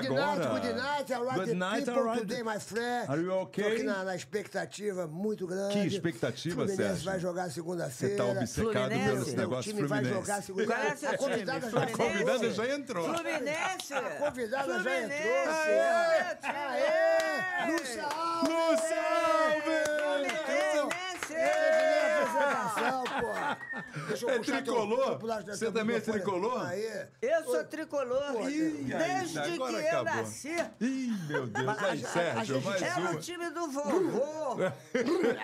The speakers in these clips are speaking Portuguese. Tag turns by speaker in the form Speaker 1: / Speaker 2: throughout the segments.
Speaker 1: Good night, good night, all right,
Speaker 2: Good
Speaker 1: the
Speaker 2: night,
Speaker 1: people
Speaker 2: all right.
Speaker 1: today, my friend.
Speaker 2: Are you okay?
Speaker 1: Tô aqui na, na expectativa muito grande.
Speaker 2: Que expectativa,
Speaker 1: Fluminense
Speaker 2: Sérgio?
Speaker 1: vai jogar segunda-feira.
Speaker 2: Você tá obcecado
Speaker 3: Fluminense?
Speaker 2: pelo esse
Speaker 1: Meu
Speaker 2: negócio
Speaker 1: time vai jogar
Speaker 2: Fluminense.
Speaker 1: segunda-feira.
Speaker 3: Qual é o seu
Speaker 1: A
Speaker 3: time?
Speaker 1: convidada já entrou.
Speaker 2: A convidada
Speaker 3: Fluminense?
Speaker 2: já entrou.
Speaker 3: Fluminense!
Speaker 1: A convidada já
Speaker 3: Fluminense!
Speaker 1: entrou. senhor. Aê! Lúcia Alves!
Speaker 2: Lúcia Alves!
Speaker 3: Fluminense!
Speaker 1: Terminei a apresentação, pô. Deixa eu
Speaker 2: É
Speaker 1: puxar teu-
Speaker 2: tricolor?
Speaker 1: teu lado da-
Speaker 2: Você
Speaker 1: teu
Speaker 2: também é
Speaker 1: microfone.
Speaker 2: tricolor?
Speaker 1: Aê!
Speaker 3: Eu sou tricolor
Speaker 2: Ih,
Speaker 3: desde
Speaker 2: ainda,
Speaker 3: que
Speaker 2: agora
Speaker 3: eu
Speaker 2: acabou.
Speaker 3: nasci.
Speaker 2: Ih, meu Deus.
Speaker 1: a- a- a
Speaker 2: Aí, Sérgio,
Speaker 1: gente-
Speaker 2: mais
Speaker 3: Era
Speaker 2: uma.
Speaker 3: o time do vovô.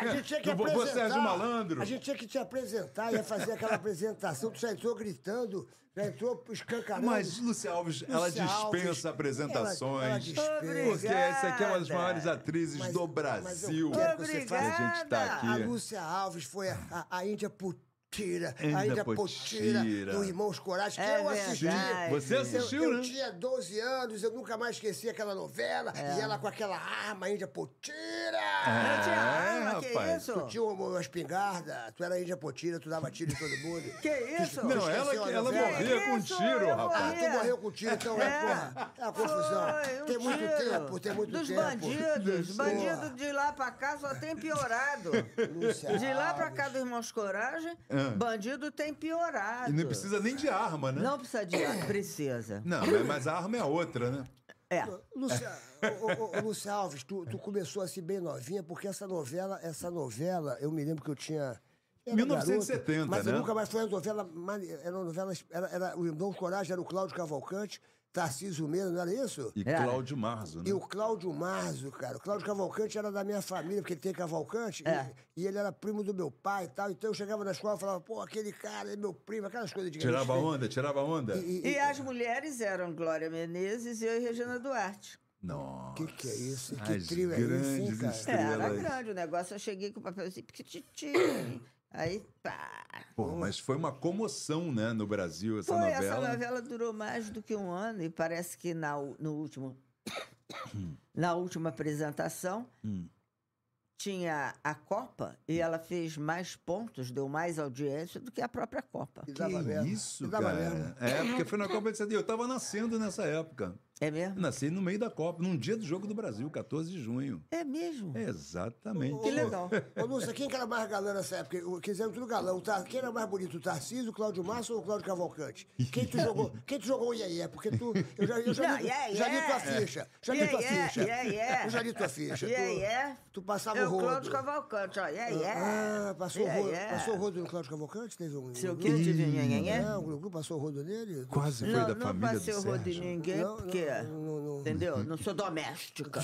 Speaker 1: A gente tinha que
Speaker 2: Do vovô
Speaker 1: apresentar.
Speaker 2: Sérgio Malandro.
Speaker 1: A gente tinha que te apresentar, ia fazer aquela apresentação. Tu já entrou gritando, já entrou escancarando.
Speaker 2: Mas Lúcia Alves, ela
Speaker 1: Lúcia Alves, Ela,
Speaker 2: dispensa
Speaker 1: ela
Speaker 2: apresentações.
Speaker 1: dispensa.
Speaker 2: Porque essa aqui é uma das
Speaker 3: Obrigada.
Speaker 2: maiores atrizes
Speaker 1: Mas-
Speaker 2: do
Speaker 1: mas eu
Speaker 2: Brasil.
Speaker 1: quero
Speaker 2: que
Speaker 1: que
Speaker 2: a
Speaker 1: você
Speaker 2: gente
Speaker 3: faça-
Speaker 2: tá aqui.
Speaker 1: A Lúcia Alves foi a, a Índia Putira.
Speaker 2: Índia
Speaker 1: a Índia Putira,
Speaker 2: Putira.
Speaker 1: do Irmãos Coragem, que
Speaker 3: É
Speaker 1: eu assisti.
Speaker 3: verdade.
Speaker 2: Você assistiu,
Speaker 1: eu, eu
Speaker 2: né?
Speaker 1: tinha 12 anos, eu nunca mais esqueci aquela novela.
Speaker 3: É.
Speaker 1: E ela com aquela arma, Índia Putira.
Speaker 3: Não tinha
Speaker 2: É,
Speaker 3: arma, que
Speaker 2: rapaz.
Speaker 3: isso?
Speaker 1: Tinha uma, uma espingarda, tu era índia potira, tu dava tiro em todo mundo.
Speaker 3: Que isso?
Speaker 2: Não, ela,
Speaker 1: esqueceu a
Speaker 2: ela
Speaker 1: novela?
Speaker 2: morria com um
Speaker 3: Isso,
Speaker 2: tiro,
Speaker 3: eu
Speaker 1: Ah,
Speaker 2: rapaz. Ah,
Speaker 3: morri.
Speaker 1: tu morreu com tiro, então, é, porra. É uma confusão.
Speaker 3: Foi, um
Speaker 1: tem muito
Speaker 3: tiro.
Speaker 1: tempo, tem muito
Speaker 3: Dos
Speaker 1: tempo.
Speaker 3: bandidos.
Speaker 1: Porra.
Speaker 3: Bandido de lá pra cá só tem piorado.
Speaker 1: Lúcia
Speaker 3: De lá pra cá
Speaker 1: Alves.
Speaker 3: do Irmãos Coragem, bandido tem piorado.
Speaker 2: Ah. E não precisa nem de arma, né?
Speaker 3: Não precisa de arma. Precisa.
Speaker 2: Não, mas- mas a arma é outra, né?
Speaker 3: É.
Speaker 1: Lúcia, ô, ô, ô, Lúcia Alves, tu, tu começou assim bem novinha, porque essa novela, essa novela, eu me lembro que eu tinha. era
Speaker 2: 1970,
Speaker 1: garoto, mas
Speaker 2: né?
Speaker 1: eu nunca mais foi uma novela. mane- Era uma novela. Era, era, o Irmão Coragem era o Cláudio Cavalcante, Tarcísio Meira, não era isso?
Speaker 2: E
Speaker 3: Era.
Speaker 2: Cláudio Marzo, né?
Speaker 1: E o Cláudio Marzo, cara. O Cláudio Cavalcante era da minha família, porque ele tem Cavalcante. e-
Speaker 3: É.
Speaker 1: E, ele era primo do meu pai e tal. Então eu chegava na escola e falava, pô, aquele cara é meu primo, aquelas coisas de
Speaker 2: Tirava
Speaker 1: a
Speaker 2: onda, tirava onda.
Speaker 3: E as mulheres eram Glória Menezes e eu e Regina Duarte.
Speaker 2: Nossa.
Speaker 1: O que, que é isso? Que
Speaker 2: As
Speaker 1: trio é esse, hein,
Speaker 2: grandes
Speaker 1: cara?
Speaker 2: estrelas.
Speaker 3: Era
Speaker 2: Estrelas.
Speaker 3: grande o negócio. Eu cheguei com o papel assim, piquititi. Aí, pá.
Speaker 2: Pô, mas foi uma comoção, né, no Brasil, essa
Speaker 3: Foi,
Speaker 2: novela.
Speaker 3: essa novela durou mais do que um ano e parece que na, u- no último, na última apresentação tinha a Copa e ela fez mais pontos, deu mais audiência do que a própria Copa.
Speaker 1: E dava merda.
Speaker 2: Que isso,
Speaker 1: E dava
Speaker 2: cara?
Speaker 1: merda.
Speaker 2: É, porque foi na Copa de 70. Eu tava nascendo nessa época.
Speaker 3: É mesmo?
Speaker 2: Nasci no meio da Copa, num dia do Jogo do Brasil, 14 de junho.
Speaker 3: É mesmo.
Speaker 2: Exatamente.
Speaker 3: Que legal.
Speaker 1: Ô, Lúcia, quem que era mais galã nessa época? Eu- Quiseram tudo galão. Tá? Quem era mais bonito, o Tarcísio, o Cláudio Massa ou o Cláudio Cavalcante? Quem tu jogou? Quem tu jogou o Iê Porque tu. Eu já, eu já,
Speaker 3: Não,
Speaker 1: li,
Speaker 3: iê,
Speaker 1: já li
Speaker 3: iê.
Speaker 1: tua ficha. Já li
Speaker 3: Iê,
Speaker 1: tua
Speaker 3: iê,
Speaker 1: ficha.
Speaker 3: iê, iê.
Speaker 1: Eu já li tua ficha.
Speaker 3: E aí,
Speaker 1: tu,
Speaker 3: é?
Speaker 1: tu passava
Speaker 3: É
Speaker 1: o
Speaker 3: o
Speaker 1: rodo.
Speaker 3: Cláudio Cavalcante, ó. E aí, é?
Speaker 1: Ah, passou,
Speaker 3: E
Speaker 1: o
Speaker 3: aí,
Speaker 1: rodo,
Speaker 3: é?
Speaker 1: passou o rodo no Cláudio Cavalcante? Teve um. É,
Speaker 3: Seu
Speaker 1: um
Speaker 3: quê? Tive um nhenhenhé?
Speaker 1: Não, o Gugu passou o rodo nele?
Speaker 2: Quase foi
Speaker 3: Não,
Speaker 2: da
Speaker 3: não
Speaker 2: família
Speaker 3: passei
Speaker 2: do
Speaker 3: o rodo em
Speaker 2: Sérgio.
Speaker 3: ninguém,
Speaker 1: Não,
Speaker 3: porque.
Speaker 1: não, não, não.
Speaker 3: Entendeu? Não sou doméstica.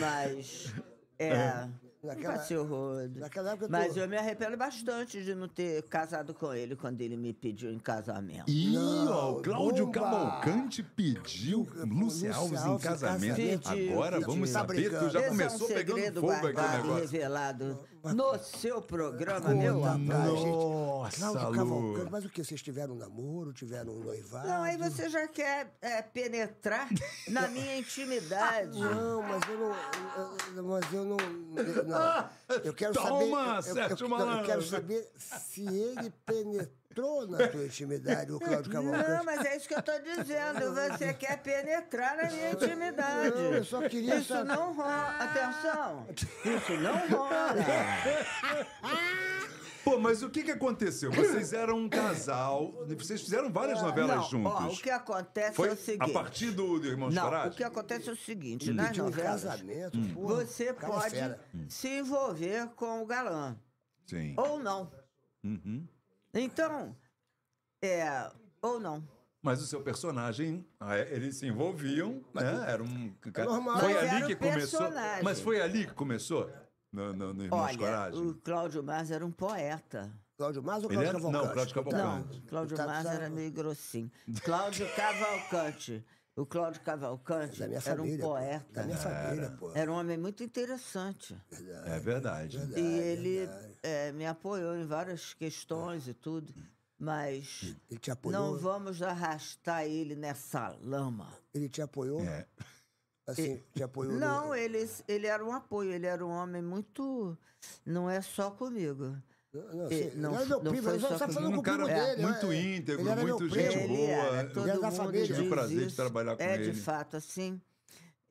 Speaker 3: Mas. É.
Speaker 1: Naquela-
Speaker 3: não passei o rodo.
Speaker 1: naquela época tu-
Speaker 3: Mas eu me arrependo bastante de não ter casado com ele quando ele me pediu em casamento.
Speaker 2: Ih, ó,
Speaker 1: Não,
Speaker 2: o Cláudio
Speaker 1: bomba!
Speaker 2: Cavalcante pediu Lúcia
Speaker 1: Lúcia
Speaker 2: Alves em
Speaker 3: tá
Speaker 1: Alves em
Speaker 2: casamento.
Speaker 1: casamento.
Speaker 3: Pediu,
Speaker 2: Agora
Speaker 3: pediu.
Speaker 2: vamos
Speaker 1: Tá
Speaker 2: saber,
Speaker 1: brincando.
Speaker 2: tu já
Speaker 3: Esse
Speaker 2: começou
Speaker 3: é um segredo
Speaker 2: pegando fogo aqui o
Speaker 3: guardado e
Speaker 2: negócio.
Speaker 3: revelado no seu programa, meu
Speaker 1: Conta
Speaker 3: amor.
Speaker 1: pra gente.
Speaker 2: Nossa,
Speaker 1: Cláudio
Speaker 2: Lu.
Speaker 1: Cavalcante. Mas o que? Vocês tiveram um namoro? Tiveram um noivado?
Speaker 3: Não, é. aí você já quer é, penetrar na minha intimidade.
Speaker 1: Ah, Não, mas eu não. eu- eu- Mas eu não. eu- não. Eu quero
Speaker 2: Toma,
Speaker 1: saber. eu- eu- eu,
Speaker 2: Sérgio
Speaker 1: eu,
Speaker 2: Malandro.
Speaker 1: quero saber se ele penetrou na tua intimidade, o Cláudio
Speaker 3: Não,
Speaker 1: Cavalcante.
Speaker 3: mas é isso que eu tô dizendo. Você quer penetrar na minha
Speaker 1: Não, eu
Speaker 3: intimidade.
Speaker 1: só queria
Speaker 3: Isso
Speaker 1: saber.
Speaker 3: não rola. Atenção! Isso não rola.
Speaker 2: Pô, mas o que, que aconteceu? Vocês eram um casal, vocês fizeram várias novelas
Speaker 3: É, Não,
Speaker 2: juntos.
Speaker 3: ó, o que acontece
Speaker 2: Foi
Speaker 3: é o seguinte.
Speaker 2: a partir do, do Irmãos
Speaker 3: Não, o
Speaker 2: Coragem?
Speaker 3: que acontece é o seguinte, nas
Speaker 1: Pediu um
Speaker 3: novelas,
Speaker 1: casamento, porra,
Speaker 3: você
Speaker 1: o cara é
Speaker 3: pode
Speaker 1: fera.
Speaker 2: Hum.
Speaker 3: se envolver com o galã.
Speaker 2: Sim.
Speaker 3: Ou não.
Speaker 2: Uhum.
Speaker 3: Então, é. Ou não.
Speaker 2: Mas o seu personagem, ah, é, eles se envolviam, né? Era um... ca-
Speaker 1: é normal.
Speaker 2: Foi
Speaker 3: Mas
Speaker 2: ali
Speaker 3: era
Speaker 2: que
Speaker 3: o
Speaker 2: começou...
Speaker 3: personagem.
Speaker 2: Mas foi ali que começou? No, no, no Irmãos
Speaker 3: Olha,
Speaker 2: Coragem?
Speaker 3: o Cláudio Mars era um poeta.
Speaker 1: Cláudio Mas ou
Speaker 2: Ele
Speaker 1: Cláudio
Speaker 2: era- não,
Speaker 1: Cavalcante?
Speaker 2: Cláudio Cavalcante.
Speaker 3: Não, Cláudio
Speaker 1: Tá-
Speaker 3: Mars
Speaker 1: tá-
Speaker 3: era meio grossinho. Cláudio Cavalcante O Cláudio Cavalcante
Speaker 1: Da minha
Speaker 3: era um
Speaker 1: família. pô. Da
Speaker 3: poeta,
Speaker 1: minha família, pô.
Speaker 3: era um homem muito interessante.
Speaker 2: É verdade.
Speaker 3: E ele eh, me apoiou em várias questões e tudo, mas
Speaker 1: Ele te
Speaker 3: não
Speaker 1: apoiou.
Speaker 3: vamos arrastar ele nessa lama.
Speaker 1: Ele te apoiou.
Speaker 2: É.
Speaker 1: Assim, te apoiou. no-
Speaker 3: Não, ele, ele era um apoio, ele era um homem muito. Não é só comigo.
Speaker 1: Não, não,
Speaker 3: Eh,
Speaker 1: sei,
Speaker 3: não-
Speaker 1: ele era meu
Speaker 3: não
Speaker 1: primo,
Speaker 3: foi
Speaker 1: ele só
Speaker 3: só
Speaker 1: tá falando
Speaker 3: comigo.
Speaker 1: com
Speaker 2: Um
Speaker 1: o
Speaker 2: cara
Speaker 1: primo dele.
Speaker 2: muito
Speaker 1: é, é.
Speaker 2: íntegro,
Speaker 1: Ele era meu
Speaker 2: muito
Speaker 1: primo.
Speaker 2: gente
Speaker 3: Ele
Speaker 2: boa.
Speaker 3: era,
Speaker 2: Eu
Speaker 3: todo
Speaker 1: era da
Speaker 3: mundo
Speaker 1: família.
Speaker 3: diz
Speaker 1: Tive
Speaker 2: o prazer de
Speaker 3: isso.
Speaker 2: trabalhar com
Speaker 3: é,
Speaker 2: ele.
Speaker 3: de fato, assim.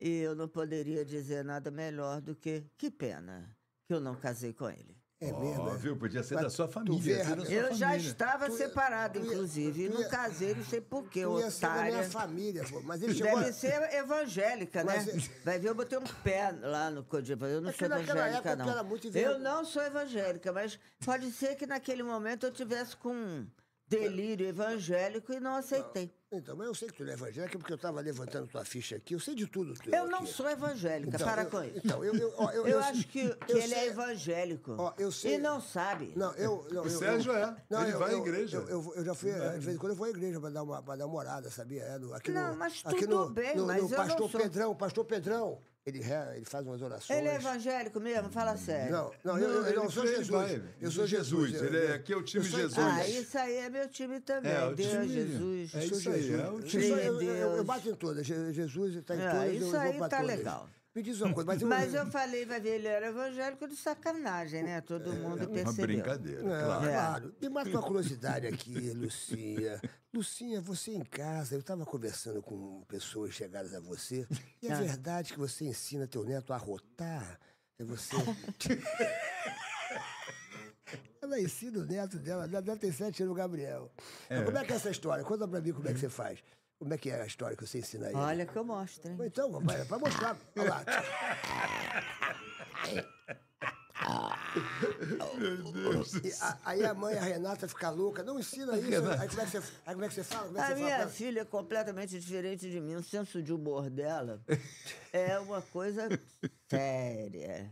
Speaker 3: E eu não poderia dizer nada melhor do que que pena que eu não casei com ele.
Speaker 1: É mesmo. é.
Speaker 2: Óbvio, podia ser
Speaker 1: Mas
Speaker 2: da sua
Speaker 1: tu
Speaker 2: família.
Speaker 1: vê,
Speaker 2: ser da sua
Speaker 3: Eu já
Speaker 2: família.
Speaker 3: estava
Speaker 1: Tu ia-
Speaker 3: separada,
Speaker 1: tu ia-
Speaker 3: inclusive, e
Speaker 1: tu
Speaker 3: não
Speaker 1: ia-
Speaker 3: casei, não sei porquê,
Speaker 1: é. Tu ia ser da minha
Speaker 3: otária.
Speaker 1: família, pô. Mas ele chegou.
Speaker 3: Deve
Speaker 1: a-
Speaker 3: ser evangélica, né?
Speaker 1: Mas é-
Speaker 3: Vai ver, eu botei um pé lá no Codipa. Eu não
Speaker 1: É que
Speaker 3: sou
Speaker 1: naquela época
Speaker 3: evangélica,
Speaker 1: tu era
Speaker 3: não.
Speaker 1: muito evangélica.
Speaker 3: Eu não sou evangélica, mas pode ser que naquele momento eu tivesse com um delírio evangélico e não aceitei.
Speaker 1: Então, mas eu sei que tu não é evangélico, porque eu tava levantando tua ficha aqui. Eu sei de tudo. teu
Speaker 3: Eu não
Speaker 1: aqui.
Speaker 3: sou evangélica,
Speaker 1: Então,
Speaker 3: para
Speaker 1: eu-
Speaker 3: com isso.
Speaker 1: Então, eu, eu, ó, eu,
Speaker 3: Eu,
Speaker 1: eu-
Speaker 3: acho que, que
Speaker 1: eu
Speaker 3: ele é
Speaker 1: sei-
Speaker 3: evangélico
Speaker 1: Ó, eu sei-
Speaker 3: e não sabe.
Speaker 1: Não, eu. não,
Speaker 2: O
Speaker 1: eu-
Speaker 2: Sérgio
Speaker 1: eu-
Speaker 2: é. Ele vai à igreja.
Speaker 1: Eu, eu- eu já fui, de vez em quando eu vou à igreja pra dar uma, pra dar uma orada, sabia? É, no- aqui
Speaker 3: Não,
Speaker 1: no,
Speaker 3: mas
Speaker 1: aqui
Speaker 3: tudo
Speaker 1: no,
Speaker 3: bem,
Speaker 1: no,
Speaker 3: mas
Speaker 1: no
Speaker 3: eu não
Speaker 1: pastor
Speaker 3: sou.
Speaker 1: Pedrão, pastor Pedrão, ele, re- ele faz umas orações.
Speaker 3: ele é evangélico mesmo? Fala sério.
Speaker 1: Não, não, eu, eu, eu não
Speaker 2: ele-
Speaker 1: sou
Speaker 2: ele
Speaker 1: Jesus.
Speaker 2: vai.
Speaker 1: Eu sou Jesus.
Speaker 2: Ele
Speaker 1: eu-
Speaker 2: é aqui é o time
Speaker 1: eu sou-
Speaker 2: Jesus.
Speaker 3: ah, isso aí é meu time também.
Speaker 2: É, o
Speaker 3: Deus,
Speaker 2: time-
Speaker 3: Jesus.
Speaker 2: é
Speaker 1: eu sou
Speaker 2: isso aí,
Speaker 1: Jesus.
Speaker 2: é o
Speaker 1: Eu
Speaker 2: time.
Speaker 1: sou- eu- eu- eu- Eu
Speaker 3: Deus.
Speaker 1: bato em todas. Je- Jesus está em
Speaker 3: É,
Speaker 1: todas.
Speaker 3: isso
Speaker 1: eu vou
Speaker 3: aí
Speaker 1: pra
Speaker 3: tá
Speaker 1: todas.
Speaker 3: legal.
Speaker 1: Me diz uma coisa, mas eu.
Speaker 3: Mas eu falei, vai ver, ele era evangélico de sacanagem, né? Todo mundo
Speaker 2: É uma
Speaker 3: percebeu.
Speaker 2: brincadeira,
Speaker 1: É,
Speaker 2: claro.
Speaker 1: Claro. Me mata uma curiosidade aqui, Lucinha. Lucinha, você em casa, eu estava conversando com pessoas chegadas a você, e é
Speaker 3: Ah.
Speaker 1: verdade que você ensina teu neto a rotar? É você. Ela ensina o neto dela, ela dela tem sete anos, o Gabriel. Mas como é que é essa história? Conta pra mim como é que você faz. Como é que é a história que você ensina ele?
Speaker 3: Olha que eu mostro, hein?
Speaker 1: Então, vai, vai mostrar. Olha lá. E a- aí a mãe, a Renata, fica louca. Não ensina isso. Aí como é que você, aí como é que você fala? Como é que
Speaker 3: A
Speaker 1: você fala?
Speaker 3: minha
Speaker 1: pra ela?
Speaker 3: filha é completamente diferente de mim. O senso de humor dela é uma coisa séria.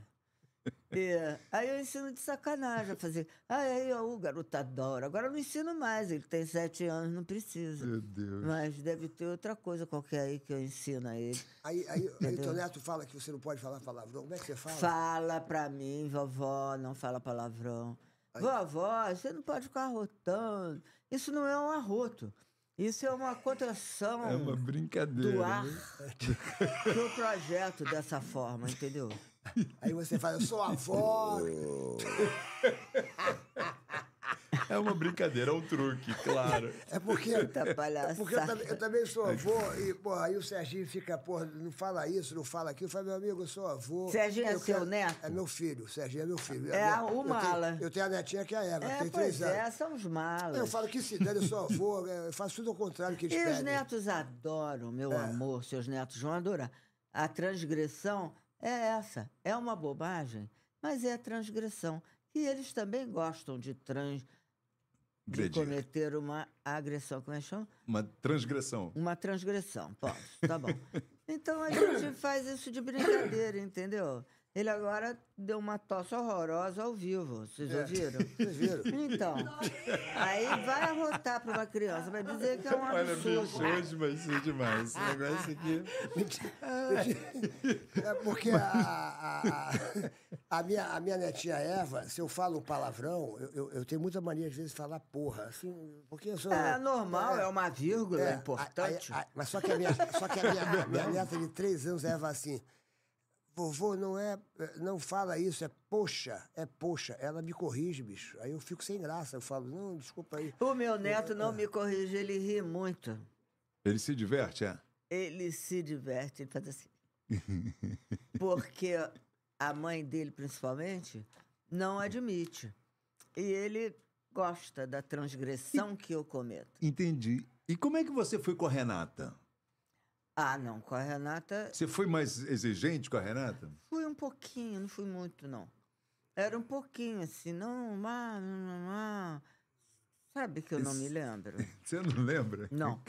Speaker 3: E aí eu ensino de sacanagem a fazer. Ah, aí, ó, o garoto adora. Agora eu não ensino mais, ele tem sete anos, não precisa. Meu Deus. Mas deve ter outra coisa qualquer aí que eu ensino a ele.
Speaker 1: Aí, aí, aí teu neto fala que você não pode falar palavrão. Como é que você fala?
Speaker 3: Fala pra mim, vovó, não fala palavrão. Vovó, você não pode ficar arrotando. Isso não é um arroto. Isso é uma contração
Speaker 2: É
Speaker 1: Ah,
Speaker 2: uma brincadeira. né?
Speaker 3: do
Speaker 1: Uhum.
Speaker 3: ar que eu projeto dessa forma, entendeu?
Speaker 1: Aí você fala, eu sou avó.
Speaker 2: É uma brincadeira, é um truque, claro.
Speaker 1: É porque...
Speaker 3: Tá palhaçada.
Speaker 1: Porque eu, também- eu também sou avô e, pô, aí o Serginho fica, pô, não fala isso, não fala aquilo. Eu falo, meu amigo, eu sou avô.
Speaker 3: Serginho é
Speaker 1: Eu
Speaker 3: seu neto?
Speaker 1: É meu filho, o Serginho é meu filho.
Speaker 3: É
Speaker 1: Eu
Speaker 3: a
Speaker 1: tenho- Eu
Speaker 3: mala.
Speaker 1: tenho, a netinha que é a Eva, que
Speaker 3: É,
Speaker 1: tem três
Speaker 3: pois
Speaker 1: anos.
Speaker 3: é, são os malas.
Speaker 1: Eu falo que se dane, eu sou avô, é, eu faço tudo ao contrário que eles
Speaker 3: E os
Speaker 1: pedem.
Speaker 3: netos adoram,
Speaker 1: É.
Speaker 3: meu amor, seus netos vão adorar. A transgressão é essa, é uma bobagem, mas é a transgressão. E eles também gostam de, trans, de
Speaker 2: Agredi.
Speaker 3: cometer uma agressão, como é que chama?
Speaker 2: Uma transgressão.
Speaker 3: Uma transgressão, ponto, tá bom. Então a gente faz isso de brincadeira, entendeu? Ele agora deu uma tosse horrorosa ao vivo, vocês ouviram?
Speaker 1: É. Vocês viram?
Speaker 3: Então, aí vai arrotar para uma criança, vai dizer que é um
Speaker 2: Olha, bicho,
Speaker 3: absurdo.
Speaker 2: hoje vai ser demais. Esse negócio aqui.
Speaker 1: É porque a, a, a- a minha, a minha netinha Eva, se eu falo um palavrão, eu, eu- eu tenho muita mania, às vezes, de falar porra. Assim, porque eu sou.
Speaker 3: É normal, é,
Speaker 1: uma
Speaker 3: uma vírgula
Speaker 1: É,
Speaker 3: é, importante.
Speaker 1: a- a- a- mas só que a minha, só que a
Speaker 2: É
Speaker 1: minha, a minha neta de três anos leva assim. Vovô, não é. Não fala isso, é poxa, é poxa. Ela me corrige, bicho. Aí eu fico sem graça. Eu falo, não, desculpa aí.
Speaker 3: o meu neto não me corrige, ele ri muito.
Speaker 2: Ele se diverte, é?
Speaker 3: Ele se diverte, ele faz assim. Porque a mãe dele, principalmente, não admite. E ele gosta da transgressão que eu cometo.
Speaker 2: Entendi. E como é que você foi com a Renata?
Speaker 3: Ah, não, com a Renata
Speaker 2: Você foi mais exigente com a Renata?
Speaker 3: fui um pouquinho, não fui muito, não. Era um pouquinho assim, não, má, não, não, não. Sabe que eu não me lembro?
Speaker 2: Você não lembra?
Speaker 3: Não.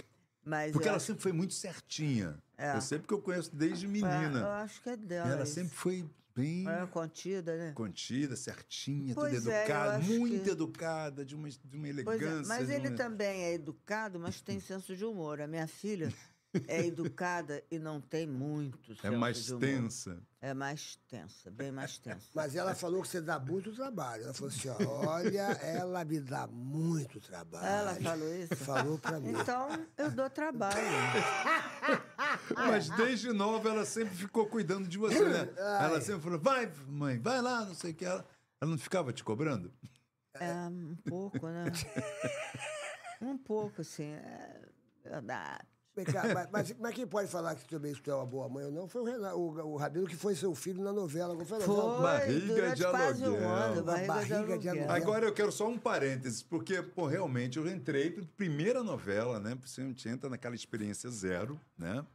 Speaker 3: Mas
Speaker 2: Porque
Speaker 3: eu
Speaker 2: ela
Speaker 3: acho-
Speaker 2: sempre foi muito certinha.
Speaker 3: É.
Speaker 2: Eu sempre que eu conheço desde
Speaker 3: Eu
Speaker 2: menina.
Speaker 3: acho que é dela.
Speaker 2: Ela
Speaker 3: isso.
Speaker 2: sempre foi bem
Speaker 3: É, contida, né?
Speaker 2: contida, certinha,
Speaker 3: Pois
Speaker 2: toda
Speaker 3: é, eu
Speaker 2: educada,
Speaker 3: acho
Speaker 2: muito
Speaker 3: que-
Speaker 2: educada, de uma, de uma
Speaker 3: Pois
Speaker 2: elegância. né,
Speaker 3: é, mas
Speaker 2: de
Speaker 3: ele
Speaker 2: uma-
Speaker 3: também é educado, mas tem senso de humor. A minha filha é educada e não tem muito.
Speaker 2: É
Speaker 3: senso
Speaker 2: mais
Speaker 3: de humor.
Speaker 2: tensa.
Speaker 3: É mais tensa, bem mais tensa.
Speaker 1: Mas ela falou que você dá muito trabalho. Ela falou assim: ó, olha, ela me dá muito trabalho.
Speaker 3: Ela falou isso?
Speaker 1: Falou pra mim.
Speaker 3: Então, eu dou trabalho. Ah, é?
Speaker 2: Mas desde nova ela sempre ficou cuidando de você, né? Ela sempre falou: vai, mãe, vai lá, não sei o que. Ela, ela não ficava te cobrando?
Speaker 3: É, um pouco, né? Um pouco, assim. É verdade.
Speaker 1: Vem cá, mas, mas- mas quem pode falar que também que tu é uma boa mãe ou não foi o, Renato, o, o Rabino que foi seu filho na novela. Qual foi a novela?
Speaker 3: Foi
Speaker 2: barriga
Speaker 3: durante
Speaker 2: de
Speaker 3: quase um
Speaker 2: aluguel.
Speaker 3: ano.
Speaker 1: Uma
Speaker 3: Barriga,
Speaker 1: barriga de
Speaker 3: de aluguel.
Speaker 1: aluguel.
Speaker 2: Agora eu quero só um parênteses, porque, pô, realmente eu entrei pra primeira novela, né? Você não entra naquela experiência zero, né?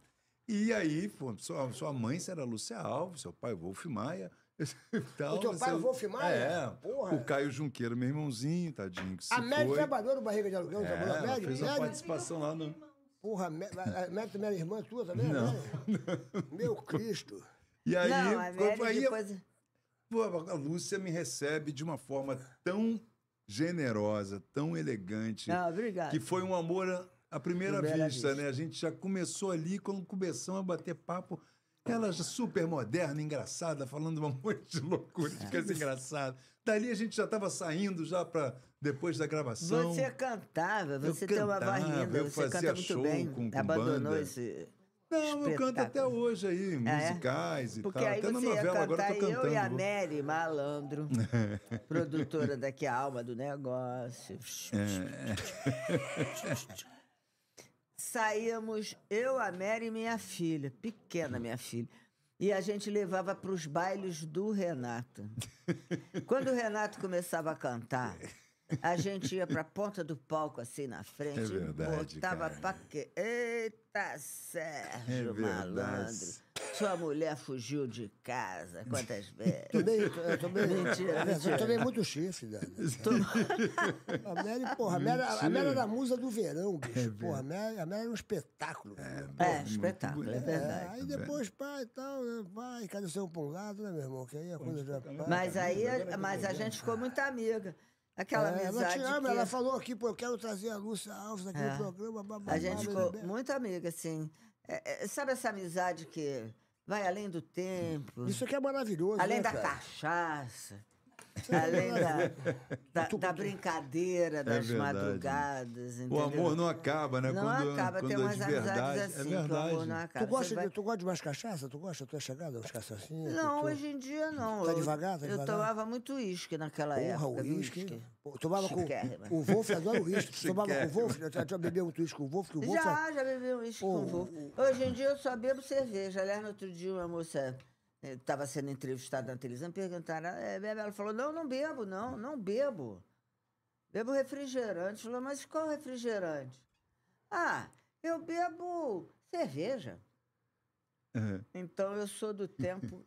Speaker 2: E aí, pô, sua, sua mãe será Lúcia Alves, seu pai Wolf Maia. e tal,
Speaker 1: O teu pai,
Speaker 2: seu-
Speaker 1: Wolf Maia?
Speaker 2: É,
Speaker 1: Porra.
Speaker 2: o Caio Junqueiro, meu irmãozinho, tadinho. Que se
Speaker 1: A Mary
Speaker 2: foi.
Speaker 1: trabalhou no Barriga de Aluguel,
Speaker 2: É,
Speaker 1: trabalhou a
Speaker 2: ela
Speaker 1: Mary?
Speaker 2: fez uma
Speaker 1: Mary?
Speaker 2: participação lá no.
Speaker 1: Porra, a Mary, a Mary também era irmã é tua também? Não. Meu Cristo.
Speaker 2: E aí,
Speaker 3: Não, a
Speaker 2: quando-
Speaker 3: Mary
Speaker 2: aí
Speaker 3: depois...
Speaker 2: Pô, a Lúcia me recebe de uma forma tão generosa, tão elegante,
Speaker 3: Não, obrigada.
Speaker 2: que foi um amor à- à primeira,
Speaker 3: Primeira
Speaker 2: vista,
Speaker 3: vista.
Speaker 2: né? A gente já começou ali, quando começamos a bater papo, ela já super moderna, engraçada, falando um monte de loucura,
Speaker 3: É.
Speaker 2: de coisa engraçada. Dali a gente já estava saindo já para depois da gravação.
Speaker 3: Você é cantava,
Speaker 2: Eu
Speaker 3: você tem uma
Speaker 2: cantava,
Speaker 3: barrinha,
Speaker 2: eu
Speaker 3: você
Speaker 2: fazia
Speaker 3: canta muito
Speaker 2: show
Speaker 3: bem.
Speaker 2: com- com
Speaker 3: Abandonou
Speaker 2: banda.
Speaker 3: esse.
Speaker 2: Não, eu canto
Speaker 3: espetáculo.
Speaker 2: até hoje aí,
Speaker 3: é?
Speaker 2: musicais e
Speaker 3: Porque
Speaker 2: tal.
Speaker 3: aí
Speaker 2: Até na
Speaker 3: você ia
Speaker 2: novela, agora eu
Speaker 3: cantar
Speaker 2: tô
Speaker 3: e
Speaker 2: cantando.
Speaker 3: eu e a Mary, malandro, produtora daqui a alma do negócio.
Speaker 2: É.
Speaker 3: Saíamos, eu, a Mary e minha filha, pequena minha filha. E a gente levava para os bailes do Renato. Quando o Renato começava a cantar, a gente ia para a ponta do palco, assim, na frente.
Speaker 2: É
Speaker 3: e
Speaker 2: verdade,
Speaker 3: Botava
Speaker 2: cara.
Speaker 3: paque... Eita, Sérgio,
Speaker 2: É verdade.
Speaker 3: malandro. Sua mulher fugiu de casa, quantas vezes?
Speaker 1: Tomei, eu tomei,
Speaker 3: Mentira,
Speaker 1: eu
Speaker 3: mentira.
Speaker 1: tomei é muito chifre, Dani. A Mary, porra, a Mary, a Mary era a musa do verão, bicho. Porra, a Mary, a Mary era um espetáculo. É,
Speaker 3: É, espetáculo, é
Speaker 2: bonito.
Speaker 3: verdade.
Speaker 1: aí depois, pai, e tal, né, pai, cada seu pra um lado, né, meu irmão? Que aí a coisa já...
Speaker 3: Mas aí, mas a gente ficou muito amiga. Aquela
Speaker 1: É, ela
Speaker 3: amizade
Speaker 1: te ama,
Speaker 3: que
Speaker 1: ela falou aqui, pô, eu quero trazer a Lúcia Alves aqui
Speaker 3: É.
Speaker 1: no programa. Bababá,
Speaker 3: a gente ficou
Speaker 1: bebê.
Speaker 3: muito amiga, assim. É, é, sabe essa amizade que vai além do tempo,
Speaker 1: Isso aqui é maravilhoso,
Speaker 3: além
Speaker 1: né,
Speaker 3: da
Speaker 1: cara? é
Speaker 3: cachaça, além da, da, da brincadeira das
Speaker 2: É verdade.
Speaker 3: madrugadas, entendeu?
Speaker 2: O amor não acaba, né?
Speaker 3: Não
Speaker 2: quando,
Speaker 3: acaba,
Speaker 2: quando é
Speaker 3: tem umas
Speaker 2: de verdade.
Speaker 3: amizades
Speaker 2: é
Speaker 3: assim, que o
Speaker 2: verdade.
Speaker 3: amor não acaba.
Speaker 1: tu, gosta
Speaker 3: Você vai-
Speaker 1: de, tu gosta de mais cachaça? Tu gosta? Tu é chegada umas cachaçinhas?
Speaker 3: Não,
Speaker 1: tu...
Speaker 3: hoje em dia não.
Speaker 1: Tá
Speaker 3: Eu-
Speaker 1: devagar, tá
Speaker 3: eu,
Speaker 1: devagar?
Speaker 3: tomava muito uísque naquela
Speaker 1: Porra,
Speaker 3: época.
Speaker 1: o
Speaker 3: viu,
Speaker 1: uísque. Pô, Tomava com
Speaker 3: Chiquérrima.
Speaker 1: o Wolf, adora o uísque. Tu tomava com o Wolf? Eu já- já bebeu muito uísque com o Wolf, que o é Wolf
Speaker 3: Já, já bebi um uísque
Speaker 1: Pô,
Speaker 3: com voo. Hoje em dia eu só bebo cerveja. Aliás, no outro dia uma moça estava sendo entrevistada na televisão, perguntaram, "É, bebe?" ela falou, não, não bebo, não, não bebo. Bebo refrigerante. Falou, mas qual refrigerante? Ah, eu bebo cerveja.
Speaker 2: É.
Speaker 3: Então eu sou do tempo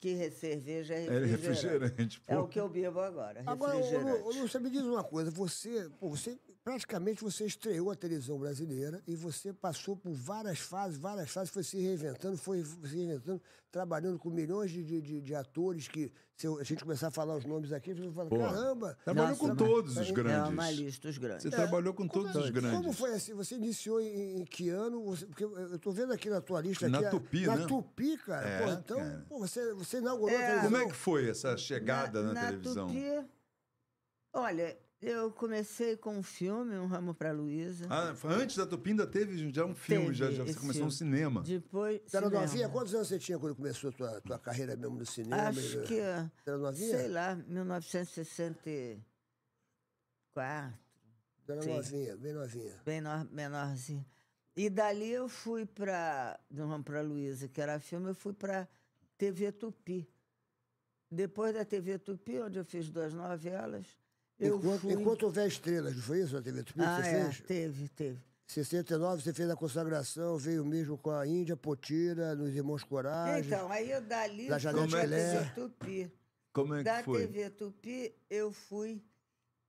Speaker 3: que re- cerveja é
Speaker 2: Era
Speaker 3: refrigerante.
Speaker 2: refrigerante, pô.
Speaker 3: É o que eu bebo agora,
Speaker 1: Agora, ô,
Speaker 3: refrigerante.
Speaker 1: Lu- ô, Lu, você me diz uma coisa. Você, pô, você, praticamente, você estreou a televisão brasileira e você passou por várias fases, várias fases, foi se reinventando, foi se reinventando, trabalhando com milhões de, de, de- de atores que, se eu- a gente começar a falar os nomes aqui, você fala,
Speaker 2: Pô,
Speaker 1: caramba!
Speaker 2: Trabalhou
Speaker 3: Nossa,
Speaker 2: com
Speaker 3: mas-
Speaker 2: todos os
Speaker 1: É
Speaker 3: É uma
Speaker 2: grandes.
Speaker 3: lista, os grandes.
Speaker 2: Você tá trabalhou
Speaker 3: Então,
Speaker 2: com todos
Speaker 3: é
Speaker 2: os grandes.
Speaker 1: Como foi assim? Você iniciou em, em que ano? Você- porque eu eu tô vendo aqui na tua lista.
Speaker 2: Na
Speaker 1: aqui, a-
Speaker 2: Tupi,
Speaker 1: na
Speaker 2: né?
Speaker 1: Tupi, cara.
Speaker 2: É,
Speaker 1: Pô, então,
Speaker 2: cara.
Speaker 1: pô, você, você inaugurou a
Speaker 3: É.
Speaker 1: televisão.
Speaker 2: Como é que foi essa chegada na, televisão?
Speaker 3: Tupi, olha, eu comecei com um filme, Um Ramo para Luísa.
Speaker 2: Ah, foi antes da Tupi ainda teve já um filme,
Speaker 3: Teve
Speaker 2: já, já você
Speaker 3: esse
Speaker 2: começou no
Speaker 3: filme.
Speaker 2: cinema.
Speaker 3: Depois.
Speaker 1: Você era
Speaker 3: cinema.
Speaker 1: novinha? Quantos anos você tinha quando começou a tua, tua carreira mesmo no cinema?
Speaker 3: Acho que,
Speaker 1: Você era novinha?
Speaker 3: sei lá, 1964,
Speaker 1: Você era
Speaker 3: sim.
Speaker 1: novinha, bem novinha.
Speaker 3: bem no- menorzinho. E dali eu fui para. Do Ramo para Luísa, que era filme, eu fui para TV Tupi. Depois da TV Tupi, onde eu fiz duas novelas, eu
Speaker 1: Enquanto,
Speaker 3: fui...
Speaker 1: enquanto houver estrelas, não foi isso na TV Tupi que
Speaker 3: ah,
Speaker 1: você
Speaker 3: é,
Speaker 1: fez?
Speaker 3: teve, teve.
Speaker 1: Em 69 você fez a consagração, veio mesmo com a Índia, Potira, nos Irmãos Coragem.
Speaker 3: Então, aí eu dali
Speaker 1: Ah, Da
Speaker 3: fui
Speaker 1: Janete
Speaker 3: pra
Speaker 1: Pelé.
Speaker 3: TV Tupi.
Speaker 2: Como é que
Speaker 3: Da
Speaker 2: foi?
Speaker 3: TV Tupi, eu fui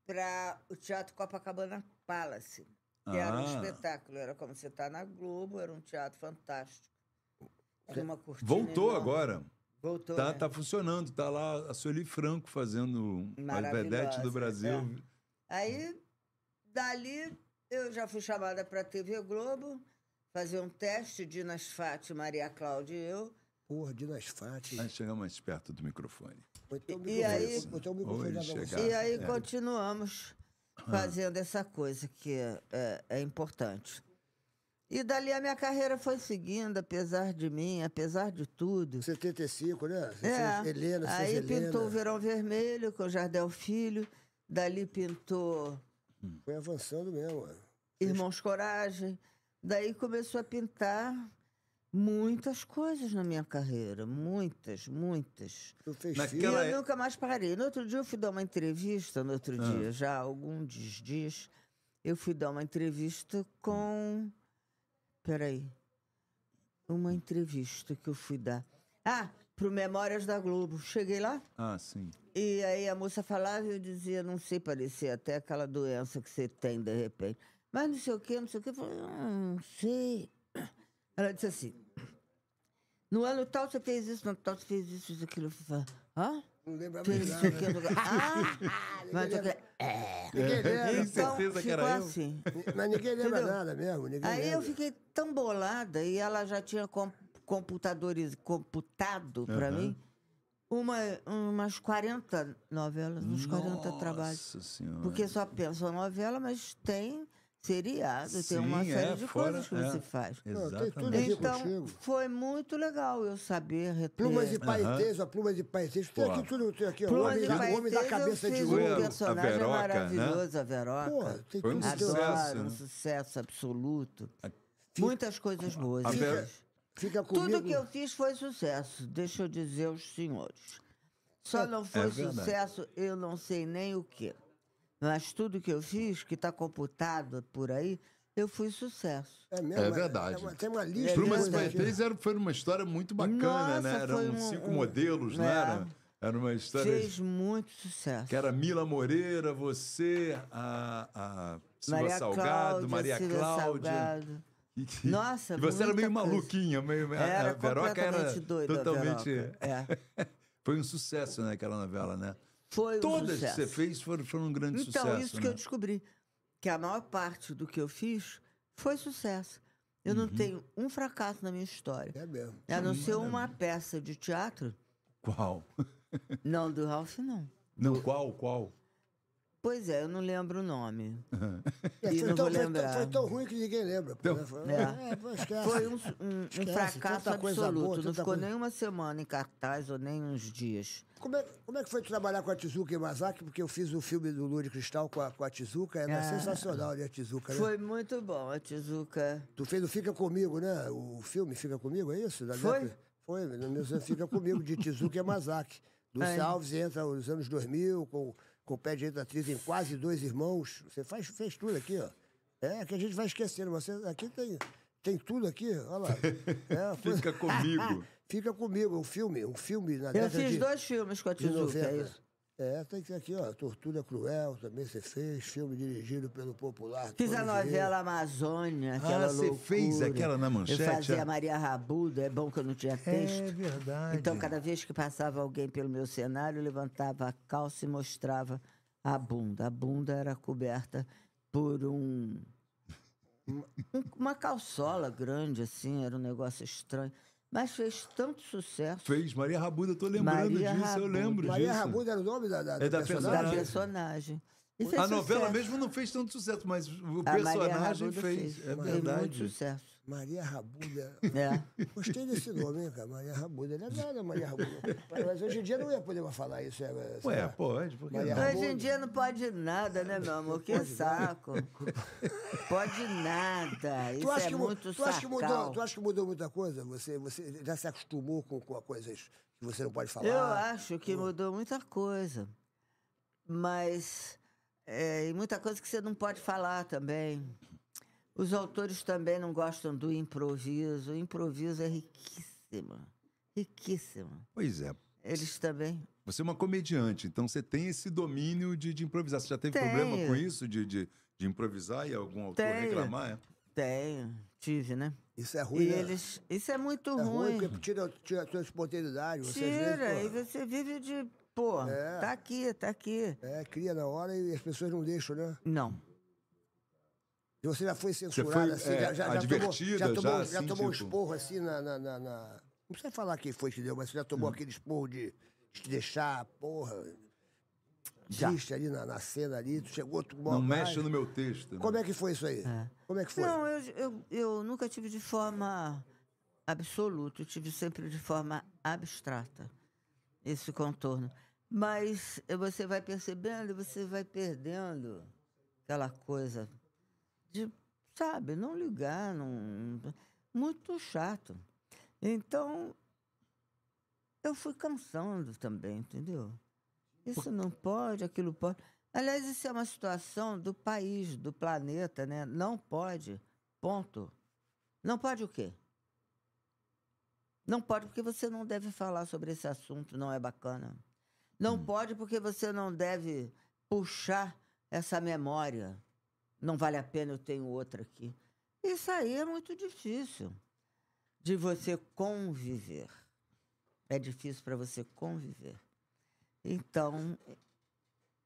Speaker 3: para o Teatro Copacabana Palace, que era um
Speaker 2: Ah.
Speaker 3: espetáculo. Era como você está na Globo, era um teatro fantástico. Era uma cortina
Speaker 2: Voltou
Speaker 3: enorme.
Speaker 2: agora.
Speaker 3: Voltou,
Speaker 2: Tá,
Speaker 3: né?
Speaker 2: tá funcionando. Tá lá a Sueli Franco fazendo a
Speaker 3: Maravilhosa,
Speaker 2: Vedete do Brasil.
Speaker 3: é. Aí, dali, eu já fui chamada para a TV Globo. fazer um teste de Nas Fátima, Maria Cláudia e eu.
Speaker 1: Porra, Dinas Fátima.
Speaker 2: Aí chegamos mais perto do microfone.
Speaker 1: Ou então o
Speaker 3: E- e aí-
Speaker 1: microfone- ou então o microfone
Speaker 2: Hoje
Speaker 1: da mão.
Speaker 2: chegar.
Speaker 3: E aí
Speaker 2: é.
Speaker 3: continuamos fazendo essa coisa que é, é- é importante. E dali a minha carreira foi seguindo, apesar de mim, apesar de tudo.
Speaker 1: 75, né? Você
Speaker 3: É,
Speaker 1: fez Helena, você
Speaker 3: aí
Speaker 1: fez Helena.
Speaker 3: pintou o Verão Vermelho com o Jardel Filho, dali pintou
Speaker 1: Foi avançando mesmo. é.
Speaker 3: Irmãos Coragem, daí começou a pintar muitas coisas na minha carreira, muitas, muitas.
Speaker 1: Tu fez
Speaker 2: Naquela
Speaker 1: filho.
Speaker 2: Ela
Speaker 3: e eu
Speaker 2: é-
Speaker 3: nunca mais parei. No outro dia eu fui dar uma entrevista, no outro
Speaker 2: Ah.
Speaker 3: dia, já há alguns dias, eu fui dar uma entrevista com. Peraí. Uma entrevista que eu fui dar. Ah, pro Memórias da Globo. Cheguei lá
Speaker 2: Ah, sim.
Speaker 3: e aí a moça falava e eu dizia, não sei, parecia até aquela doença que você tem de repente. Mas não sei o quê, não sei o quê. Eu falei, "Hum, não sei. Ela disse assim, no ano tal você fez isso, no ano tal você fez isso, isso, aquilo. Eu falei, hã?
Speaker 1: Não lembrava mais
Speaker 3: Fez isso
Speaker 1: nada.
Speaker 3: aqui, eu falei, ah, mas eu falei, é.
Speaker 1: Ninguém
Speaker 2: Tem
Speaker 1: lembra.
Speaker 3: Então,
Speaker 2: certeza que
Speaker 3: ficou
Speaker 2: era eu?
Speaker 3: assim.
Speaker 1: Mas ninguém lembra
Speaker 3: Entendeu?
Speaker 1: nada mesmo. Ninguém
Speaker 3: Aí
Speaker 1: lembra.
Speaker 3: eu fiquei tão bolada e ela já tinha com- computadoriz, computado pra
Speaker 2: Aham.
Speaker 3: mim uma, umas 40 novelas, uns 40 trabalhos.
Speaker 2: Nossa senhora.
Speaker 3: Porque só pensa em novela, mas tem seriado, tem uma
Speaker 2: Sim, é,
Speaker 3: série de
Speaker 2: fora-
Speaker 3: coisas que
Speaker 2: é.
Speaker 3: você faz.
Speaker 1: Não, tem tudo
Speaker 2: Exatamente.
Speaker 1: Aprendi
Speaker 3: Então,
Speaker 1: um contigo.
Speaker 3: foi muito legal eu saber reter.
Speaker 1: Plumas de
Speaker 3: Plumas
Speaker 1: paetês, ó, plumas de paetês. Tem aqui
Speaker 2: É. Porra.
Speaker 1: tudo, tem aqui, ó. O homem,
Speaker 3: de
Speaker 1: da, o homem da
Speaker 3: Paetês,
Speaker 1: cabeça
Speaker 3: eu
Speaker 1: de
Speaker 3: fiz
Speaker 2: ouro.
Speaker 3: um
Speaker 2: A
Speaker 1: ouro.
Speaker 3: personagem
Speaker 2: Veroca, né?
Speaker 3: maravilhoso, a Veroca.
Speaker 1: Porra, tem
Speaker 2: Foi um
Speaker 1: tudo.
Speaker 2: sucesso.
Speaker 1: teu-
Speaker 3: Adoro, um
Speaker 2: né?
Speaker 3: sucesso absoluto. Muitas coisas boas.
Speaker 2: a
Speaker 3: eu
Speaker 2: Vera-
Speaker 3: fiz.
Speaker 1: Fica comigo.
Speaker 3: Tudo que eu fiz foi sucesso, deixa eu dizer aos senhores. Só não foi
Speaker 2: É verdade.
Speaker 3: sucesso, eu não sei nem o quê. Mas tudo que eu fiz, que está computado por aí, eu fui sucesso.
Speaker 1: É, mesmo,
Speaker 4: É
Speaker 1: mas-
Speaker 4: verdade.
Speaker 1: uma- tem uma lista.
Speaker 3: É
Speaker 1: de
Speaker 4: Plumas
Speaker 3: mesmo,
Speaker 4: e
Speaker 1: coisas aqui.
Speaker 4: Paetês era, foi uma história muito bacana,
Speaker 3: Nossa,
Speaker 4: né? Eram
Speaker 3: foi um-
Speaker 4: cinco
Speaker 3: um-
Speaker 4: modelos, né?
Speaker 3: é.
Speaker 4: Era, era uma história
Speaker 3: Fez muito sucesso.
Speaker 4: que era Mila Moreira, você, a, a Silva
Speaker 3: Maria
Speaker 4: Salgado,
Speaker 3: Cláudia,
Speaker 4: Maria
Speaker 3: Silvia
Speaker 4: Cláudia.
Speaker 3: Salgado.
Speaker 4: E que-
Speaker 3: Nossa,
Speaker 4: e você era meio
Speaker 3: muita coisa.
Speaker 4: maluquinha, meio. a-
Speaker 3: Era
Speaker 4: a Veroca era
Speaker 3: completamente doida a
Speaker 4: totalmente.
Speaker 3: Veroca, é.
Speaker 4: Foi um sucesso, né, aquela novela, né?
Speaker 3: Foi um
Speaker 4: Todas que
Speaker 3: sucesso.
Speaker 4: você fez foram, foram um grande
Speaker 3: Então,
Speaker 4: sucesso.
Speaker 3: isso que eu
Speaker 4: né?
Speaker 3: descobri. Que a maior parte do que eu fiz foi sucesso. Eu não
Speaker 4: Uhum.
Speaker 3: tenho um fracasso na minha história.
Speaker 1: É mesmo.
Speaker 3: A não ser uma peça de teatro.
Speaker 4: Qual?
Speaker 3: Não, do Ralph, não.
Speaker 4: Não, qual, qual?
Speaker 3: Pois é, eu não lembro o nome.
Speaker 4: Uhum.
Speaker 1: É,
Speaker 3: E
Speaker 1: foi,
Speaker 3: não
Speaker 1: tão,
Speaker 3: vou
Speaker 1: foi tão-
Speaker 3: lembrar.
Speaker 1: foi tão ruim que ninguém lembra. pô,
Speaker 2: Então.
Speaker 1: né? Foi,
Speaker 3: É.
Speaker 1: é, pô, esquece.
Speaker 3: Foi um, su- um- um
Speaker 1: Esquece,
Speaker 3: fracasso
Speaker 1: tanta coisa
Speaker 3: absoluto.
Speaker 1: boa,
Speaker 3: não
Speaker 1: tanta
Speaker 3: ficou
Speaker 1: coisa-
Speaker 3: nem uma semana em cartaz ou nem uns dias.
Speaker 1: Como é, como é que foi trabalhar com a Tizuka Imazaki? Porque eu fiz o filme do Lúdio Cristal com a, com a Tizuka. Ela é,
Speaker 3: Ah.
Speaker 1: sensacional, né, a Tizuka? né?
Speaker 3: Foi muito bom, a Tizuka.
Speaker 1: Tu fez o Fica Comigo, né? O filme Fica Comigo, é isso? Da
Speaker 3: Foi?
Speaker 1: década- Foi, no meu é Fica Comigo, de Tizuka Yamazaki.
Speaker 3: É.
Speaker 1: Lúcia Alves entra nos anos 2000, com, com o pé direito da atriz em quase dois irmãos. Você faz, fez tudo aqui, ó. É, que a gente vai esquecendo. Você, aqui tem, tem tudo aqui, olha lá. É, foi-
Speaker 4: Fica comigo.
Speaker 1: Fica comigo, um filme, um filme na
Speaker 3: Eu
Speaker 1: década
Speaker 3: fiz
Speaker 1: de,
Speaker 3: dois filmes com a
Speaker 1: de
Speaker 3: Tizuka, é
Speaker 1: 90.
Speaker 3: isso.
Speaker 1: É, tem que ter aqui, ó, Tortura Cruel também você fez, filme dirigido pelo popular.
Speaker 3: Fiz a
Speaker 1: Tony Vieira.
Speaker 3: novela Amazônia, aquela
Speaker 4: Ah, você
Speaker 3: loucura.
Speaker 4: fez aquela na
Speaker 3: Eu
Speaker 4: Manchete,
Speaker 3: fazia
Speaker 4: é?
Speaker 3: a Maria Rabuda, é bom que eu não tinha texto.
Speaker 4: verdade.
Speaker 3: Então, cada vez que passava alguém pelo meu cenário, eu levantava a calça e mostrava a bunda. A bunda era coberta por um. um- Uma calçola grande, assim, era um negócio estranho. Mas fez tanto sucesso
Speaker 4: Fez Maria Rabuda, eu tô lembrando
Speaker 3: Maria
Speaker 4: disso, eu
Speaker 3: Rabuda.
Speaker 4: lembro
Speaker 1: Maria
Speaker 4: disso.
Speaker 1: Rabuda era o nome da, da,
Speaker 4: É da
Speaker 3: da
Speaker 4: personagem.
Speaker 3: personagem. E fez
Speaker 4: A novela
Speaker 3: sucesso.
Speaker 4: mesmo não fez tanto sucesso, mas o
Speaker 3: A Maria
Speaker 4: personagem
Speaker 3: Rabuda
Speaker 4: fez. É
Speaker 3: muito
Speaker 4: verdade.
Speaker 3: sucesso.
Speaker 1: Maria Rabuda.
Speaker 3: É.
Speaker 1: Gostei desse nome, hein, cara? Maria Rabuda. Não é nada, Maria Rabuda. Mas hoje em dia não ia poder mais falar isso. É, é, sei
Speaker 4: Ué,
Speaker 1: lá.
Speaker 4: pode, porque
Speaker 1: Maria
Speaker 4: não?
Speaker 1: Rabuda.
Speaker 3: Hoje em dia não pode nada, né, meu amor? Que saco. Pode nada. Isso
Speaker 1: Tu acha,
Speaker 3: é
Speaker 1: que, mu-
Speaker 3: muito
Speaker 1: tu, acha que mudou,
Speaker 3: sarcasmo.
Speaker 1: tu acha que mudou muita coisa? Você, você já se acostumou com, com coisas que você não pode falar?
Speaker 3: Eu acho
Speaker 1: Hum.
Speaker 3: que mudou muita coisa. Mas. É, e muita coisa que você não pode falar também. Os autores também não gostam do improviso. O improviso é riquíssimo. Riquíssimo.
Speaker 4: Pois é.
Speaker 3: Eles também.
Speaker 4: Você é uma comediante, então você tem esse domínio de, de improvisar. Você já teve problema
Speaker 3: Tenho.
Speaker 4: com isso, de, de, de improvisar e algum autor
Speaker 3: Tenho.
Speaker 4: reclamar? é?
Speaker 3: Tenho, tive, né?
Speaker 1: Isso é ruim,
Speaker 3: E
Speaker 1: né?
Speaker 3: eles. Isso é muito
Speaker 1: É ruim,
Speaker 3: ruim.
Speaker 1: porque tira, tira a tua espontaneidade. Você às vezes,
Speaker 3: Tira,
Speaker 1: pô,
Speaker 3: e você vive de. Pô,
Speaker 1: É.
Speaker 3: tá aqui, tá aqui.
Speaker 1: é, cria na hora e as pessoas não deixam, né?
Speaker 3: Não.
Speaker 1: E você já foi censurado,
Speaker 2: foi,
Speaker 1: assim,
Speaker 2: é,
Speaker 1: já, já, já tomou,
Speaker 2: advertida,
Speaker 1: já tomou,
Speaker 2: já,
Speaker 1: já
Speaker 2: assim,
Speaker 1: tomou um
Speaker 2: tipo-
Speaker 1: esporro assim na, na, na- na- Não precisa falar quem foi que deu, mas você já
Speaker 2: Hum.
Speaker 1: tomou aquele esporro de de te deixar, porra.
Speaker 3: Já.
Speaker 1: Triste ali na, na cena ali, tu chegou, tu
Speaker 2: Não mexe no meu texto. né?
Speaker 1: Como é que foi isso aí? Como é que foi?
Speaker 3: Não, eu, eu, eu nunca tive de forma absoluta, eu tive sempre de forma abstrata esse contorno. Mas eh, você vai percebendo e você vai perdendo aquela coisa de, sabe, não ligar, não, muito chato. Então, eu fui cansando também, entendeu? Isso não pode, aquilo pode. Aliás, isso é uma situação do país, do planeta, né? Não pode. Ponto. Não pode o quê? Não pode porque você não deve falar sobre esse assunto, não é bacana. Não pode porque você não deve puxar essa memória. Não vale a pena, eu tenho outra aqui. Isso aí é muito difícil de você conviver. É difícil para você conviver. Então,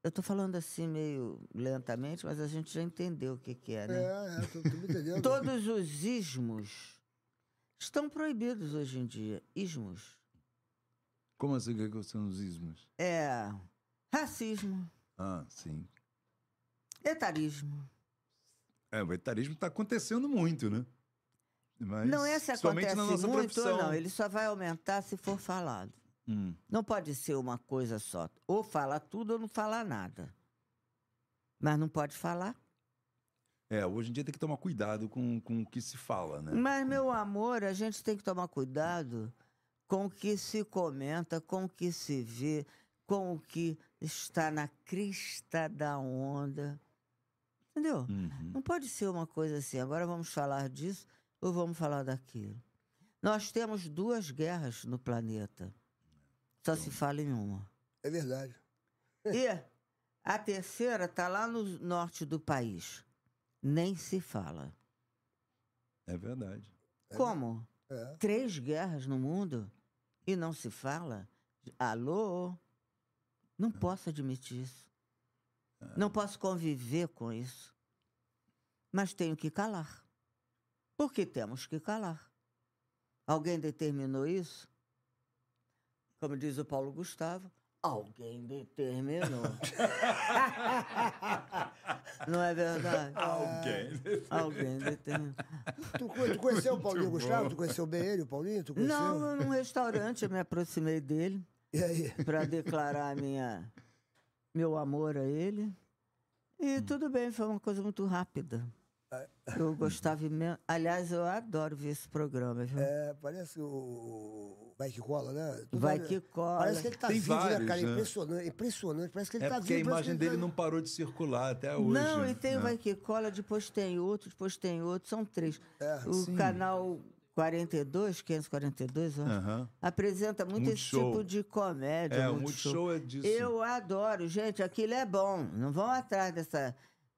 Speaker 3: eu estou falando assim meio lentamente, mas a gente já entendeu o que, que é, né?
Speaker 1: É, é, tu, tu me entendeu?
Speaker 3: Todos os ismos estão proibidos hoje em dia. Ismos.
Speaker 2: Como assim? O que é que são os ismos?
Speaker 3: É racismo,
Speaker 2: Ah, sim.
Speaker 3: etarismo.
Speaker 2: É, o etarismo está acontecendo muito, né? Mas,
Speaker 3: não é se
Speaker 2: somente
Speaker 3: acontece
Speaker 2: na nossa
Speaker 3: muito
Speaker 2: profissão.
Speaker 3: ou não. Ele só vai aumentar se for falado.
Speaker 2: Hum.
Speaker 3: Não pode ser uma coisa só. Ou falar tudo ou não falar nada. Mas não pode falar.
Speaker 2: É, hoje em dia tem que tomar cuidado com, com o que se fala, né?
Speaker 3: Mas, meu amor, a gente tem que tomar cuidado com o que se comenta, com o que se vê, com o que está na crista da onda. Entendeu?
Speaker 2: Uhum.
Speaker 3: Não pode ser uma coisa assim, agora vamos falar disso ou vamos falar daquilo. Nós temos duas guerras no planeta. Só se fala em uma.
Speaker 1: É verdade.
Speaker 3: E a terceira está lá no norte do país. Nem se fala.
Speaker 2: É verdade.
Speaker 3: Como?
Speaker 1: É.
Speaker 3: Três guerras no mundo e não se fala? Alô? Não posso admitir isso. Não posso conviver com isso. Mas tenho que calar. Porque temos que calar. Alguém determinou isso? Como diz o Paulo Gustavo, alguém determinou. não é tá verdade?
Speaker 2: Alguém.
Speaker 3: Alguém determinou.
Speaker 1: Tu, co- tu conheceu o Paulinho Gustavo? Tu conheceu bem ele, o Paulinho? Tu conheceu?
Speaker 3: Não, num restaurante eu me aproximei dele
Speaker 1: E aí?
Speaker 3: para declarar minha meu amor a ele. E
Speaker 2: Hum.
Speaker 3: tudo bem, foi uma coisa muito rápida.
Speaker 2: É.
Speaker 3: Eu gostava imenso. Aliás, eu adoro ver esse programa, viu?
Speaker 1: É, parece o- o. o Vai que cola, né? Tu
Speaker 3: Vai
Speaker 1: olha-
Speaker 3: que cola.
Speaker 1: Parece que ele tá
Speaker 2: Tem
Speaker 1: vivo, né,
Speaker 2: vários,
Speaker 1: cara? É
Speaker 2: né?
Speaker 1: Impressionante, impressionante. Parece que ele
Speaker 2: É
Speaker 1: tá
Speaker 2: porque a
Speaker 1: vivo. parece
Speaker 2: imagem
Speaker 1: que ele
Speaker 2: dele
Speaker 1: tá-
Speaker 2: não parou de circular até hoje.
Speaker 3: Não, e tem o
Speaker 2: né?
Speaker 3: Vai Que Cola, depois tem outro, depois tem outro, são três.
Speaker 1: É.
Speaker 3: o
Speaker 2: Ah, sim.
Speaker 3: canal 42, 542, eu acho,
Speaker 2: Aham.
Speaker 3: apresenta muito esse
Speaker 2: Multishow.
Speaker 3: tipo de comédia.
Speaker 2: É, o
Speaker 3: Multishow.
Speaker 2: Multishow é disso.
Speaker 3: Eu adoro, gente, aquilo é bom. Não vão atrás dessa,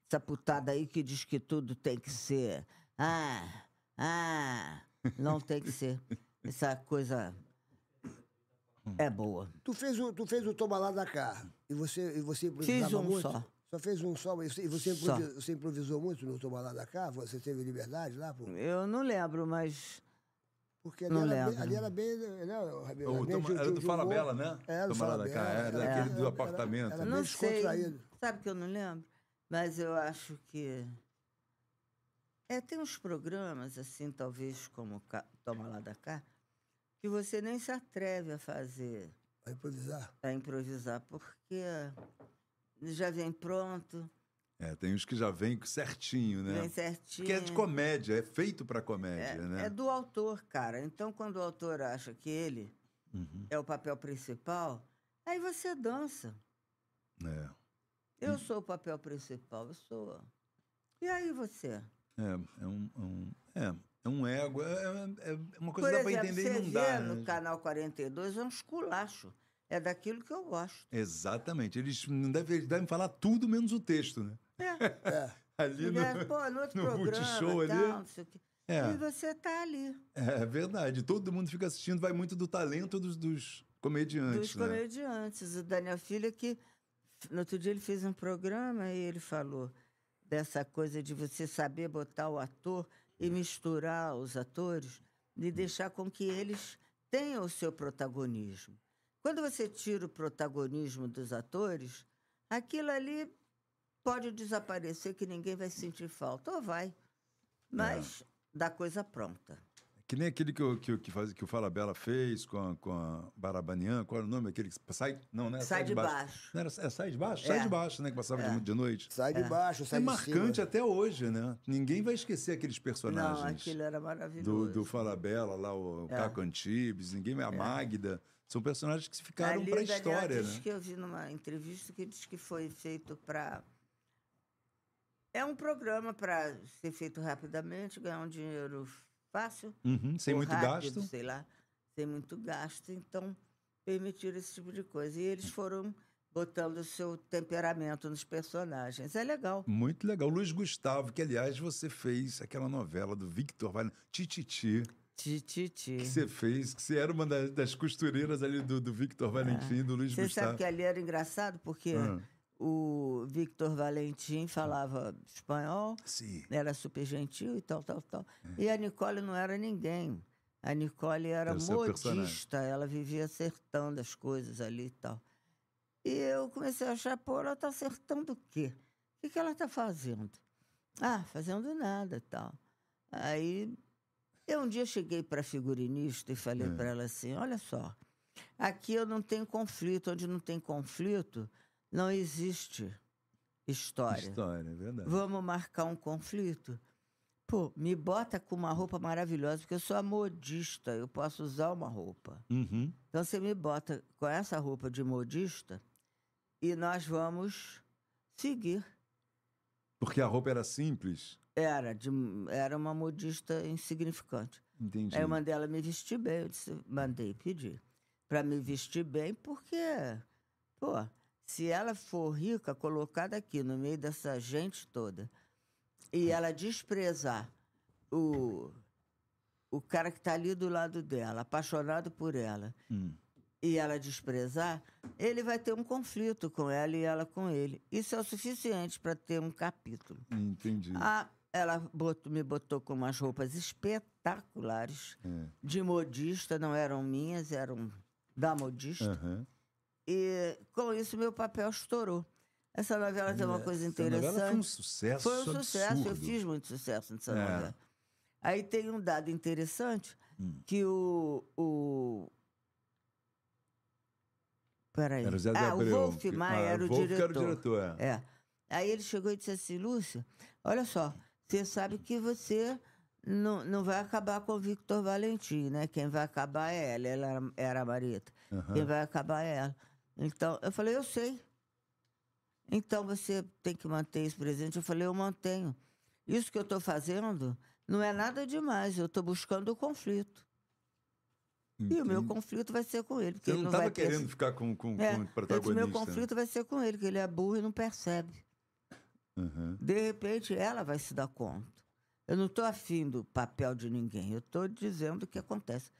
Speaker 3: dessa putada aí que diz que tudo tem que ser. Ah, ah, não tem que ser. Essa coisa é boa.
Speaker 1: Tu fez o, tu fez o toma lá da cá. E você, e você improvisava
Speaker 3: um
Speaker 1: muito?
Speaker 3: só.
Speaker 1: Só fez um só, mas e você,
Speaker 3: Só.
Speaker 1: improvisou, você improvisou muito no toma lá da cá? Você teve liberdade lá? Pô?
Speaker 3: Eu não lembro, mas
Speaker 1: Porque ali,
Speaker 3: Não
Speaker 1: era bem,
Speaker 3: lembro.
Speaker 1: ali era bem. Né, o Rabelo?
Speaker 2: O
Speaker 1: Era bem
Speaker 2: Toma-
Speaker 1: de-
Speaker 2: era
Speaker 1: de-
Speaker 2: do
Speaker 1: de
Speaker 2: Fala
Speaker 1: humor.
Speaker 2: Bela, né?
Speaker 1: É, do
Speaker 2: Toma lá
Speaker 1: Fala
Speaker 2: da
Speaker 1: Bela.
Speaker 2: cá, é,
Speaker 1: era-
Speaker 2: daquele
Speaker 1: era-
Speaker 2: do
Speaker 1: era-
Speaker 2: apartamento.
Speaker 1: Era,
Speaker 2: Tá
Speaker 3: não
Speaker 1: bem
Speaker 3: sei.
Speaker 1: descontraído.
Speaker 3: Sabe que eu não lembro? Mas eu acho que. É, tem uns programas, assim, talvez como Ca- Toma Lá da Cá, que você nem se atreve a fazer,
Speaker 1: Pra improvisar.
Speaker 3: a improvisar, porque eh, já vem pronto,
Speaker 2: É, tem uns que já vêm certinho, né?
Speaker 3: vem certinho.
Speaker 2: Porque é de comédia, é feito pra comédia,
Speaker 3: É,
Speaker 2: né?
Speaker 3: é do autor, cara. Então, quando o autor acha que ele é o papel principal, aí você dança.
Speaker 2: É.
Speaker 3: Eu sou o papel principal, eu sou. E aí você?
Speaker 2: É, é um, é um- é, é um ego. É, é- é uma coisa que dá
Speaker 3: Por
Speaker 2: pra
Speaker 3: exemplo,
Speaker 2: entender
Speaker 3: você
Speaker 2: e não
Speaker 3: vê
Speaker 2: dá.
Speaker 3: no
Speaker 2: né?
Speaker 3: canal 42 é um esculacho. É daquilo que eu gosto.
Speaker 2: Exatamente. Eles não devem, eles devem falar tudo menos o texto, né?
Speaker 3: É.
Speaker 2: Ali no...
Speaker 3: É, Pô, no outro
Speaker 2: no
Speaker 3: programa,
Speaker 2: Multishow
Speaker 3: tal,
Speaker 2: ali?
Speaker 3: não sei o quê. E
Speaker 2: É,
Speaker 3: você tá ali,
Speaker 2: é verdade. Todo mundo fica assistindo, vai muito do talento dos, dos comediantes.
Speaker 3: dos
Speaker 2: né?
Speaker 3: comediantes. O Daniel Filho que... No outro dia ele fez um programa e ele falou dessa coisa de você saber botar o ator
Speaker 2: É.
Speaker 3: e misturar os atores e deixar com que eles tenham o seu protagonismo. Quando você tira o protagonismo dos atores, aquilo ali pode desaparecer que ninguém vai sentir falta. Ou vai.
Speaker 2: É.
Speaker 3: Mas da coisa pronta.
Speaker 2: Que nem aquele que, o- que, o- que, faz, que o Fala Bela fez com a, com a Barabanian, qual era o nome? Aquele que sai. Não, né?
Speaker 3: Sai de baixo.
Speaker 2: Não era, é, sai de baixo? Sai
Speaker 3: É.
Speaker 2: de baixo, né? Que passava de, de noite.
Speaker 1: Sai de baixo, sai
Speaker 2: é
Speaker 1: de
Speaker 2: marcante
Speaker 1: cima.
Speaker 2: até hoje, né? Ninguém vai esquecer aqueles personagens.
Speaker 3: Não, aquilo era
Speaker 2: do,
Speaker 3: maravilhoso.
Speaker 2: do Falabella, lá o
Speaker 3: É.
Speaker 2: Caco Antibes, ninguém, a Magda. São personagens que ficaram
Speaker 3: Ali,
Speaker 2: para a
Speaker 3: Daniel,
Speaker 2: história,
Speaker 3: diz
Speaker 2: né?
Speaker 3: que eu vi numa entrevista que diz que foi feito para é um programa para ser feito rapidamente, ganhar um dinheiro fácil,
Speaker 2: Uhum, sem
Speaker 3: ou
Speaker 2: muito
Speaker 3: rápido,
Speaker 2: gasto.
Speaker 3: sei lá, sem muito gasto, então permitiram esse tipo de coisa. E eles foram botando o seu temperamento nos personagens. É legal.
Speaker 2: Muito legal. Luiz Gustavo, que aliás você fez aquela novela do Victor Vale, Tititi,
Speaker 3: Ti, ti, ti.
Speaker 2: que você fez, que você era uma das, das costureiras ali do, do Victor Valentim, do Luiz
Speaker 3: É. Você
Speaker 2: Gustavo.
Speaker 3: sabe que é. ali era engraçado porque
Speaker 2: Ah.
Speaker 3: o Victor Valentim falava espanhol.
Speaker 2: Sim.
Speaker 3: era super gentil e tal, tal, tal. E a Nicole não era ninguém. A Nicole era
Speaker 2: Era o seu
Speaker 3: modista, ela vivia acertando as coisas ali e tal. E eu comecei a achar, pô, ela tá acertando o quê? O que, que ela tá fazendo? Ah, fazendo nada e tal. Aí eu um dia cheguei para figurinista e falei
Speaker 2: Hum.
Speaker 3: para ela assim: olha só, aqui eu não tenho conflito, onde não tem conflito, não existe história.
Speaker 2: História, é verdade.
Speaker 3: Vamos marcar um conflito? Pô, me bota com uma roupa maravilhosa, porque eu sou a modista, eu posso usar uma roupa.
Speaker 2: Uhum.
Speaker 3: Então você me bota com essa roupa de modista e nós vamos seguir.
Speaker 2: Porque a roupa era simples.
Speaker 3: Era, de, era uma modista insignificante.
Speaker 2: Entendi.
Speaker 3: Aí eu mandei ela me vestir bem. Eu disse, mandei pedir. Pra me vestir bem, porque, pô, se ela for rica, colocada aqui no meio dessa gente toda, e ela desprezar o, o cara que tá ali do lado dela, apaixonado por ela,
Speaker 2: Hum.
Speaker 3: e ela desprezar, ele vai ter um conflito com ela e ela com ele. Isso é o suficiente para ter um capítulo.
Speaker 2: Entendi.
Speaker 3: Ah, ela botou- me botou com umas roupas espetaculares
Speaker 2: É.
Speaker 3: de modista, não eram minhas, eram da modista.
Speaker 2: Aham. É.
Speaker 3: E com isso meu papel estourou. Essa novela tem é uma coisa
Speaker 2: É, Essa novela
Speaker 3: interessante.
Speaker 2: Foi um sucesso.
Speaker 3: Foi um sucesso, eu
Speaker 2: absurdo.
Speaker 3: fiz muito sucesso nessa
Speaker 2: É.
Speaker 3: novela. Aí tem um dado interessante
Speaker 2: Hum.
Speaker 3: que o. o... Peraí.
Speaker 2: Era o Zé de
Speaker 3: ah, o
Speaker 2: Abreu.
Speaker 3: Wolf
Speaker 2: que-
Speaker 3: Maia
Speaker 2: ah,
Speaker 3: era o
Speaker 2: Wolf que
Speaker 3: diretor.
Speaker 2: Era o diretor. é.
Speaker 3: É. Aí ele chegou e disse assim, Lúcia, olha só, você sabe que você não, não vai acabar com o Victor Valentim, né? Quem vai acabar é ela, ela era, era a Marieta. Quem vai acabar é ela. Então, eu falei, eu sei. Então você tem que manter isso presente. Eu falei, eu mantenho. Isso que eu estou fazendo não é nada demais, eu estou buscando o conflito. E o meu
Speaker 2: Entendi.
Speaker 3: conflito vai ser com ele. Porque
Speaker 2: Você não
Speaker 3: ele não
Speaker 2: estava
Speaker 3: vai ter-
Speaker 2: querendo ficar com, com,
Speaker 3: É,
Speaker 2: com o
Speaker 3: eu disse,
Speaker 2: protagonista. né?
Speaker 3: meu conflito vai ser com ele, que ele é burro e não percebe.
Speaker 2: Aham.
Speaker 3: De repente, ela vai se dar conta. Eu não estou afim do papel de ninguém, eu estou dizendo o que acontece.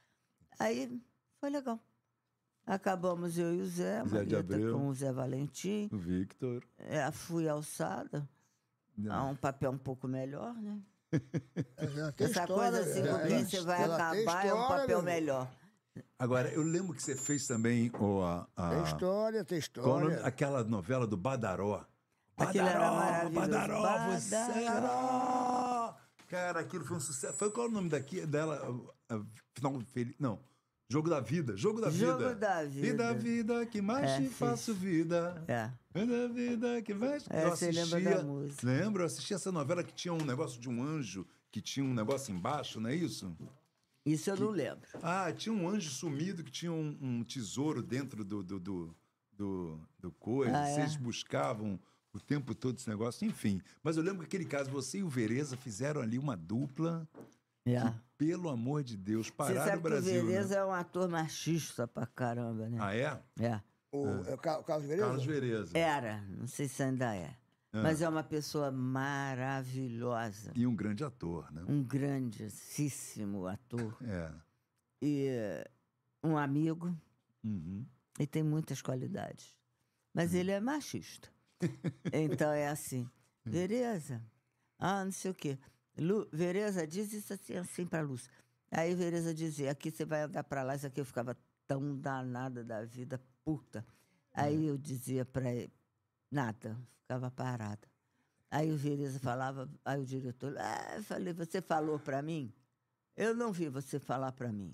Speaker 3: Aí foi legal. Acabamos eu e o Zé, a
Speaker 2: Zé de
Speaker 3: Marieta
Speaker 2: Abreu.
Speaker 3: com o Zé Valentim.
Speaker 2: O Victor.
Speaker 3: É, fui alçada
Speaker 2: É.
Speaker 3: a um papel um pouco melhor, né?
Speaker 1: Ela tem
Speaker 3: Essa
Speaker 1: história, né?
Speaker 3: coisa assim,
Speaker 1: ela
Speaker 3: com
Speaker 1: tem-
Speaker 3: quem você vai
Speaker 1: ela tem
Speaker 3: acabar é um
Speaker 1: história,
Speaker 3: papel
Speaker 1: meu irmão.
Speaker 3: melhor.
Speaker 2: Agora, eu lembro que você fez também o, a, a-
Speaker 1: Tem história, tem
Speaker 2: qual o nome?
Speaker 1: história.
Speaker 2: aquela novela do Badaró.
Speaker 3: Aquilo era
Speaker 2: Badaró,
Speaker 3: maravilhoso.
Speaker 2: Badaró, você
Speaker 3: Badaró.
Speaker 2: era... Cara, aquilo foi um sucesso. Foi qual o nome daqui, dela? A- a- Final Feliz... Não. Jogo da Vida. Jogo da Vida.
Speaker 3: Jogo da
Speaker 2: E da
Speaker 3: Vida.
Speaker 2: vida que mais
Speaker 3: É,
Speaker 2: te
Speaker 3: fiz.
Speaker 2: faço vida.
Speaker 3: É.
Speaker 2: É da vida que vai.
Speaker 3: É, você lembra da música.
Speaker 2: Lembro, eu assistia essa novela que tinha um negócio de um anjo, que tinha um negócio embaixo, não é isso?
Speaker 3: Isso eu não lembro.
Speaker 2: Ah, tinha um anjo sumido que tinha um, um tesouro dentro do, do, do, do, do coisa.
Speaker 3: Ah, é?
Speaker 2: Vocês buscavam o tempo todo esse negócio, enfim. Mas eu lembro que aquele caso, você e o Vereza fizeram ali uma dupla.
Speaker 3: É.
Speaker 2: Pelo amor de Deus,
Speaker 3: Você
Speaker 2: pararam o
Speaker 3: sabe que
Speaker 2: Brasil.
Speaker 3: o
Speaker 2: né?
Speaker 3: Veneza é um ator machista pra caramba, né?
Speaker 2: Ah, é?
Speaker 3: É.
Speaker 1: O, é o Ca- o Carlos Vereza?
Speaker 2: Carlos Vereza.
Speaker 3: Era, não sei se ainda é. Mas é uma pessoa maravilhosa.
Speaker 2: E um grande ator, né?
Speaker 3: Um grandíssimo ator.
Speaker 2: É.
Speaker 3: E eh, um amigo.
Speaker 2: Uhum.
Speaker 3: E tem muitas qualidades. Mas ele é machista. Então é assim. Vereza, ah, não sei o quê. Lu, Vereza, diz isso assim, assim pra Lúcia. Aí Vereza dizia, aqui você vai andar pra lá, isso aqui eu ficava tão danada da vida, puta. Aí eu dizia pra ele, nada, ficava parada. Aí o Vereza falava, aí o diretor, ah, eu falei, você falou pra mim? Eu não vi você falar pra mim.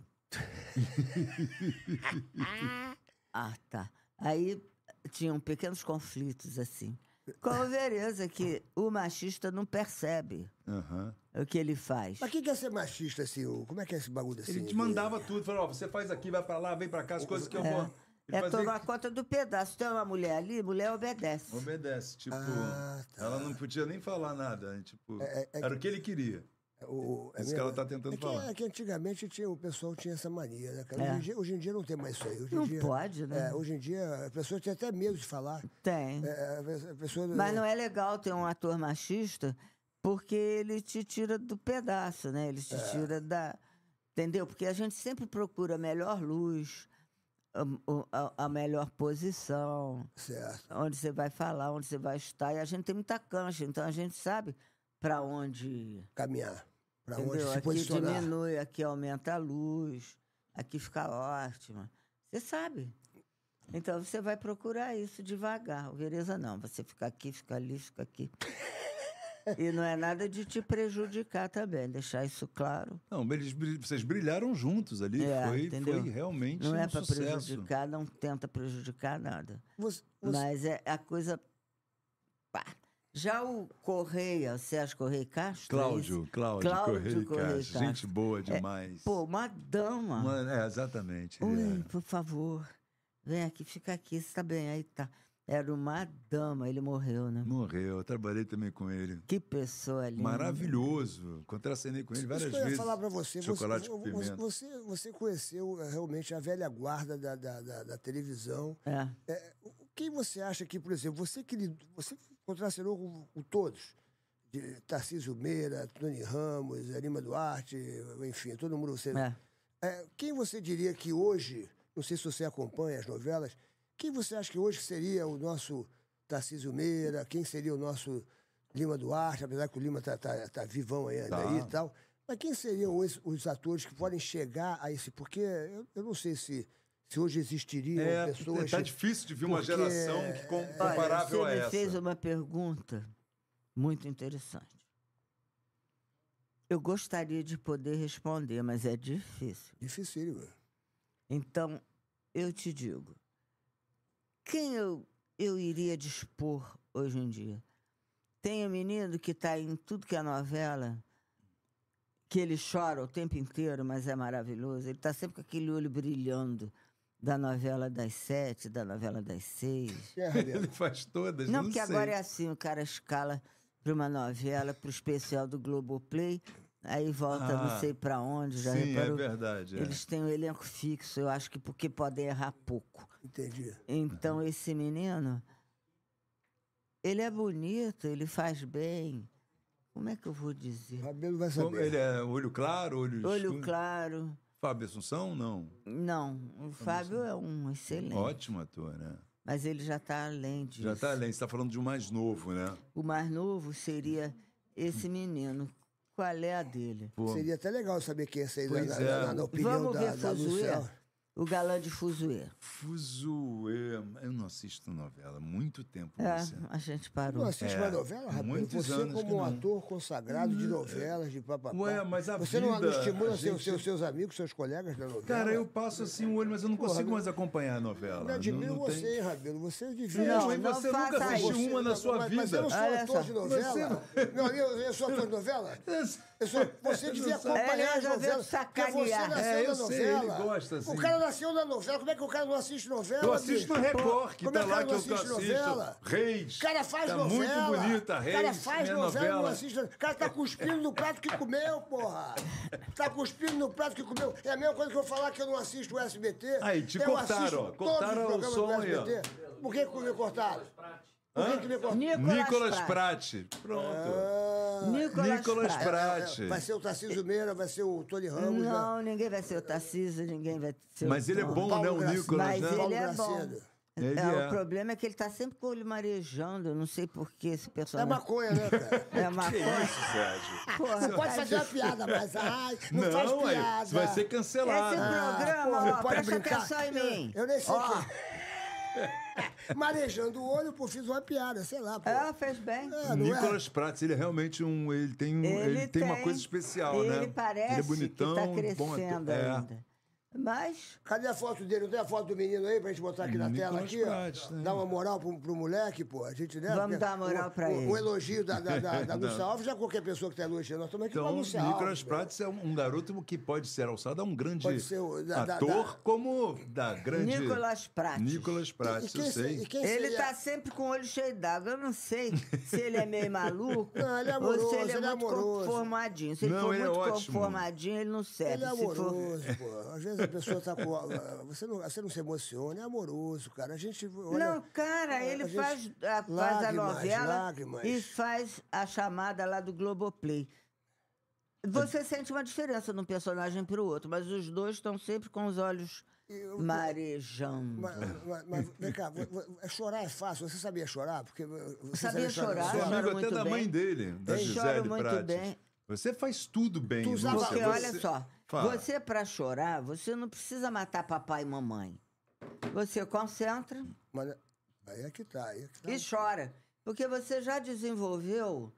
Speaker 3: ah, tá. Aí eh, tinham pequenos conflitos, assim. Com a vereza que o machista não percebe
Speaker 2: Aham.
Speaker 3: o que ele faz.
Speaker 1: Mas quem quer ser machista, assim? ô? Como é que é esse bagulho assim?
Speaker 2: Ele te
Speaker 1: de-
Speaker 2: mandava tudo, falava, ó, você faz aqui, vai pra lá, vem pra cá, as coisas que eu vou. Ele
Speaker 3: É
Speaker 2: fazia-
Speaker 3: tomar conta do pedaço. Tem uma mulher ali, mulher obedece.
Speaker 2: Obedece, tipo,
Speaker 1: Ah, tá. É,
Speaker 2: ela não podia nem falar nada, né, tipo, era o que ele queria.
Speaker 1: O, o-
Speaker 2: Isso que
Speaker 1: mesmo?
Speaker 2: ela tá tentando
Speaker 1: é que,
Speaker 2: falar.
Speaker 1: É que antigamente tinha, o pessoal tinha essa mania, né, cara?
Speaker 3: É.
Speaker 1: Hoje, em dia, hoje em dia não tem mais isso aí. Hoje em
Speaker 3: Não
Speaker 1: dia-
Speaker 3: pode, né?
Speaker 1: é, hoje em dia a pessoa tem até medo de falar.
Speaker 3: Tem.
Speaker 1: É, a pe- a pessoa,
Speaker 3: Mas não é legal ter um ator machista porque ele te tira do pedaço, né? Ele te tira da. Entendeu? Porque a gente sempre procura a melhor luz, a, o- a- a melhor posição.
Speaker 1: Certo.
Speaker 3: onde você vai falar, onde você vai estar. E a gente tem muita cancha, então a gente sabe para onde ir.
Speaker 1: Caminhar. Pra onde
Speaker 3: Entendeu?
Speaker 1: se
Speaker 3: Aqui
Speaker 1: posicionar.
Speaker 3: diminui, aqui aumenta a luz, aqui fica ótima. Você sabe. Então você vai procurar isso devagar. O Vereza não, você fica aqui, fica ali, fica aqui. e não é nada de te prejudicar também, deixar isso claro.
Speaker 2: Não, mas eles, bri- vocês brilharam juntos ali,
Speaker 3: É,
Speaker 2: foi,
Speaker 3: entendeu?
Speaker 2: foi realmente
Speaker 3: Não
Speaker 2: um
Speaker 3: é para
Speaker 2: sucesso.
Speaker 3: prejudicar, não tenta prejudicar nada.
Speaker 1: Você- você-
Speaker 3: Mas é a coisa. pá. Já o Correia, o Sérgio Correia Castro. é
Speaker 2: Cláudio,
Speaker 3: isso?
Speaker 2: Cláudio, Correia,
Speaker 3: Correia tá. É,
Speaker 2: Castro, gente boa demais.
Speaker 3: Pô, uma dama.
Speaker 2: Mano, é, exatamente. ele
Speaker 3: Ui,
Speaker 2: era.
Speaker 3: por favor. Vem aqui, fica aqui, você tá bem, aí tá. Era uma dama, ele morreu, né?
Speaker 2: Morreu, eu trabalhei também com ele.
Speaker 3: Que pessoa linda.
Speaker 2: Maravilhoso. Contracenei com ele várias
Speaker 1: Isso que eu ia
Speaker 2: vezes.
Speaker 1: falar pra você. Você-
Speaker 2: Chocolate com
Speaker 1: você,
Speaker 2: pimenta.
Speaker 1: você, você conheceu eh, realmente a velha guarda da, da, da- da televisão.
Speaker 3: É.
Speaker 1: É, o o que você acha que, por exemplo, você que lid- você que contracenou com, com todos, de Tarcísio Meira, Tony Ramos, eh, Lima Duarte, enfim, todo mundo você.
Speaker 3: É.
Speaker 1: É, quem você diria que hoje, não sei se você acompanha as novelas, quem você acha que hoje seria o nosso Tarcísio Meira, quem seria o nosso Lima Duarte, apesar que o Lima tá, tá, tá vivão aí, ainda aí e tal. Mas quem seriam os, os atores que podem chegar a esse? Porque eu, eu não sei se, se hoje existiriam
Speaker 2: É,
Speaker 1: pessoas.
Speaker 2: tá difícil de ver uma
Speaker 1: porque-
Speaker 2: geração que com-
Speaker 3: Olha,
Speaker 2: comparável
Speaker 3: é, você
Speaker 2: a
Speaker 3: me
Speaker 2: essa.
Speaker 3: fez uma pergunta muito interessante. Eu gostaria de poder responder, mas é difícil.
Speaker 1: Difícil, mano.
Speaker 3: Então, eu te digo, quem eu, eu iria dispor hoje em dia? Tem um menino que está em tudo que é novela, que ele chora o tempo inteiro, mas é maravilhoso. Ele está sempre com aquele olho brilhando da novela das sete, da novela das seis.
Speaker 1: É,
Speaker 2: Ele
Speaker 1: Rabelo.
Speaker 2: faz todas, não,
Speaker 3: Não, porque
Speaker 2: sei.
Speaker 3: agora é assim, o cara escala para uma novela, para o especial do Globoplay, aí volta não
Speaker 2: Ah,
Speaker 3: sei para onde, já
Speaker 2: Sim, é
Speaker 3: reparou?
Speaker 2: verdade. é.
Speaker 3: Eles têm um elenco fixo, eu acho que porque podem errar pouco.
Speaker 1: Entendi.
Speaker 3: Então,
Speaker 2: Uhum.
Speaker 3: esse menino, ele é bonito, ele faz bem. Como é que eu vou
Speaker 1: O
Speaker 3: dizer?
Speaker 1: Rabelo vai
Speaker 2: Como
Speaker 1: saber.
Speaker 2: ele é olho claro, olho,
Speaker 3: Olho
Speaker 2: escuro?
Speaker 3: claro.
Speaker 2: Fábio Assunção, não.
Speaker 3: Não, o Fábio é um excelente.
Speaker 2: Tá Ótimo ator, né?
Speaker 3: Mas ele já está além disso.
Speaker 2: Já tá além, você tá falando de um mais novo, né?
Speaker 3: O mais novo seria esse menino. Qual é a dele?
Speaker 2: Pô,
Speaker 1: Seria até legal saber quem é esse aí, na,
Speaker 2: Pois
Speaker 1: na,
Speaker 2: é.
Speaker 1: na- na opinião
Speaker 3: Vamos
Speaker 1: da,
Speaker 3: ver
Speaker 1: da
Speaker 3: Fuzue?
Speaker 1: Lucélia.
Speaker 3: O galã de Fuzue.
Speaker 2: Fuzue. Eu não assisto novela há muito tempo,
Speaker 3: É,
Speaker 2: Luciano.
Speaker 3: a gente
Speaker 1: Não
Speaker 3: parou.
Speaker 1: assiste
Speaker 2: É,
Speaker 1: mais novela, Rabelo?
Speaker 2: muitos
Speaker 1: Você,
Speaker 2: anos que
Speaker 1: como um
Speaker 2: não. Hum,
Speaker 1: ator consagrado de novelas, de papapá.
Speaker 2: Ué, mas a
Speaker 1: Você não, não
Speaker 2: vida,
Speaker 1: estimula
Speaker 2: a
Speaker 1: seus,
Speaker 2: gente-
Speaker 1: seus, seus amigos, seus colegas da novela?
Speaker 2: Cara, eu passo assim o olho, mas eu não consigo
Speaker 1: meu-
Speaker 2: mais acompanhar a novela.
Speaker 1: Eu admiro
Speaker 2: não, não tem-
Speaker 1: é você, hein, Rabelo. Você é devia.
Speaker 2: Não,
Speaker 3: Não,
Speaker 2: e você
Speaker 3: não
Speaker 2: nunca
Speaker 3: faça
Speaker 2: assistiu
Speaker 3: isso.
Speaker 2: uma na sua
Speaker 1: mas,
Speaker 2: vida.
Speaker 1: Mas eu não sou
Speaker 3: Olha
Speaker 1: ator
Speaker 3: só.
Speaker 1: de novela. Meu amigo, eu sou ator de novela? Eu sou, você devia
Speaker 2: sou.
Speaker 3: Ele
Speaker 1: acompanhar as
Speaker 3: resolveu
Speaker 1: novelas. Porque você
Speaker 3: sacanear.
Speaker 1: nasceu
Speaker 2: É, eu
Speaker 1: na
Speaker 2: sei, ele
Speaker 1: novela.
Speaker 2: gosta, assim.
Speaker 1: O cara nasceu na novela. Como é que o cara não assiste novela?
Speaker 2: Eu assisto no
Speaker 1: bicho?
Speaker 2: Record, que
Speaker 1: Como é
Speaker 2: tá
Speaker 1: que
Speaker 2: lá
Speaker 1: ela
Speaker 2: que eu
Speaker 1: não
Speaker 2: assisto.
Speaker 1: assiste novela?
Speaker 2: Reis.
Speaker 1: O cara faz
Speaker 2: tá
Speaker 1: novela.
Speaker 2: muito bonita,
Speaker 1: O
Speaker 2: Reis.
Speaker 1: cara faz
Speaker 2: minha
Speaker 1: novela, e não
Speaker 2: novela.
Speaker 1: assiste. O cara tá cuspindo no prato que comeu, porra. Tá cuspindo no prato que comeu. É a mesma coisa que eu falar que eu não assisto o SBT.
Speaker 2: Aí, te
Speaker 1: eu
Speaker 2: cortaram,
Speaker 1: assisto
Speaker 2: ó.
Speaker 1: todos
Speaker 2: Cortaram
Speaker 1: os
Speaker 2: o
Speaker 1: programas
Speaker 2: som
Speaker 1: do
Speaker 2: aí, ó.
Speaker 1: SBT. Por que que me cortaram? Por é que que me cortaram?
Speaker 2: Nicolas
Speaker 3: Pratt.
Speaker 2: Prate. Pronto.
Speaker 3: Nicolas
Speaker 2: Nicolas
Speaker 3: Pratt.
Speaker 2: Prate.
Speaker 1: Ah, é, Vai ser o Tarcísio Meira, vai ser o Tony Ramos. né? vai-
Speaker 3: Não, ninguém vai ser o Tarcísio, ninguém vai ser o
Speaker 2: Mas ele é
Speaker 3: Tom.
Speaker 2: bom,
Speaker 1: Paulo
Speaker 2: né, o
Speaker 1: Gracindo.
Speaker 2: Nicolas,
Speaker 3: Mas
Speaker 2: né?
Speaker 3: ele
Speaker 1: Paulo
Speaker 3: é
Speaker 1: Gracindo.
Speaker 3: bom.
Speaker 2: Ele
Speaker 3: É,
Speaker 2: é.
Speaker 3: O problema é que ele tá sempre com o olho marejando. Eu não sei por que esse
Speaker 1: É
Speaker 3: personagem.
Speaker 1: maconha, né, cara?
Speaker 3: É uma
Speaker 2: Que
Speaker 3: coisa.
Speaker 2: isso, Sérgio?
Speaker 3: Porra,
Speaker 1: Não pode
Speaker 3: tá
Speaker 1: fazer uma piada, mas ai, não,
Speaker 2: Não,
Speaker 1: faz
Speaker 2: aí,
Speaker 1: piada.
Speaker 2: você vai ser cancelado.
Speaker 3: Esse é
Speaker 1: Ah,
Speaker 3: programa,
Speaker 1: pô,
Speaker 3: ó,
Speaker 1: pode
Speaker 3: presta
Speaker 1: brincar.
Speaker 3: atenção em mim.
Speaker 1: Eu nem sei. que- Marejando o olho, pô, fiz uma piada, sei lá, pô.
Speaker 3: Ah, fez bem.
Speaker 1: É, não é?
Speaker 2: Nicolas Prats, ele é realmente um. Ele tem, um, ele tem, uma coisa especial,
Speaker 3: ele
Speaker 2: né?
Speaker 3: parece
Speaker 2: ele é bonitão,
Speaker 3: que tá
Speaker 2: bom ator.
Speaker 3: crescendo
Speaker 2: É.
Speaker 3: ainda. Mas
Speaker 1: Cadê a foto dele? Não tem a foto do menino aí pra gente botar aqui na tela?
Speaker 2: Nicolas
Speaker 1: Aqui,
Speaker 2: Prats,
Speaker 1: ó.
Speaker 2: né?
Speaker 1: Dá uma moral pro, pro moleque, pô. A gente, né?
Speaker 3: Vamos
Speaker 1: porque
Speaker 3: dar uma moral
Speaker 1: o,
Speaker 3: pra
Speaker 1: o,
Speaker 3: ele.
Speaker 1: O elogio da, da, da, da Lúcia Alves, já qualquer pessoa que tá elogiando, nós estamos aqui pra
Speaker 2: Então,
Speaker 1: Lúcia
Speaker 2: Nicolas
Speaker 1: Alves. né?
Speaker 2: Prats é um, um garoto que pode ser alçado a um grande
Speaker 1: Pode ser o- da- da-
Speaker 2: ator,
Speaker 1: da-
Speaker 2: como da grande.
Speaker 3: Nicolas Prats.
Speaker 2: Nicolas
Speaker 1: E
Speaker 2: Prats, eu
Speaker 1: quem, se-
Speaker 2: sei.
Speaker 1: e quem
Speaker 3: ele
Speaker 1: seria-
Speaker 3: tá sempre com o olho cheio d'água. Eu não sei se ele é meio maluco
Speaker 1: Não, ele é
Speaker 3: ou
Speaker 1: amoroso,
Speaker 3: se ele é
Speaker 1: ele é
Speaker 3: muito
Speaker 1: amoroso.
Speaker 3: conformadinho. Se ele
Speaker 2: Não,
Speaker 3: for
Speaker 2: ele é
Speaker 3: muito
Speaker 2: ótimo.
Speaker 3: conformadinho, ele não serve.
Speaker 1: Ele é
Speaker 3: Se for-
Speaker 1: amoroso, pô. Às vezes a pessoa tá com. a- Você não, você não se emociona, é amoroso, cara. A gente. Olha,
Speaker 3: Não, cara,
Speaker 1: a
Speaker 3: ele
Speaker 1: gente-
Speaker 3: faz, a, faz a
Speaker 1: Lágrimas,
Speaker 3: novela
Speaker 1: lágrimas.
Speaker 3: e faz a chamada lá do Globoplay. Você sente uma diferença de um personagem para o outro, mas os dois estão sempre com os olhos marejando.
Speaker 1: Mas, mas- mas vem cá, vo- vo- chorar é fácil. Você sabia chorar? Porque você
Speaker 3: Sabia chorar,
Speaker 2: Sou
Speaker 3: choro
Speaker 2: amigo até
Speaker 3: muito
Speaker 2: da
Speaker 3: bem.
Speaker 2: mãe dele, da
Speaker 3: Choro
Speaker 2: Gisele
Speaker 3: muito
Speaker 2: Prates.
Speaker 3: bem.
Speaker 2: Você faz tudo bem,
Speaker 1: Tu usava-
Speaker 2: Lúcia.
Speaker 3: Porque
Speaker 2: Você-
Speaker 3: Tá olha só,
Speaker 2: Fala.
Speaker 3: você para chorar, você não precisa matar papai e mamãe. Você concentra
Speaker 1: Mas aí é que tá. Aí é que tá.
Speaker 3: e chora. Porque você já desenvolveu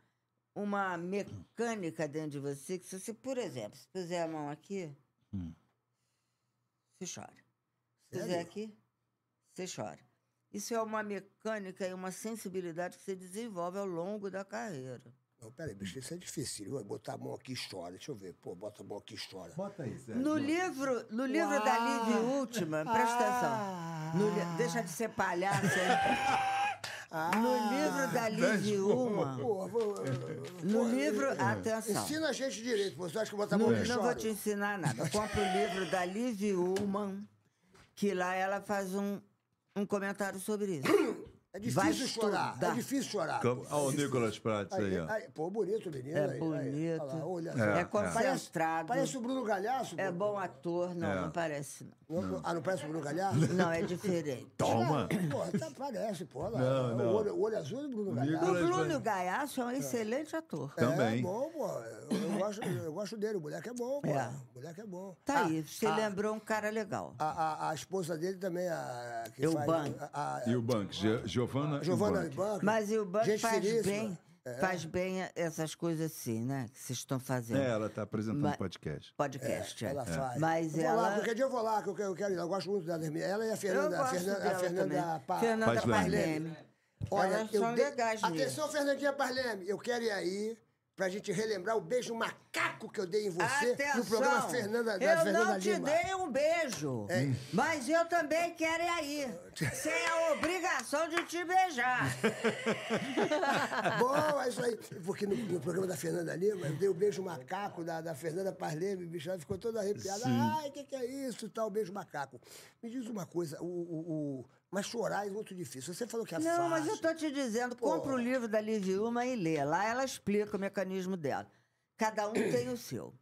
Speaker 3: uma mecânica dentro de você que se você, por exemplo, se puser a mão aqui,
Speaker 2: Hum.
Speaker 3: você chora. Se puser
Speaker 1: Sério?
Speaker 3: aqui, você chora. Isso é uma mecânica e uma sensibilidade que você desenvolve ao longo da carreira.
Speaker 1: Não, peraí, bicho, isso é difícil. Vai botar a mão aqui e chora. Deixa eu ver. Pô, bota a mão aqui e chora.
Speaker 2: Bota aí, Sérgio.
Speaker 3: No livro, no livro da Live Última, presta
Speaker 1: Ah.
Speaker 3: atenção. No li- deixa de ser palhaço. hein?
Speaker 1: Ah.
Speaker 3: No livro da Live Uma,
Speaker 1: Pô, vou-
Speaker 3: no
Speaker 1: pô, é.
Speaker 3: livro, atenção.
Speaker 1: Ensina a gente direito, pô. Você acha que botar a mão
Speaker 3: Não,
Speaker 1: aqui e
Speaker 3: não vou
Speaker 1: chora?
Speaker 3: te ensinar nada. Compre o livro da Liv Ullman, que lá ela faz um, um comentário sobre isso.
Speaker 1: É
Speaker 3: Vai
Speaker 1: difícil chorar. É
Speaker 3: estudar.
Speaker 1: difícil chorar.
Speaker 2: Olha
Speaker 1: pô.
Speaker 2: o Nicolas Prats aí,
Speaker 1: Aí,
Speaker 2: ó.
Speaker 1: aí, pô, bonito, menino.
Speaker 3: É
Speaker 1: aí, aí,
Speaker 3: bonito.
Speaker 1: olha lá, olha
Speaker 3: É,
Speaker 1: só.
Speaker 3: é
Speaker 1: Parece,
Speaker 3: concentrado.
Speaker 1: parece o Bruno Galhaço.
Speaker 3: É
Speaker 1: pô.
Speaker 3: bom ator, não,
Speaker 2: É.
Speaker 3: não parece. Não.
Speaker 1: Não- Ah, não parece o Bruno Galhaço?
Speaker 3: não, é diferente.
Speaker 2: Toma!
Speaker 1: Pô, tá, parece, pô. Lá,
Speaker 2: Não, não.
Speaker 1: O, olho, o olho azul do Bruno
Speaker 3: O
Speaker 1: Galhardo.
Speaker 2: Nicolas-
Speaker 3: Bruno Gaiasso é um excelente ator.
Speaker 2: Também.
Speaker 1: É bom, pô. Eu, eu gosto, eu gosto dele. O moleque é bom, pô.
Speaker 3: É.
Speaker 1: O moleque é bom.
Speaker 3: Tá
Speaker 1: Ah,
Speaker 3: aí, você lembrou um cara legal.
Speaker 1: A, a, a esposa dele também, a... Que
Speaker 3: Eu
Speaker 1: faz,
Speaker 3: Ban.
Speaker 1: a, a-
Speaker 2: E o Banks, Gio- Giovanna
Speaker 1: Giovanna
Speaker 2: Eubank.
Speaker 1: Banco.
Speaker 3: Mas e o Banco
Speaker 1: Gente É.
Speaker 3: faz
Speaker 1: finíssima.
Speaker 3: bem, faz bem essas coisas assim, né? Que vocês estão fazendo.
Speaker 2: É, ela tá apresentando
Speaker 3: Ma-
Speaker 2: o podcast.
Speaker 3: Podcast. é.
Speaker 1: Ela faz.
Speaker 3: Mas
Speaker 1: eu vou
Speaker 3: ela.
Speaker 1: Lá, qualquer dia eu vou lá, que eu quero, eu quero ir lá. Eu gosto muito da Hermínia. Ela e a Fernanda...
Speaker 3: eu
Speaker 1: a
Speaker 3: gosto
Speaker 1: Fernanda, a
Speaker 3: dela
Speaker 1: Fernanda,
Speaker 3: também.
Speaker 1: Pa-
Speaker 3: Fernanda
Speaker 2: Pasleme.
Speaker 3: Pasleme. Elas são
Speaker 1: de-
Speaker 3: legais mesmo.
Speaker 1: Atenção, Fernandinha Parleme, eu quero ir aí pra gente relembrar o beijo macaco que eu dei em você no programa Fernanda, da
Speaker 3: eu
Speaker 1: Fernanda
Speaker 3: não te
Speaker 1: Lima. É.
Speaker 3: dei um beijo, mas eu também quero ir aí, sem a obrigação de te beijar.
Speaker 1: Bom, é isso aí. Porque no, no programa da Fernanda Lima, eu dei o beijo macaco da, da Fernanda Parleme, bicho, ela ficou toda arrepiada. Ai, o que, que é isso e tal, beijo macaco. Me diz uma coisa, o, o- o- mas chorar é muito difícil. Você falou que é fácil.
Speaker 3: Não, mas eu tô te dizendo, compra o livro da Liv Uma e lê. Lá ela explica o mecanismo dela. Cada um tem o seu.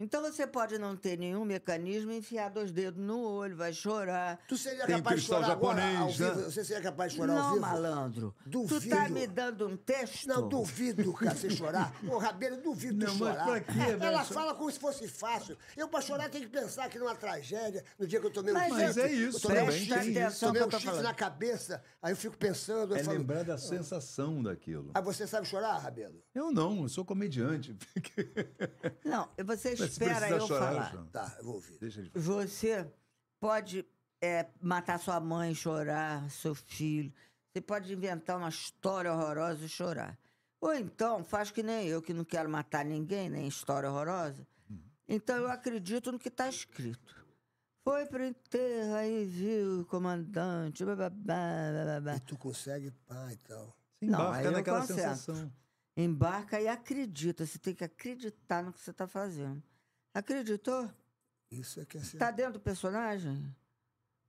Speaker 3: Então você pode não ter nenhum mecanismo, enfiar dois dedos no olho, vai chorar.
Speaker 1: Tu seria
Speaker 2: Tem
Speaker 1: capaz de
Speaker 2: cristal
Speaker 1: chorar agora, ao
Speaker 2: japonês, né?
Speaker 1: vivo? Você seria capaz de chorar ao
Speaker 3: Não,
Speaker 1: vivo?
Speaker 3: malandro. Tu tá
Speaker 1: Duvido.
Speaker 3: me dando um texto?
Speaker 1: Não, duvido, cara, você chorar. Ô, Rabelo, duvido
Speaker 2: Não,
Speaker 1: tu
Speaker 2: mas
Speaker 1: chorar.
Speaker 2: pra quê, né?
Speaker 1: Ela
Speaker 2: Só-
Speaker 1: fala como se fosse fácil. Eu, pra chorar, tenho que pensar que numa tragédia, no dia que eu tomei um
Speaker 3: Mas-
Speaker 1: chifre.
Speaker 3: Mas
Speaker 2: é isso,
Speaker 1: eu tomei um
Speaker 2: também
Speaker 1: chifre,
Speaker 2: tem isso.
Speaker 1: tomei um
Speaker 3: que eu tô
Speaker 1: chifre
Speaker 3: falando.
Speaker 1: na cabeça, aí eu fico pensando, eu
Speaker 2: É
Speaker 1: falo...
Speaker 2: lembrar da sensação daquilo.
Speaker 1: Ah, você sabe chorar, Rabelo?
Speaker 2: Eu não, eu sou comediante.
Speaker 3: Não, você
Speaker 2: Mas se
Speaker 3: espera
Speaker 2: precisar
Speaker 3: eu
Speaker 2: chorar,
Speaker 3: falar.
Speaker 2: choro.
Speaker 1: Tá, eu vou ouvir.
Speaker 2: Deixa ele falar.
Speaker 3: Você pode é, matar sua mãe, chorar, seu filho. Você pode inventar uma história horrorosa e chorar. Ou então, faz que nem eu, que não quero matar ninguém, nem história horrorosa. Então, eu acredito no que está escrito. Foi pro enterro, aí viu o comandante, bababá, bababá.
Speaker 1: E tu consegue, ah, então, pá, e tal.
Speaker 2: Você
Speaker 3: Não,
Speaker 2: embarca
Speaker 3: aí eu
Speaker 2: naquela
Speaker 3: concentro.
Speaker 2: sensação.
Speaker 3: Embarca e acredita. Você tem que acreditar no que você está fazendo. Acreditou?
Speaker 1: Isso é que é ser...
Speaker 3: Tá dentro do personagem?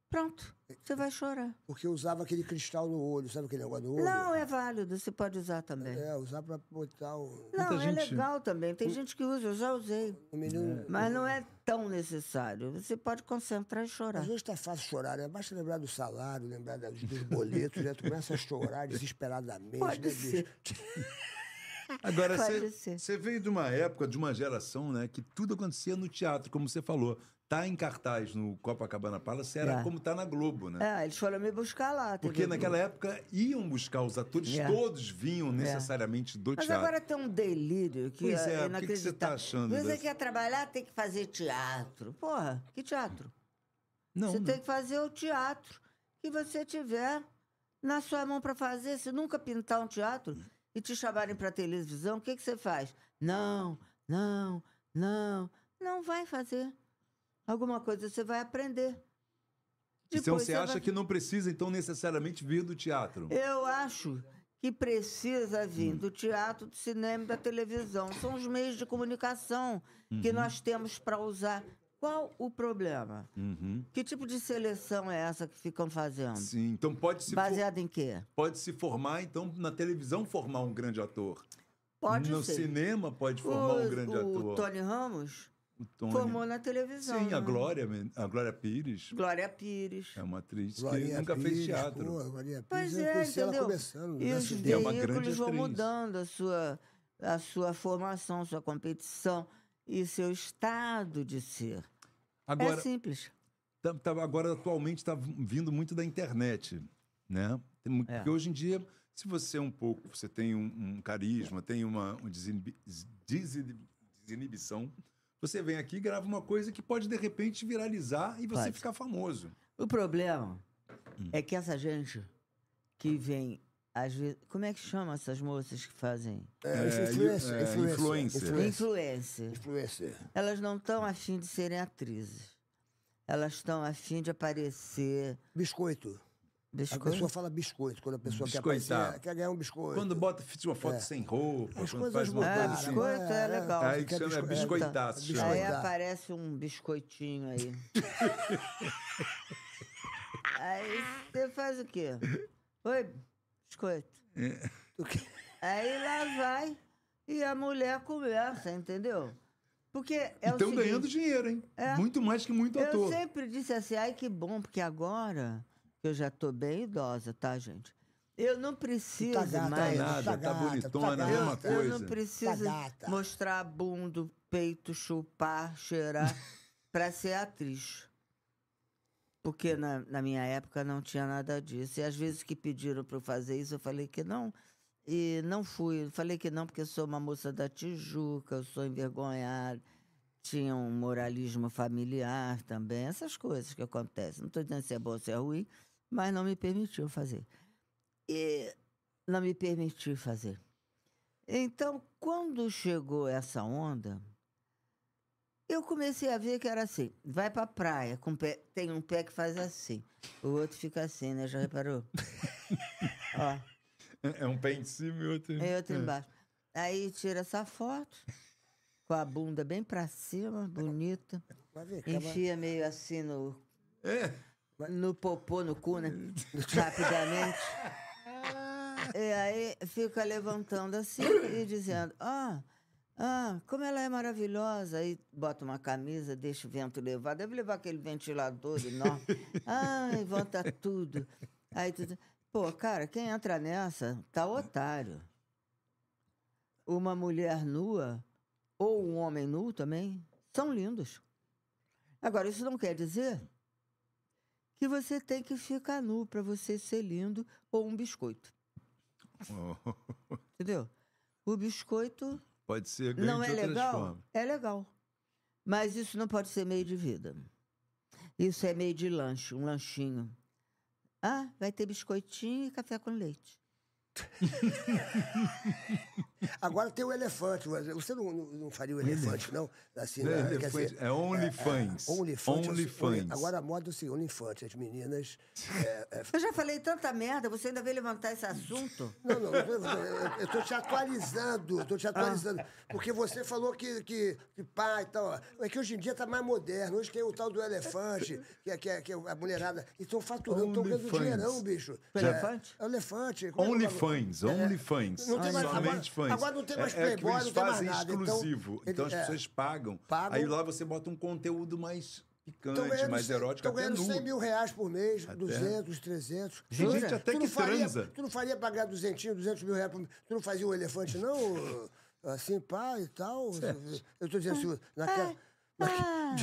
Speaker 3: Pronto, você vai chorar.
Speaker 1: Porque eu usava aquele cristal no olho, sabe aquele negócio no olho?
Speaker 3: Não, é válido, você pode usar também.
Speaker 1: É, usar pra botar o.
Speaker 3: Não,
Speaker 4: Muita
Speaker 3: é
Speaker 4: gente-
Speaker 3: legal também. Tem gente que usa, eu já usei.
Speaker 1: O menino.
Speaker 3: Mas não é tão necessário. Você pode concentrar e chorar.
Speaker 1: Às vezes tá fácil chorar, né? Basta lembrar do salário, lembrar da- dos boletos, né? Tu começa a chorar desesperadamente.
Speaker 3: Pode
Speaker 1: né,
Speaker 3: ser.
Speaker 1: bicho?
Speaker 2: Agora,
Speaker 3: Pode
Speaker 2: você-
Speaker 3: ser.
Speaker 2: você veio de uma época, de uma geração, né? Que tudo acontecia no teatro, como você falou. Tá em cartaz no Copacabana Palace, era
Speaker 3: É.
Speaker 2: como tá na Globo, né?
Speaker 3: É, eles foram me buscar lá. um
Speaker 2: Porque
Speaker 3: entendeu?
Speaker 2: naquela época iam buscar os atores,
Speaker 3: É.
Speaker 2: todos vinham necessariamente do
Speaker 3: Mas
Speaker 2: teatro.
Speaker 3: agora tem um delírio que
Speaker 2: Pois é,
Speaker 3: é,
Speaker 2: o que que você tá
Speaker 3: inacreditável.
Speaker 2: achando
Speaker 3: Você
Speaker 2: dessa-
Speaker 3: quer trabalhar, tem que fazer teatro. Porra, que teatro?
Speaker 2: não,
Speaker 3: você
Speaker 2: não.
Speaker 3: tem que fazer o teatro que você tiver na sua mão para fazer. Se nunca pintar um teatro e te chamarem para televisão, o que, que você faz? Não, não, não. Não vai fazer. Alguma coisa você vai aprender.
Speaker 2: então
Speaker 3: Depois
Speaker 2: você acha
Speaker 3: vai-
Speaker 2: que não precisa, então, necessariamente vir do teatro.
Speaker 3: eu acho que precisa vir do teatro, do cinema e da televisão. São os meios de comunicação que nós temos para usar. Qual o problema?
Speaker 2: Uhum.
Speaker 3: Que tipo de seleção é essa que ficam fazendo?
Speaker 2: Sim, então pode se, for-
Speaker 3: Baseada em quê?
Speaker 2: pode se formar, então, na televisão, formar um grande ator.
Speaker 3: Pode
Speaker 2: no
Speaker 3: ser.
Speaker 2: cinema pode
Speaker 3: O,
Speaker 2: formar um grande
Speaker 3: o
Speaker 2: ator.
Speaker 3: Tony Ramos
Speaker 2: O Tony.
Speaker 3: formou na televisão.
Speaker 2: Sim, a
Speaker 3: né?
Speaker 2: Glória, men- a Glória Pires
Speaker 3: Glória Pires.
Speaker 2: é uma atriz que
Speaker 1: Glorinha
Speaker 2: nunca
Speaker 1: Pires,
Speaker 2: fez teatro.
Speaker 1: Pô, Glorinha Pires,
Speaker 3: Pois
Speaker 1: eu
Speaker 3: é,
Speaker 1: conheci ela
Speaker 3: entendeu?
Speaker 1: começando.
Speaker 3: E
Speaker 1: né,
Speaker 3: os
Speaker 1: assim,
Speaker 2: É uma grande
Speaker 3: veículos vão
Speaker 2: atriz.
Speaker 3: mudando a sua, a sua formação, sua competição e seu estado de ser.
Speaker 2: Agora,
Speaker 3: é simples.
Speaker 2: tá- tá- agora atualmente está vindo muito da internet, né? Tem mu-
Speaker 3: É.
Speaker 2: Porque hoje em dia, se você é um pouco, você tem um, um carisma, tem uma um desinibi- desinibi- desinibição, você vem aqui e grava uma coisa que pode de repente viralizar e você
Speaker 3: Pode.
Speaker 2: ficar famoso.
Speaker 3: O problema
Speaker 2: Hum.
Speaker 3: é que essa gente que vem, às vezes. Como é que chama essas moças que fazem?
Speaker 1: É, isso,
Speaker 2: É,
Speaker 1: influencer,
Speaker 2: é,
Speaker 1: influencer,
Speaker 2: influencer.
Speaker 1: influencer.
Speaker 3: Influencer.
Speaker 1: Influencer.
Speaker 3: Elas não estão afim de serem atrizes. Elas estão afim de aparecer.
Speaker 1: Biscoito. A
Speaker 3: Biscoito.
Speaker 1: pessoa fala biscoito quando a pessoa quer
Speaker 2: Biscoitar.
Speaker 1: aparecer, quer ganhar um biscoito.
Speaker 2: Quando bota fiz uma foto
Speaker 1: É.
Speaker 2: sem roupa,
Speaker 1: As
Speaker 2: quando
Speaker 1: coisas
Speaker 2: faz uma
Speaker 3: É,
Speaker 1: mudaram, cara,
Speaker 2: coisa assim.
Speaker 3: biscoito
Speaker 1: é,
Speaker 3: é
Speaker 1: é.
Speaker 3: legal.
Speaker 2: Aí
Speaker 1: Você quer
Speaker 2: que chama é
Speaker 1: biscoito?
Speaker 2: biscoitaço.
Speaker 1: É,
Speaker 2: chama.
Speaker 3: Aí
Speaker 1: Biscoitar.
Speaker 3: aparece um biscoitinho aí. aí você faz o quê? Oi, biscoito.
Speaker 1: Tu tá quer-
Speaker 3: Aí lá vai e a mulher conversa, entendeu? Porque é o
Speaker 2: Estão
Speaker 1: Então
Speaker 3: seguinte,
Speaker 2: Então, ganhando dinheiro, hein?
Speaker 3: É.
Speaker 2: Muito mais que muito
Speaker 3: Eu
Speaker 2: ator.
Speaker 3: sempre disse assim, ai que bom, porque agora que eu já tô bem idosa, tá, gente? Eu não
Speaker 1: tu
Speaker 3: preciso
Speaker 1: tá gata,
Speaker 3: mais.
Speaker 2: nada,
Speaker 1: tu
Speaker 2: tá
Speaker 1: gata,
Speaker 2: bonitona,
Speaker 1: tu tá
Speaker 2: é uma
Speaker 1: gata.
Speaker 3: Eu
Speaker 2: coisa.
Speaker 3: não preciso
Speaker 1: Gata.
Speaker 3: mostrar a bunda, peito, chupar, cheirar pra ser atriz. Porque na, na minha época não tinha nada disso. E às vezes que pediram pra eu fazer isso, eu falei que não. E não fui. Eu Falei que não, porque eu sou uma moça da Tijuca, eu sou envergonhada. Tinha um moralismo familiar também, essas coisas que acontecem. Não estou dizendo se é bom ou se é ruim, mas não me permitiu fazer. E não me permitiu fazer. Então, quando chegou essa onda, eu comecei a ver que era assim: vai pra praia, com o pé- tem um pé que faz assim, o outro fica assim, né? Já reparou? Ó,
Speaker 2: É um pé em cima e outro.
Speaker 1: É,
Speaker 3: e outro embaixo. Aí tira essa foto, com a bunda bem pra cima, bonita,
Speaker 1: Vai ver, acaba-
Speaker 3: enfia meio assim no,
Speaker 2: É.
Speaker 3: no popô, no cu, né? Rapidamente. E aí fica levantando assim e dizendo: Ah, ah, como ela é maravilhosa. Aí bota uma camisa, deixa o vento levar. Deve levar aquele ventilador enorme. Ai, volta tudo. Aí tudo. Pô, cara, quem entra nessa tá otário. Uma mulher nua ou um homem nu também são lindos. Agora, isso não quer dizer que você tem que ficar nu para você ser lindo ou um biscoito.
Speaker 2: Oh,
Speaker 3: Entendeu? O biscoito
Speaker 2: Pode ser ganho
Speaker 3: não
Speaker 2: de
Speaker 3: é
Speaker 2: outras
Speaker 3: legal?
Speaker 2: formas.
Speaker 3: É legal. Mas isso não pode ser meio de vida. Isso é meio de lanche, um lanchinho. Ah, vai ter biscoitinho e café com leite.
Speaker 1: Agora tem o elefante. mas Você não, não- não faria o elefante, não? Assim,
Speaker 2: Não é
Speaker 1: né? Quer
Speaker 2: elefante,
Speaker 1: dizer,
Speaker 2: é OnlyFans.
Speaker 1: é, OnlyFans.
Speaker 2: OnlyFans.
Speaker 1: Agora a moda é assim, OnlyFans. As meninas...
Speaker 3: Eu já falei tanta merda, você ainda veio levantar esse assunto?
Speaker 1: Não, não, eu tô- eu- eu tô te atualizando, eu tô te atualizando.
Speaker 2: Ah.
Speaker 1: Porque você falou que, que, que pá e tal. É que hoje em dia tá mais moderno. Hoje tem o tal do elefante, que é, que é, que é a mulherada. E estão faturando, estão ganhando
Speaker 2: Onlyfans.
Speaker 1: dinheirão, bicho.
Speaker 3: O elefante?
Speaker 1: É, é o elefante. como é o nome?
Speaker 2: OnlyFans, OnlyFans.
Speaker 1: Não tem mais-
Speaker 2: somente
Speaker 1: agora-
Speaker 2: fans.
Speaker 1: agora não tem mais
Speaker 2: É- é que
Speaker 1: Playboy,
Speaker 2: eles
Speaker 1: não tem mais
Speaker 2: fazem
Speaker 1: nada, então,
Speaker 2: exclusivo. Então,
Speaker 1: ele-
Speaker 2: as
Speaker 1: é.
Speaker 2: pessoas pagam.
Speaker 1: Pagam.
Speaker 2: Aí lá você bota um conteúdo mais picante,
Speaker 1: Tão ganhando
Speaker 2: mais
Speaker 1: cem-
Speaker 2: erótico,
Speaker 1: tão
Speaker 2: até
Speaker 1: ganhando
Speaker 2: nu.
Speaker 1: 100 mil reais por mês, 200, 300.
Speaker 2: Tem
Speaker 3: Jura?
Speaker 2: gente
Speaker 1: tu
Speaker 2: até que
Speaker 1: não faria,
Speaker 2: transa.
Speaker 1: Tu não faria pagar 200, 200 mil reais por mês? Tu não fazia um elefante, não? Assim, pá e tal?
Speaker 2: é
Speaker 1: Eu tô dizendo assim,
Speaker 3: É.
Speaker 1: naquela...
Speaker 3: Ah,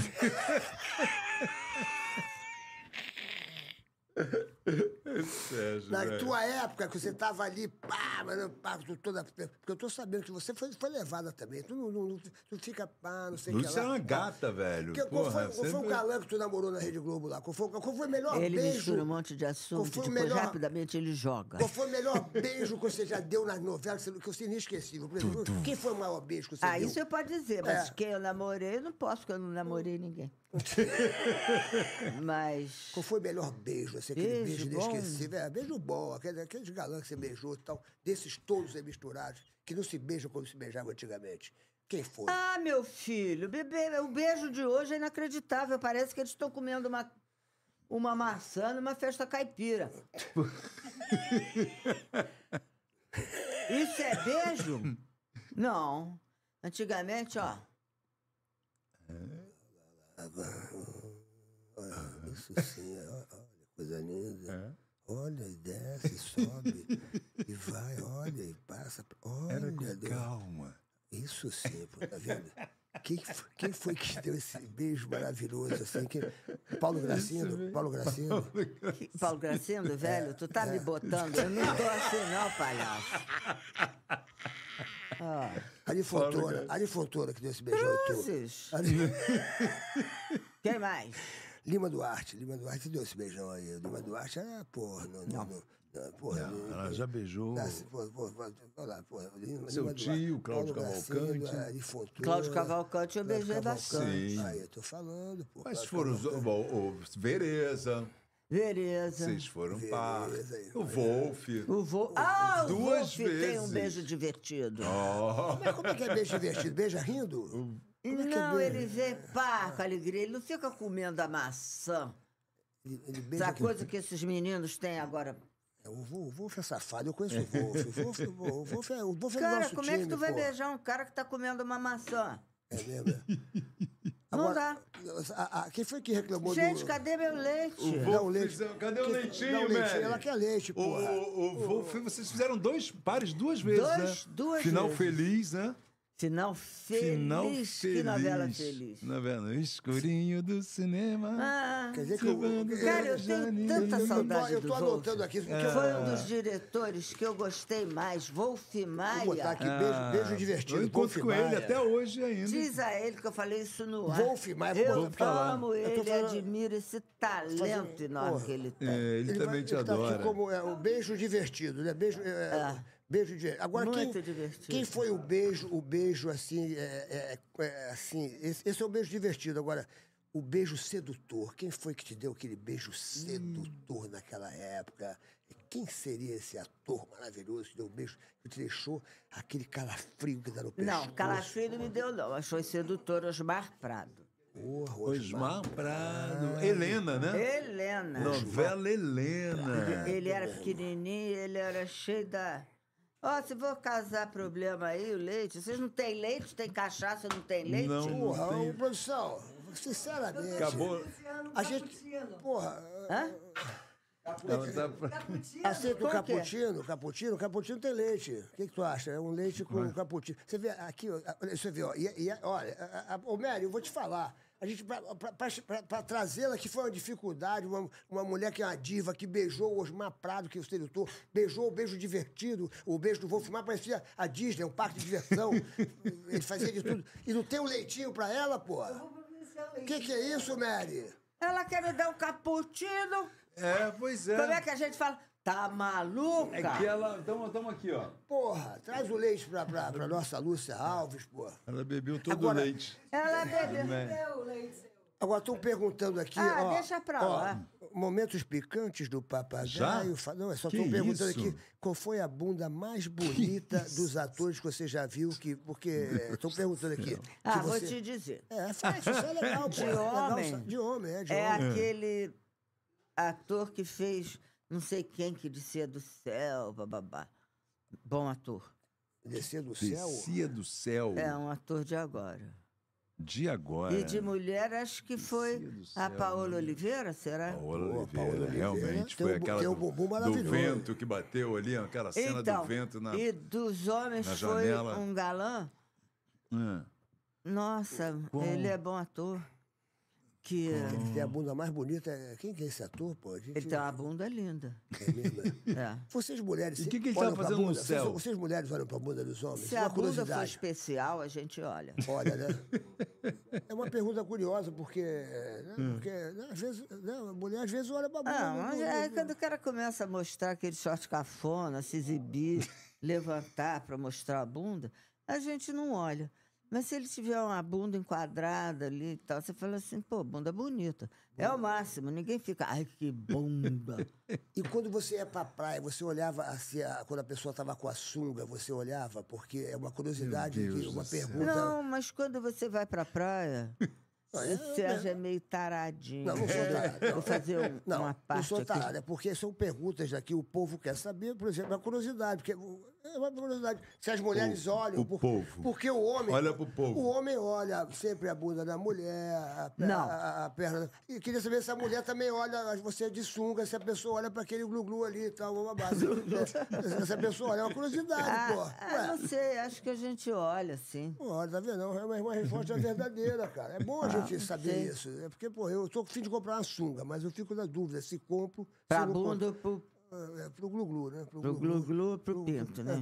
Speaker 2: Sérgio,
Speaker 1: Na
Speaker 2: né, velho.
Speaker 1: tua época, que você tava ali, pá, mas não, pá, tu toda. Porque eu tô sabendo que você foi, foi levada também. Tu, não, não- não- tu fica, pá, não sei o que lá.
Speaker 2: Lúcia é uma gata, velho.
Speaker 1: Que- qual, foi,
Speaker 2: Porra, é
Speaker 1: qual foi o
Speaker 2: sempre-
Speaker 1: galã que tu namorou na Rede Globo lá? Qual foi, qual foi o melhor
Speaker 3: ele
Speaker 1: beijo?
Speaker 3: mistura um monte de
Speaker 1: Qual
Speaker 3: assunto,
Speaker 1: foi o
Speaker 3: depois
Speaker 1: melhor-
Speaker 3: rapidamente ele joga.
Speaker 1: Qual foi o melhor beijo que você já deu na novela que você, que você é inesquecível? Por exemplo, quem foi o maior beijo que você
Speaker 3: Ah,
Speaker 1: deu?
Speaker 3: isso eu posso dizer, mas
Speaker 1: É. Hum.
Speaker 3: quem eu namorei, eu não posso, porque eu não namorei ninguém. mas.
Speaker 1: Qual foi o melhor beijo, assim, aquele beijo,
Speaker 3: Beijo bom?
Speaker 1: inesquecível? É, beijo bom, aquele, aqueles galãs que você beijou e tal, desses todos aí misturados, que não se beijam como se beijavam antigamente. Quem foi?
Speaker 3: Ah, meu filho, bebê, o beijo de hoje é inacreditável. Parece que eles estão comendo uma, uma maçã numa festa caipira. Isso é beijo? Não. Antigamente, ó.
Speaker 1: Ah, Isso sim, ó, olha, coisa linda.
Speaker 2: É.
Speaker 1: Olha, e desce, sobe, e vai, olha, e passa. Olha,
Speaker 2: Era com
Speaker 1: Deus.
Speaker 2: calma.
Speaker 1: isso sim, pô, tá vendo? Quem, f- quem foi que deu esse beijo maravilhoso assim? Que, Paulo Gracino? Paulo Gracino?
Speaker 3: que- Paulo
Speaker 1: É,
Speaker 3: Gracindo, velho, tu tá me botando. Eu não tô assim, não, palhaço.
Speaker 1: Ari Fontoura, Ari Fontoura que deu esse beijão em tu.
Speaker 3: Cruzes.
Speaker 1: Ari-
Speaker 3: Quem mais?
Speaker 1: Lima Duarte, Lima Duarte deu esse beijão aí. Lima Duarte era, porra, não, não, não, não, porra, não-
Speaker 2: Ela já beijou.
Speaker 1: Nasce, pô, pô, pô, pô, lá, pô, Lima-
Speaker 2: Seu
Speaker 1: Lima
Speaker 2: tio,
Speaker 1: Duarte,
Speaker 2: Cláudio
Speaker 1: Paulo Gracindo,
Speaker 2: Cavalcante.
Speaker 1: Ari Fontoura,
Speaker 3: Cláudio Cavalcante, eu
Speaker 1: Cláudio
Speaker 3: beijei bastante.
Speaker 1: Cavalcante.
Speaker 2: Sim.
Speaker 1: Aí eu tô falando, pô.
Speaker 2: Mas
Speaker 1: Cláudio
Speaker 2: foram os.
Speaker 1: Cavalcante.
Speaker 2: o- o- Vereza,
Speaker 3: Beleza.
Speaker 2: vocês foram par.
Speaker 1: Vereza aí.
Speaker 2: O Wolf.
Speaker 3: O voo. Ah, o
Speaker 2: Duas
Speaker 3: Wolf tem um
Speaker 2: vezes.
Speaker 3: beijo divertido.
Speaker 1: Mas como é que é beijo divertido? Beija rindo? Como é que
Speaker 3: Não,
Speaker 1: beija?
Speaker 3: ele vem pá com alegria, ele não fica comendo a maçã.
Speaker 1: Ele, ele beija
Speaker 3: Essa
Speaker 1: aqui.
Speaker 3: coisa que esses meninos têm agora.
Speaker 1: É, O Wolf, o Wolf é safado, eu conheço o Wolf. O Wolf, o Wolf, o Wolf é, o Wolf é do
Speaker 3: Cara,
Speaker 1: nosso
Speaker 3: como
Speaker 1: time,
Speaker 3: é que tu vai
Speaker 1: pô.
Speaker 3: beijar um cara que tá comendo uma maçã?
Speaker 1: É mesmo, é.
Speaker 3: Não
Speaker 1: Agora, a- a- quem foi que reclamou
Speaker 3: Gente,
Speaker 1: do...
Speaker 3: cadê meu leite?
Speaker 2: O
Speaker 1: Dá o
Speaker 2: Wolf
Speaker 1: leite.
Speaker 2: fizeram- Cadê o
Speaker 1: Que-
Speaker 2: leitinho,
Speaker 1: dá o leitinho,
Speaker 2: Mary?
Speaker 1: ela quer leite,
Speaker 2: O,
Speaker 1: porra.
Speaker 2: o, o Wolf, vocês fizeram dois pares duas vezes,
Speaker 3: Dois-
Speaker 2: né?
Speaker 3: duas
Speaker 2: Final
Speaker 3: vezes.
Speaker 2: feliz, né?
Speaker 3: Final feliz.
Speaker 2: Final
Speaker 3: Que
Speaker 2: feliz.
Speaker 3: novela feliz.
Speaker 2: Novela no escurinho do cinema.
Speaker 3: Ah,
Speaker 1: Quer dizer que o-
Speaker 3: cara, eu tenho tanta saudade
Speaker 1: eu tô
Speaker 3: do Wolf.
Speaker 1: anotando aqui, porque eu-
Speaker 3: Foi um dos diretores que eu gostei mais, Wolf Maia.
Speaker 1: Vou botar aqui, beijo, beijo
Speaker 2: Ah, Eu
Speaker 1: divertido. Wolf
Speaker 2: encontro com ele
Speaker 1: Maia.
Speaker 2: até hoje ainda.
Speaker 3: Diz a ele que eu falei isso no ar.
Speaker 1: Wolf Maia, vou
Speaker 3: eu
Speaker 1: botar pra lá.
Speaker 3: amo
Speaker 1: Eu tô
Speaker 3: ele,
Speaker 1: falando-
Speaker 3: admiro esse talento
Speaker 1: Fazendo-
Speaker 3: enorme
Speaker 1: Porra.
Speaker 3: que ele tem.
Speaker 2: É, ele,
Speaker 1: vai-
Speaker 2: também te
Speaker 1: ele tá aqui
Speaker 2: adora.
Speaker 1: como é, o beijo divertido, né? Beijo, é, beijo divertido. Agora,
Speaker 3: Muito
Speaker 1: quem,
Speaker 3: divertido.
Speaker 1: quem foi o beijo, o beijo assim, é, é, é, assim, esse, esse é o beijo divertido. Agora, o beijo sedutor, quem foi que te deu aquele beijo sedutor
Speaker 3: Hum.
Speaker 1: naquela época? Quem seria esse ator maravilhoso que deu um beijo que te deixou aquele calafrio que dá no pescoço?
Speaker 3: Não, Calafrio não me deu, não. Achou sedutor Osmar Prado.
Speaker 1: Porra, Osmar.
Speaker 2: Osmar Prado. Helena, né?
Speaker 3: Helena.
Speaker 2: Novela Helena.
Speaker 3: Ele
Speaker 1: É,
Speaker 3: era pequenininho, ele era cheio da. Ó, se vou casar, problema aí, o leite. Vocês não têm leite? Tem cachaça, não tem leite?
Speaker 2: Não, não
Speaker 1: Porra,
Speaker 2: tem.
Speaker 1: ô, produção, sinceramente.
Speaker 2: Acabou.
Speaker 1: A gente. Porra.
Speaker 3: Hã?
Speaker 2: Ela tá pra-
Speaker 1: Aceita o
Speaker 3: Qual que é?
Speaker 1: cappuccino, cappuccino, cappuccino tem leite. O que, que tu acha? É um leite com cappuccino. Você vê aqui, ó, olha, você vê, ó, e, e, olha, a, a, ô, Mary, eu vou te falar. A gente, para trazê-la aqui foi uma dificuldade, uma, uma mulher que é uma diva, que beijou o Osmar Prado, que é o sedutor, beijou o beijo divertido, o beijo do Wolfmar parecia a Disney, um parque de diversão. Ele fazia de tudo. E não tem um leitinho pra ela, pô? O que, que é isso, Mary?
Speaker 3: Ela quer me dar um cappuccino.
Speaker 2: É, pois é.
Speaker 3: Como é que tá? a gente fala? Tá maluca?
Speaker 2: É que ela. Estamos aqui, ó.
Speaker 1: Porra, traz o leite pra, pra, pra nossa Lúcia Alves, porra.
Speaker 2: Ela bebeu todo
Speaker 1: Agora-
Speaker 2: o leite.
Speaker 3: Ela bebeu.
Speaker 2: Né?
Speaker 1: Agora estão perguntando aqui.
Speaker 3: Ah,
Speaker 1: ó,
Speaker 3: deixa pra
Speaker 1: ó,
Speaker 3: lá.
Speaker 1: Momentos picantes do papagaio.
Speaker 2: Já?
Speaker 1: Fa- Não, é só
Speaker 2: Que
Speaker 1: estão perguntando
Speaker 2: isso?
Speaker 1: aqui qual foi a bunda mais bonita dos atores que você já viu. Que, porque estão perguntando aqui. que
Speaker 3: Ah, vou
Speaker 1: você-
Speaker 3: te dizer.
Speaker 1: É, faz, isso é legal, pô.
Speaker 3: De
Speaker 1: é legal,
Speaker 3: homem.
Speaker 1: sa- de homem, é, de
Speaker 3: É
Speaker 1: homem.
Speaker 3: aquele ator que fez não sei quem que descia do céu, bababá. Bom ator.
Speaker 1: Descer do céu.
Speaker 2: Descia do céu.
Speaker 3: É um ator de agora.
Speaker 2: De agora.
Speaker 3: E de mulher, acho que foi
Speaker 2: Descia Ah, é. do céu,
Speaker 3: a Paola Oliveira, será?
Speaker 2: Paola
Speaker 1: Pô,
Speaker 2: Oliveira,
Speaker 1: Paola Oliveira
Speaker 2: realmente
Speaker 1: tem
Speaker 2: foi
Speaker 1: um bu-
Speaker 2: aquela
Speaker 1: tem um
Speaker 2: do,
Speaker 1: bumbum
Speaker 2: do
Speaker 1: maravilhoso.
Speaker 2: vento que bateu ali, aquela cena
Speaker 3: então,
Speaker 2: do vento na. É,
Speaker 3: e dos homens
Speaker 2: na
Speaker 3: foi
Speaker 2: janela.
Speaker 3: um galã.
Speaker 2: Ah,
Speaker 3: Nossa, ele é bom ator. Que
Speaker 1: Aquele que tem a bunda mais bonita. é- Quem que é esse ator, pô? A gente-
Speaker 3: ele tem uma bunda linda.
Speaker 1: é mesmo, né?
Speaker 3: É.
Speaker 1: Vocês mulheres.
Speaker 2: E
Speaker 1: se-
Speaker 2: que que ele
Speaker 1: olham
Speaker 2: tá
Speaker 1: pra
Speaker 2: fazendo no
Speaker 1: bunda? Vocês-
Speaker 2: céu?
Speaker 1: Vocês, mulheres olham pra bunda dos homens.
Speaker 3: Se
Speaker 1: Uma
Speaker 3: a bunda for
Speaker 1: curiosidade.
Speaker 3: especial, a gente olha.
Speaker 1: Olha, né? É uma pergunta curiosa, porque, né, porque né, às vezes, né, a mulher às vezes olha pra bunda. né,
Speaker 3: Ah,
Speaker 1: do-
Speaker 3: mas
Speaker 1: do-
Speaker 3: Hum. é
Speaker 1: do-
Speaker 3: quando o cara começa a mostrar aquele short cafona, se exibir, levantar para mostrar a bunda, a gente não olha. Mas se ele tiver uma bunda enquadrada ali e tal, você fala assim, pô, bunda bonita. É o máximo, ninguém fica, ai, que bunda.
Speaker 1: E quando você ia pra praia, você olhava assim, a- quando a pessoa tava com a sunga, você olhava, porque é uma curiosidade, que- uma pergunta.
Speaker 3: não, mas quando você vai pra praia, o Sérgio é meio taradinho.
Speaker 1: né? Não, não sou tarado, não.
Speaker 3: Vou fazer um-
Speaker 1: Não,
Speaker 3: uma
Speaker 1: não
Speaker 3: parte
Speaker 1: sou
Speaker 3: aqui.
Speaker 1: tarado, é porque são perguntas aqui, o povo quer saber, por exemplo, é uma curiosidade, porque é uma curiosidade. Se as mulheres olham.
Speaker 2: o povo.
Speaker 1: Porque o homem.
Speaker 2: Olha pro povo.
Speaker 1: O homem olha sempre a bunda da mulher, a, per-
Speaker 3: Não.
Speaker 1: a- a perna. E queria saber se a mulher também olha, você é de sunga, se a pessoa olha para aquele glu-glu ali e tal, uma base. se a pessoa olha, é uma curiosidade,
Speaker 3: Ah,
Speaker 1: pô. Ué.
Speaker 3: ah, não sei, acho que a gente olha, sim.
Speaker 1: Pô, Olha, tá vendo? Não, É uma, uma resposta verdadeira, cara. É bom a gente
Speaker 3: Ah,
Speaker 1: saber
Speaker 3: sei.
Speaker 1: isso. É porque, pô, eu tô com fim de comprar uma sunga, mas eu fico na dúvida se compro. se
Speaker 3: Pra
Speaker 1: não compro.
Speaker 3: bunda, ou pro
Speaker 1: É, é, pro glu-glu, né?
Speaker 3: Pro glu-glu, pro pinto, né?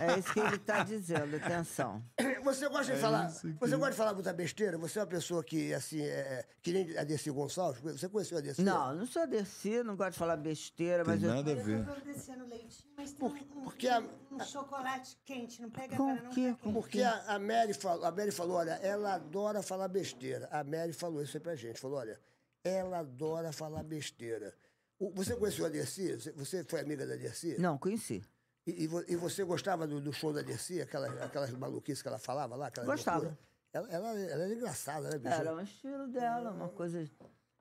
Speaker 3: É isso que ele tá dizendo, atenção.
Speaker 1: Você gosta de falar. Você gosta de falar muita besteira? Você é uma pessoa que, assim, é. Que nem a Dercy Gonçalves? Você conheceu a Dercy?
Speaker 3: Não, não sou Dercy, não gosto de falar besteira,
Speaker 2: tem
Speaker 3: mas eu...
Speaker 2: nada a ver.
Speaker 5: Eu tô descendo leite, mas tem um, um-
Speaker 1: porque a-
Speaker 5: um chocolate quente, não pega
Speaker 3: Com
Speaker 5: agora, não.
Speaker 3: que?
Speaker 5: tá quente.
Speaker 3: Com
Speaker 1: Porque
Speaker 3: que?
Speaker 1: a, a Mary falou, a Mary falou, olha, ela adora falar besteira. A Mary falou isso aí pra gente. Falou, olha, ela adora falar besteira. O- você conheceu a Dercy? Você- Você foi amiga da Dercy?
Speaker 3: Não, conheci.
Speaker 1: E, e vo- e você gostava do, do show da Dercy, aquela, aquelas maluquices que ela falava lá? aquela
Speaker 3: Gostava.
Speaker 1: loucura? Ela, ela, ela era engraçada, né, bicho?
Speaker 3: Era um estilo dela, uma coisa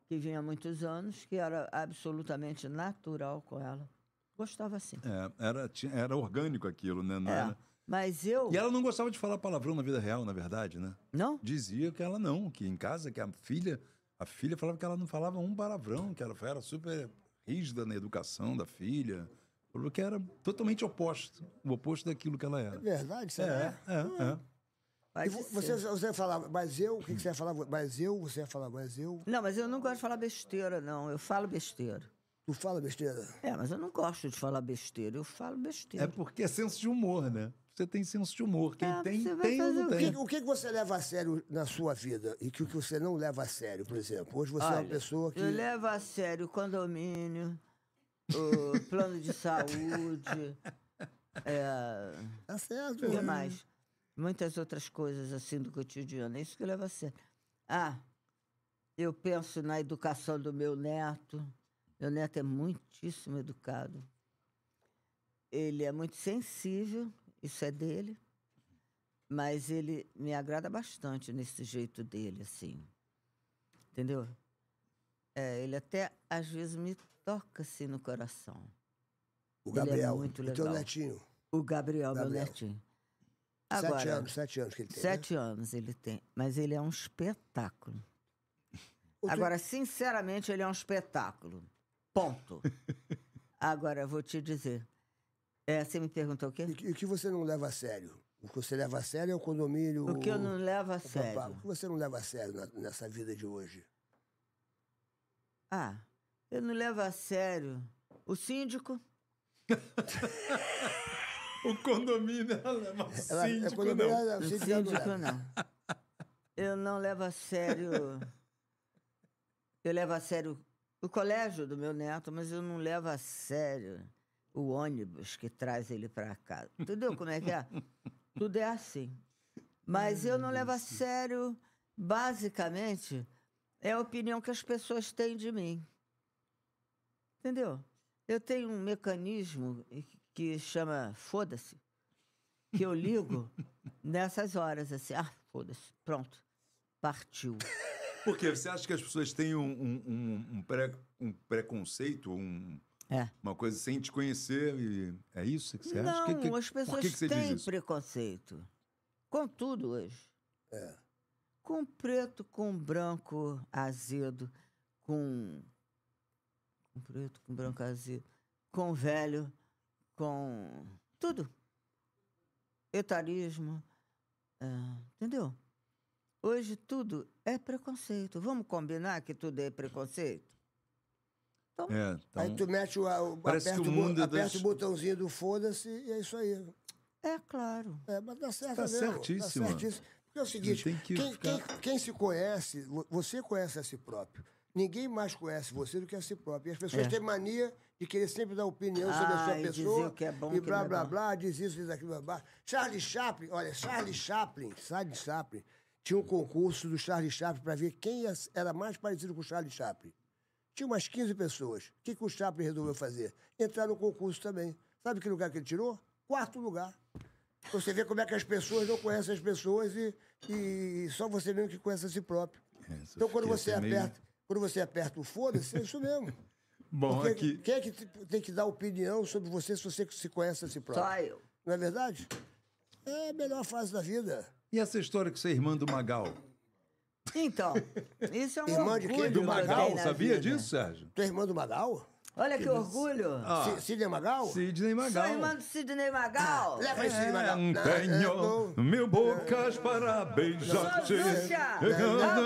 Speaker 3: que vinha há muitos anos, que era absolutamente natural com ela. Gostava assim.
Speaker 2: É, era, tinha- era orgânico aquilo, né? Não
Speaker 3: É.
Speaker 2: era-
Speaker 3: Mas eu...
Speaker 2: E ela não gostava de falar palavrão na vida real, na verdade, né?
Speaker 3: Não?
Speaker 2: Dizia que ela não, que em casa, que a filha, a filha falava que ela não falava um palavrão, que ela era super rígida na educação da filha. Falou que era totalmente oposto, o oposto daquilo que ela era.
Speaker 1: Verdade,
Speaker 2: É,
Speaker 1: sabe?
Speaker 2: é, é.
Speaker 3: Vai
Speaker 1: E vo-
Speaker 3: dizer.
Speaker 1: você, você falava, mas eu, o que, que você ia falar? Mas eu, você ia falar, mas eu.
Speaker 3: Não, mas eu não gosto de falar besteira, não. Eu falo besteira.
Speaker 1: Tu fala besteira.
Speaker 3: É, mas eu não gosto de falar besteira. Eu falo besteira.
Speaker 2: É porque é senso de humor, né? Você tem senso de humor. Quem
Speaker 3: É,
Speaker 2: tem,
Speaker 3: você vai
Speaker 2: tem ou não
Speaker 3: fazer o
Speaker 1: O que,
Speaker 2: tem.
Speaker 1: o que que você leva a sério na sua vida e que o que você não leva a sério, por exemplo? Hoje você é
Speaker 3: Olha,
Speaker 1: uma pessoa que.
Speaker 3: Eu levo a sério o condomínio, o plano de saúde, é,
Speaker 1: Tá certo.
Speaker 3: o que mais? Muitas outras coisas assim do cotidiano. É isso que eu levo a sério. Ah, eu penso na educação do meu neto. Meu neto é muitíssimo educado. Ele é muito sensível, isso é dele. Mas ele me agrada bastante nesse jeito dele, assim. Entendeu? É, ele até às vezes me toca assim no coração.
Speaker 1: O
Speaker 3: Ele é
Speaker 1: Gabriel,
Speaker 3: muito
Speaker 1: o teu
Speaker 3: legal.
Speaker 1: netinho.
Speaker 3: O Gabriel, meu
Speaker 1: Gabriel.
Speaker 3: netinho.
Speaker 1: sete anos, sete anos que ele tem. né?
Speaker 3: Sete anos ele tem, mas ele é um espetáculo.
Speaker 1: Outro-
Speaker 3: Agora, sinceramente, ele é um espetáculo. Ponto. Agora, eu vou te dizer. É, você me perguntou o
Speaker 1: E
Speaker 3: quê?
Speaker 1: que- E o que você não leva a sério? O que você leva a sério é o condomínio.
Speaker 3: O que eu não levo a
Speaker 1: o papá.
Speaker 3: sério.
Speaker 1: O que você não leva a sério na- nessa vida de hoje?
Speaker 3: Ah, eu não levo a sério o síndico.
Speaker 2: O condomínio, ela é uma
Speaker 1: Ela- é
Speaker 2: síndico,
Speaker 1: quando
Speaker 2: não.
Speaker 1: eu- ela-
Speaker 3: O
Speaker 1: síndico,
Speaker 3: síndico,
Speaker 1: ela não leva.
Speaker 3: não. Eu não levo a sério. Eu levo a sério o colégio do meu neto, mas eu não levo a sério o ônibus que traz ele para casa. Entendeu como é que é? Tudo é assim. Mas eu não levo a sério, basicamente, é a opinião que as pessoas têm de mim. Entendeu? Eu tenho um mecanismo que chama foda-se, que eu ligo nessas horas, assim, ah, foda-se, pronto, partiu.
Speaker 2: Porque você acha que as pessoas têm um, um, um- um pré- um preconceito, um-
Speaker 3: É.
Speaker 2: uma coisa sem te conhecer? e- é isso que você acha?
Speaker 3: Não,
Speaker 2: Que- que-
Speaker 3: as pessoas
Speaker 2: por que, que você
Speaker 3: têm
Speaker 2: diz isso?
Speaker 3: preconceito. Com tudo hoje. Com preto, com branco azedo, com. Com preto, com branco azedo, com velho, com. Tudo. Etarismo. ah, entendeu? Hoje tudo é preconceito. Vamos combinar que tudo é preconceito?
Speaker 2: É, então-
Speaker 1: Aí tu mete o, o
Speaker 2: Parece
Speaker 1: aperta,
Speaker 2: que o
Speaker 1: o, bo-
Speaker 2: mundo é
Speaker 1: aperta
Speaker 2: das-
Speaker 1: o botãozinho do foda-se e é isso aí.
Speaker 3: É claro.
Speaker 1: É, mas dá certo
Speaker 2: Tá
Speaker 1: mesmo.
Speaker 2: certíssimo.
Speaker 1: Tá certíssimo. Porque é o seguinte,
Speaker 2: tem que
Speaker 1: quem,
Speaker 2: ficar-
Speaker 1: quem- quem se conhece, vo- você conhece a si próprio. Ninguém mais conhece você do que a si próprio. E as pessoas
Speaker 3: É.
Speaker 1: têm mania de querer sempre dar opinião sobre a
Speaker 3: Ah,
Speaker 1: sua
Speaker 3: e dizer
Speaker 1: pessoa.
Speaker 3: o que é bom,
Speaker 1: e
Speaker 3: o que
Speaker 1: blá,
Speaker 3: não é
Speaker 1: blá,
Speaker 3: bom.
Speaker 1: blá, diz isso, diz aquilo, blá, blá. Charlie Chaplin, olha, Charlie Chaplin, Charlie Chaplin, tinha um concurso do Charlie Chaplin para ver quem ia- era mais parecido com o Charlie Chaplin. Tinha umas 15 pessoas. O que, que o Chaplin resolveu fazer? Entrar no concurso também. Sabe que lugar que ele tirou? Quarto lugar. Você vê como é que as pessoas não conhecem as pessoas e, e só você mesmo que conhece a si próprio.
Speaker 2: Essa
Speaker 1: então quando
Speaker 2: É, fiquei
Speaker 1: você
Speaker 2: até meio-
Speaker 1: aperta, quando você aperta o foda-se, é isso mesmo.
Speaker 2: Bom,
Speaker 1: Porque
Speaker 2: aqui.
Speaker 1: Quem é que te- tem que dar opinião sobre você se você se conhece a si próprio?
Speaker 3: Só eu.
Speaker 1: Não é verdade? É a melhor fase da vida.
Speaker 2: E essa história que você é irmã do Magal?
Speaker 3: Então, isso é um
Speaker 1: Irmã de
Speaker 3: orgulho
Speaker 1: quem?
Speaker 3: que eu
Speaker 1: Do
Speaker 3: tenho
Speaker 1: Magal,
Speaker 3: na
Speaker 2: Sabia
Speaker 3: vida. né?
Speaker 2: disso, Sérgio?
Speaker 1: Tu é irmã do Magal?
Speaker 3: Olha que orgulho.
Speaker 2: Ah,
Speaker 1: Si- Sidney Magal? Ah,
Speaker 2: Sidney
Speaker 3: Sou
Speaker 2: Magal.
Speaker 3: irmã do Sidney Magal.
Speaker 1: Leva esse Sidney Magal. Não, é bom.
Speaker 2: Tenho mil bocas para beijar te
Speaker 3: Sou bruxa.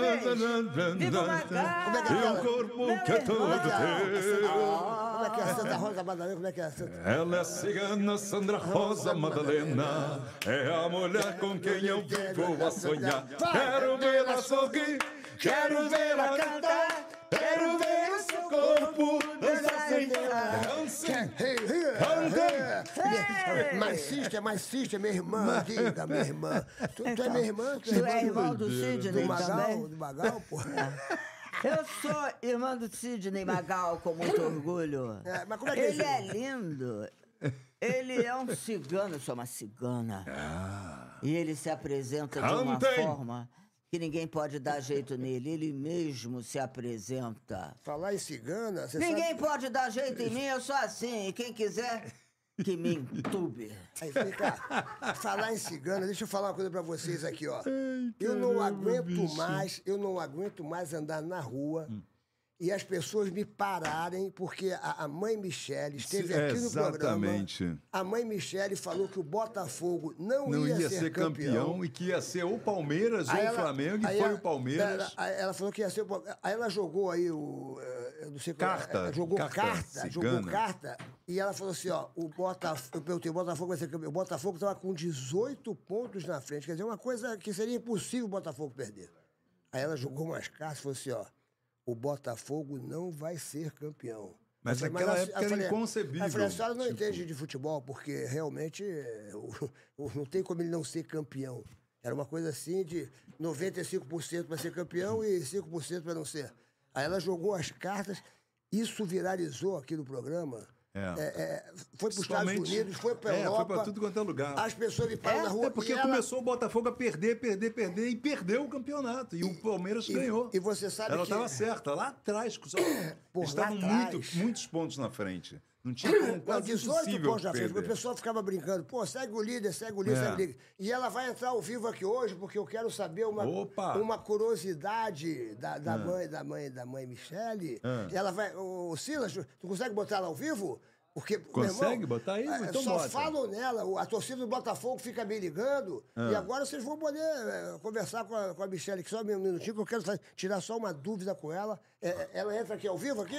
Speaker 1: Como é que é
Speaker 3: Talvez. Viva o Magal.
Speaker 1: aquela?
Speaker 2: E o corpo que é
Speaker 3: Meu
Speaker 2: todo
Speaker 3: irmão.
Speaker 2: teu
Speaker 1: Como é que é a Santa Rosa Madalena? Como é que é a Santa...
Speaker 2: Ela é cigana Sandra Rosa Madalena É a mulher com quem eu vivo a sonhar Quero vê-la sorrir Quero vê-la cantar Quero ver o seu corpo dançar sem Dancing
Speaker 1: Hey, hey, hey.
Speaker 3: Hey!
Speaker 1: My sister, my sister, minha irmã, diga, minha irmã. Tu, tu é minha irmã? Tu é irmã
Speaker 3: Tu é
Speaker 1: do- né,
Speaker 3: irmão do
Speaker 1: do
Speaker 3: Sidney
Speaker 1: Magal?
Speaker 3: também?
Speaker 1: Do Magal, porra.
Speaker 3: Eu sou irmã do Sidney Magal com muito orgulho.
Speaker 1: É, mas como é que é
Speaker 3: Ele
Speaker 1: isso?
Speaker 3: é lindo. Ele é um cigano, eu sou uma cigana.
Speaker 1: Ah.
Speaker 3: E ele se apresenta de uma
Speaker 2: Cantem!
Speaker 3: forma que ninguém pode dar jeito nele. Ele mesmo se apresenta.
Speaker 1: Falar em cigana, você
Speaker 3: Ninguém
Speaker 1: sabe...
Speaker 3: pode dar jeito em mim, eu sou assim. E quem quiser, que me entube.
Speaker 1: Aí fica... Falar em cigana, deixa eu falar uma coisa pra vocês aqui, ó. eu não aguento mais, eu não aguento mais andar na rua...
Speaker 2: Hum.
Speaker 1: E as pessoas me pararem, porque a, a mãe Michele esteve
Speaker 2: É,
Speaker 1: aqui no programa.
Speaker 2: exatamente.
Speaker 1: A mãe Michele falou que o Botafogo não,
Speaker 2: Não
Speaker 1: ia,
Speaker 2: ia ser campeão e que ia ser ou Palmeiras ou
Speaker 1: Aí ela-
Speaker 2: Flamengo
Speaker 1: aí
Speaker 2: E foi
Speaker 1: ela-
Speaker 2: o Palmeiras
Speaker 1: Ela, aí ela falou que ia ser. o Palmeiras. Aí ela jogou aí o. eh, Eu não sei qual-
Speaker 2: Carta,
Speaker 1: ela Jogou
Speaker 2: carta
Speaker 1: carta.
Speaker 2: cigana.
Speaker 1: jogou carta. E ela falou assim: ó, o Botafogo. Eu perguntei, o Botafogo vai ser campeão. O Botafogo estava com 18 pontos na frente. Quer dizer, uma coisa que seria impossível o Botafogo perder. Aí ela jogou umas cartas e falou assim: ó, o Botafogo não vai ser campeão.
Speaker 2: Mas
Speaker 1: Eu
Speaker 2: naquela
Speaker 1: a-
Speaker 2: época
Speaker 1: eu
Speaker 2: era
Speaker 1: falei-
Speaker 2: inconcebível,
Speaker 1: Eu falei, a senhora não
Speaker 2: tipo-
Speaker 1: entende de futebol, porque realmente é, o- o- não tem como ele não ser campeão. Era uma coisa assim de 95% para ser campeão e 5% para não ser. Aí ela jogou as cartas, isso viralizou aqui no programa.
Speaker 2: É.
Speaker 1: é, foi para os Estados
Speaker 2: Principalmente-
Speaker 1: Unidos, foi para
Speaker 2: É, foi
Speaker 1: Europa.
Speaker 2: pra tudo quanto é lugar.
Speaker 1: As pessoas me param na rua.
Speaker 2: É porque
Speaker 1: e ela-
Speaker 2: começou o Botafogo a perder, perder, perder e perdeu o campeonato. E, o Palmeiras
Speaker 1: e-
Speaker 2: ganhou.
Speaker 1: e você sabe
Speaker 2: Ela
Speaker 1: que-
Speaker 2: estava certa, lá atrás. Só...
Speaker 1: lá
Speaker 2: estavam
Speaker 1: atrás.
Speaker 2: muito, muitos pontos na frente. Não tinha como,
Speaker 1: Não,
Speaker 2: quase
Speaker 1: 18
Speaker 2: impossível
Speaker 1: pontos na frente. O
Speaker 2: perder.
Speaker 1: pessoal ficava brincando. Pô, segue o líder, segue o líder,
Speaker 2: É.
Speaker 1: segue o líder. E ela vai entrar ao vivo aqui hoje, porque eu quero saber uma,
Speaker 2: Opa! Ah.
Speaker 1: uma curiosidade da, da mãe, da mãe, da mãe Michele. Ela vai. Ô, Silas, tu consegue botar ela ao vivo? Porque, meu
Speaker 2: Consegue
Speaker 1: irmão,
Speaker 2: botar aí?
Speaker 1: eh,
Speaker 2: Então
Speaker 1: só
Speaker 2: bota.
Speaker 1: falam nela. O- A torcida do Botafogo fica me ligando.
Speaker 2: Ah.
Speaker 1: E agora vocês vão poder eh, conversar com a, com a Michele aqui só um minutinho, que eu quero sa- tirar só uma dúvida com ela. Eh, eh, ela entra aqui ao vivo aqui?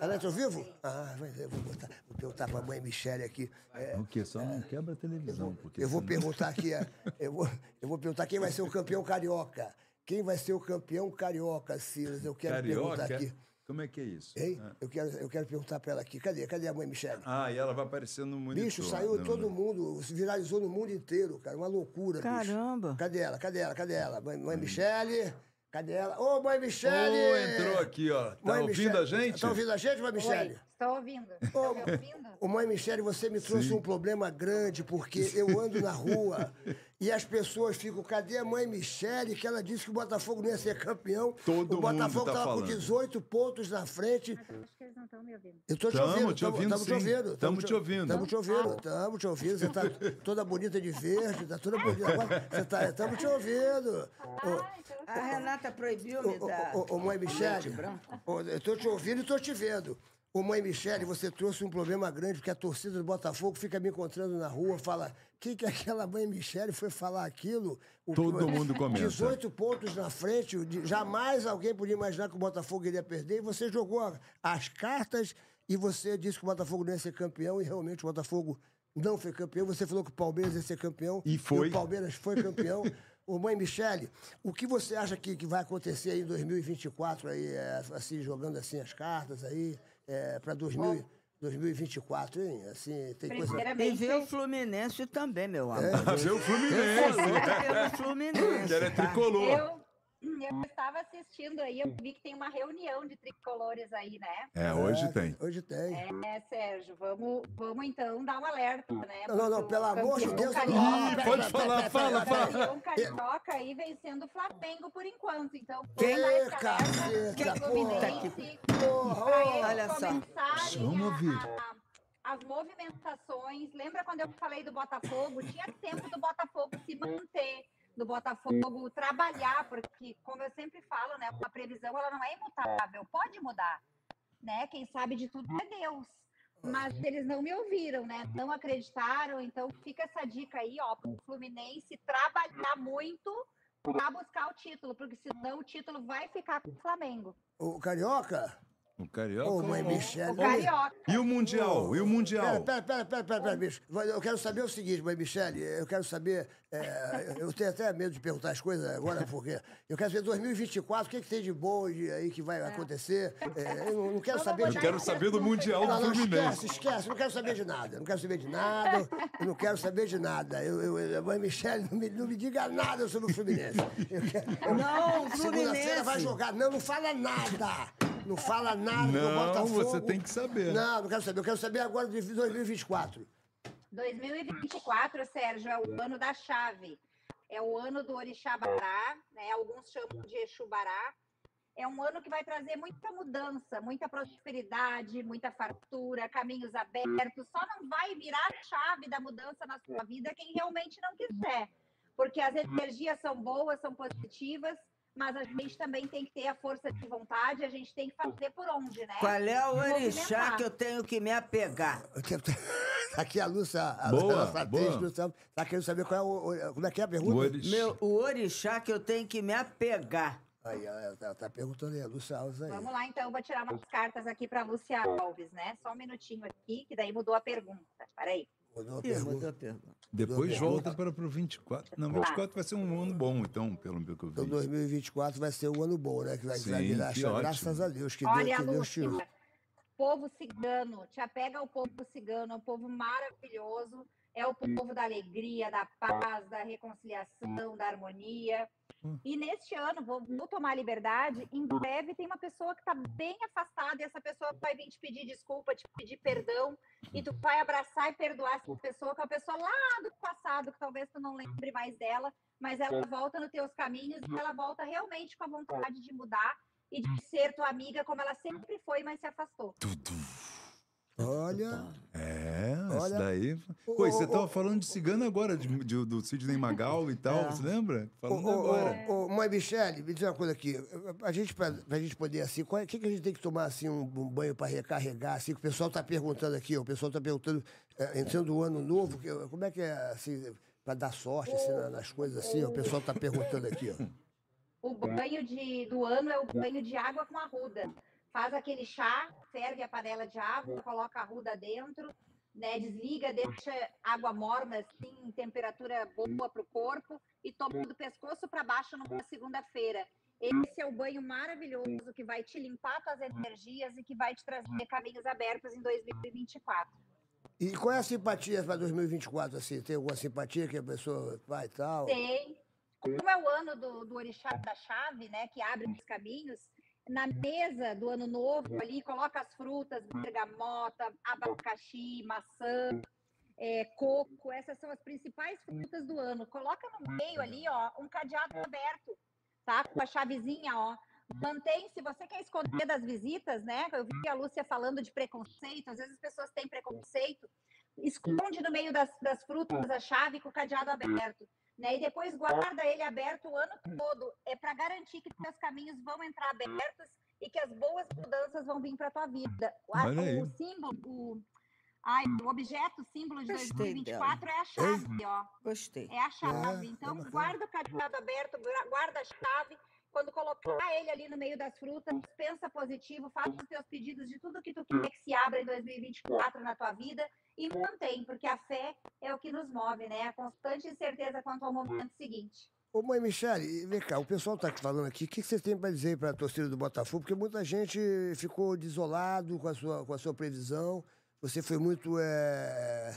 Speaker 1: Ela entra ao vivo? Ah, mas eu vou botar. Vou perguntar pra mãe Michele aqui. eh,
Speaker 2: É O que? Só não quebra a televisão. Porque
Speaker 1: eu vou perguntar aqui, eh, eu vou, eu vou perguntar quem vai ser o campeão carioca. Quem vai ser o campeão carioca, Silas? Eu quero
Speaker 2: Carioca?
Speaker 1: perguntar aqui.
Speaker 2: Como é que é isso?
Speaker 1: Hein?
Speaker 2: É.
Speaker 1: Eu, quero, eu quero perguntar pra ela aqui. Cadê? Cadê a mãe Michele?
Speaker 2: Ah, e ela vai aparecendo no monitor.
Speaker 1: bicho, saiu
Speaker 2: no-
Speaker 1: todo mundo. se Viralizou no mundo inteiro, cara. Uma loucura, bicho.
Speaker 3: Caramba.
Speaker 1: Cadê ela? Cadê ela? Cadê ela? Mãe,
Speaker 2: Hum.
Speaker 1: mãe Michele? Cadê ela? Ô, mãe Michele!
Speaker 2: Oh, entrou aqui, ó. Tá
Speaker 1: Mãe Michele-
Speaker 2: ouvindo a gente?
Speaker 1: Tá ouvindo a gente, mãe Michele?
Speaker 6: Oi, estou ouvindo.
Speaker 1: Ô,
Speaker 6: Estão me ouvindo?
Speaker 1: Ô, mãe Michele, você me trouxe um problema grande, porque eu ando na rua e as pessoas ficam, cadê a mãe Michele? Que ela disse que o Botafogo não ia ser campeão.
Speaker 2: Todo
Speaker 1: o
Speaker 2: mundo
Speaker 1: Botafogo
Speaker 2: tá
Speaker 1: tava com
Speaker 2: falando.
Speaker 1: 18 pontos na frente.
Speaker 6: Acho que eles não estão me ouvindo.
Speaker 1: Eu tô te
Speaker 2: Tamo
Speaker 1: ouvindo,
Speaker 2: te
Speaker 1: tamo-
Speaker 2: ouvindo,
Speaker 1: tamo te
Speaker 2: sim.
Speaker 1: ouvindo.
Speaker 2: Tamo te ouvindo.
Speaker 1: Tamo te ouvindo, tamo te ouvindo. Você tá toda bonita de verde, tá toda bonita. Agora, Você tá, tamo te ouvindo. Ô,
Speaker 6: Ah, então
Speaker 3: A Renata
Speaker 1: Ô,
Speaker 3: proibiu-me
Speaker 1: ô,
Speaker 3: da.
Speaker 1: ô, ô, mãe Michele,
Speaker 3: ah. branco.
Speaker 1: ô, eu tô te ouvindo e tô te vendo. Ô, mãe Michele, você trouxe um problema grande, porque a torcida do Botafogo fica me encontrando na rua, fala, que que aquela mãe Michele foi falar aquilo? O-
Speaker 2: Todo mundo comenta.
Speaker 1: 18 pontos na frente, o de- jamais alguém podia imaginar que o Botafogo iria perder, e você jogou a- as cartas e você disse que o Botafogo não ia ser campeão, e realmente o Botafogo não foi campeão, você falou que o Palmeiras ia ser campeão.
Speaker 2: E foi.
Speaker 1: o Palmeiras foi campeão. Ô, mãe Michele, o que você acha que, que vai acontecer aí em 2024, aí, é, assim, jogando assim as cartas aí, é, para 2024, hein? Assim, tem coisa...
Speaker 3: E
Speaker 6: Primeiramente,
Speaker 3: vê o Fluminense também,
Speaker 1: É.
Speaker 3: meu amor.
Speaker 2: Ah, vê o Fluminense.
Speaker 3: Coloca pelo Fluminense.
Speaker 2: que ela é
Speaker 3: tá?
Speaker 2: tricolor.
Speaker 6: eu, eu estava assistindo aí, eu vi que tem uma reunião de tricolores aí, né?
Speaker 2: É, hoje tem.
Speaker 1: Hoje tem.
Speaker 6: É, Sérgio, vamos, vamos então dar um alerta, né?
Speaker 1: Não, não, não,
Speaker 6: Porque
Speaker 1: pelo
Speaker 6: o
Speaker 1: amor de
Speaker 6: campeão
Speaker 1: Deus...
Speaker 6: carioca-
Speaker 2: Ih, pode falar, fala, fala.
Speaker 6: campeão carioca aí vencendo o Flamengo por enquanto. Então,
Speaker 1: Que
Speaker 6: vamos dar esse
Speaker 1: caceta,
Speaker 6: alerta pro
Speaker 1: porra.
Speaker 6: Fluminense,
Speaker 1: é, Porra,
Speaker 6: pra eles
Speaker 3: Olha só.
Speaker 6: começarem
Speaker 2: Vamos
Speaker 6: a-
Speaker 2: ouvir.
Speaker 6: a- as movimentações. Lembra quando eu falei do Botafogo? Tinha tempo do Botafogo se manter, do Botafogo trabalhar, porque, como eu sempre falo, né, a previsão ela não é imutável, pode mudar. Né? Quem sabe de tudo é Deus. Mas eles não me ouviram, né? Não acreditaram. Então fica essa dica aí, ó, pro Fluminense trabalhar muito para buscar o título, porque senão o título vai ficar com o Flamengo.
Speaker 1: Ô, Carioca?
Speaker 2: É O Carioca.
Speaker 1: Ô, mãe
Speaker 2: o-
Speaker 1: Michele.
Speaker 6: O Carioca.
Speaker 2: E o Mundial? E o Mundial?
Speaker 1: Pera, pera, pera, pera, pera, bicho. Vai, Eu quero saber o seguinte, mãe Michele, eu quero saber. é, eu tenho até medo de perguntar as coisas agora, porque. Eu quero saber 2024, o que, é que tem de bom de- aí que vai acontecer? É, eu não, não quero saber
Speaker 2: Eu
Speaker 1: de
Speaker 2: quero saber do Mundial
Speaker 1: Não,
Speaker 2: do
Speaker 1: não,
Speaker 2: Fluminense.
Speaker 1: esquece, esquece, eu não quero saber de nada. eu Não quero saber de nada, eu não quero saber de nada. Eu, eu, eu- mãe Michele, não me, não me diga nada sobre o Fluminense. Eu quero-
Speaker 3: Não, o
Speaker 1: Segunda-feira vai
Speaker 3: Fluminense.
Speaker 1: jogar. Não, não fala nada. Não fala nada do
Speaker 2: Não,
Speaker 1: Botafogo.
Speaker 2: você tem que saber.
Speaker 1: Não, não quero saber. Eu quero saber agora de 2024.
Speaker 6: 2024, Sérgio, é o ano da chave. É o ano do Orixá Bará, né? alguns chamam de Exu Bará. É um ano que vai trazer muita mudança, muita prosperidade, muita fartura, caminhos abertos. Só não vai virar a chave da mudança na sua vida quem realmente não quiser. Porque as energias são boas, são positivas, mas a gente também tem que ter a força de vontade, a gente tem que fazer por onde, né?
Speaker 3: Qual é o orixá
Speaker 6: Movimentar.
Speaker 3: que eu tenho que me apegar?
Speaker 1: Tá Aqui a Lúcia, a
Speaker 2: Boa,
Speaker 1: nossa atriz,
Speaker 2: boa.
Speaker 1: Lúcia, tá querendo saber qual é o, o- como é que é a pergunta?
Speaker 2: O Ori-
Speaker 3: Meu, o orixá que eu tenho que me apegar.
Speaker 1: Aí, ela tá, tá perguntando aí, a Lúcia Alves aí.
Speaker 6: Vamos lá, então, vou tirar umas cartas aqui para Lúcia Alves, né? Só um minutinho aqui, que daí mudou a pergunta. Peraí.
Speaker 1: Mandou uma
Speaker 3: Ih,
Speaker 1: pergunta.
Speaker 3: mudou a pergunta.
Speaker 2: Depois volta para o 24. Não,
Speaker 6: Tá.
Speaker 2: 24 vai ser um ano bom, então, pelo meu que eu vi.
Speaker 1: Então 2024 vai ser um ano bom, né? Que vai, vai
Speaker 2: Sim,
Speaker 1: virar
Speaker 2: que
Speaker 1: chave,
Speaker 2: ótimo.
Speaker 1: graças a Deus. Que
Speaker 6: Olha,
Speaker 1: Deus, que Deus
Speaker 6: Lúcia,
Speaker 1: tirou.
Speaker 6: povo cigano, te apega ao povo cigano, é um povo maravilhoso, é o povo da alegria, da paz, da reconciliação, da harmonia.
Speaker 1: Hum.
Speaker 6: E neste ano, vou, vou tomar liberdade, em breve tem uma pessoa que está bem afastada e essa pessoa vai vir te pedir desculpa, te pedir perdão, e tu vai abraçar e perdoar essa pessoa, que é uma pessoa lá do passado, que talvez tu não lembre mais dela, mas ela volta nos teus caminhos, e ela volta realmente com a vontade de mudar e de ser tua amiga como ela sempre foi, mas se afastou.
Speaker 1: Olha,
Speaker 2: É, isso
Speaker 1: Olha.
Speaker 2: daí.
Speaker 1: Ô,
Speaker 2: Pô, e você
Speaker 1: ô,
Speaker 2: tava
Speaker 1: ô.
Speaker 2: falando de cigano agora, de- de- do Sidney Magal e tal,
Speaker 3: É.
Speaker 2: você lembra?
Speaker 1: ô,
Speaker 2: Falando
Speaker 1: ô,
Speaker 2: agora.
Speaker 1: ô, ô, mãe Michele, me diz uma coisa aqui. A gente, pra, pra gente poder, assim, o que, que a gente tem que tomar, assim, um, um banho pra recarregar, assim, que o pessoal tá perguntando aqui, ó, o pessoal tá perguntando, é, entrando o ano novo, que, como é que é, assim, pra dar sorte, assim, na- nas coisas, assim, ó, o pessoal tá perguntando aqui, ó.
Speaker 6: O banho de, do ano é o banho de água com arruda. Faz aquele chá, ferve a panela de água, coloca a arruda dentro, né, desliga, deixa água morna, assim, em temperatura boa para o corpo, e toma do pescoço para baixo numa segunda-feira. Esse é o banho maravilhoso que vai te limpar tuas energias e que vai te trazer caminhos abertos em 2024.
Speaker 1: E qual é a simpatia para 2024, assim? Tem alguma simpatia que a pessoa vai e tal?
Speaker 6: Tem. Como é o ano do, do orixá da chave, né? Que abre os caminhos. Na mesa do ano novo, ali, coloca as frutas, bergamota, abacaxi, maçã, é, coco. Essas são as principais frutas do ano. Coloca no meio ali, ó, um cadeado aberto, tá? Com a chavezinha, ó. Mantém, se você quer
Speaker 4: Uhum.
Speaker 6: esconder das visitas, né? Eu vi a Lúcia falando de preconceito. Às vezes as pessoas têm preconceito. Esconde no meio das, das frutas a chave com o cadeado aberto né? E depois guarda ele aberto o ano todo. É para garantir que teus caminhos vão entrar abertos e que as boas mudanças vão vir para tua vida. O, a-
Speaker 4: Olha aí.
Speaker 6: o símbolo, o, ai, o objeto, símbolo de
Speaker 3: Gostei
Speaker 6: 2024 é a chave,
Speaker 4: Uhum.
Speaker 6: ó.
Speaker 3: Gostei.
Speaker 6: É a chave.
Speaker 1: É,
Speaker 6: então,
Speaker 1: tá bacana.
Speaker 6: guarda o cadeado aberto, gra- guarda a chave. Quando colocar ele ali no meio das frutas, pensa positivo, faz os teus pedidos de tudo que tu quer que se abra em 2024 na tua vida e mantém, porque a fé é o que nos move, né? A constante incerteza quanto ao momento seguinte.
Speaker 1: Ô, mãe Michele, vem cá, o pessoal tá falando aqui, o que, que você tem para dizer para a torcida do Botafogo? Porque muita gente ficou desolado com a sua, com a sua previsão, você foi muito, eh,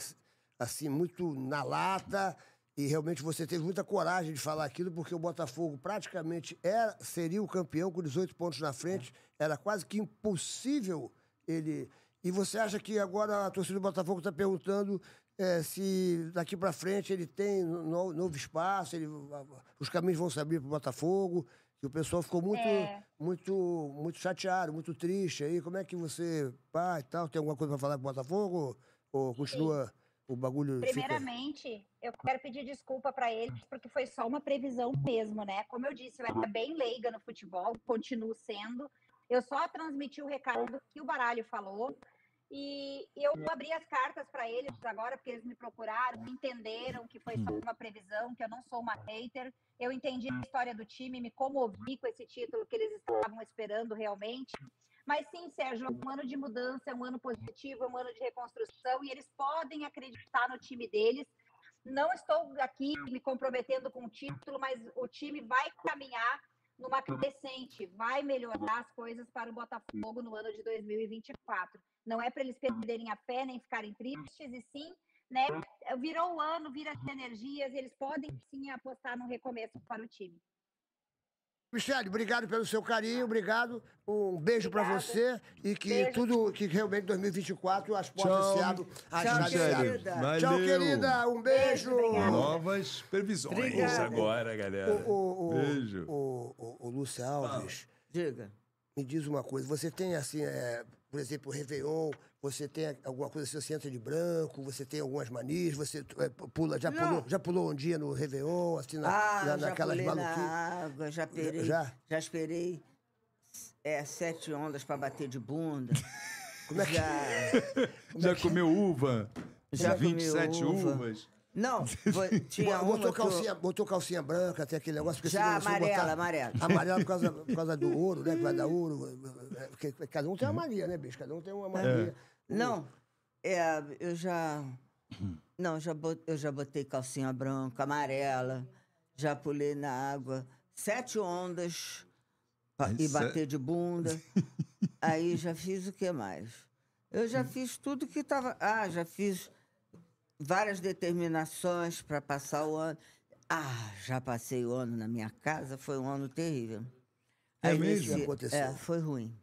Speaker 1: assim, muito na lata, e realmente você teve muita coragem de falar aquilo, porque o Botafogo praticamente era, seria o campeão com 18 pontos na frente, era quase que impossível ele... E você acha que agora a torcida do Botafogo está perguntando é, se daqui para frente ele tem no- no- novo espaço, ele- os caminhos vão se abrir para o Botafogo, que o pessoal ficou muito,
Speaker 6: É.
Speaker 1: muito, muito chateado, muito triste aí. Como é que você, pá e tal, tem alguma coisa para falar com o Botafogo? Ou continua o bagulho? fica-
Speaker 6: Primeiramente, eu quero pedir desculpa para eles, porque foi só uma previsão mesmo, né? Como eu disse, eu era bem leiga no futebol, continuo sendo. Eu só transmiti o recado que o Baralho falou. E eu abri as cartas para eles agora, porque eles me procuraram, entenderam que foi só uma previsão, que eu não sou uma hater. Eu entendi a história do time, me comovi com esse título que eles estavam esperando realmente. Mas sim, Sérgio, é um ano de mudança, é um ano positivo, é um ano de reconstrução e eles podem acreditar no time deles. Não estou aqui me comprometendo com o título, mas o time vai caminhar numa crescente, vai melhorar as coisas para o Botafogo no ano de 2024. Não é para eles perderem a fé nem ficarem tristes, e sim, né? Virou o ano, vira as energias, eles podem sim apostar num recomeço para o time.
Speaker 1: Michele, obrigado pelo seu carinho, obrigado. Um beijo para você e que
Speaker 6: Beijo.
Speaker 1: tudo, que realmente 2024 as portas
Speaker 4: Tchau,
Speaker 1: se abram. as
Speaker 3: Tchau,
Speaker 1: chaves se
Speaker 3: Michele.
Speaker 1: abram.
Speaker 3: querida.
Speaker 4: Valeu.
Speaker 1: Tchau, querida. Um beijo.
Speaker 4: Novas previsões
Speaker 3: Obrigada.
Speaker 4: agora, galera.
Speaker 1: O, o, o,
Speaker 4: Beijo.
Speaker 1: O, o, o Lúcio Alves,
Speaker 3: Diga.
Speaker 1: me diz uma coisa. Você tem, assim, é, por exemplo, o Réveillon, você tem alguma coisa assim, você entra de branco, você tem algumas manias, você é, pula, já
Speaker 3: Não.
Speaker 1: pulou, já pulou um dia no Réveillon, assim, na,
Speaker 3: Ah,
Speaker 1: na-
Speaker 3: já
Speaker 1: naquelas
Speaker 3: pulei
Speaker 1: maluquices?
Speaker 3: na água, já perei,
Speaker 1: já?
Speaker 3: já, esperei é, sete ondas para bater de bunda.
Speaker 1: Como é que-
Speaker 3: Já,
Speaker 1: é
Speaker 4: Já comeu uva?
Speaker 3: já comi
Speaker 4: 27
Speaker 3: uva.
Speaker 4: uvas?
Speaker 3: Não, vo- tinha uma que
Speaker 1: Botou
Speaker 3: eu-
Speaker 1: calcinha, botou calcinha branca, tem aquele negócio. porque
Speaker 3: Já,
Speaker 1: senão você
Speaker 3: amarela,
Speaker 1: botar-
Speaker 3: amarela.
Speaker 1: Amarela por causa, por causa do ouro, né? Por causa da ouro. é, é, Porque cada um tem
Speaker 4: Uhum.
Speaker 1: uma mania, né, bicho? Cada um tem uma mania. Hum.
Speaker 3: Não, é, eu já... Não, já bot- eu já botei calcinha branca, amarela, já pulei na água, sete ondas pa- e
Speaker 4: Isso é-
Speaker 3: bater de bunda. Aí já fiz o que mais? Eu já
Speaker 1: Hum.
Speaker 3: fiz tudo que estava... Ah, já fiz várias determinações para passar o ano. Ah, já passei o ano na minha casa, foi um ano terrível.
Speaker 4: É
Speaker 3: nesse-
Speaker 1: mesmo? Aconteceu.
Speaker 3: É, foi ruim.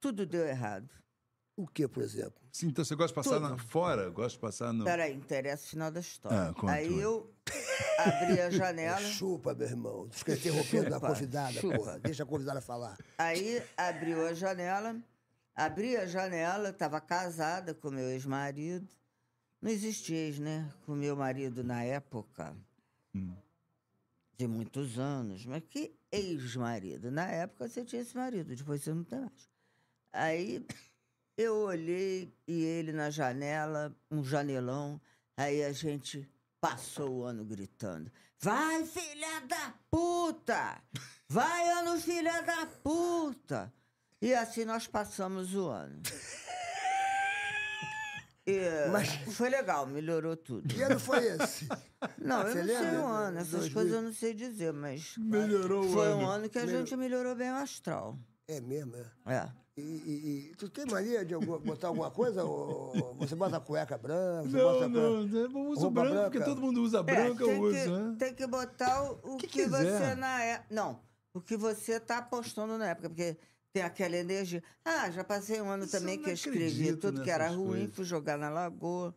Speaker 3: Tudo deu errado.
Speaker 1: O que, por exemplo?
Speaker 4: Sim, então você gosta de passar na, fora? Gosta de passar no.
Speaker 3: Peraí, interessa o final da história.
Speaker 4: Ah, conta,
Speaker 3: Aí
Speaker 4: conta.
Speaker 3: eu abri a janela,
Speaker 1: Chupa, meu irmão. Tu Fica interrompendo a
Speaker 3: Chupa,
Speaker 1: convidada,
Speaker 3: chupa.
Speaker 1: porra. Deixa a convidada falar.
Speaker 3: aí abriu a janela, abri a janela, estava casada com meu ex-marido. Não existia ex, né? Com meu marido na época, de muitos anos. Mas que ex-marido? Na época você tinha esse marido, depois você não tem mais. Aí eu olhei e ele na janela, um janelão. Aí a gente passou o ano gritando: Vai, filha da puta! Vai, ano, filha da puta! E assim nós passamos o ano. E
Speaker 1: Mas-
Speaker 3: Foi legal, melhorou tudo.
Speaker 1: Que ano foi esse?
Speaker 2: Ah,
Speaker 3: Não, eu
Speaker 1: Você
Speaker 3: não sei
Speaker 1: lembra?
Speaker 3: o ano, essas
Speaker 1: 2000.
Speaker 3: coisas eu não sei dizer, mas
Speaker 2: Melhorou o
Speaker 3: foi
Speaker 2: ano.
Speaker 3: um ano que a gente melhorou bem o astral.
Speaker 1: É mesmo, é.
Speaker 3: É.
Speaker 1: E, e- e tu tem mania de alguma- botar alguma coisa? ou- ou você bota cueca branca? Você bota
Speaker 2: Não,
Speaker 1: branca?
Speaker 2: não, não, eu uso
Speaker 1: Roupa
Speaker 2: branco,
Speaker 1: branca.
Speaker 2: porque todo mundo usa
Speaker 3: É,
Speaker 2: branco, eu
Speaker 3: tem,
Speaker 2: uso.
Speaker 3: que,
Speaker 2: né?
Speaker 3: tem que botar o, o que,
Speaker 2: que
Speaker 3: você
Speaker 2: quiser.
Speaker 3: na é- Não, o que você tá apostando na época, porque tem aquela energia. Ah, já passei um ano
Speaker 2: Isso eu
Speaker 3: também
Speaker 2: não
Speaker 3: que eu escrevi
Speaker 2: acredito
Speaker 3: tudo que era
Speaker 2: nessas
Speaker 3: ruim,
Speaker 2: coisas.
Speaker 3: fui jogar na lagoa.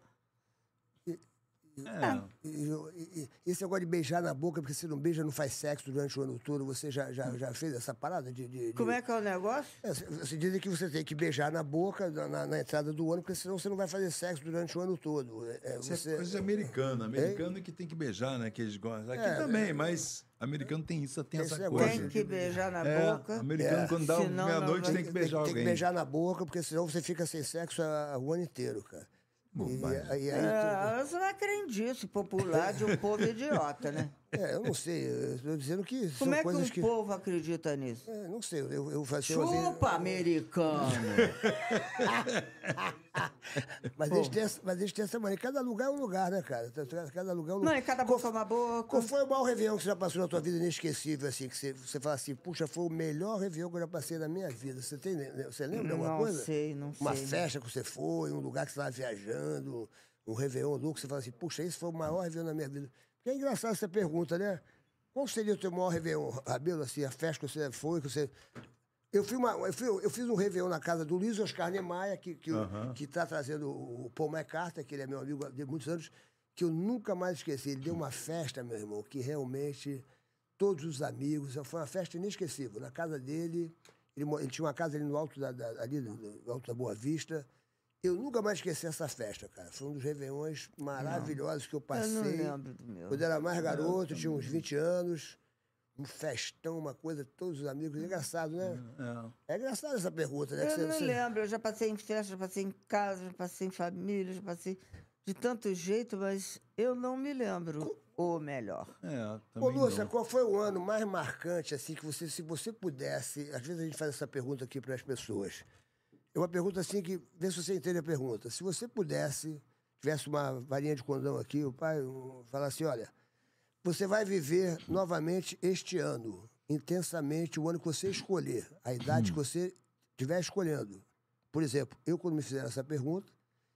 Speaker 3: Ah.
Speaker 2: É.
Speaker 1: E, e- e- esse negócio de beijar na boca, porque se não beija, não faz sexo durante o ano todo. Você já, já, já fez essa parada de. de- de-
Speaker 3: Como é que é o negócio?
Speaker 1: É, c- Você diz que você tem que beijar na boca, na, na- na entrada do ano, porque senão você não vai fazer sexo durante o ano todo. É, é,
Speaker 2: Isso é
Speaker 1: você-
Speaker 2: coisa americana. Americano que tem que beijar, né? Que eles gostam. Aqui também, mas americano tem isso, tem
Speaker 1: Tem
Speaker 2: essa
Speaker 1: esse
Speaker 2: coisa.
Speaker 1: negócio
Speaker 3: Tem que beijar na
Speaker 2: É,
Speaker 3: boca.
Speaker 2: americano
Speaker 1: É.
Speaker 2: quando dá um
Speaker 3: Senão não
Speaker 2: meia-noite
Speaker 3: vai-
Speaker 2: tem que beijar
Speaker 1: tem que
Speaker 2: alguém.
Speaker 1: beijar na boca, porque senão você fica sem sexo a- o ano inteiro, cara. E,
Speaker 2: Bobagem.
Speaker 1: e aí, tu-
Speaker 3: É, você não é crendice popular de um povo idiota, né?
Speaker 1: é, eu não sei, eu estou dizendo que
Speaker 3: Como
Speaker 1: são
Speaker 3: é que
Speaker 1: coisas
Speaker 3: um
Speaker 1: que.
Speaker 3: povo acredita nisso?
Speaker 1: É, não sei, eu, eu um fazia uma vez-
Speaker 3: Chupa, americano!
Speaker 1: Mas eles, têm essa, mas eles têm essa mania. Cada lugar é um lugar, né, cara? Cada lugar é um lugar.
Speaker 3: Não, e cada boca é uma boca.
Speaker 1: Qual foi o maior Réveillon que você já passou na tua vida inesquecível, assim, que você, você fala assim, puxa, foi o melhor Réveillon que eu já passei na minha vida. Você, tem, né, você lembra de alguma
Speaker 3: Não
Speaker 1: coisa?
Speaker 3: sei, não
Speaker 1: Uma
Speaker 3: sei. né?
Speaker 1: festa que você foi, um lugar que você estava viajando, um Réveillon louco, você fala assim, puxa, esse foi o maior Réveillon da minha vida. Porque é engraçado essa pergunta, né? Qual seria o teu maior Réveillon, Rabelo, assim, a festa que você foi, que você... Eu, fui uma- eu, fui- eu fiz um Réveillon na casa do Luiz Oscar Niemeyer, que está trazendo o, o Paul McCartney, que ele é meu amigo de muitos anos, que eu nunca mais esqueci. Ele deu uma festa, meu irmão, que realmente todos os amigos. Foi uma festa inesquecível. Na casa dele, ele, mo- ele tinha uma casa ali no alto da, da- ali no- no alto da Boa Vista. Eu nunca mais esqueci essa festa, cara. Foi um dos Réveillões maravilhosos que eu
Speaker 3: Eu não
Speaker 1: passei.
Speaker 3: lembro do meu.
Speaker 1: Quando era mais garoto, tinha uns 20 anos. Um festão, uma coisa, todos os amigos. Engraçado, né? É engraçado essa pergunta, né? que
Speaker 3: Eu
Speaker 1: você-
Speaker 3: não
Speaker 1: você-
Speaker 3: lembro, eu já passei em festa, já passei em casa, já passei em família, já passei de tanto jeito, mas eu não me lembro. Ou melhor,
Speaker 2: É,
Speaker 1: Ô,
Speaker 2: também
Speaker 1: Lúcia,
Speaker 2: não.
Speaker 1: qual foi o ano mais marcante, assim, que você, se você pudesse... Às vezes a gente faz essa pergunta aqui para as pessoas. É uma pergunta assim que... Vê se você entende a pergunta. Se você pudesse, tivesse uma varinha de condão aqui, o pai um, falasse, olha, você vai viver novamente este ano, intensamente, o ano que você escolher, a idade
Speaker 2: Hum.
Speaker 1: que você estiver escolhendo. Por exemplo, eu quando me fizeram essa pergunta,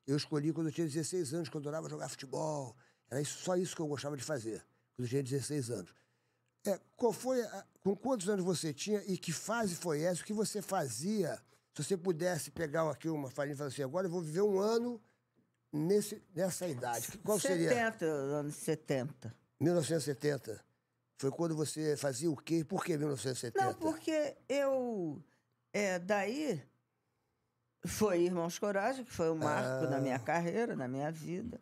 Speaker 1: eu escolhi quando eu tinha 16 anos, que eu adorava jogar futebol. Era isso, só isso que eu gostava de fazer, quando eu tinha 16 anos. É, qual foi a- com quantos anos você tinha e que fase foi essa? O que você fazia? Se você pudesse pegar aqui uma farinha e falar assim, agora eu vou viver um ano nesse, nessa idade. Qual seria?
Speaker 3: 70, anos 70.
Speaker 1: 1970. Foi quando você fazia o quê? Por que 1970?
Speaker 3: Não, porque eu. É, daí foi Irmãos Coragem, que foi um marco na minha carreira, na minha vida,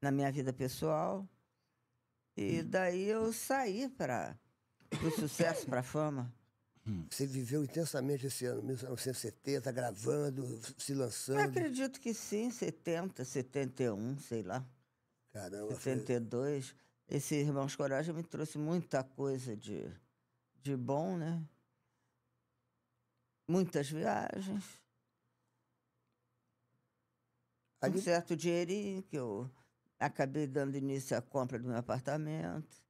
Speaker 3: na minha vida pessoal. E daí eu saí para o sucesso, para a fama.
Speaker 1: Você viveu intensamente esse ano, 1970, gravando, se
Speaker 3: Eu
Speaker 1: lançando.
Speaker 3: acredito que sim, 70, 71, sei lá,
Speaker 1: Caramba, foi-
Speaker 3: 72. Esse Irmãos Coragem me trouxe muita coisa de, de bom, né? Muitas viagens, um
Speaker 1: Ali-
Speaker 3: certo dinheirinho que eu acabei dando início à compra do meu apartamento.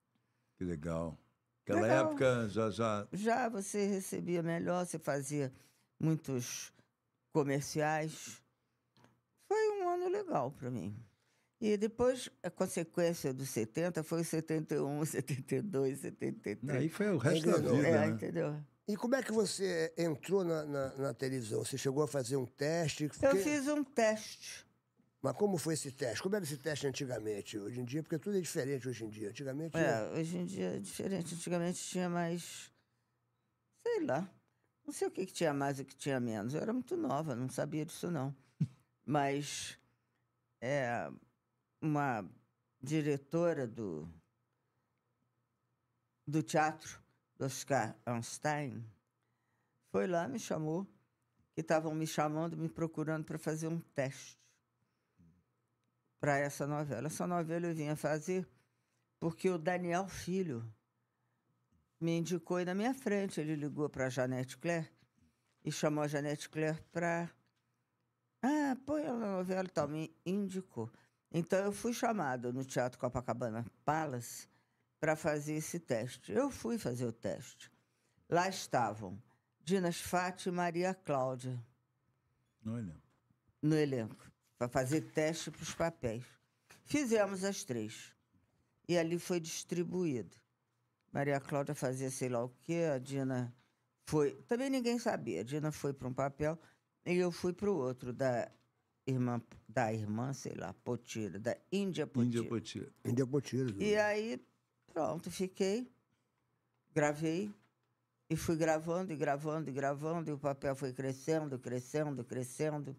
Speaker 2: Que legal. Aquela
Speaker 3: Legal.
Speaker 2: época já, já.
Speaker 3: Já você recebia melhor, você fazia muitos comerciais. Foi um ano legal para mim. E depois, a consequência dos 70 foi um, o 71, 72, 73.
Speaker 2: né, Aí foi o resto da
Speaker 1: Enganou.
Speaker 2: vida.
Speaker 3: é,
Speaker 2: né?
Speaker 3: entendeu?
Speaker 1: E como é que você entrou na, na- na televisão? Você chegou a fazer um teste?
Speaker 3: Eu
Speaker 1: Porque-
Speaker 3: fiz um teste.
Speaker 1: Mas como foi esse teste? Como era esse teste antigamente, hoje em dia? Porque tudo é diferente hoje em dia. Antigamente. né?
Speaker 3: É, hoje em dia é diferente. Antigamente tinha mais. Sei lá. Não sei o que, que tinha mais e o que tinha menos. Eu era muito nova, não sabia disso, não. Mas é, uma diretora do, do teatro, do Oscar Einstein, foi lá, me chamou, que estavam me chamando, me procurando para fazer um teste para essa novela. Essa novela eu vinha fazer porque o Daniel Filho me indicou e na minha frente ele ligou para a Janete Claire e chamou a Janete Claire para ah, ah, põe ela na novela e tal, me indicou. Então eu fui chamada no Teatro Copacabana Palace para fazer esse teste. Eu fui fazer o teste. Lá estavam Dinas Fati e Maria Cláudia
Speaker 2: Olha.
Speaker 3: no elenco para fazer teste para os papéis. Fizemos as três. E ali foi distribuído. Maria Cláudia fazia sei lá o quê, a Dina foi. Também ninguém sabia. A Dina foi para um papel e eu fui para o outro, da irmã, da irmã, sei lá, Potira, da Índia Potira.
Speaker 2: Índia Potira.
Speaker 1: Vendeu pro tiro.
Speaker 3: E aí, pronto, fiquei, gravei e fui gravando e gravando e gravando, e o papel foi crescendo, crescendo, crescendo.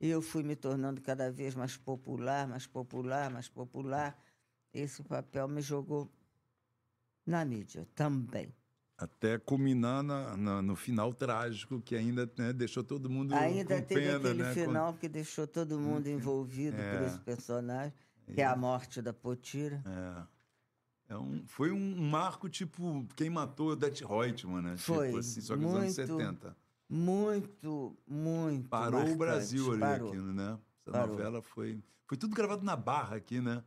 Speaker 3: E eu fui me tornando cada vez mais popular, mais popular, mais popular. Esse papel me jogou na mídia também.
Speaker 2: Até culminar na- na- no final trágico, que ainda né, deixou todo mundo
Speaker 3: Ainda
Speaker 2: com
Speaker 3: teve
Speaker 2: pena,
Speaker 3: aquele
Speaker 2: né?
Speaker 3: final que deixou todo mundo envolvido por
Speaker 2: É.
Speaker 3: esse personagem, que é a morte da Potira.
Speaker 2: É. É um- foi um marco tipo quem matou o Dutch Reutemann, né?
Speaker 3: Foi.
Speaker 2: Tipo assim, só que nos anos
Speaker 3: Muito
Speaker 2: 70.
Speaker 3: Muito, muito
Speaker 2: Parou o
Speaker 3: marcante.
Speaker 2: Brasil ali,
Speaker 3: Parou.
Speaker 2: aquilo, né? Essa
Speaker 3: Parou.
Speaker 2: novela foi. Foi tudo gravado na barra aqui, né?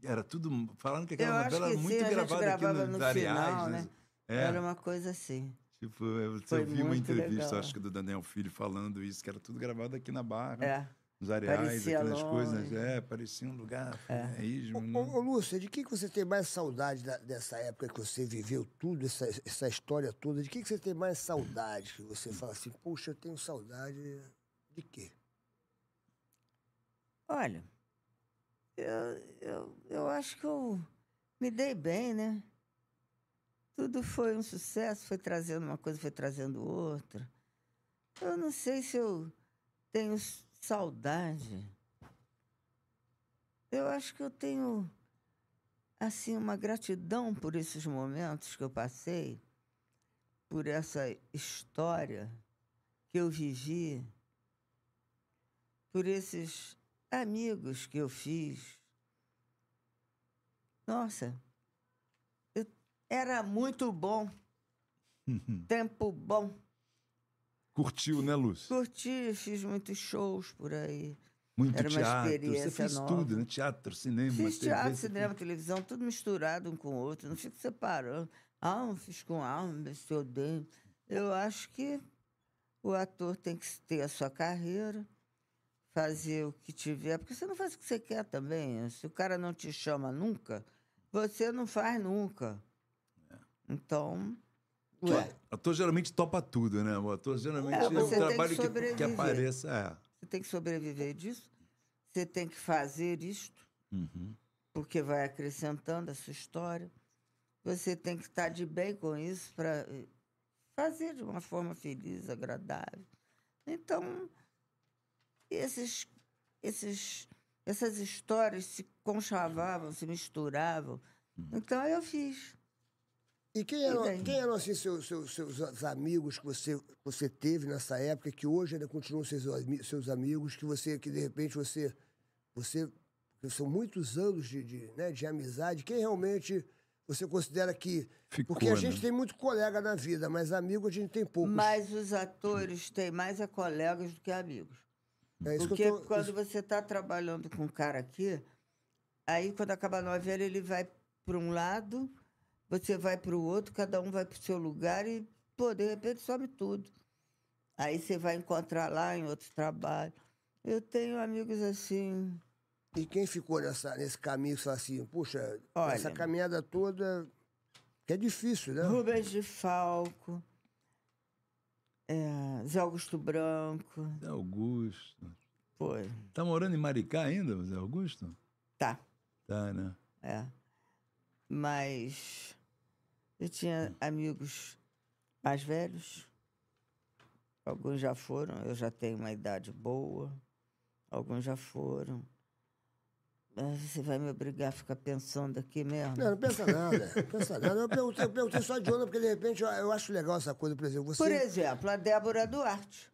Speaker 2: Era tudo. Falando que
Speaker 3: Eu
Speaker 2: aquela
Speaker 3: acho
Speaker 2: novela
Speaker 3: que
Speaker 2: era muito
Speaker 3: sim, a gente
Speaker 2: gravada aqui
Speaker 3: gravava
Speaker 2: nos
Speaker 3: no
Speaker 2: Areais,
Speaker 3: final,
Speaker 2: né?
Speaker 3: né?
Speaker 2: É,
Speaker 3: Era uma coisa assim.
Speaker 2: tipo, eu,
Speaker 3: Foi
Speaker 2: eu vi uma
Speaker 3: muito
Speaker 2: entrevista,
Speaker 3: legal.
Speaker 2: acho que do Daniel Filho, falando isso, que era tudo gravado aqui na barra,
Speaker 3: É.
Speaker 2: nos areais,
Speaker 3: Parecia
Speaker 2: aqui nas coisas.
Speaker 3: longe.
Speaker 2: É, parecia um lugar. É.
Speaker 1: Ô, ô, ô, Lúcia, de que que você tem mais saudade da- dessa época que você viveu tudo, essa, essa história toda? De que que você tem mais saudade? Que você fala assim, puxa, eu tenho saudade de quê?
Speaker 3: Olha, eu, eu, eu acho que eu me dei bem, né? Tudo foi um sucesso, foi trazendo uma coisa, foi trazendo outra. Eu não sei se eu tenho s- saudade. Eu acho que eu tenho, assim, uma gratidão por esses momentos que eu passei, por essa história que eu vivi, por esses amigos que eu fiz. Nossa, eu- era muito bom. Tempo bom.
Speaker 2: Curtiu, né, Lúcio?
Speaker 3: Curti, fiz muitos shows por aí.
Speaker 2: Muito
Speaker 3: Era uma
Speaker 2: teatro. Você
Speaker 3: experiência
Speaker 2: fez
Speaker 3: nova.
Speaker 2: tudo, né? Teatro, cinema,
Speaker 3: Fiz
Speaker 2: TV,
Speaker 3: teatro,
Speaker 2: você
Speaker 3: cinema, televisão, tudo misturado um com o outro. Não fico separando. Ah, um fiz com ah, um se odeio. Eu acho que o ator tem que ter a sua carreira, fazer o que tiver, porque você não faz o que você quer também. Se o cara não te chama nunca, você não faz nunca. Então, ué,
Speaker 2: O ator geralmente topa tudo, né? O ator geralmente
Speaker 3: É,
Speaker 2: é, um
Speaker 3: você tem que
Speaker 2: trabalho que, que,
Speaker 3: sobreviver.
Speaker 2: apareça. É.
Speaker 3: você tem que sobreviver disso, você tem que fazer isto. porque vai acrescentando a sua história. Você tem que estar de bem com isso para fazer de uma forma feliz, agradável. Então, esses, esses, essas histórias se conchavavam, se misturavam. Então, eu fiz.
Speaker 1: E quem eram,
Speaker 3: daí?
Speaker 1: quem eram assim, seus, seus, seus a- amigos que você, que você teve nessa época, que hoje ainda continuam seus, ami- seus amigos, que você, que de repente você. você que são muitos anos de, de, né, de amizade. Quem realmente você considera que.
Speaker 2: Ficou,
Speaker 1: porque a gente
Speaker 2: né?
Speaker 1: tem muito colega na vida, mas amigo a gente tem poucos.
Speaker 3: Mas os atores têm mais a colegas do que amigos.
Speaker 1: é isso que
Speaker 3: Porque
Speaker 1: eu tô-
Speaker 3: quando você está trabalhando com um cara aqui, aí quando acaba a novela, ele vai para um lado, você vai para o outro, cada um vai para o seu lugar e, pô, de repente some tudo. Aí você vai encontrar lá em outro trabalho. Eu tenho amigos assim.
Speaker 1: E quem ficou nessa, nesse caminho, você fala assim, puxa,
Speaker 3: Olha.
Speaker 1: essa caminhada toda. que é difícil, né?
Speaker 3: Rubens de Falco, eh, Zé Augusto Branco.
Speaker 2: Zé É Augusto.
Speaker 3: Pô,
Speaker 2: Tá morando em Maricá ainda, Zé Augusto?
Speaker 3: tá.
Speaker 2: Tá, né?
Speaker 3: É. Mas eu tinha amigos mais velhos. Alguns já foram, eu já tenho uma idade boa. Alguns já foram. Ah, Você vai me obrigar a ficar pensando aqui mesmo?
Speaker 1: Não, não pensa nada, não pensa nada. Eu perguntei, eu perguntei só de onda, porque de repente eu, eu acho legal essa coisa, por exemplo, você.
Speaker 3: Por exemplo, a Débora Duarte,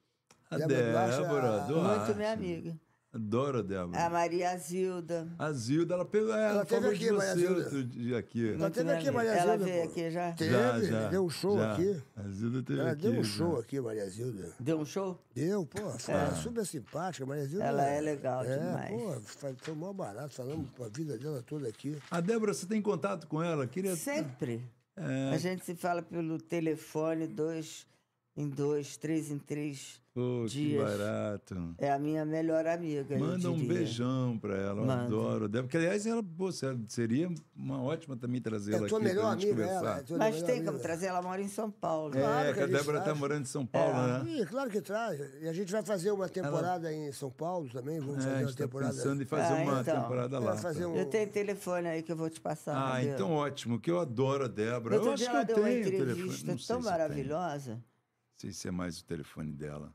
Speaker 2: A
Speaker 1: Débora
Speaker 2: Débora,
Speaker 1: Duarte, a-
Speaker 2: Débora
Speaker 1: Muito
Speaker 2: Duarte.
Speaker 3: muito minha amiga. Ah,
Speaker 2: Adoro a Débora.
Speaker 3: A Maria Zilda.
Speaker 2: A Zilda, ela, pegou, é, ela,
Speaker 1: Ela teve
Speaker 2: falou
Speaker 1: aqui,
Speaker 2: de
Speaker 1: Maria
Speaker 2: você
Speaker 1: Zilda.
Speaker 2: outro dia aqui.
Speaker 1: Ela teve aqui, Maria
Speaker 3: Ela
Speaker 1: Zilda,
Speaker 3: veio
Speaker 1: pô.
Speaker 3: aqui já?
Speaker 1: Teve, deu um show
Speaker 2: já.
Speaker 1: aqui.
Speaker 2: A Zilda teve
Speaker 1: Ela
Speaker 2: aqui.
Speaker 1: deu
Speaker 2: já. Ah.
Speaker 1: um show aqui, Maria Zilda.
Speaker 3: Deu um show?
Speaker 1: Deu, pô. Foi super simpática, Maria Zilda.
Speaker 3: Ela é legal
Speaker 1: é,
Speaker 3: demais.
Speaker 1: Pô, foi, foi mó barato, falamos a vida dela toda aqui.
Speaker 2: A Débora, você tem contato com ela? Queria...
Speaker 3: Sempre.
Speaker 2: É.
Speaker 3: A gente se fala pelo telefone, dois em dois, três em três.
Speaker 2: Pô, que
Speaker 3: Dias.
Speaker 2: barato.
Speaker 3: É a minha melhor amiga. eu
Speaker 2: Manda um
Speaker 3: diria.
Speaker 2: beijão pra ela. Eu
Speaker 3: Manda.
Speaker 2: adoro a Débora. Porque, aliás, ela pô, seria uma ótima também trazer ela
Speaker 1: É
Speaker 2: aqui
Speaker 1: tua
Speaker 2: pra
Speaker 1: melhor
Speaker 2: gente
Speaker 1: amiga,
Speaker 2: conversar.
Speaker 1: ela. é tua
Speaker 3: Mas
Speaker 1: melhor
Speaker 3: tem
Speaker 1: amiga.
Speaker 3: como trazer, ela mora em São Paulo.
Speaker 2: É,
Speaker 1: Claro que
Speaker 2: que a
Speaker 1: eles
Speaker 2: Débora tá
Speaker 1: fazem.
Speaker 2: morando em São Paulo, né?
Speaker 1: É. Ih, claro que traz. E a gente vai fazer uma temporada em São Paulo também. Vamos
Speaker 2: Tá É, a
Speaker 1: fazer uma
Speaker 2: gente tá
Speaker 1: temporada.
Speaker 2: pensando em fazer
Speaker 3: Ah,
Speaker 2: uma
Speaker 3: então.
Speaker 2: temporada lá.
Speaker 1: Vai fazer um-
Speaker 3: Eu tenho telefone aí que eu vou te passar.
Speaker 2: Ah,
Speaker 3: entendeu?
Speaker 2: então ótimo, que eu adoro a Débora.
Speaker 3: Outro
Speaker 2: Eu acho
Speaker 3: dia
Speaker 2: que
Speaker 3: ela
Speaker 2: eu
Speaker 3: deu uma
Speaker 2: tenho o telefone.
Speaker 3: entrevista
Speaker 2: Não sei
Speaker 3: tão
Speaker 2: se eu tenho.
Speaker 3: maravilhosa.
Speaker 2: Não sei se é mais o telefone dela.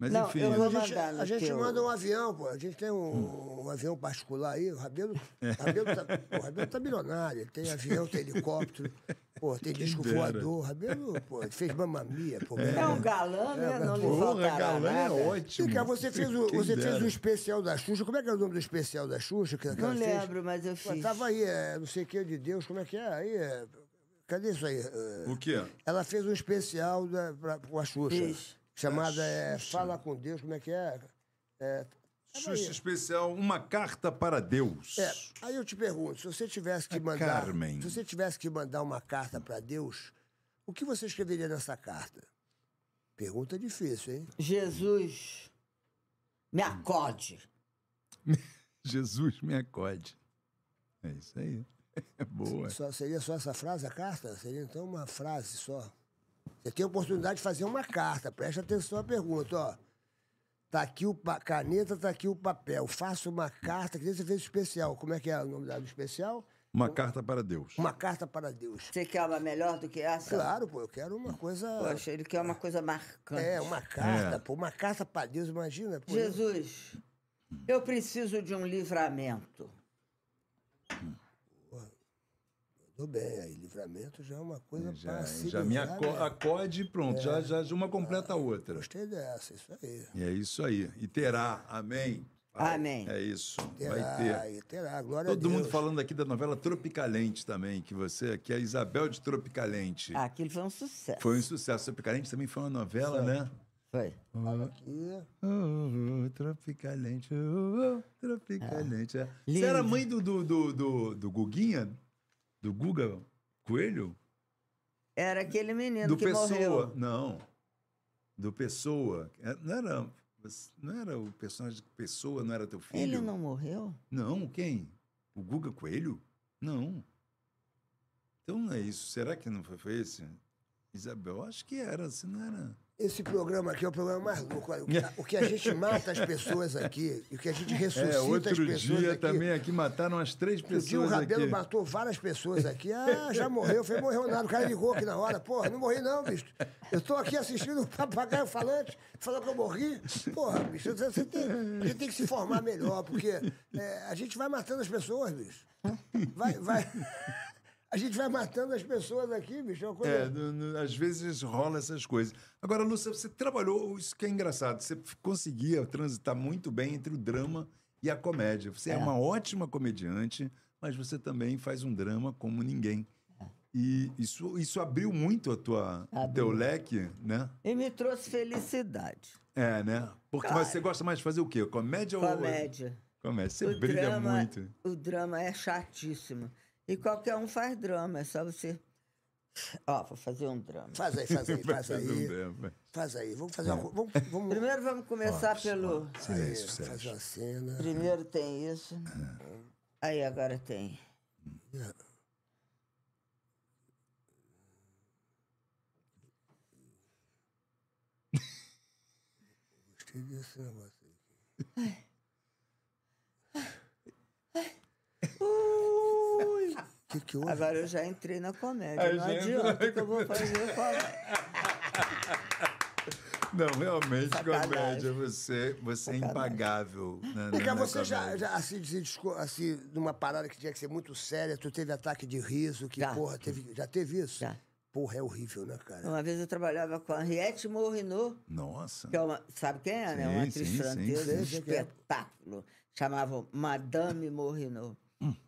Speaker 2: Mas
Speaker 3: Não,
Speaker 2: enfim,
Speaker 3: eu vou
Speaker 1: A gente,
Speaker 3: mandar no
Speaker 1: a gente
Speaker 3: teu-
Speaker 1: manda um avião, pô. A gente tem um, um avião particular aí. O Rabelo, Rabelo, tá, pô, o Rabelo tá milionário. Ele Tem avião, tem helicóptero, pô, tem disco voador. O Rabelo, pô, ele fez mamamia, pô.
Speaker 3: É um galã, né? Não lhe
Speaker 2: porra,
Speaker 3: faltará
Speaker 2: galã é
Speaker 3: nada.
Speaker 2: ótimo.
Speaker 1: Vem cá, você fez, o,
Speaker 2: Quem
Speaker 1: você fez
Speaker 2: dera.
Speaker 1: o especial da Xuxa. Como é que era o nome do especial da Xuxa? Que, que
Speaker 3: Não
Speaker 1: ela fez?
Speaker 3: lembro, mas eu
Speaker 1: Pô,
Speaker 3: fiz.
Speaker 1: tava aí, é, não sei o que de Deus, como é que é? Aí, é, cadê isso aí? É,
Speaker 2: O quê?
Speaker 1: Ela fez um especial da, pra, com a Xuxa.
Speaker 3: Fez.
Speaker 1: Chamada é, Fala com Deus, como é que é? É, tava aí.
Speaker 2: Xuxa especial, uma carta para Deus.
Speaker 1: É, aí eu te pergunto, se você tivesse que
Speaker 2: A
Speaker 1: mandar,
Speaker 2: Carmen.
Speaker 1: se você tivesse que mandar uma carta para Deus, o que você escreveria nessa carta? Pergunta difícil, hein?
Speaker 3: Jesus, me acode.
Speaker 2: Jesus me acode. É isso aí. É boa.
Speaker 1: Só- seria só essa frase a carta? Seria então uma frase só. Você tem a oportunidade de fazer uma carta. Preste atenção à pergunta, ó. Tá aqui o pa- caneta, tá aqui o papel. Faça uma carta, que nem você fez especial. Como é que é o nome da do especial?
Speaker 2: Uma carta para Deus.
Speaker 1: Uma carta para Deus.
Speaker 3: Você quer uma melhor do que essa?
Speaker 1: Claro, pô, eu quero uma coisa.
Speaker 3: Poxa, ele quer uma coisa marcante.
Speaker 1: É, uma carta,
Speaker 2: É.
Speaker 1: pô, uma carta para Deus, imagina. Pô,
Speaker 3: Jesus, eu preciso de um livramento.
Speaker 1: Tudo bem, aí livramento já é uma coisa
Speaker 2: Já,
Speaker 1: pra se
Speaker 2: já me
Speaker 1: livrar,
Speaker 2: aco-
Speaker 1: né? É.
Speaker 2: acode e pronto. Já, já de uma completa a outra.
Speaker 1: Gostei dessa, isso aí.
Speaker 2: E é isso aí. E terá. Amém. Vai.
Speaker 3: Amém.
Speaker 2: É isso.
Speaker 1: Terá,
Speaker 2: Vai ter.
Speaker 1: e terá, glória a
Speaker 2: Todo
Speaker 1: Deus.
Speaker 2: mundo falando aqui da novela Tropicalente também, que você, que é a Isabel de Tropicalente.
Speaker 3: Ah, Aquilo foi um sucesso.
Speaker 2: Foi um sucesso. Tropicalente também foi uma novela, né?
Speaker 3: Foi.
Speaker 1: aqui.
Speaker 2: Oh, oh, tropicalente, oh, oh, tropicalente. é. Você
Speaker 3: Lindo.
Speaker 2: era mãe do, do, do, do, do Guguinha? Do Guga Coelho?
Speaker 3: Era aquele menino
Speaker 1: É,
Speaker 2: do
Speaker 3: que
Speaker 2: Pessoa.
Speaker 3: morreu.
Speaker 2: Não. Do Pessoa. É, Não era, não era o personagem do Pessoa, não era teu filho?
Speaker 3: Ele não morreu?
Speaker 2: Não, quem? O Guga Coelho? Não. Então não é isso. Será que não foi, foi esse? Isabel, acho que era, se não era.
Speaker 1: Esse programa aqui é o programa mais louco. O que, o que a gente mata as pessoas aqui, e o que a gente ressuscita
Speaker 2: É, outro
Speaker 1: as pessoas
Speaker 2: dia
Speaker 1: aqui.
Speaker 2: também aqui mataram as três
Speaker 1: O dia o
Speaker 2: pessoas
Speaker 1: Rabelo
Speaker 2: aqui.
Speaker 1: matou várias pessoas aqui. Ah, já morreu. Falei, morreu nada. O cara ligou aqui na hora. Porra, não morri não, bicho. Eu tô aqui assistindo o papagaio falante, falando que eu morri. Porra, bicho, você tem, você tem que se formar melhor, porque é, a gente vai matando as pessoas, bicho. Vai, vai... A gente vai matando as pessoas aqui, bicho. É uma coisa...
Speaker 2: É, no- no- às vezes rola essas coisas. Agora, Lúcia, você trabalhou, isso que é engraçado, você f- conseguia transitar muito bem entre o drama e a comédia. Você é,
Speaker 3: É.
Speaker 2: uma ótima comediante, mas você também faz um drama como ninguém.
Speaker 3: É.
Speaker 2: E isso, isso abriu muito a tua, o teu leque, né?
Speaker 3: E me trouxe felicidade.
Speaker 2: É, né? Porque
Speaker 3: Claro.
Speaker 2: você gosta mais de fazer o quê? Comédia,
Speaker 3: Comédia.
Speaker 2: ou... Comédia. Você
Speaker 3: o
Speaker 2: brilha
Speaker 3: drama,
Speaker 2: muito.
Speaker 3: O drama é chatíssimo. E qualquer um faz drama, é só você. Ó, vou fazer um drama.
Speaker 1: Faz aí, faz aí, faz
Speaker 2: Fazer um
Speaker 1: aí.
Speaker 2: drama.
Speaker 1: Faz aí. Vamos fazer uma... co- Vamos, vamos...
Speaker 3: Primeiro vamos começar pelo.
Speaker 2: Silêncio,
Speaker 1: Faz
Speaker 2: é Sérgio.
Speaker 1: uma cena.
Speaker 3: Primeiro tem isso. Aí agora tem.
Speaker 1: Gostei desse negócio aí.
Speaker 3: Ui!
Speaker 1: O que que houve?
Speaker 3: Agora eu já entrei na comédia. não adianta que eu vou fazer comédia.
Speaker 2: Não, realmente,
Speaker 3: Sacanagem.
Speaker 2: comédia, você, você é
Speaker 3: Sacanagem.
Speaker 2: impagável. né,
Speaker 1: Vem
Speaker 2: na-
Speaker 1: cá,
Speaker 2: na
Speaker 1: você já,
Speaker 2: comédia.
Speaker 1: já, assim, se desco- assim, numa parada que tinha que ser muito séria, tu teve ataque de riso, que
Speaker 3: Já.
Speaker 1: porra, teve, já teve isso?
Speaker 3: Já.
Speaker 1: Porra, é horrível, né, cara?
Speaker 3: Uma vez eu trabalhava com a Henriette Morrinot,
Speaker 2: Nossa.
Speaker 3: que é uma, sabe quem é, né? Uma
Speaker 2: Sim,
Speaker 3: atriz
Speaker 2: sim, é. sim,
Speaker 3: francesa,
Speaker 1: sim.
Speaker 3: um espetáculo. Chamavam Madame Morrinot.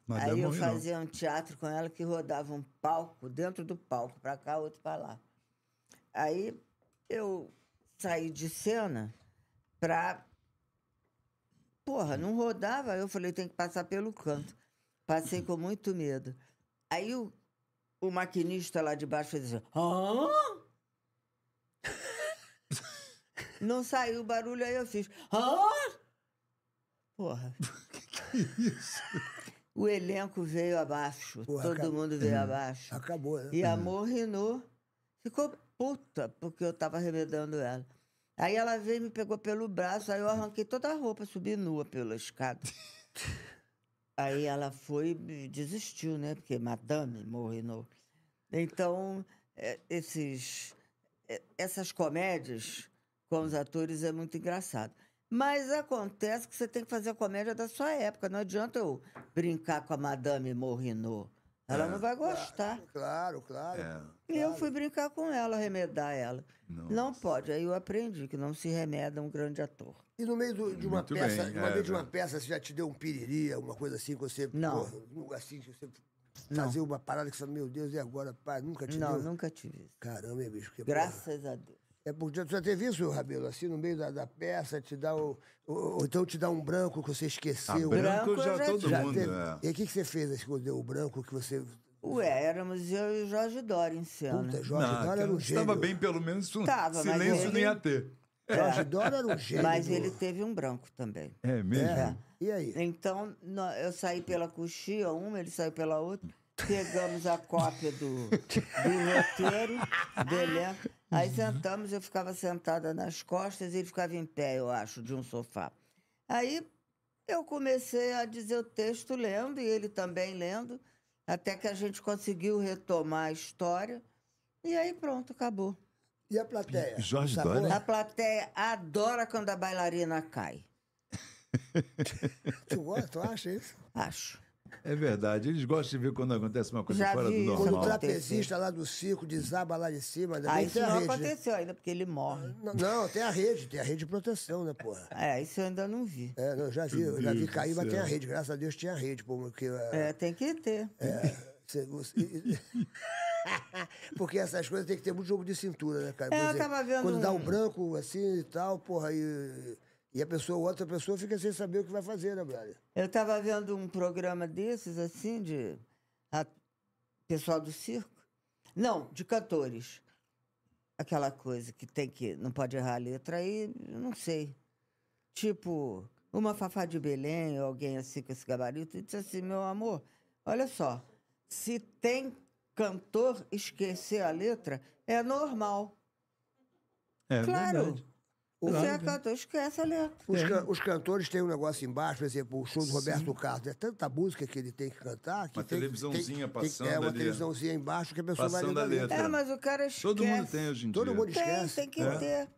Speaker 2: Madame
Speaker 3: Aí eu
Speaker 2: Morrinot.
Speaker 3: fazia um teatro com ela que rodava um palco, dentro do palco, para cá, outro para lá. Aí eu saí de cena pra. Porra, não rodava. Eu falei, tem que passar pelo canto. Passei com muito medo. Aí o, o maquinista lá de baixo fez assim. Hã? Não saiu o barulho, aí eu fiz. Hã? Porra.
Speaker 1: é
Speaker 3: O elenco veio abaixo,
Speaker 1: Porra,
Speaker 3: todo
Speaker 1: acabou. É.
Speaker 3: mundo veio abaixo.
Speaker 1: Acabou, né?
Speaker 3: E a Morrinô ficou puta porque eu tava remedando ela. Aí ela veio e me pegou pelo braço, aí eu arranquei toda a roupa, subi nua pela escada. aí ela foi e desistiu, né? Porque madame Morrinô. Então, é, esses, é, essas comédias com os atores é muito engraçado. Mas acontece que você tem que fazer a comédia da sua época. Não adianta eu brincar com a Madame Morrinô. Ela não vai gostar.
Speaker 1: Claro, claro.
Speaker 2: É.
Speaker 3: E eu fui brincar com ela, remedar ela. Não pode. Aí eu aprendi que não se remeda um grande ator.
Speaker 1: E no meio do- de uma
Speaker 2: Muito
Speaker 1: peça,
Speaker 2: bem,
Speaker 1: no meio
Speaker 2: é,
Speaker 1: de uma
Speaker 2: né?
Speaker 1: peça, você já te deu um piriri, alguma coisa assim, que você.
Speaker 3: Não.
Speaker 1: porra, não- assim, que você
Speaker 3: Não.
Speaker 1: fazer uma parada que você fala, meu Deus, e agora, pai? Nunca te
Speaker 3: Não,
Speaker 1: deu.
Speaker 3: nunca tive isso.
Speaker 1: Caramba, é bicho. Que porra.
Speaker 3: Graças a Deus.
Speaker 1: É porque tu já teve isso, Rabelo? Assim, no meio da, da peça, te dá o. Ou, ou então te dá um branco que você esqueceu.
Speaker 2: Ah, branco,
Speaker 3: branco eu
Speaker 2: já
Speaker 3: já
Speaker 2: todo
Speaker 3: tive.
Speaker 2: mundo.
Speaker 1: teve-
Speaker 2: é.
Speaker 1: E aí, o que, que você fez assim, quando deu o branco que você.
Speaker 3: Ué, né? éramos eu e o Jorge Dória em cena.
Speaker 1: Puta, Jorge
Speaker 2: Não,
Speaker 1: Dória era um gênio.
Speaker 2: estava bem, pelo menos um
Speaker 3: Tava, mas
Speaker 2: silêncio
Speaker 3: ele-
Speaker 2: não ia ter.
Speaker 1: Jorge Dória era um gênio.
Speaker 3: Mas ele teve um branco também.
Speaker 2: É mesmo?
Speaker 1: É. E aí?
Speaker 3: Então, nó- eu saí pela coxia, uma, ele saiu pela outra. Pegamos a cópia do, do roteiro, do elenco. Aí sentamos, eu ficava sentada nas costas e ele ficava em pé, eu acho, de um sofá. Aí eu comecei a dizer o texto lendo e ele também lendo, até que a gente conseguiu retomar a história. E aí pronto, acabou.
Speaker 1: E a plateia? é?
Speaker 2: Jorge
Speaker 1: Sabor?
Speaker 2: Dória?
Speaker 3: A plateia adora quando a bailarina cai,
Speaker 1: Tu gosta? Tu acha isso?
Speaker 3: acho.
Speaker 2: É verdade. Eles gostam de ver quando acontece uma coisa
Speaker 3: Já
Speaker 2: fora
Speaker 3: vi.
Speaker 2: do
Speaker 1: Quando o
Speaker 3: Normal.
Speaker 1: trapezista lá do circo desaba lá de cima, ainda
Speaker 3: Ah,
Speaker 1: bem que
Speaker 3: isso
Speaker 1: tem a
Speaker 3: não
Speaker 1: rede, né?
Speaker 3: aconteceu ainda, porque ele morre.
Speaker 1: Não, não, tem a rede, tem a rede de proteção, né, porra?
Speaker 3: É, isso eu ainda não vi.
Speaker 1: É, não, eu já vi, eu já vi
Speaker 2: Deus do
Speaker 1: cair, mas tem a
Speaker 2: céu.
Speaker 1: rede, graças a Deus tinha a rede, pô, porque. É.
Speaker 3: É, tem que ter.
Speaker 1: você- você- porque essas coisas tem que ter muito jogo de cintura, né, cara?
Speaker 3: É,
Speaker 1: Por
Speaker 3: eu tava vendo
Speaker 1: Quando dá
Speaker 3: um-
Speaker 1: um branco assim e tal, porra, e, e a pessoa, outra pessoa fica sem saber o que vai fazer, né, brother?
Speaker 3: Eu estava vendo um programa desses, assim, de a- pessoal do circo. Não, de cantores. Aquela coisa que tem que. Não pode errar a letra aí, não sei. Tipo, uma Fafá de Belém ou alguém assim com esse gabarito, e disse assim: meu amor, olha só, se tem cantor esquecer a letra, é normal.
Speaker 2: É
Speaker 3: claro.
Speaker 2: verdade.
Speaker 3: Você é cantor, esquece a letra.
Speaker 1: Os, can- os cantores têm um negócio embaixo, por exemplo, o show do Roberto Carlos. É tanta música que ele tem que cantar que
Speaker 2: Uma
Speaker 1: tem,
Speaker 2: televisãozinha
Speaker 1: tem- tem-
Speaker 2: passando
Speaker 1: É uma
Speaker 2: ali, né?
Speaker 1: televisãozinha embaixo que a pessoa
Speaker 2: Passando
Speaker 1: vai
Speaker 2: a
Speaker 1: lendo a
Speaker 2: letra.
Speaker 3: É, mas o cara esquece.
Speaker 2: Todo mundo tem hoje em
Speaker 1: Todo
Speaker 2: dia.
Speaker 1: mundo
Speaker 3: Tem,
Speaker 1: esquece.
Speaker 3: tem que
Speaker 2: É.
Speaker 3: ter.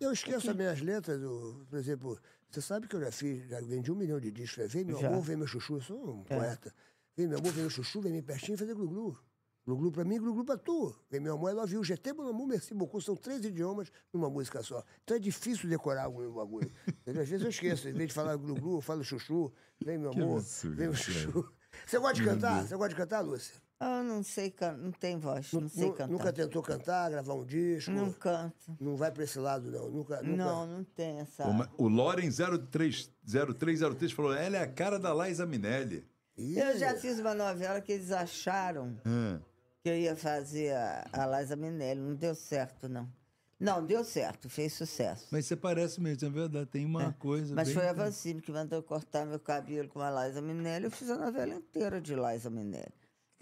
Speaker 1: Eu esqueço as minhas letras, do, por exemplo, você sabe que eu já fiz, já vendi um milhão de discos. né? Vem meu
Speaker 3: Já. É.
Speaker 1: amor, vem meu chuchu, eu sou um poeta. Vem meu amor, vem meu chuchu, vem meu pertinho fazer glu-glu. Glu-glu pra mim, glu-glu pra tu. Vem meu amor, é ela viu o GT, meu amor, merci beaucoup. São três idiomas numa música só. Então é difícil decorar algum bagulho. Entendeu? Às vezes eu esqueço, em vez de falar glu-glu, eu falo chuchu. Vem meu amor,
Speaker 2: absurdo,
Speaker 1: vem meu
Speaker 2: cara.
Speaker 1: chuchu. Você gosta de cantar? Você gosta de cantar, Lúcia?
Speaker 3: Ah, eu não sei cantar, não tem voz, não, sei
Speaker 1: Nu-
Speaker 3: cantar.
Speaker 1: Nunca tentou cantar, gravar um disco?
Speaker 3: Não canto.
Speaker 1: Não vai pra esse lado, não. Nunca, nunca...
Speaker 3: Não, não tem essa.
Speaker 2: Uma- O Loren 03, 0303 falou: ela é a cara da Liza Minelli.
Speaker 1: Ih,
Speaker 3: Eu já fiz uma novela que eles acharam
Speaker 2: É.
Speaker 3: que eu ia fazer a, a Liza Minelli. Não deu certo, não. Não, deu certo, fez sucesso.
Speaker 2: Mas você parece mesmo, é verdade. Tem uma coisa.
Speaker 3: Mas
Speaker 2: bem- então?
Speaker 3: foi a Vancini que mandou eu cortar meu cabelo com a Liza Minelli. Eu fiz a novela inteira de Liza Minelli.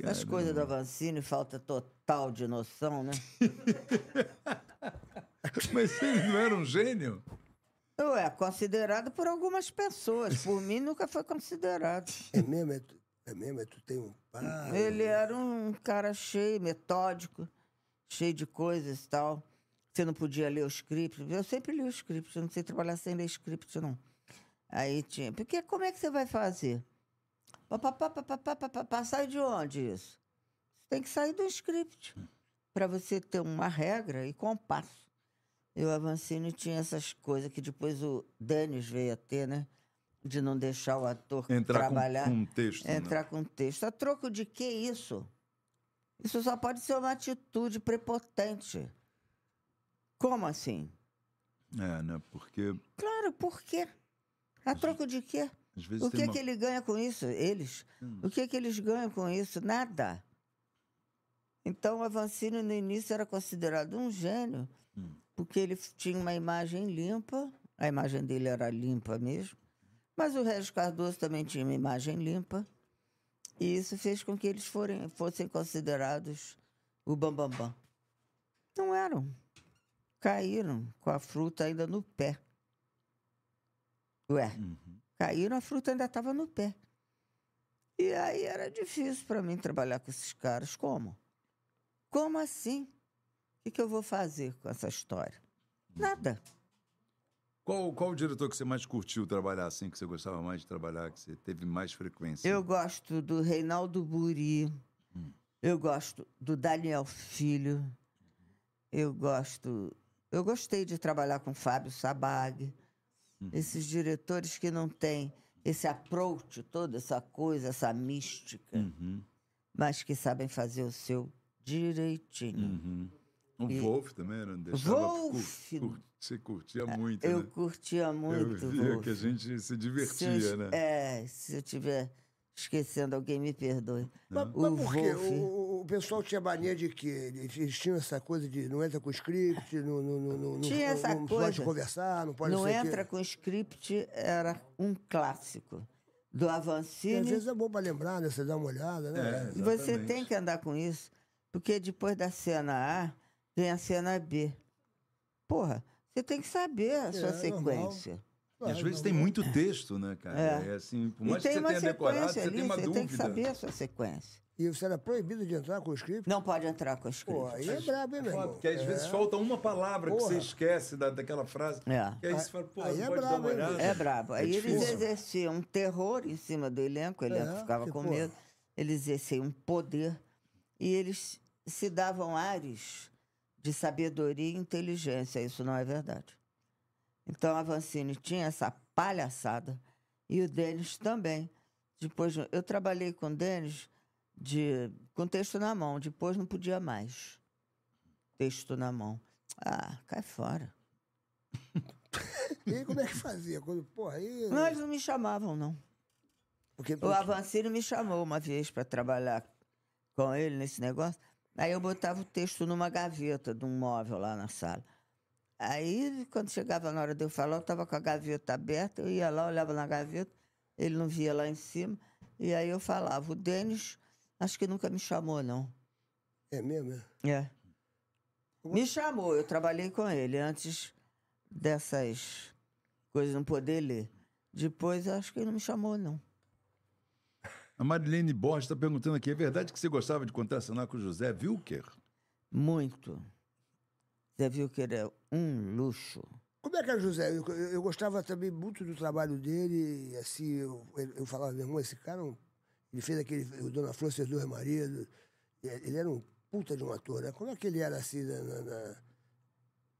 Speaker 3: As coisas da Vancini, falta total de noção, né?
Speaker 2: Mas ele não era um gênio?
Speaker 3: Eu é considerado por algumas pessoas. Por mim, nunca foi considerado.
Speaker 1: É mesmo, é tu, é mesmo, é tu tem um pai.
Speaker 3: Ele era um cara cheio, metódico, cheio de coisas e tal. Você não podia ler o script. Eu sempre li o script, eu não sei trabalhar sem ler script, não. Aí tinha. Porque como é que você vai fazer? Pá, pá, pá, pá, pá, pá, pá, pá, pá, sai de onde isso? Você tem que sair do script. para você ter uma regra e compasso. E o Avancini tinha essas coisas que depois o Denis veio a ter, né? De não deixar o ator
Speaker 2: Entrar com-
Speaker 3: trabalhar.
Speaker 2: com um texto. né?
Speaker 3: É, entrar com texto. A troco de que isso? Isso só pode ser uma atitude prepotente. Como assim?
Speaker 2: É, né? Porque
Speaker 3: Claro, por quê? A troco de quê?
Speaker 2: às vezes
Speaker 3: O
Speaker 2: tem
Speaker 3: que,
Speaker 2: uma...
Speaker 3: que ele ganha com isso? Eles.
Speaker 2: Hum.
Speaker 3: O que, que eles ganham com isso? Nada. Então, o Avancini, no início, era considerado um gênio,
Speaker 2: Hum.
Speaker 3: porque ele f- tinha uma imagem limpa, a imagem dele era limpa mesmo, mas o Regis Cardoso também tinha uma imagem limpa, e isso fez com que eles forem, fossem considerados o bambambam. Bam, bam. Não eram. Caíram com a fruta ainda no pé. Ué,
Speaker 2: Uhum.
Speaker 3: caíram, a fruta ainda estava no pé. E aí era difícil para mim trabalhar com esses caras. Como? Como assim? O que, que eu vou fazer com essa história? Nada.
Speaker 2: Qual, qual o diretor que você mais curtiu trabalhar assim, que você gostava mais de trabalhar, que você teve mais frequência?
Speaker 3: Eu gosto do Reinaldo Buri, eu gosto do Daniel Filho, eu gosto. Eu gostei de trabalhar com Fábio Sabag, esses diretores que não têm esse approach todo, essa coisa, essa mística.
Speaker 2: Uhum,
Speaker 3: mas que sabem fazer o seu direitinho.
Speaker 2: uhum. O
Speaker 3: E-
Speaker 2: Wolf também era um deixava
Speaker 3: Wolf!
Speaker 2: cur- cur- Você curtia muito,
Speaker 3: É, Eu
Speaker 2: né?
Speaker 3: curtia muito.
Speaker 2: eu via
Speaker 3: Wolf.
Speaker 2: que a gente se
Speaker 3: Se eu
Speaker 2: divertia,
Speaker 3: es-
Speaker 2: né?
Speaker 3: É, se eu estiver esquecendo alguém, me perdoe.
Speaker 1: Mas,
Speaker 3: O
Speaker 1: mas por quê?
Speaker 3: Wolf.
Speaker 1: O, o- o pessoal tinha mania de que eles, eles tinham essa coisa de não entra com script, não, não, não, não,
Speaker 3: Tinha
Speaker 1: não-
Speaker 3: essa
Speaker 1: não pode
Speaker 3: coisa.
Speaker 1: conversar, não pode
Speaker 3: Não
Speaker 1: sei o quê.
Speaker 3: entra com script era um clássico do
Speaker 1: E às
Speaker 3: Avancini.
Speaker 1: vezes é bom pra lembrar, né? Você dá uma olhada, né?
Speaker 2: É.
Speaker 3: E você
Speaker 2: Exatamente.
Speaker 3: tem que andar com isso, porque depois da cena A vem a cena B. Porra, você tem que saber a sua
Speaker 1: É, normal.
Speaker 3: sequência.
Speaker 2: E às
Speaker 1: é.
Speaker 2: vezes tem muito texto, né, cara?
Speaker 3: É.
Speaker 2: É assim, por
Speaker 3: E
Speaker 2: mais que
Speaker 3: tem
Speaker 2: você
Speaker 3: uma
Speaker 2: tenha decorado,
Speaker 3: sequência
Speaker 2: você tem
Speaker 3: ali,
Speaker 2: uma
Speaker 3: você tem que
Speaker 2: dúvida.
Speaker 3: saber a sua sequência.
Speaker 1: E você era proibido de entrar com script?
Speaker 3: Não pode entrar com script.
Speaker 1: Pô, aí é brabo, hein, meu
Speaker 2: Foda,
Speaker 1: irmão?
Speaker 2: Porque às
Speaker 1: É.
Speaker 2: vezes falta uma palavra que
Speaker 1: Porra.
Speaker 2: você esquece da, daquela frase.
Speaker 3: É.
Speaker 2: E aí você fala, pô,
Speaker 1: Aí
Speaker 2: não
Speaker 1: é
Speaker 2: pode dar
Speaker 1: brabo,
Speaker 2: uma
Speaker 1: hein,
Speaker 2: olhada.
Speaker 3: É brabo. Aí eles
Speaker 1: difícil.
Speaker 3: exerciam um terror em cima do elenco, o elenco
Speaker 1: É,
Speaker 3: ficava
Speaker 1: que
Speaker 3: com
Speaker 1: porra.
Speaker 3: medo, eles exerciam um poder e eles se davam ares de sabedoria e inteligência. Isso não é verdade. Então a Vancini tinha essa palhaçada e o Denis também. Depois de- eu trabalhei com o Denis de com texto na mão, depois não podia mais. Texto na mão. Ah, cai fora.
Speaker 1: E aí, como é que fazia? Quando, porra, aí...
Speaker 3: Não, eles não me chamavam não.
Speaker 1: Porque,
Speaker 3: O Avancini me chamou uma vez para trabalhar com ele nesse negócio. Aí eu botava o texto numa gaveta de um móvel lá na sala. Aí, quando chegava na hora de eu falar, eu estava com a gaveta aberta, eu ia lá, olhava na gaveta, ele não via lá em cima, e aí eu falava, o Denis acho que nunca me chamou, não.
Speaker 1: É mesmo, é?
Speaker 3: É. Me chamou, eu trabalhei com ele antes dessas coisas não poder ler. Depois, eu acho que ele não me chamou, não.
Speaker 2: A Marilene Borges está perguntando aqui: é verdade que você gostava de contracenar com o José Wilker?
Speaker 3: Muito. Zé Wilker é um luxo.
Speaker 1: Como é que era o José? Eu, eu- eu gostava também muito do trabalho dele, e assim, eu, eu, eu falava, meu irmão, esse cara, é um- ele fez aquele, o Dona Flor, seus dois maridos, e ele era um puta de um ator, né? Como é que ele era assim, na... na- na-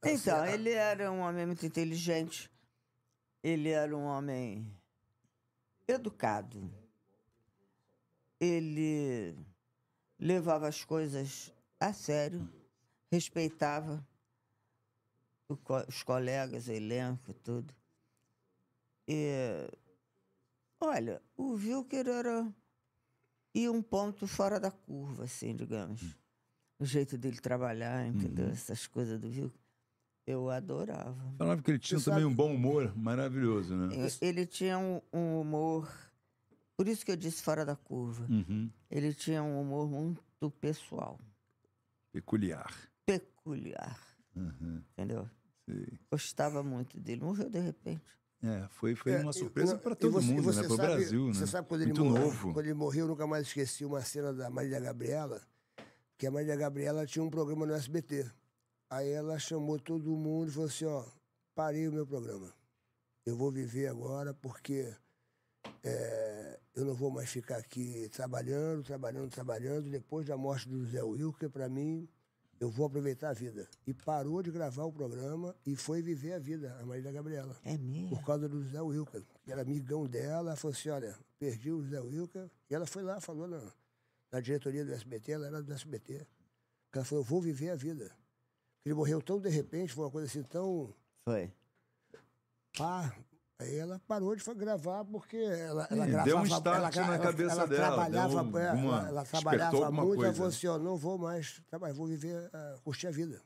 Speaker 1: assim,
Speaker 3: Então,
Speaker 1: a-
Speaker 3: ele era um homem muito inteligente. Ele era um homem educado. Ele levava as coisas a sério, respeitava o co- os colegas, o elenco, tudo. E, olha, o Wilker era e um ponto fora da curva, assim, digamos. O jeito dele trabalhar, entendeu? Essas coisas do Wilker. Eu adorava.
Speaker 2: Falava que ele tinha
Speaker 1: Você
Speaker 2: também
Speaker 1: sabe-
Speaker 2: um bom humor maravilhoso, né?
Speaker 3: E- Ele tinha um, um humor. Por isso que eu disse fora da curva.
Speaker 2: Uhum.
Speaker 3: Ele tinha um humor muito pessoal,
Speaker 2: Peculiar.
Speaker 3: peculiar.
Speaker 2: Uhum.
Speaker 3: Entendeu?
Speaker 2: Sim.
Speaker 3: Gostava muito dele. Morreu de repente.
Speaker 2: É, foi, foi
Speaker 1: É,
Speaker 2: uma
Speaker 1: e-
Speaker 2: surpresa
Speaker 1: não,
Speaker 2: para
Speaker 1: e
Speaker 2: todo
Speaker 1: você- e
Speaker 2: mundo,
Speaker 1: você
Speaker 2: né? Para o
Speaker 1: sabe-
Speaker 2: Brasil, né?
Speaker 1: Você sabe quando ele,
Speaker 2: Muito
Speaker 1: morreu,
Speaker 2: novo.
Speaker 1: quando ele morreu, eu nunca mais esqueci uma cena da Marília Gabriela, que a Marília Gabriela tinha um programa no SBT. Aí ela chamou todo mundo e falou assim, ó, parei o meu programa. Eu vou viver agora porque é, eu não vou mais ficar aqui trabalhando, trabalhando, trabalhando. Depois da morte do Zé Wilker, para mim, Eu vou aproveitar a vida. E parou de gravar o programa e foi viver a vida, a Marília Gabriela.
Speaker 3: É mesmo?
Speaker 1: Por causa do José Wilker, que era amigão dela, ela falou assim, olha, perdi o José Wilker. E ela foi lá, falou na, na diretoria do SBT, ela era do SBT. que Ela falou, eu vou viver a vida. Porque Ele morreu tão de repente, foi uma coisa assim tão
Speaker 3: Foi.
Speaker 1: pá. Aí ela parou de fa- gravar porque ela, ela
Speaker 2: Ih,
Speaker 1: gravava.
Speaker 2: deu um start
Speaker 1: ela, gra-
Speaker 2: na
Speaker 1: ela-
Speaker 2: cabeça
Speaker 1: ela
Speaker 2: dela,
Speaker 1: Trabalhava,
Speaker 2: deu um-
Speaker 1: é, ela-
Speaker 2: uma-
Speaker 1: ela,
Speaker 2: despertou
Speaker 1: trabalhava
Speaker 2: alguma
Speaker 1: muito, ela
Speaker 2: coisa.
Speaker 1: falou assim, ó, não vou mais trabalhar, vou viver, ah, curtir a vida.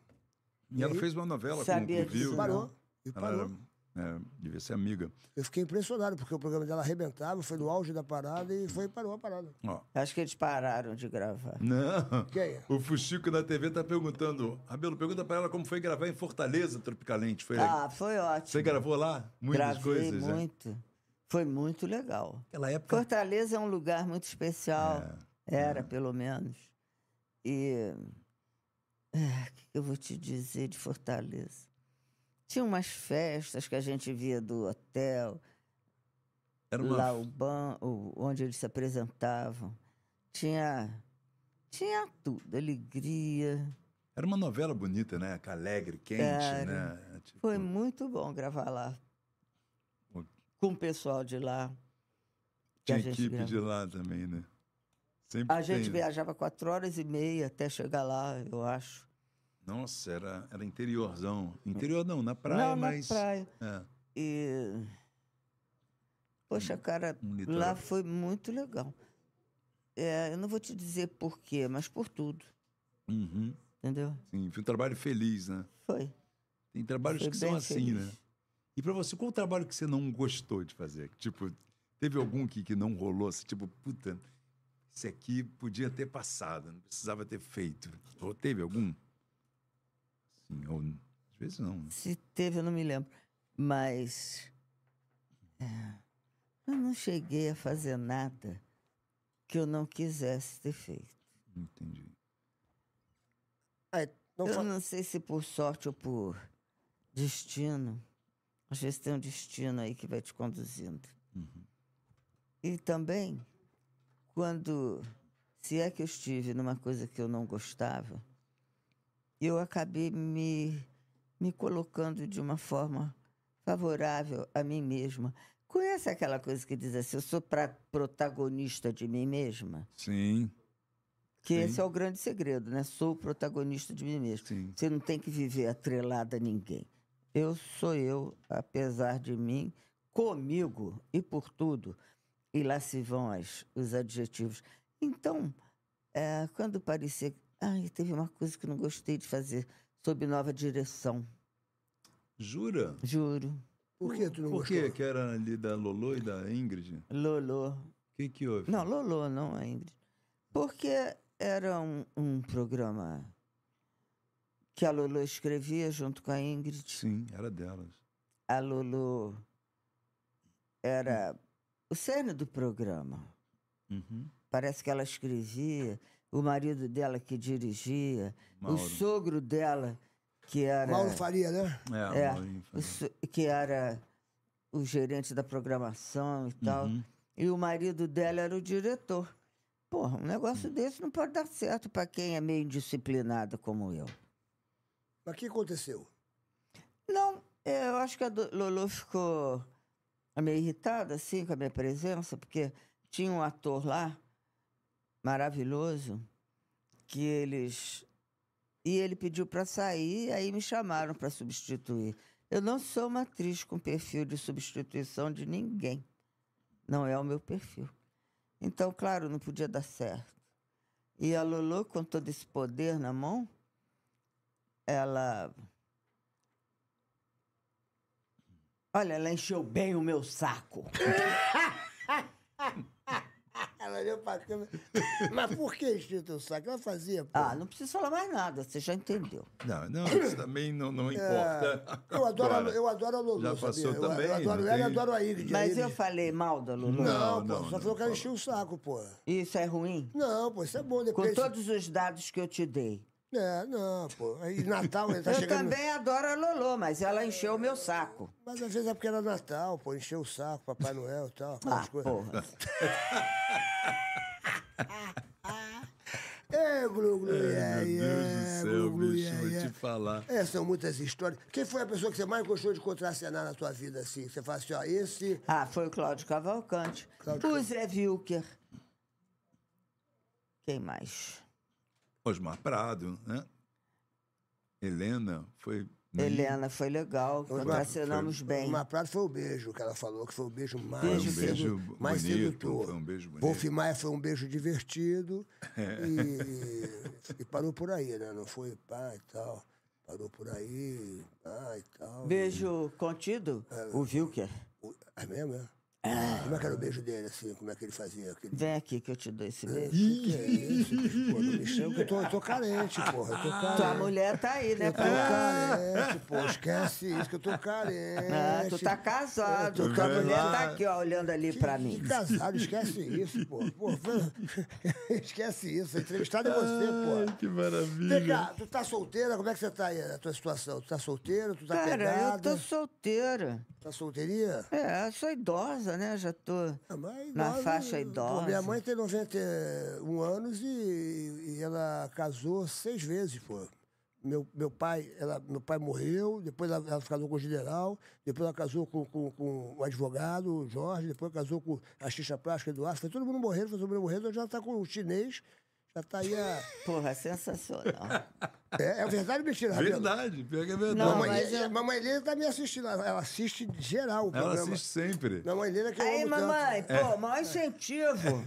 Speaker 2: E ela fez uma novela com
Speaker 3: Sabia
Speaker 2: o
Speaker 3: disso,
Speaker 2: Viu.
Speaker 3: não.
Speaker 1: Parou. E
Speaker 2: Ela
Speaker 1: parou.
Speaker 2: era, é, devia ser amiga.
Speaker 1: Eu fiquei impressionado, porque o programa dela arrebentava, foi no auge da parada e foi parou a parada.
Speaker 2: Ó,
Speaker 3: Acho que eles pararam de gravar.
Speaker 2: Não.
Speaker 1: Quem é?
Speaker 2: O Fuxico da TV tá perguntando. Abelo, pergunta pra ela como foi gravar em Fortaleza, Tropicalente. Foi
Speaker 3: Ah, foi ótimo.
Speaker 2: Você gravou lá? Muitas
Speaker 3: Gravei
Speaker 2: coisas, né?
Speaker 3: muito. Foi muito legal.
Speaker 2: Naquela época.
Speaker 3: Fortaleza é um lugar muito especial.
Speaker 2: É.
Speaker 3: Era,
Speaker 2: Né?
Speaker 3: pelo menos. E. é, O que que eu vou te dizer de Fortaleza? Tinha umas festas que a gente via do hotel,
Speaker 2: Era uma.
Speaker 3: lá o banco, onde eles se apresentavam. Tinha. Tinha tudo, alegria.
Speaker 2: Era uma novela bonita, né? Alegre, quente,
Speaker 3: Era.
Speaker 2: né? Tipo,
Speaker 3: Foi muito bom gravar lá.
Speaker 2: Pô.
Speaker 3: Com o pessoal de lá. que
Speaker 2: Tinha
Speaker 3: a gente
Speaker 2: equipe
Speaker 3: grava.
Speaker 2: de lá também, né? Sempre
Speaker 3: A gente
Speaker 2: tem, né?
Speaker 3: viajava quatro horas e meia até chegar lá, eu acho.
Speaker 2: Nossa, era, era interiorzão. Interior não, na praia,
Speaker 3: Não,
Speaker 2: mas.
Speaker 3: na praia.
Speaker 2: É,
Speaker 3: E. Poxa, cara,
Speaker 2: um litoral.
Speaker 3: lá foi muito legal. É, eu não vou te dizer por quê, mas por tudo,
Speaker 2: Uhum,
Speaker 3: entendeu?
Speaker 2: sim, foi um trabalho feliz, né?
Speaker 3: Foi.
Speaker 2: Tem trabalhos
Speaker 3: Foi
Speaker 2: que são
Speaker 3: bem
Speaker 2: assim, né?
Speaker 3: feliz.
Speaker 2: E pra você, qual o trabalho que você não gostou de fazer? Tipo, teve algum que, que não rolou? Assim, tipo, puta, esse aqui podia ter passado, não precisava ter feito. Ou teve algum? Sim, ou às vezes não. né?
Speaker 3: Se teve, eu não me lembro. Mas. É, eu não cheguei a fazer nada que eu não quisesse ter feito.
Speaker 2: Entendi.
Speaker 1: Aí, não
Speaker 3: eu
Speaker 1: fa-
Speaker 3: não sei se por sorte ou por destino. Às vezes tem um destino aí que vai te conduzindo.
Speaker 1: Uhum.
Speaker 3: E também, quando. Se é que eu estive numa coisa que eu não gostava, eu acabei me, me colocando de uma forma favorável a mim mesma. Conhece aquela coisa que diz assim: eu sou pra protagonista de mim mesma?
Speaker 2: Sim,
Speaker 3: Que
Speaker 2: Sim.
Speaker 3: esse é o grande segredo, né? Sou o protagonista de mim mesmo.
Speaker 2: Sim.
Speaker 3: Você não tem que viver atrelada a ninguém. Eu sou eu, apesar de mim, comigo e por tudo. E lá se vão as, os adjetivos. Então, eh, quando parecia. que, Ai, teve uma coisa que eu não gostei de fazer, sob nova direção.
Speaker 2: Jura?
Speaker 3: Juro.
Speaker 1: Por que tu não
Speaker 2: Por
Speaker 1: gostou?
Speaker 2: quê? Que era ali da Lolo e da Ingrid? O
Speaker 3: Lolo.
Speaker 2: que que houve?
Speaker 3: Não, Lolo, não a Ingrid. Porque era um, um programa que a Lolo escrevia junto com a Ingrid.
Speaker 2: Sim, era delas.
Speaker 3: a Lulu era o cerne do programa.
Speaker 2: Uhum.
Speaker 3: Parece que ela escrevia, o marido dela que dirigia,
Speaker 2: Mauro.
Speaker 3: o sogro dela que era
Speaker 1: Mauro Faria, né?
Speaker 2: É,
Speaker 3: É,
Speaker 2: Maurinho
Speaker 3: o,
Speaker 2: falou.
Speaker 3: so- que era o gerente da programação e tal, e o marido dela era o diretor. Porra, um negócio desse não pode dar certo para quem é meio indisciplinado como eu.
Speaker 1: Mas o que aconteceu?
Speaker 3: Não, é, eu acho que a do- Lolo ficou ah, meio irritada, assim, com a minha presença, porque tinha um ator lá, maravilhoso, que eles. E ele pediu para sair, aí me chamaram para substituir. Eu não sou uma atriz com perfil de substituição de ninguém. Não é o meu perfil. Então, claro, não podia dar certo. E a Lolo, com todo esse poder na mão, ela Olha, ela encheu bem o meu saco.
Speaker 1: Ela olhou pra câmera. Mas por que encheu teu saco? Ela fazia, pô.
Speaker 3: Ah, não preciso falar mais nada, você já entendeu.
Speaker 2: Não, não, isso também não, não importa.
Speaker 1: É. Eu adoro, a-
Speaker 2: Agora.
Speaker 1: eu adoro a Lulu,
Speaker 2: Já passou
Speaker 1: sabia? Eu-
Speaker 2: também,
Speaker 1: Eu, adoro
Speaker 2: não
Speaker 1: ela e
Speaker 2: tem-
Speaker 1: adoro a Ingrid. a
Speaker 3: Mas
Speaker 1: Ingrid.
Speaker 3: eu falei mal da Lulu.
Speaker 1: Não,
Speaker 2: Não,
Speaker 1: pô,
Speaker 2: não,
Speaker 1: só
Speaker 2: não,
Speaker 1: falou que ela
Speaker 2: fala.
Speaker 1: encheu o saco, pô.
Speaker 3: Isso é ruim?
Speaker 1: Não, pô, isso é bom.
Speaker 3: Com
Speaker 1: Depois...
Speaker 3: todos os dados que eu te dei.
Speaker 1: É, não, pô. Aí Natal, ele tá
Speaker 3: eu
Speaker 1: chegando...
Speaker 3: também adoro a Lolo, mas ela encheu o meu saco.
Speaker 1: Mas às vezes é porque era Natal, pô, encheu o saco, Papai Noel e tal, aquelas
Speaker 3: Ah,
Speaker 1: coisas.
Speaker 3: porra.
Speaker 1: É, Ai, glu, glu, ia,
Speaker 2: Ai, meu Deus
Speaker 1: ia,
Speaker 2: do
Speaker 1: glu,
Speaker 2: céu,
Speaker 1: glu,
Speaker 2: bicho,
Speaker 1: ia,
Speaker 2: tipo, vou
Speaker 1: ia.
Speaker 2: te falar.
Speaker 1: É, são muitas histórias. Quem foi a pessoa que você mais gostou de contracenar na sua vida, assim? Você fala assim, ó, esse...
Speaker 3: Ah, foi o Cláudio Cavalcante.
Speaker 1: Cláudio
Speaker 3: o Zé Vilker. Quem mais?
Speaker 2: Osmar Prado, né? Helena foi.
Speaker 3: Helena, foi legal. Contracenamos bem.
Speaker 1: O Maprado Hum? foi o beijo que ela falou, que foi o beijo mais,
Speaker 3: Beijo
Speaker 1: sedu-
Speaker 2: um beijo
Speaker 1: mais
Speaker 2: bonito,
Speaker 1: sedutor.
Speaker 2: foi um beijo bonito.
Speaker 1: Wolf Maia foi um beijo divertido e, e parou por aí, né? Não foi pá e tal. Parou por aí, pá e tal.
Speaker 3: Beijo contido,
Speaker 1: É.
Speaker 3: o Vilker.
Speaker 1: O- É mesmo, é? Como é que era o beijo dele, assim? Como é que ele fazia? Aquele...
Speaker 3: Vem aqui que eu te dou esse beijo.
Speaker 1: Que é isso, bicho? Pô, não me chama que eu tô, eu tô carente, porra. Eu tô carente.
Speaker 3: Tua mulher tá aí, né?
Speaker 1: Eu tô
Speaker 3: Cláudio?
Speaker 1: carente, pô. Esquece isso que eu tô carente.
Speaker 3: Ah, tu
Speaker 1: é,
Speaker 3: tá casado. Tua mulher tá aqui, ó, olhando ali pra mim.
Speaker 1: Que casado, esquece isso, pô. Pô, foi- esquece isso. Entrevistado é você, pô.
Speaker 2: Que maravilha.
Speaker 1: Vem cá, tu tá solteira? Como é que você tá aí, a tua situação? Tu tá solteira? Tu tá
Speaker 3: Cara, eu
Speaker 1: pegada?
Speaker 3: tô solteira.
Speaker 1: Tá solteiria?
Speaker 3: É, eu sou idosa, né? Já tô.
Speaker 1: Ah, mas
Speaker 3: Na
Speaker 1: idosa-
Speaker 3: faixa idosa.
Speaker 1: minha mãe tem 91 anos e, e ela casou seis vezes, pô. Meu, meu, pai, ela, meu pai morreu, depois ela, ela casou com o general, depois ela casou com, com, com o advogado, o Jorge, depois casou com a Xixa Plástica, Eduardo. Foi todo mundo morrendo, foi todo mundo morrendo. Hoje ela tá com o chinês, já tá aí a...
Speaker 3: Porra, sensacional.
Speaker 1: É, é verdade ou mentira, Rabelo?
Speaker 2: Verdade, pior que é verdade.
Speaker 3: Não,
Speaker 1: mamãe,
Speaker 3: mas
Speaker 1: Lê-
Speaker 3: eu-
Speaker 1: mamãe Lê tá me assistindo, ela ela assiste geral o
Speaker 2: Ela
Speaker 1: programa.
Speaker 2: assiste sempre.
Speaker 1: Mamãe Lê é que É. eu
Speaker 3: Aí,
Speaker 1: amo
Speaker 3: mamãe,
Speaker 1: tanto.
Speaker 3: pô, maior incentivo.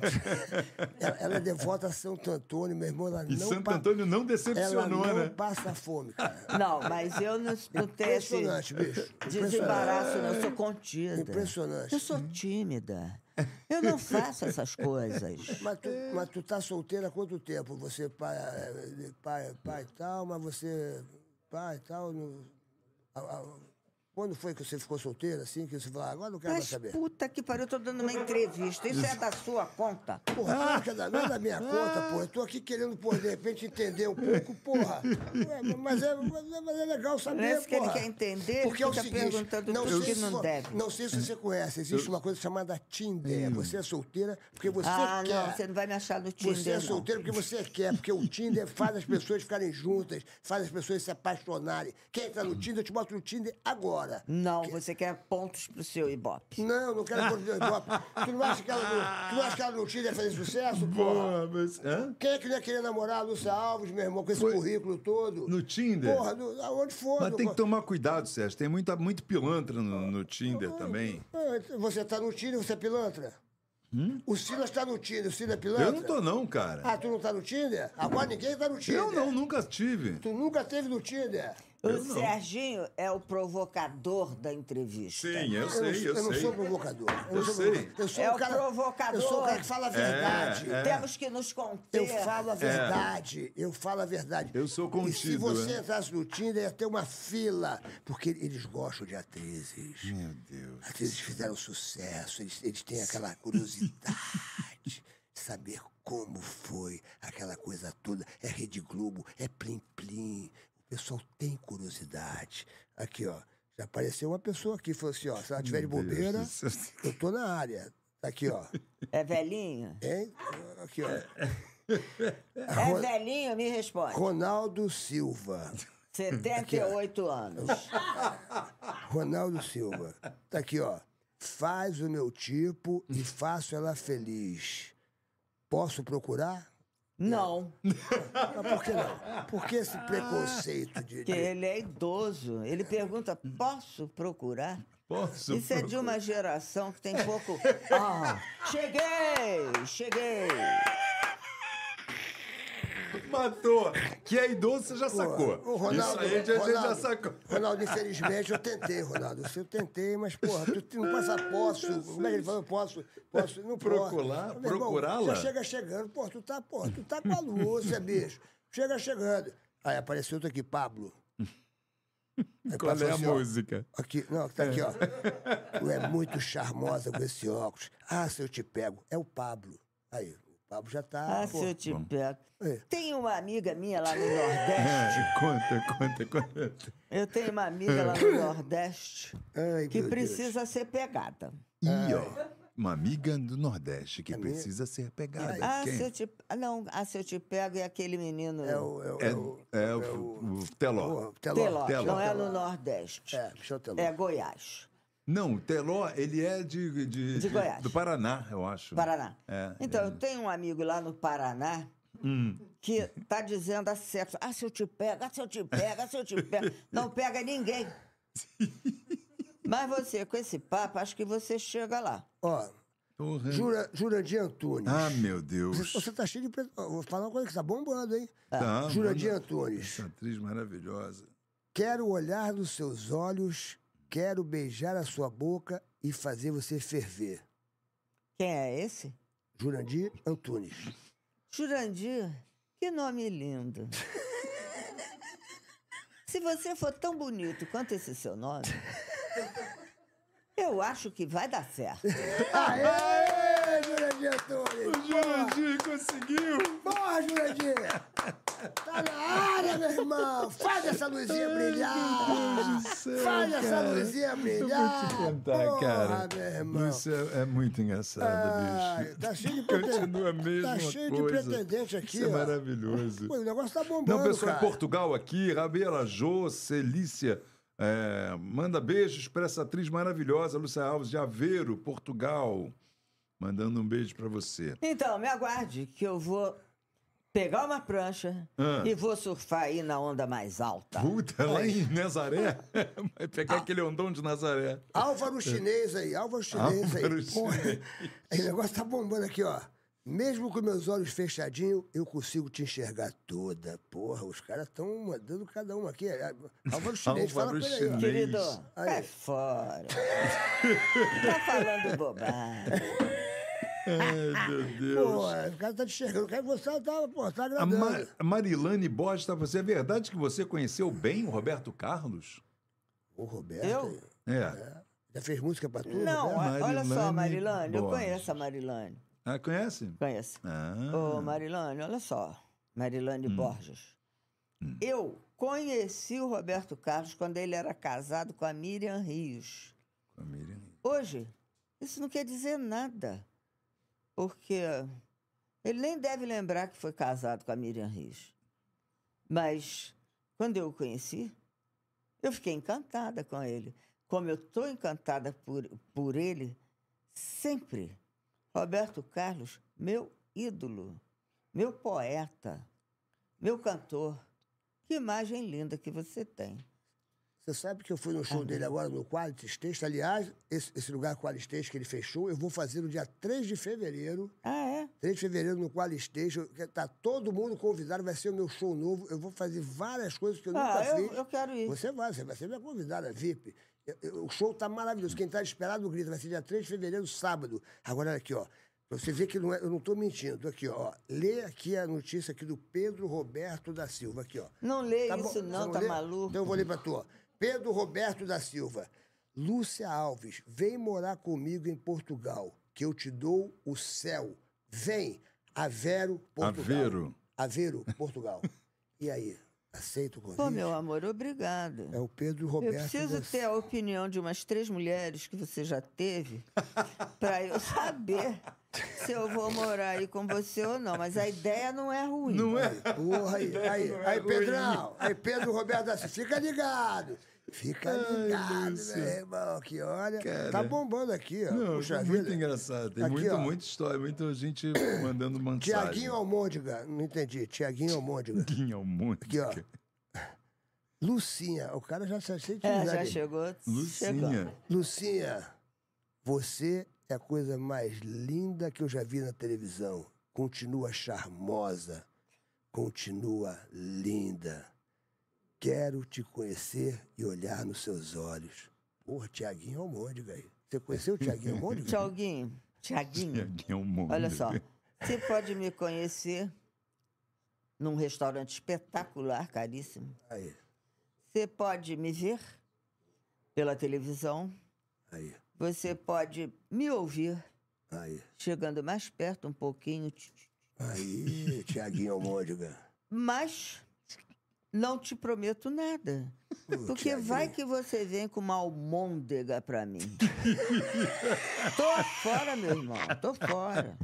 Speaker 1: Ela, ela é devota a Santo Antônio, meu irmão, ela
Speaker 2: e
Speaker 1: não
Speaker 2: Santo
Speaker 1: pa-
Speaker 2: Antônio não
Speaker 1: Ela
Speaker 2: decepcionou,
Speaker 1: não
Speaker 2: né?
Speaker 1: passa fome, cara.
Speaker 3: Não, mas eu não, não tenho esse
Speaker 1: Impressionante, bicho.
Speaker 3: desembaraço, não. Eu sou contida.
Speaker 1: Impressionante.
Speaker 3: Eu sou tímida. Eu não faço essas coisas.
Speaker 1: Mas tu, mas tu tá solteira há quanto tempo? Você pai, eh, pai, pai e tal, mas você pai e tal. não- a- a- Quando foi que você ficou solteira, assim, que você falou, agora não quero mais
Speaker 3: Mas
Speaker 1: saber?
Speaker 3: puta que pariu, eu tô dando uma entrevista. Isso é da sua conta.
Speaker 1: Porra, claro que é da- não é da minha conta, porra. Eu tô aqui querendo, porra, de repente entender um pouco, porra. Ué, mas, é, mas é- mas é legal saber,
Speaker 3: Parece que ele
Speaker 1: porra.
Speaker 3: quer entender,
Speaker 1: Porque é o
Speaker 3: fica
Speaker 1: seguinte,
Speaker 3: perguntando
Speaker 1: não
Speaker 3: tudo
Speaker 1: sei
Speaker 3: que
Speaker 1: se
Speaker 3: não
Speaker 1: vo-
Speaker 3: deve.
Speaker 1: Não sei se você conhece, existe uma coisa chamada Tinder. Você é solteira porque você
Speaker 3: ah,
Speaker 1: quer.
Speaker 3: não, você não vai me achar no Tinder,
Speaker 1: Você é
Speaker 3: não.
Speaker 1: solteiro porque você quer, porque o Tinder faz as pessoas ficarem juntas, faz as pessoas se apaixonarem. Quer entrar no Tinder? Eu te boto no Tinder agora.
Speaker 3: Não, você quer pontos pro seu Ibope.
Speaker 1: Não, não quero pôr no Ibope. Tu não acha que ela no, tu não acha que ela no Tinder ia fazer sucesso, porra?
Speaker 2: Porra, mas. Hã?
Speaker 1: Quem é que não ia querer namorar a Lúcia Alves, meu irmão, com esse
Speaker 2: Foi-
Speaker 1: currículo todo?
Speaker 2: No Tinder?
Speaker 1: Porra, no, aonde for.
Speaker 2: Mas
Speaker 1: no-
Speaker 2: tem que tomar cuidado, Sérgio. Tem muita, muito pilantra no, no Tinder também.
Speaker 1: Ah, Você tá no Tinder, você é pilantra? O Silas tá no Tinder, o Silas é pilantra?
Speaker 2: Hum? Eu não tô, não, cara.
Speaker 1: Ah, tu não tá no Tinder? Agora ninguém tá no Tinder.
Speaker 2: Eu não, nunca tive.
Speaker 1: Tu tá nunca teve no Tinder?
Speaker 3: O Serginho é o provocador da entrevista.
Speaker 2: Sim, é. eu
Speaker 1: não-
Speaker 2: sei, eu
Speaker 1: não
Speaker 2: sei.
Speaker 1: sou provocador. Eu,
Speaker 2: Eu
Speaker 1: não sou
Speaker 2: sei.
Speaker 1: provocador. Eu sou
Speaker 3: É
Speaker 1: um
Speaker 3: o
Speaker 1: cara,
Speaker 3: provocador.
Speaker 1: Eu sou o cara que fala a verdade.
Speaker 2: É.
Speaker 3: Temos que nos conter.
Speaker 1: Eu falo a verdade, eu falo a verdade.
Speaker 2: Eu sou
Speaker 1: E se
Speaker 2: contido,
Speaker 1: você
Speaker 2: é.
Speaker 1: entrasse no Tinder, ia ter uma fila, porque eles gostam de atrizes.
Speaker 2: Meu Deus.
Speaker 1: Atrizes fizeram sucesso, eles, eles têm aquela curiosidade de saber como foi aquela coisa toda. É Rede Globo, é Plim Plim. O pessoal tem curiosidade. Aqui, ó, já apareceu uma pessoa aqui, falou assim, ó, se ela tiver de bobeira,
Speaker 2: Deus do céu.
Speaker 1: eu tô na área. Tá aqui, ó.
Speaker 3: É velhinho?
Speaker 1: Hein? Aqui, ó.
Speaker 3: É velhinho? Me responde.
Speaker 1: Ronaldo Silva.
Speaker 3: 78 anos.
Speaker 1: Ronaldo Silva. Tá aqui, ó. Faz o meu tipo e faço ela feliz. Posso procurar?
Speaker 3: Não,
Speaker 1: Mas por que não? Por que esse preconceito de.
Speaker 3: porque
Speaker 1: de...
Speaker 3: ele é idoso. Ele pergunta: posso procurar?
Speaker 2: Posso?
Speaker 3: Isso é de uma geração que tem pouco. Ah, cheguei! Cheguei!
Speaker 2: Matou. Que é idoso, você já sacou.
Speaker 1: Ô, Ronaldo,
Speaker 2: Isso aí a gente já- a gente já
Speaker 1: Ronaldo,
Speaker 2: sacou.
Speaker 1: Ronaldo, infelizmente, eu tentei, Ronaldo. Eu tentei, mas, porra, tu, tu não passa posso. Como é que ele falou? Posso, posso, não posso.
Speaker 2: Procurar-
Speaker 1: Meu irmão,
Speaker 2: procurá-la?
Speaker 1: Você chega chegando, porra, tu tá, porra, tu tá com a Lúcia, bicho. Chega chegando. Aí apareceu outro aqui, Pablo. Aí
Speaker 2: Qual
Speaker 1: passou
Speaker 2: é a
Speaker 1: assim, ó.
Speaker 2: música?
Speaker 1: Aqui, não, tá aqui, ó. Tu é muito charmosa com esse óculos. Ah, se eu te pego. É o Pablo. Aí, o Pablo já tá.
Speaker 3: Ah,
Speaker 1: pô.
Speaker 3: se eu te pego.
Speaker 1: É.
Speaker 3: Tem uma amiga minha lá no Nordeste.
Speaker 2: É, Conta, conta, conta.
Speaker 3: Eu tenho uma amiga lá no Nordeste
Speaker 1: É. Ai,
Speaker 3: que
Speaker 1: meu Deus.
Speaker 2: É.
Speaker 3: precisa ser pegada.
Speaker 2: Ih, ó. Uma amiga do Nordeste que
Speaker 1: É mesmo?
Speaker 2: precisa ser pegada.
Speaker 3: Ah,
Speaker 2: Quem?
Speaker 3: se eu te. ah, Não, ah, se eu te pego é aquele menino.
Speaker 1: É o. É, o,
Speaker 2: É,
Speaker 1: é o-
Speaker 2: é
Speaker 1: é
Speaker 2: o, o Teló.
Speaker 1: Porra, Teló.
Speaker 3: Teló,
Speaker 2: Teló.
Speaker 3: não é no Nordeste.
Speaker 1: É, Michel Teló.
Speaker 3: É Goiás,
Speaker 2: Não, o Teló, ele é de, de,
Speaker 3: De Goiás.
Speaker 2: Do Paraná, eu acho.
Speaker 3: Paraná.
Speaker 2: É,
Speaker 3: Então, eu tenho um amigo lá no Paraná
Speaker 1: Hum.
Speaker 3: que tá dizendo a certo, ah, se eu te pego, ah, se eu te pego, ah, se eu te pego. Não pega ninguém. Mas você, com esse papo, acho que você chega lá.
Speaker 1: Ó,
Speaker 2: Porra.
Speaker 1: Jura, Jurandir Antunes.
Speaker 2: Ah, meu Dedeus.
Speaker 1: Você, você tá cheio de. pre- ó, Vou falar uma coisa que tá bombando, hein?
Speaker 3: É.
Speaker 2: Tá,
Speaker 1: Jurandir
Speaker 2: manda-
Speaker 1: Antunes.
Speaker 2: Essa atriz maravilhosa.
Speaker 1: Quero olhar nos seus olhos, quero beijar a sua boca e fazer você ferver.
Speaker 3: Quem é esse?
Speaker 1: Jurandir Antunes.
Speaker 3: Jurandir, que nome lindo. Se você for tão bonito quanto esse seu nome, eu acho que vai dar certo.
Speaker 1: Aê, Jurandir Antunes!
Speaker 2: Jurandir conseguiu!
Speaker 1: Porra, Jurandir! Tá na área, meu irmão! Faz essa luzinha brilhar! Ah, Faz essa luzinha brilhar!
Speaker 2: Eu vou te contar,
Speaker 1: Porra,
Speaker 2: cara.
Speaker 1: meu irmão!
Speaker 2: Isso é, é muito engraçado,
Speaker 1: Ah,
Speaker 2: bicho.
Speaker 1: tá cheio de
Speaker 2: Continua a
Speaker 1: pretendente.
Speaker 2: mesma
Speaker 1: Tá cheio
Speaker 2: coisa.
Speaker 1: de pretendente aqui,
Speaker 2: Isso é
Speaker 1: ó.
Speaker 2: maravilhoso.
Speaker 1: Pô, o negócio tá bombando,
Speaker 2: Não, pessoal
Speaker 1: cara.
Speaker 2: em Portugal aqui, Rabela, Jô, Celícia, é, manda beijos para essa atriz maravilhosa, Lúcia Alves de Aveiro, Portugal. Mandando um beijo para você.
Speaker 3: Então, me aguarde que eu vou pegar uma prancha
Speaker 2: Ah.
Speaker 3: e vou surfar aí na onda mais alta.
Speaker 2: Puta, lá em Nazaré. Vai pegar
Speaker 1: Ah.
Speaker 2: aquele ondão de Nazaré.
Speaker 1: Álvaro chinês aí, Álvaro chinês
Speaker 2: Álvaro
Speaker 1: aí. Porra,
Speaker 2: chinês.
Speaker 1: o negócio tá bombando aqui, ó. Mesmo com meus olhos fechadinhos, eu consigo te enxergar toda. Porra, os caras estão mandando cada um aqui. Álvaro chinês, fala com
Speaker 2: Álvaro
Speaker 1: ele aí, ó.
Speaker 2: Chinês.
Speaker 3: Querido,
Speaker 1: Aí.
Speaker 3: vai fora. tá falando bobagem.
Speaker 2: Ai, meu Deus.
Speaker 1: Porra, o cara tá te enxergando. O cara que você tá, porra, tá
Speaker 2: A
Speaker 1: agradando.
Speaker 2: Ma- Marilane Borges está você. É verdade que você conheceu bem o Roberto Carlos?
Speaker 1: Ô, Roberto,
Speaker 3: Eu?
Speaker 2: É.
Speaker 1: já fez música pra né? tu,
Speaker 3: Não,
Speaker 1: Roberto?
Speaker 3: o- olha só,
Speaker 2: Marilane
Speaker 3: Marilane, eu
Speaker 2: Borges.
Speaker 3: conheço a Marilane.
Speaker 2: Ah, conhece?
Speaker 3: Conheço.
Speaker 2: Ah.
Speaker 3: Ô, Marilane, olha só. Marilane Borges. Eu conheci o Roberto Carlos quando ele era casado com a Miriam Rios.
Speaker 2: Com a Miriam.
Speaker 3: Hoje, isso não quer dizer nada. Porque eh, ele nem deve lembrar que foi casado com a Miriam Rios. Mas, quando eu o conheci, eu fiquei encantada com ele. Como eu estou encantada por, por ele sempre. Roberto Carlos, meu ídolo, meu poeta, meu cantor. Que imagem linda que você tem.
Speaker 1: Você sabe que eu fui no show dele agora no Qualis Texto. Aliás, esse, esse lugar Qualis Texto que ele fechou, eu vou fazer no dia 3 de fevereiro.
Speaker 3: Ah, é?
Speaker 1: 3 de fevereiro no Qualis Texto. que Tá todo mundo convidado, vai ser o meu show novo. Eu vou fazer várias coisas que eu
Speaker 3: Ah,
Speaker 1: nunca
Speaker 3: eu,
Speaker 1: fiz.
Speaker 3: eu quero ir.
Speaker 1: Você vai, você vai ser minha convidada, VIP. Eu- eu- O show tá maravilhoso. Quem tá esperado grita, vai ser dia 3 de fevereiro, sábado. Agora, olha aqui, ó. Pra você ver que não é- eu não tô mentindo. Aqui, ó. Lê aqui a notícia aqui do Pedro Roberto da Silva. Aqui, ó.
Speaker 3: Não lê
Speaker 1: Tá bom,
Speaker 3: isso,
Speaker 1: você
Speaker 3: não, tá
Speaker 1: lê?
Speaker 3: maluco?
Speaker 1: Então eu vou ler pra tu. ó. Pedro Roberto da Silva. Lúcia Alves, vem morar comigo em Portugal, que eu te dou o céu. Vem, Avero, Portugal.
Speaker 2: Aveiro.
Speaker 1: Aveiro, Portugal. E aí, aceita o convite?
Speaker 3: Pô, meu amor, obrigado.
Speaker 1: É o Pedro
Speaker 3: Eu
Speaker 1: Roberto
Speaker 3: preciso
Speaker 1: da
Speaker 3: ter a opinião de umas três mulheres que você já teve para eu saber se eu vou morar aí com você ou não. Mas a ideia não é ruim. Não é?
Speaker 1: Porra, aí, aí, aí, Pedrão, aí, Pedro Roberto da Silva, fica ligado. Fica ligado, meu irmão, que olha. Tá bombando aqui, ó.
Speaker 2: Não, é
Speaker 1: Puxa
Speaker 2: muito
Speaker 1: vida.
Speaker 2: engraçado. Tem
Speaker 1: Aqui,
Speaker 2: muita,
Speaker 1: ó.
Speaker 2: muita história, muita gente mandando mensagem.
Speaker 1: Tiaguinho Almôndega, não entendi. Tiaguinho Almôndega.
Speaker 2: Tiaguinho Almônica.
Speaker 1: Aqui, ó. Lucinha, o cara já se aceita.
Speaker 3: É, já chegou. Chegou.
Speaker 2: Lucinha.
Speaker 1: Lucinha, você é a coisa mais linda que eu já vi na televisão. Continua charmosa, continua linda. Quero te conhecer e olhar nos seus olho. Porra, Tiaguinho Almôndega aí. Você conheceu o Tiaguinho Almôndega?
Speaker 3: Tiaguinho. Tiaguinho.
Speaker 2: Tiaguinho Almônica.
Speaker 3: Olha só. Você pode me conhecer num restaurante espetacular, caríssimo.
Speaker 1: Aí,
Speaker 3: Você pode me ver pela televisão.
Speaker 1: aí,
Speaker 3: Você pode me ouvir
Speaker 1: aí.
Speaker 3: chegando mais perto um pouquinho.
Speaker 1: Aí, Tiaguinho Almôndega.
Speaker 3: Mas Não te prometo nada. Porque vai que você vem com uma almôndega pra mim. Tô fora, meu irmão. Tô fora.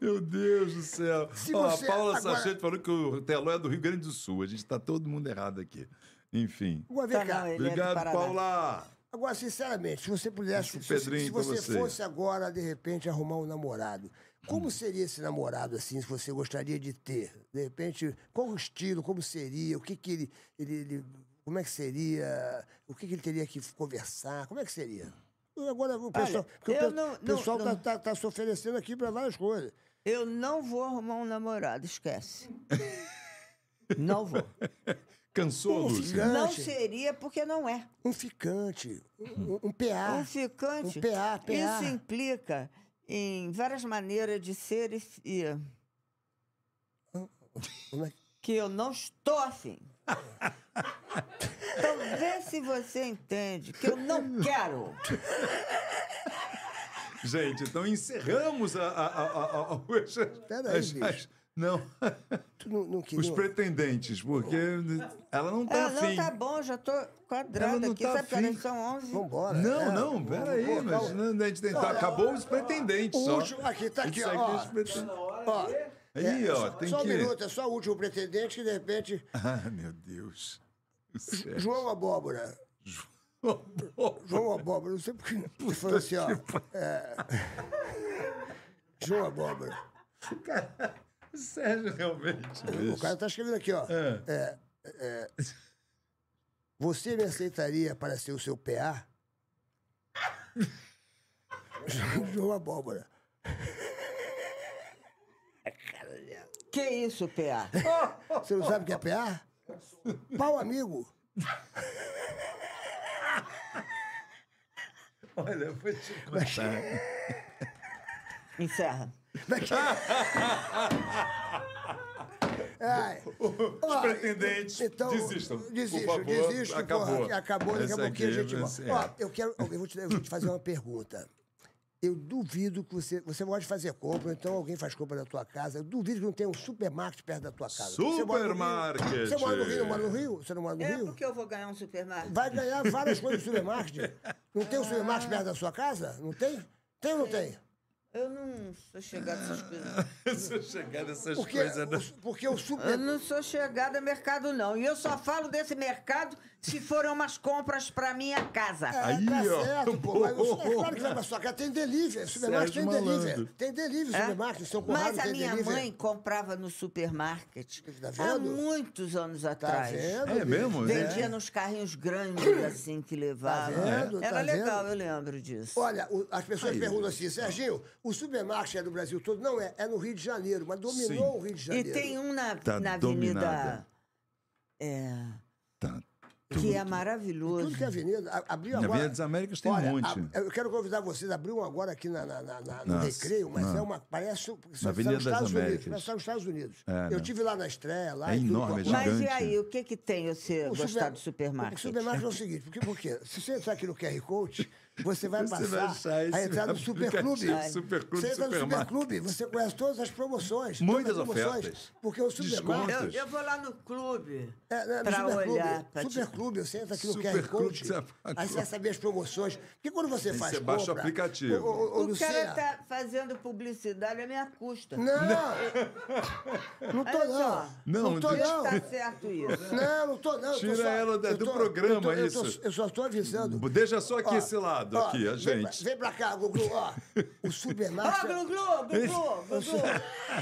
Speaker 2: Meu Deus do céu.
Speaker 1: Se
Speaker 2: Ó,
Speaker 1: você-
Speaker 2: a Paula
Speaker 1: agora-
Speaker 2: Sachete falou que o Teló é do Rio Grande do Sul. A gente tá todo mundo errado aqui. Enfim.
Speaker 1: Agora, vem
Speaker 3: Tá,
Speaker 1: cá.
Speaker 3: não, Ele é do
Speaker 2: Obrigado,
Speaker 3: Paraná.
Speaker 2: Paula.
Speaker 1: Agora, sinceramente, se você pudesse.
Speaker 2: Acho
Speaker 1: Se,
Speaker 2: Pedrinho
Speaker 1: se
Speaker 2: pra
Speaker 1: você
Speaker 2: você. Hum.
Speaker 1: fosse agora, de repente, arrumar um namorado, como seria esse namorado, assim, que você gostaria de ter? De repente, qual o estilo, como seria? O que que ele. ele, ele- como é que seria? O que, que ele teria que conversar? Como é que seria? Agora, o pessoal. porque o
Speaker 3: eu
Speaker 1: pe-
Speaker 3: não- não-
Speaker 1: pessoal está
Speaker 3: não-
Speaker 1: tá, tá se oferecendo aqui para várias coisas.
Speaker 3: Eu não vou arrumar um namorado, esquece. Não vou.
Speaker 2: Cansou,
Speaker 1: Pô,
Speaker 2: Lúcia?
Speaker 1: Ficante.
Speaker 3: Não seria porque não é.
Speaker 1: Um ficante, um, um- um
Speaker 3: Um
Speaker 1: PA.
Speaker 3: ficante.
Speaker 1: um PA, PA.
Speaker 3: Isso implica em várias maneiras de ser e, e- Um
Speaker 1: Como é que-
Speaker 3: que eu não estou afim. Então vê se você entende que eu não quero.
Speaker 2: Gente, então encerramos a, a, a, a, a, as-
Speaker 1: Peraí,
Speaker 2: as-
Speaker 1: bicho.
Speaker 2: as- Não,
Speaker 1: tu não, não queria. um
Speaker 2: os pretendentes, porque ela não tá
Speaker 3: ah, não,
Speaker 2: afim.
Speaker 3: tá bom, já tô
Speaker 2: Ela
Speaker 3: quadrada
Speaker 2: não
Speaker 3: aqui.
Speaker 2: tá
Speaker 3: sabe que horas
Speaker 2: afim.
Speaker 3: são 11?
Speaker 1: Vambora. é,
Speaker 2: Não, não,
Speaker 1: vamos
Speaker 2: peraí,
Speaker 1: colocar
Speaker 2: mas
Speaker 1: o-
Speaker 2: não, a gente tem, tá, acabou os pretendentes.
Speaker 1: O
Speaker 2: só.
Speaker 1: último- aqui, tá aqui,
Speaker 2: Isso
Speaker 1: ó.
Speaker 2: é os pretendentes.
Speaker 1: Ó,
Speaker 2: Aí,
Speaker 1: é,
Speaker 2: ó,
Speaker 1: só,
Speaker 2: tem
Speaker 1: só
Speaker 2: que.
Speaker 1: um minuto, é só o último pretendente que de repente.
Speaker 2: Ah, meu Deus. do céu.
Speaker 1: João Abóbora. João Abóbora, não sei por que Ele falou assim, ó. é, João Abóbora.
Speaker 2: Sérgio, realmente.
Speaker 1: O cara tá escrevendo aqui, ó.
Speaker 2: É.
Speaker 1: É, é, você me aceitaria para ser o seu PA? Jo- João Abóbora.
Speaker 3: Que isso, PA?
Speaker 1: Você não sabe o que é PA? Pau amigo.
Speaker 2: Olha, vou te contar.
Speaker 3: Encerra.
Speaker 1: Ai.
Speaker 2: Os pretendentes,
Speaker 1: Ah, Então,
Speaker 2: desistam.
Speaker 1: Desistam,
Speaker 2: por favor.
Speaker 1: desistam.
Speaker 2: acabou.
Speaker 1: porra, acabou, daqui a
Speaker 2: Essa
Speaker 1: pouquinho a
Speaker 2: aqui é.
Speaker 1: gente
Speaker 2: você-
Speaker 1: volta. Ó, eu quero. Eu vou, te, eu vou te fazer uma pergunta. Eu duvido que você. Você gosta de fazer compra, então alguém faz compra na tua casa. Eu duvido que não tenha um supermarket perto da tua casa. Você mora no Rio?
Speaker 2: Supermarket.
Speaker 1: Você mora no Rio, não mora no Rio? Você não mora no
Speaker 3: É
Speaker 1: Rio?
Speaker 3: porque eu vou ganhar um supermercado.
Speaker 1: Vai ganhar várias coisas no supermarket. Não tem um supermarket perto da sua casa? Não tem? Tem ou não tem?
Speaker 3: Eu não sou chegada a essas coisas.
Speaker 2: Se eu chegar nessas
Speaker 1: Porque,
Speaker 2: coisas. né? não-
Speaker 1: o, porque o
Speaker 3: Eu
Speaker 1: super.
Speaker 3: não sou chegada a mercado, não. E eu só falo desse mercado se forem umas compras para minha casa.
Speaker 1: É,
Speaker 2: Aí,
Speaker 1: tá
Speaker 2: ó.
Speaker 1: certo, pô. Mas o- é claro que vai pra sua casa. Tem delivery. Supermarket tem
Speaker 2: Sérgio
Speaker 1: delivery.
Speaker 2: Malandro.
Speaker 1: Tem delivery,
Speaker 3: É?
Speaker 1: supermarket. São Conrado
Speaker 3: Mas a
Speaker 1: tem
Speaker 3: minha
Speaker 1: delivery.
Speaker 3: mãe comprava no supermarket
Speaker 1: Tá
Speaker 3: há
Speaker 1: vendo?
Speaker 3: muitos anos
Speaker 1: Tá
Speaker 3: atrás.
Speaker 1: vendo?
Speaker 2: É
Speaker 1: bicho?
Speaker 2: mesmo?
Speaker 3: Vendia
Speaker 2: É.
Speaker 3: nos carrinhos grandes, assim, que levava.
Speaker 1: Tá vendo?
Speaker 3: Era
Speaker 1: Tá
Speaker 3: legal,
Speaker 1: vendo?
Speaker 3: eu lembro disso.
Speaker 1: Olha, o- as pessoas perguntam assim, Serginho, o supermarket é do Brasil todo? Não é, é no Rio de Janeiro, mas dominou o
Speaker 2: Sim.
Speaker 1: Rio de
Speaker 3: e
Speaker 1: Janeiro.
Speaker 3: tem um na,
Speaker 2: Tá
Speaker 3: na
Speaker 2: dominada.
Speaker 3: Avenida. É,
Speaker 2: Tá.
Speaker 3: que é
Speaker 1: Tudo
Speaker 3: maravilhoso.
Speaker 1: que é avenida, a- abriu
Speaker 2: Na
Speaker 1: agora...
Speaker 2: Avenida das Américas tem um
Speaker 1: Olha,
Speaker 2: monte.
Speaker 1: a- eu quero convidar vocês, abriu um agora aqui na, na- na- na- no
Speaker 2: Nossa,
Speaker 1: Recreio, mas
Speaker 2: não.
Speaker 1: é uma, parece... Na
Speaker 2: Avenida das
Speaker 1: Estados Unidos,
Speaker 2: Américas.
Speaker 1: parece nos Estados Unidos.
Speaker 2: É,
Speaker 1: eu
Speaker 2: né?
Speaker 1: tive lá na estreia, lá...
Speaker 2: É
Speaker 1: e tudo,
Speaker 2: enorme, é
Speaker 1: com a-
Speaker 3: Mas e
Speaker 2: gigante.
Speaker 3: aí, o que que tem você
Speaker 1: O
Speaker 3: gostar
Speaker 1: super-
Speaker 3: do supermarket?
Speaker 1: O supermarket é o seguinte, porque, porque se você entrar aqui no QR Code, você vai
Speaker 2: Você vai
Speaker 1: passar
Speaker 2: achar esse
Speaker 1: a entrar no
Speaker 2: aplicativo,
Speaker 1: Superclube.
Speaker 2: Superclube,
Speaker 1: você entra no
Speaker 2: supermarket.
Speaker 1: Superclube, você conhece todas as promoções.
Speaker 2: Muitas
Speaker 1: todas as promoções,
Speaker 2: ofertas.
Speaker 1: Porque o supermarket...
Speaker 3: Eu,
Speaker 2: Descontos.
Speaker 3: eu vou lá no clube
Speaker 1: É, né, no
Speaker 3: pra
Speaker 1: Superclube.
Speaker 3: olhar. pra te-
Speaker 1: Superclube, você entra aqui no QR
Speaker 2: Superclube,
Speaker 1: Code,
Speaker 2: você vai-
Speaker 1: aí você vai saber as promoções. Porque quando você faz
Speaker 2: você baixa o
Speaker 1: compra,
Speaker 2: aplicativo.
Speaker 1: ô, ô, ô,
Speaker 3: O
Speaker 1: Lucia,
Speaker 3: cara tá fazendo publicidade à minha custa.
Speaker 1: Não! Não tô,
Speaker 3: Olha
Speaker 1: não.
Speaker 3: só.
Speaker 2: Não,
Speaker 1: tô,
Speaker 2: Deus
Speaker 1: não.
Speaker 3: Tá certo isso.
Speaker 1: Não, não tô, não. eu tô
Speaker 2: Tira
Speaker 1: só-
Speaker 2: ela da-
Speaker 1: eu
Speaker 2: do
Speaker 1: tô-
Speaker 2: programa,
Speaker 1: eu tô- eu tô-
Speaker 2: isso.
Speaker 1: Eu só tô avisando.
Speaker 2: Deixa só aqui
Speaker 1: Ó,
Speaker 2: esse lado,
Speaker 1: ó,
Speaker 2: aqui, a
Speaker 1: vem pra-
Speaker 2: gente.
Speaker 1: Vem pra cá, Gugu, ó. O
Speaker 3: Ó,
Speaker 1: supermarket...
Speaker 3: Ah, Glu Glu, Glu Glu, Glu Glu.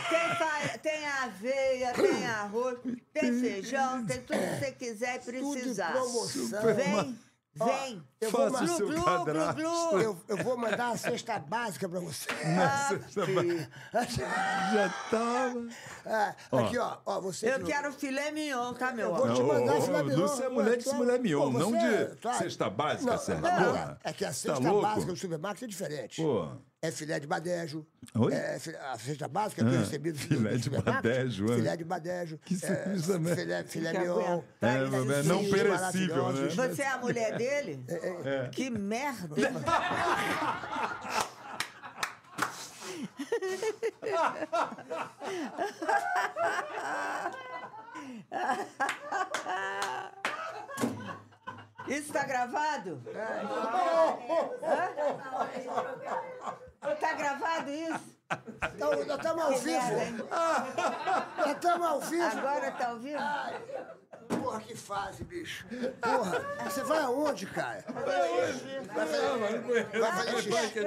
Speaker 3: Tem, fa- tem aveia, tem arroz, tem feijão, tem tudo que você quiser e
Speaker 1: Tudo em
Speaker 3: precisar.
Speaker 1: promoção.
Speaker 3: Vem,
Speaker 1: Ó,
Speaker 3: vem.
Speaker 1: eu um vou
Speaker 2: Faça
Speaker 1: ma-
Speaker 2: o
Speaker 3: Glu
Speaker 2: seu
Speaker 3: Glu, Glu
Speaker 2: cadastro.
Speaker 3: Glu.
Speaker 1: Eu, eu vou mandar a cesta básica pra você.
Speaker 3: Ah, filho.
Speaker 2: Já tava.
Speaker 1: Ah, aqui, ó. ó você que
Speaker 3: Eu
Speaker 1: não-
Speaker 3: quero filé mignon, tá, meu
Speaker 1: Vou
Speaker 3: amor?
Speaker 1: te
Speaker 2: Não,
Speaker 1: mandar
Speaker 2: ô,
Speaker 1: esse
Speaker 2: ô,
Speaker 1: filé mignon.
Speaker 2: Lúcia é mulher de
Speaker 1: Pô,
Speaker 2: mulher mignon,
Speaker 1: você-
Speaker 2: não de
Speaker 1: tu acha-
Speaker 2: cesta básica, Sérgio.
Speaker 1: não,
Speaker 2: Porra.
Speaker 1: É que a
Speaker 2: Tá
Speaker 1: cesta
Speaker 2: louco?
Speaker 1: básica do supermercado é diferente.
Speaker 2: Pô.
Speaker 1: É filé de badejo.
Speaker 2: Oi?
Speaker 1: É, fi- a cesta básica que eu
Speaker 2: Ah,
Speaker 1: recebi do
Speaker 2: filé
Speaker 1: do
Speaker 2: de
Speaker 1: supermercado,
Speaker 2: badejo, é.
Speaker 1: Filé de badejo.
Speaker 2: Que serviço, né?
Speaker 1: Filé, filé
Speaker 3: Tem que
Speaker 1: mignon.
Speaker 3: aguentar
Speaker 2: É,
Speaker 3: esses
Speaker 2: é não
Speaker 3: filhos
Speaker 2: perecível, né?
Speaker 1: maravilhosos.
Speaker 3: Você é a mulher dele? Que merda! Isso tá gravado? Hã? Tá gravado isso?
Speaker 1: Então, nós estamos ao
Speaker 3: Que merda,
Speaker 1: vivo.
Speaker 3: hein?
Speaker 1: Nós estamos ao vivo.
Speaker 3: Agora tá ouvindo?
Speaker 1: Porra, que fase, bicho. Porra, você vai aonde, cara? Vai fazer, vai fazer xixi.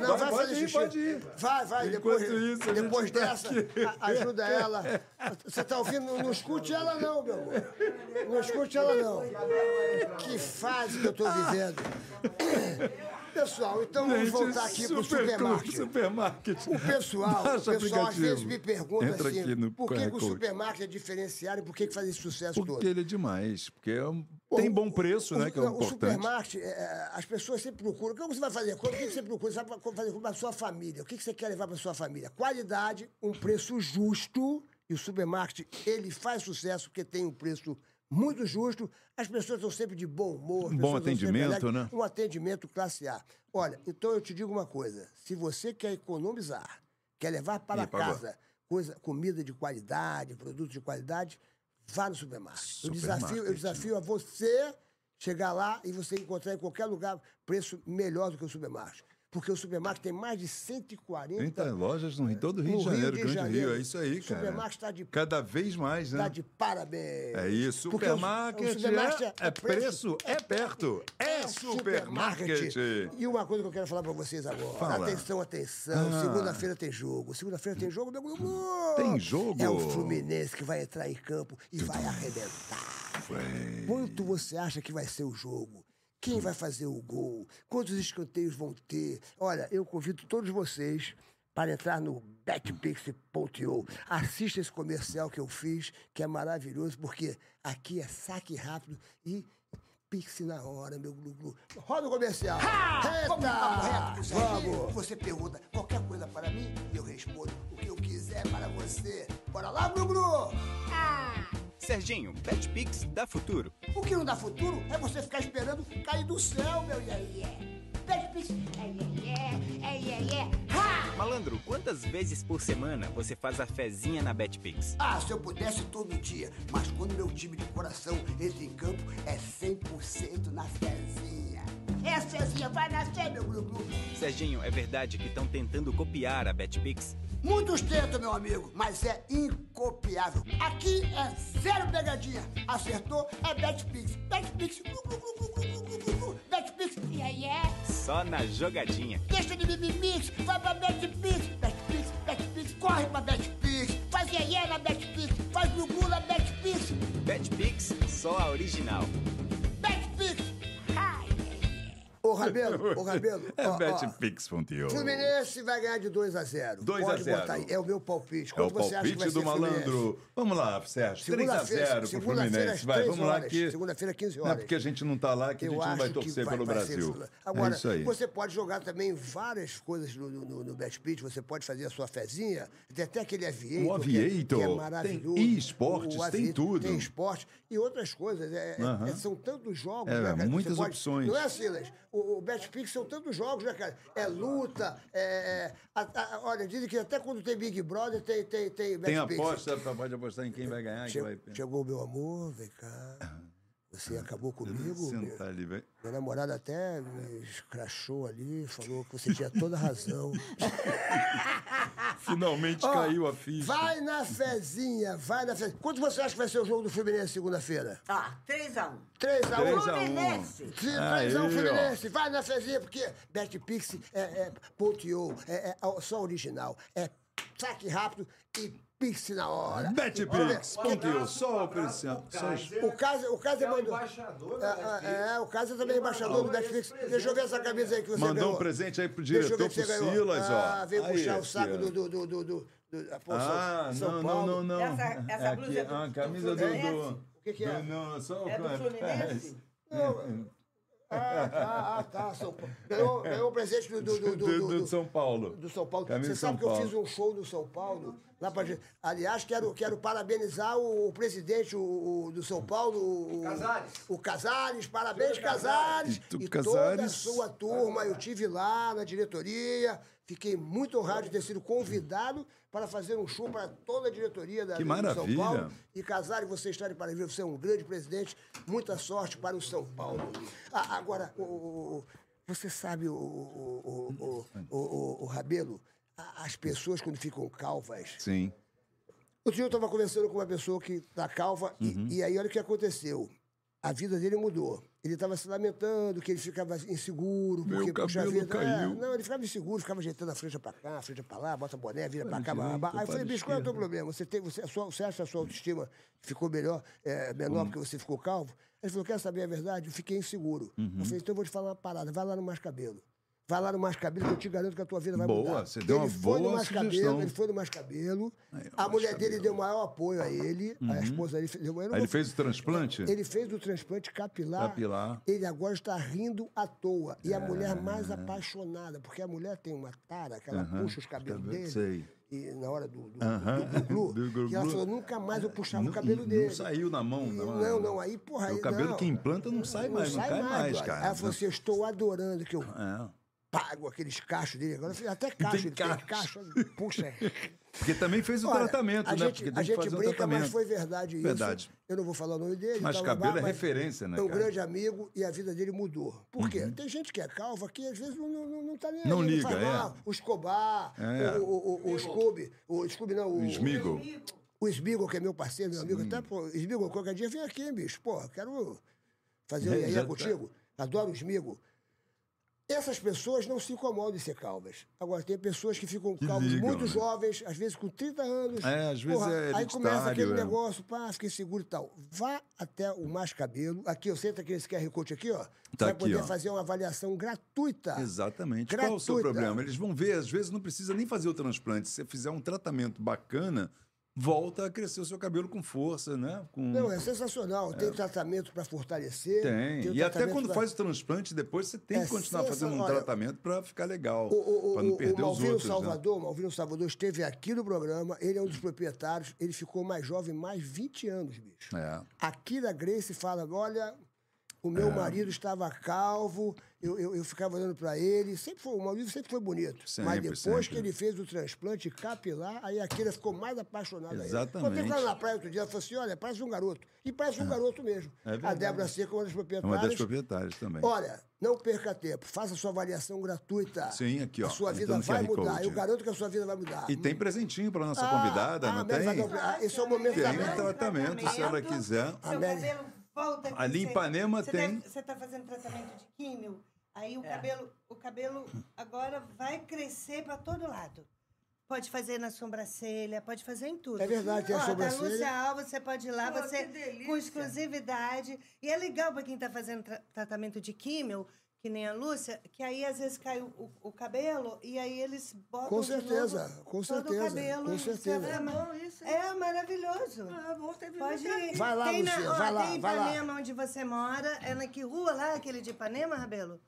Speaker 1: Não, vai fazer xixi. Vai, vai, depois,
Speaker 2: Enquanto isso, a gente tá
Speaker 1: depois dessa, a- ajuda ela. Você tá ouvindo? Não, não escute ela não, meu amor. Não escute ela não. Que fase que eu tô
Speaker 2: Ah.
Speaker 1: vivendo. Pessoal, então vamos voltar aqui pro
Speaker 2: supermercado.
Speaker 1: supermarket.
Speaker 2: supermarket.
Speaker 1: O pessoal, o pessoal
Speaker 2: Baixa o
Speaker 1: às
Speaker 2: aplicativo.
Speaker 1: vezes me pergunta
Speaker 2: Entra
Speaker 1: assim,
Speaker 2: aqui no
Speaker 1: por que,
Speaker 2: QR
Speaker 1: que o
Speaker 2: Code.
Speaker 1: supermarket é diferenciado e por que, que faz esse sucesso todo?
Speaker 2: Porque ele é demais. Porque é um- tem bom preço, né? Que é o
Speaker 1: não,
Speaker 2: importante.
Speaker 1: supermarket, é, é, as pessoas sempre procuram. Como você vai fazer compra? O que que você procura? Você vai fazer compra para sua família. O que que você quer levar para sua família? Qualidade, um preço justo. E o supermarket, ele faz sucesso porque tem um preço muito justo. As pessoas estão sempre de bom humor. as pessoas
Speaker 2: Um bom
Speaker 1: estão sempre
Speaker 2: atendimento,
Speaker 1: alegres.
Speaker 2: né?
Speaker 1: Um atendimento classe A. Olha, então eu te digo uma coisa. Se você quer economizar, quer levar para
Speaker 2: Ih, pagou.
Speaker 1: casa coisa, comida de qualidade, produtos de qualidade, vá no supermarket. Eu desafio, eu
Speaker 2: Supermarket.
Speaker 1: desafio a você chegar lá e você encontrar em qualquer lugar preço melhor do que o supermarket. Porque o supermarket tem mais de 140
Speaker 2: 30 tá, lojas no, em todo o Rio
Speaker 1: no
Speaker 2: de Janeiro, Grande Rio. É isso aí,
Speaker 1: o
Speaker 2: cara.
Speaker 1: supermarket está de,
Speaker 2: Cada vez mais, né?
Speaker 1: tá de parabéns.
Speaker 2: É isso,
Speaker 1: Porque o- o
Speaker 2: supermarket, é, é preço, é perto, é supermarket.
Speaker 1: E uma coisa que eu quero falar pra vocês agora.
Speaker 2: Fala.
Speaker 1: Atenção, atenção.
Speaker 2: Ah.
Speaker 1: Segunda-feira tem jogo. Segunda-feira tem jogo, meu grupo.
Speaker 2: Tem jogo?
Speaker 1: É o Fluminense que vai entrar em campo e vai arrebentar. Quanto você acha que vai ser o jogo? Quem vai fazer o gol? Quantos escanteios vão ter? Olha, eu convido todos vocês para entrar no betpix.io. Assista esse comercial que eu fiz, que é maravilhoso, porque aqui é saque rápido e Pix na hora, meu glu-glu. Roda o comercial. Eita! Vamos Vamos. Você pergunta qualquer coisa para mim e eu respondo o que eu quiser para você. Bora lá, glu-glu!
Speaker 7: Serginho, BetPix dá futuro.
Speaker 1: O que não dá futuro é você ficar esperando cair do céu, meu iê Pix.
Speaker 5: É,
Speaker 7: Malandro, quantas vezes por semana você faz a fezinha na BetPix?
Speaker 1: Ah, se eu pudesse todo dia, mas quando meu time de coração entra em campo, é 100% na Cezinha. É Cezinha, vai nascer, meu glu-glu.
Speaker 7: Serginho, é verdade que estão tentando copiar a BetPix?
Speaker 1: Muitos tentam, meu amigo, mas é incopiável. Aqui é zero pegadinha. Acertou é Betpix. Betpix. glu, glu, glu, glu, glu, glu, glu, glu. Betpix. E aí é.
Speaker 7: Só na jogadinha.
Speaker 1: Deixa de mimimix. Vai pra Betpix. Betpix. Betpix. Corre pra Betpix. Faz iê na Betpix. Faz gugu na Betpix.
Speaker 7: BetPix, só a original.
Speaker 1: Betpix. Ô, Rabelo, ô, Rabelo.
Speaker 2: É betpix.io.
Speaker 1: Fluminense vai ganhar de 2 a 0.
Speaker 2: 2 a
Speaker 1: Pode botar
Speaker 2: 0.
Speaker 1: aí. É o meu palpite.
Speaker 2: É o
Speaker 1: Quanto você acha que vai
Speaker 2: palpite
Speaker 1: ser
Speaker 2: do
Speaker 1: Fluminense?
Speaker 2: malandro. Vamos lá, Sérgio. 3 a
Speaker 1: Segunda-feira,
Speaker 2: 0 pro
Speaker 1: segunda-feira, às
Speaker 2: Fluminense. Vai,
Speaker 1: três
Speaker 2: vamos lá
Speaker 1: horas.
Speaker 2: que.
Speaker 1: Segunda-feira, 15
Speaker 2: Não é
Speaker 1: horas.
Speaker 2: porque a gente não tá lá que a
Speaker 1: Eu
Speaker 2: gente não vai
Speaker 1: acho que
Speaker 2: torcer
Speaker 1: vai-
Speaker 2: pelo
Speaker 1: vai ser
Speaker 2: Brasil.
Speaker 1: isso. Agora,
Speaker 2: é isso aí.
Speaker 1: você pode jogar também várias coisas no, no, no, no Betpix, você pode fazer a sua fezinha, tem até aquele aviator,
Speaker 2: O
Speaker 1: que é-
Speaker 2: Aviator,
Speaker 1: que é,
Speaker 2: tem
Speaker 1: maravilhoso.
Speaker 2: e-esportes,
Speaker 1: O
Speaker 2: tem
Speaker 1: Aviator,
Speaker 2: tudo.
Speaker 1: Tem esporte e outras coisas, é- é-
Speaker 2: Aham.
Speaker 1: é- são tantos jogos.
Speaker 2: É,
Speaker 1: né, cara?
Speaker 2: muitas
Speaker 1: Você pode-
Speaker 2: opções.
Speaker 1: Não é, Silas? O, o Betpix são tantos jogos, né, cara? É luta, é... é- a- a- olha, dizem que até quando tem Big Brother tem tem Tem,
Speaker 2: Tem
Speaker 1: Betpix.
Speaker 2: aposta, pode apostar em quem vai ganhar. quem
Speaker 1: Che-
Speaker 2: vai...
Speaker 1: Chegou o meu amor, vem cá. Você acabou comigo. meu-
Speaker 2: Sentar ali, vai.
Speaker 1: Minha namorada até me escrachou ali, falou que você tinha toda a razão.
Speaker 2: Finalmente
Speaker 1: Ah, Ó,
Speaker 2: caiu a ficha.
Speaker 1: Vai na fezinha, vai na fezinha. Quanto você acha que vai ser o jogo do Fluminense segunda-feira?
Speaker 3: Tá, 3x1.
Speaker 1: 3x1.
Speaker 2: 3x1
Speaker 3: Fluminense.
Speaker 2: Aê,
Speaker 1: 3x1
Speaker 2: ó.
Speaker 1: Fluminense, vai na fezinha, porque BetPix é, é ponteou, é, é a- só original, é saque rápido e pix na hora.
Speaker 2: BetPix,
Speaker 1: Olha,
Speaker 2: ponto eu, só o Perciano. Só os-
Speaker 1: O Kaiser, o Kaiser
Speaker 4: É
Speaker 1: mandou.
Speaker 4: embaixador da
Speaker 1: É, é, é, o Kaiser também é
Speaker 4: Ele
Speaker 1: embaixador do
Speaker 4: mandou
Speaker 1: Netflix.
Speaker 4: esse
Speaker 1: Deixa eu ver essa camisa aí que você
Speaker 2: Mandou
Speaker 1: ganhou.
Speaker 2: um presente aí pro
Speaker 1: Deixa eu
Speaker 2: diretor,
Speaker 1: ver
Speaker 2: pro
Speaker 1: que você ganhou.
Speaker 2: Silas, ó.
Speaker 1: Ah, veio
Speaker 2: Aí,
Speaker 1: puxar o saco
Speaker 2: Silas.
Speaker 1: do... do, do, do, do, do ah, pô, São,
Speaker 2: Ah, não,
Speaker 1: São
Speaker 2: não,
Speaker 1: Paulo.
Speaker 2: não, não.
Speaker 3: Essa- essa
Speaker 2: É aqui,
Speaker 3: blusa é do-
Speaker 2: ah, a
Speaker 3: do
Speaker 2: camisa do.
Speaker 3: Fluminense?
Speaker 2: do-
Speaker 1: O que que é?
Speaker 2: do- Não, só o
Speaker 3: É do Fluminense?
Speaker 1: Ah, tá, ah, tá. São Paulo. Ganhou, ganhou um presente do... do, do, do, do,
Speaker 2: Do do São Paulo.
Speaker 1: do São Paulo. Você
Speaker 2: Camisa do
Speaker 1: sabe
Speaker 2: São
Speaker 1: que eu
Speaker 2: Paulo.
Speaker 1: fiz um show no São Paulo Lá pra... gente. Aliás, quero, quero parabenizar o, o presidente o, o do São Paulo, o,
Speaker 8: Casares.
Speaker 1: o Casares. Parabéns, Casares.
Speaker 2: E tu,
Speaker 1: e toda a
Speaker 2: Casares.
Speaker 1: sua turma. Eu tive lá na diretoria. Fiquei muito honrado de ter sido convidado para fazer um show para toda a diretoria da
Speaker 2: Que
Speaker 1: do São
Speaker 2: maravilha.
Speaker 1: Paulo. E Casares, você está de parabéns. Você é um grande presidente. Muita sorte para o São Paulo. Ah, agora, o- o- o- você sabe, o, o, o, o, o- o Rabelo, a- as pessoas quando ficam calvas,
Speaker 2: Sim.
Speaker 1: Outro dia eu estava conversando com uma pessoa que tá calva, e-
Speaker 2: Uhum.
Speaker 1: e, aí olha o que aconteceu. A vida dele mudou. Ele estava se lamentando, que ele ficava inseguro,
Speaker 2: Meu
Speaker 1: porque puxa
Speaker 2: cabelo
Speaker 1: vida. é,
Speaker 2: caiu.
Speaker 1: não, ele ficava inseguro, ficava ajeitando a franja pra cá, a franja pra lá, bota boné, vira pra cá. blá, blá, blá.
Speaker 2: direita,
Speaker 1: Aí eu falei,
Speaker 2: para a
Speaker 1: bicho, qual é o teu problema? Você, tem, você, a sua- você acha que a sua autoestima ficou melhor, é,
Speaker 2: Uhum.
Speaker 1: menor porque você ficou calvo? Ele falou, quer saber a verdade? Eu fiquei inseguro.
Speaker 2: Uhum.
Speaker 1: Eu falei, então eu vou te falar uma parada, vai lá no Mais Cabelo. Vai lá no Mais Cabelo, que eu te garanto que a tua vida vai
Speaker 2: Boa,
Speaker 1: mudar.
Speaker 2: você deu uma
Speaker 1: ele foi no
Speaker 2: boa
Speaker 1: Mais Cabelo,
Speaker 2: sugestão.
Speaker 1: ele foi no Mais Cabelo.
Speaker 2: Aí, ó,
Speaker 1: a
Speaker 2: Mais
Speaker 1: mulher dele
Speaker 2: Cabelo. Uhum.
Speaker 1: deu o maior apoio a ele. A esposa dele fez, eu não
Speaker 2: Aí ele
Speaker 1: vou-
Speaker 2: fez o transplante?
Speaker 1: ele fez o transplante capilar.
Speaker 2: Capilar. É.
Speaker 1: Ele agora está rindo à toa. E a mulher mais apaixonada, porque a mulher tem uma tara que ela puxa os cabelos
Speaker 2: Cabelo,
Speaker 1: dele.
Speaker 2: sei.
Speaker 1: E na hora do, do,
Speaker 2: Aham.
Speaker 1: do glu-glu,
Speaker 2: Do glu-glu.
Speaker 1: que ela falou, nunca mais eu puxava
Speaker 2: Não-
Speaker 1: o cabelo
Speaker 2: não
Speaker 1: dele.
Speaker 2: saiu na mão,
Speaker 1: E
Speaker 2: não,
Speaker 1: Não,
Speaker 2: não.
Speaker 1: não, aí, porra, aí
Speaker 2: o cabelo
Speaker 1: não.
Speaker 2: que implanta não sai mais, não, cai mais,
Speaker 1: brother.
Speaker 2: cara.
Speaker 1: Ela falou assim, eu estou adorando que eu
Speaker 2: É.
Speaker 1: pago aqueles cachos dele. Agora, eu falei, até cacho, ele tem cacho. Puxa,
Speaker 2: Porque também fez o
Speaker 1: Olha,
Speaker 2: tratamento,
Speaker 1: a
Speaker 2: né?
Speaker 1: gente-
Speaker 2: Porque
Speaker 1: a
Speaker 2: tem que
Speaker 1: gente
Speaker 2: fazer um
Speaker 1: brinca,
Speaker 2: tratamento.
Speaker 1: mas foi verdade isso.
Speaker 2: Verdade.
Speaker 1: Eu não vou falar o nome dele.
Speaker 2: Mas
Speaker 1: tal,
Speaker 2: cabelo
Speaker 1: babá,
Speaker 2: é
Speaker 1: mas
Speaker 2: referência, né,
Speaker 1: É um
Speaker 2: cara? Uhum.
Speaker 1: grande amigo e a vida dele mudou. Por quê? Tem gente que é calva que às vezes não, não, não, não tá nem aí,
Speaker 2: Não
Speaker 1: faz
Speaker 2: liga, é.
Speaker 1: mal. O Escobar,
Speaker 2: É.
Speaker 1: o, o, o, o Scooby, o Scooby não, o...
Speaker 2: Esmigo.
Speaker 1: O Sbigo, que é meu parceiro, meu amigo, até, pô, Sbigo, qualquer dia vem aqui, hein, bicho. Pô, quero fazer um
Speaker 2: É, já
Speaker 1: iaia
Speaker 2: tá.
Speaker 1: contigo. Adoro o Smigo. Essas pessoas não se incomodam em ser calvas. Agora, tem pessoas que ficam calvas
Speaker 2: ligam,
Speaker 1: muito
Speaker 2: né?
Speaker 1: jovens, às vezes com 30 anos.
Speaker 2: É, às vezes é
Speaker 1: Aí começa aquele
Speaker 2: hereditário, é.
Speaker 1: negócio, pá, fiquei seguro e tal. Vá até o Mais Cabelo. Aqui, eu senta aqui nesse QR Code aqui, ó.
Speaker 2: Tá
Speaker 1: vai
Speaker 2: aqui,
Speaker 1: poder
Speaker 2: ó.
Speaker 1: fazer uma avaliação gratuita.
Speaker 2: Exatamente. Qual o seu
Speaker 1: Tá. Gratuita.
Speaker 2: problema? Eles vão ver, às vezes não precisa nem fazer o transplante. Se você fizer um tratamento bacana, volta a crescer o seu cabelo com força, né? Com...
Speaker 1: Não, é sensacional. Tem tratamento para fortalecer.
Speaker 2: Tem.
Speaker 1: o
Speaker 2: E até
Speaker 1: tratamento
Speaker 2: quando
Speaker 1: pra-
Speaker 2: faz o transplante, depois você tem
Speaker 1: É
Speaker 2: que continuar fazendo um
Speaker 1: sensacional.
Speaker 2: tratamento para ficar legal.
Speaker 1: O, o,
Speaker 2: Para não
Speaker 1: o-
Speaker 2: perder
Speaker 1: o
Speaker 2: os
Speaker 1: Malvino
Speaker 2: outros. né?
Speaker 1: Salvador, o Malvino Salvador esteve aqui no programa, ele é um dos proprietários, ele ficou mais jovem mais 20 anos, bicho.
Speaker 2: É.
Speaker 1: Aqui na Grace fala, olha, o meu marido estava calvo, eu, eu, eu ficava olhando para ele, sempre foi, o Malvino sempre foi bonito. Mas
Speaker 2: Sempre,
Speaker 1: depois
Speaker 2: sempre.
Speaker 1: que ele fez o transplante capilar, aí a Kira ficou mais apaixonada
Speaker 2: Exatamente.
Speaker 1: ainda. Eu lá na praia outro dia, ela falou assim, olha, parece um garoto. E parece um garoto mesmo.
Speaker 2: É
Speaker 1: a
Speaker 2: verdade.
Speaker 1: Débora Seca, uma das
Speaker 2: É uma das
Speaker 1: proprietárias,
Speaker 2: proprietárias também.
Speaker 1: Olha, não perca tempo, faça sua avaliação gratuita.
Speaker 2: Sim, aqui, ó.
Speaker 1: A sua
Speaker 2: Entra
Speaker 1: vida
Speaker 2: no
Speaker 1: vai
Speaker 2: QR
Speaker 1: mudar.
Speaker 2: Code.
Speaker 1: Eu garanto que a sua vida vai mudar.
Speaker 2: E tem presentinho para nossa
Speaker 1: Ah,
Speaker 2: convidada,
Speaker 1: ah,
Speaker 2: não
Speaker 1: mas vai
Speaker 2: tem?
Speaker 1: dar- ah, esse é o momento
Speaker 2: Tem
Speaker 1: da
Speaker 2: um
Speaker 1: Mary.
Speaker 2: tratamento, se ela quiser.
Speaker 1: A
Speaker 5: Seu
Speaker 1: Mary-
Speaker 5: cabelo volta. que
Speaker 2: Ali em
Speaker 5: você-
Speaker 2: Ipanema
Speaker 5: você
Speaker 2: tem.
Speaker 5: deve- Você está fazendo tratamento de químio, aí
Speaker 3: É.
Speaker 5: o cabelo, o cabelo agora vai crescer para todo lado. Pode fazer na sobrancelha, pode fazer em tudo.
Speaker 1: É verdade, tem a
Speaker 5: Ó,
Speaker 1: sobrancelha.
Speaker 5: Da Lúcia Alves, você pode ir lá,
Speaker 3: Pô,
Speaker 5: você
Speaker 3: que delícia.
Speaker 5: com exclusividade. E é legal para quem está fazendo tra- tratamento de químio, que nem a Lúcia, que aí às vezes cai o, o- o cabelo e aí eles botam
Speaker 1: Com
Speaker 5: de novo
Speaker 1: certeza, com
Speaker 5: todo o
Speaker 1: certeza,
Speaker 5: cabelo.
Speaker 1: com
Speaker 5: e você
Speaker 1: certeza.
Speaker 5: vai-
Speaker 3: É bom isso, hein?
Speaker 5: É maravilhoso.
Speaker 3: Ah, bom ter vindo
Speaker 5: Pode
Speaker 3: aqui.
Speaker 5: ir.
Speaker 1: Vai lá,
Speaker 5: tem
Speaker 1: Luciana,
Speaker 5: ó,
Speaker 1: vai lá,
Speaker 5: Tem em
Speaker 1: vai lá.
Speaker 5: Ipanema, onde você mora. É na que rua lá, aquele de Ipanema, Rabelo?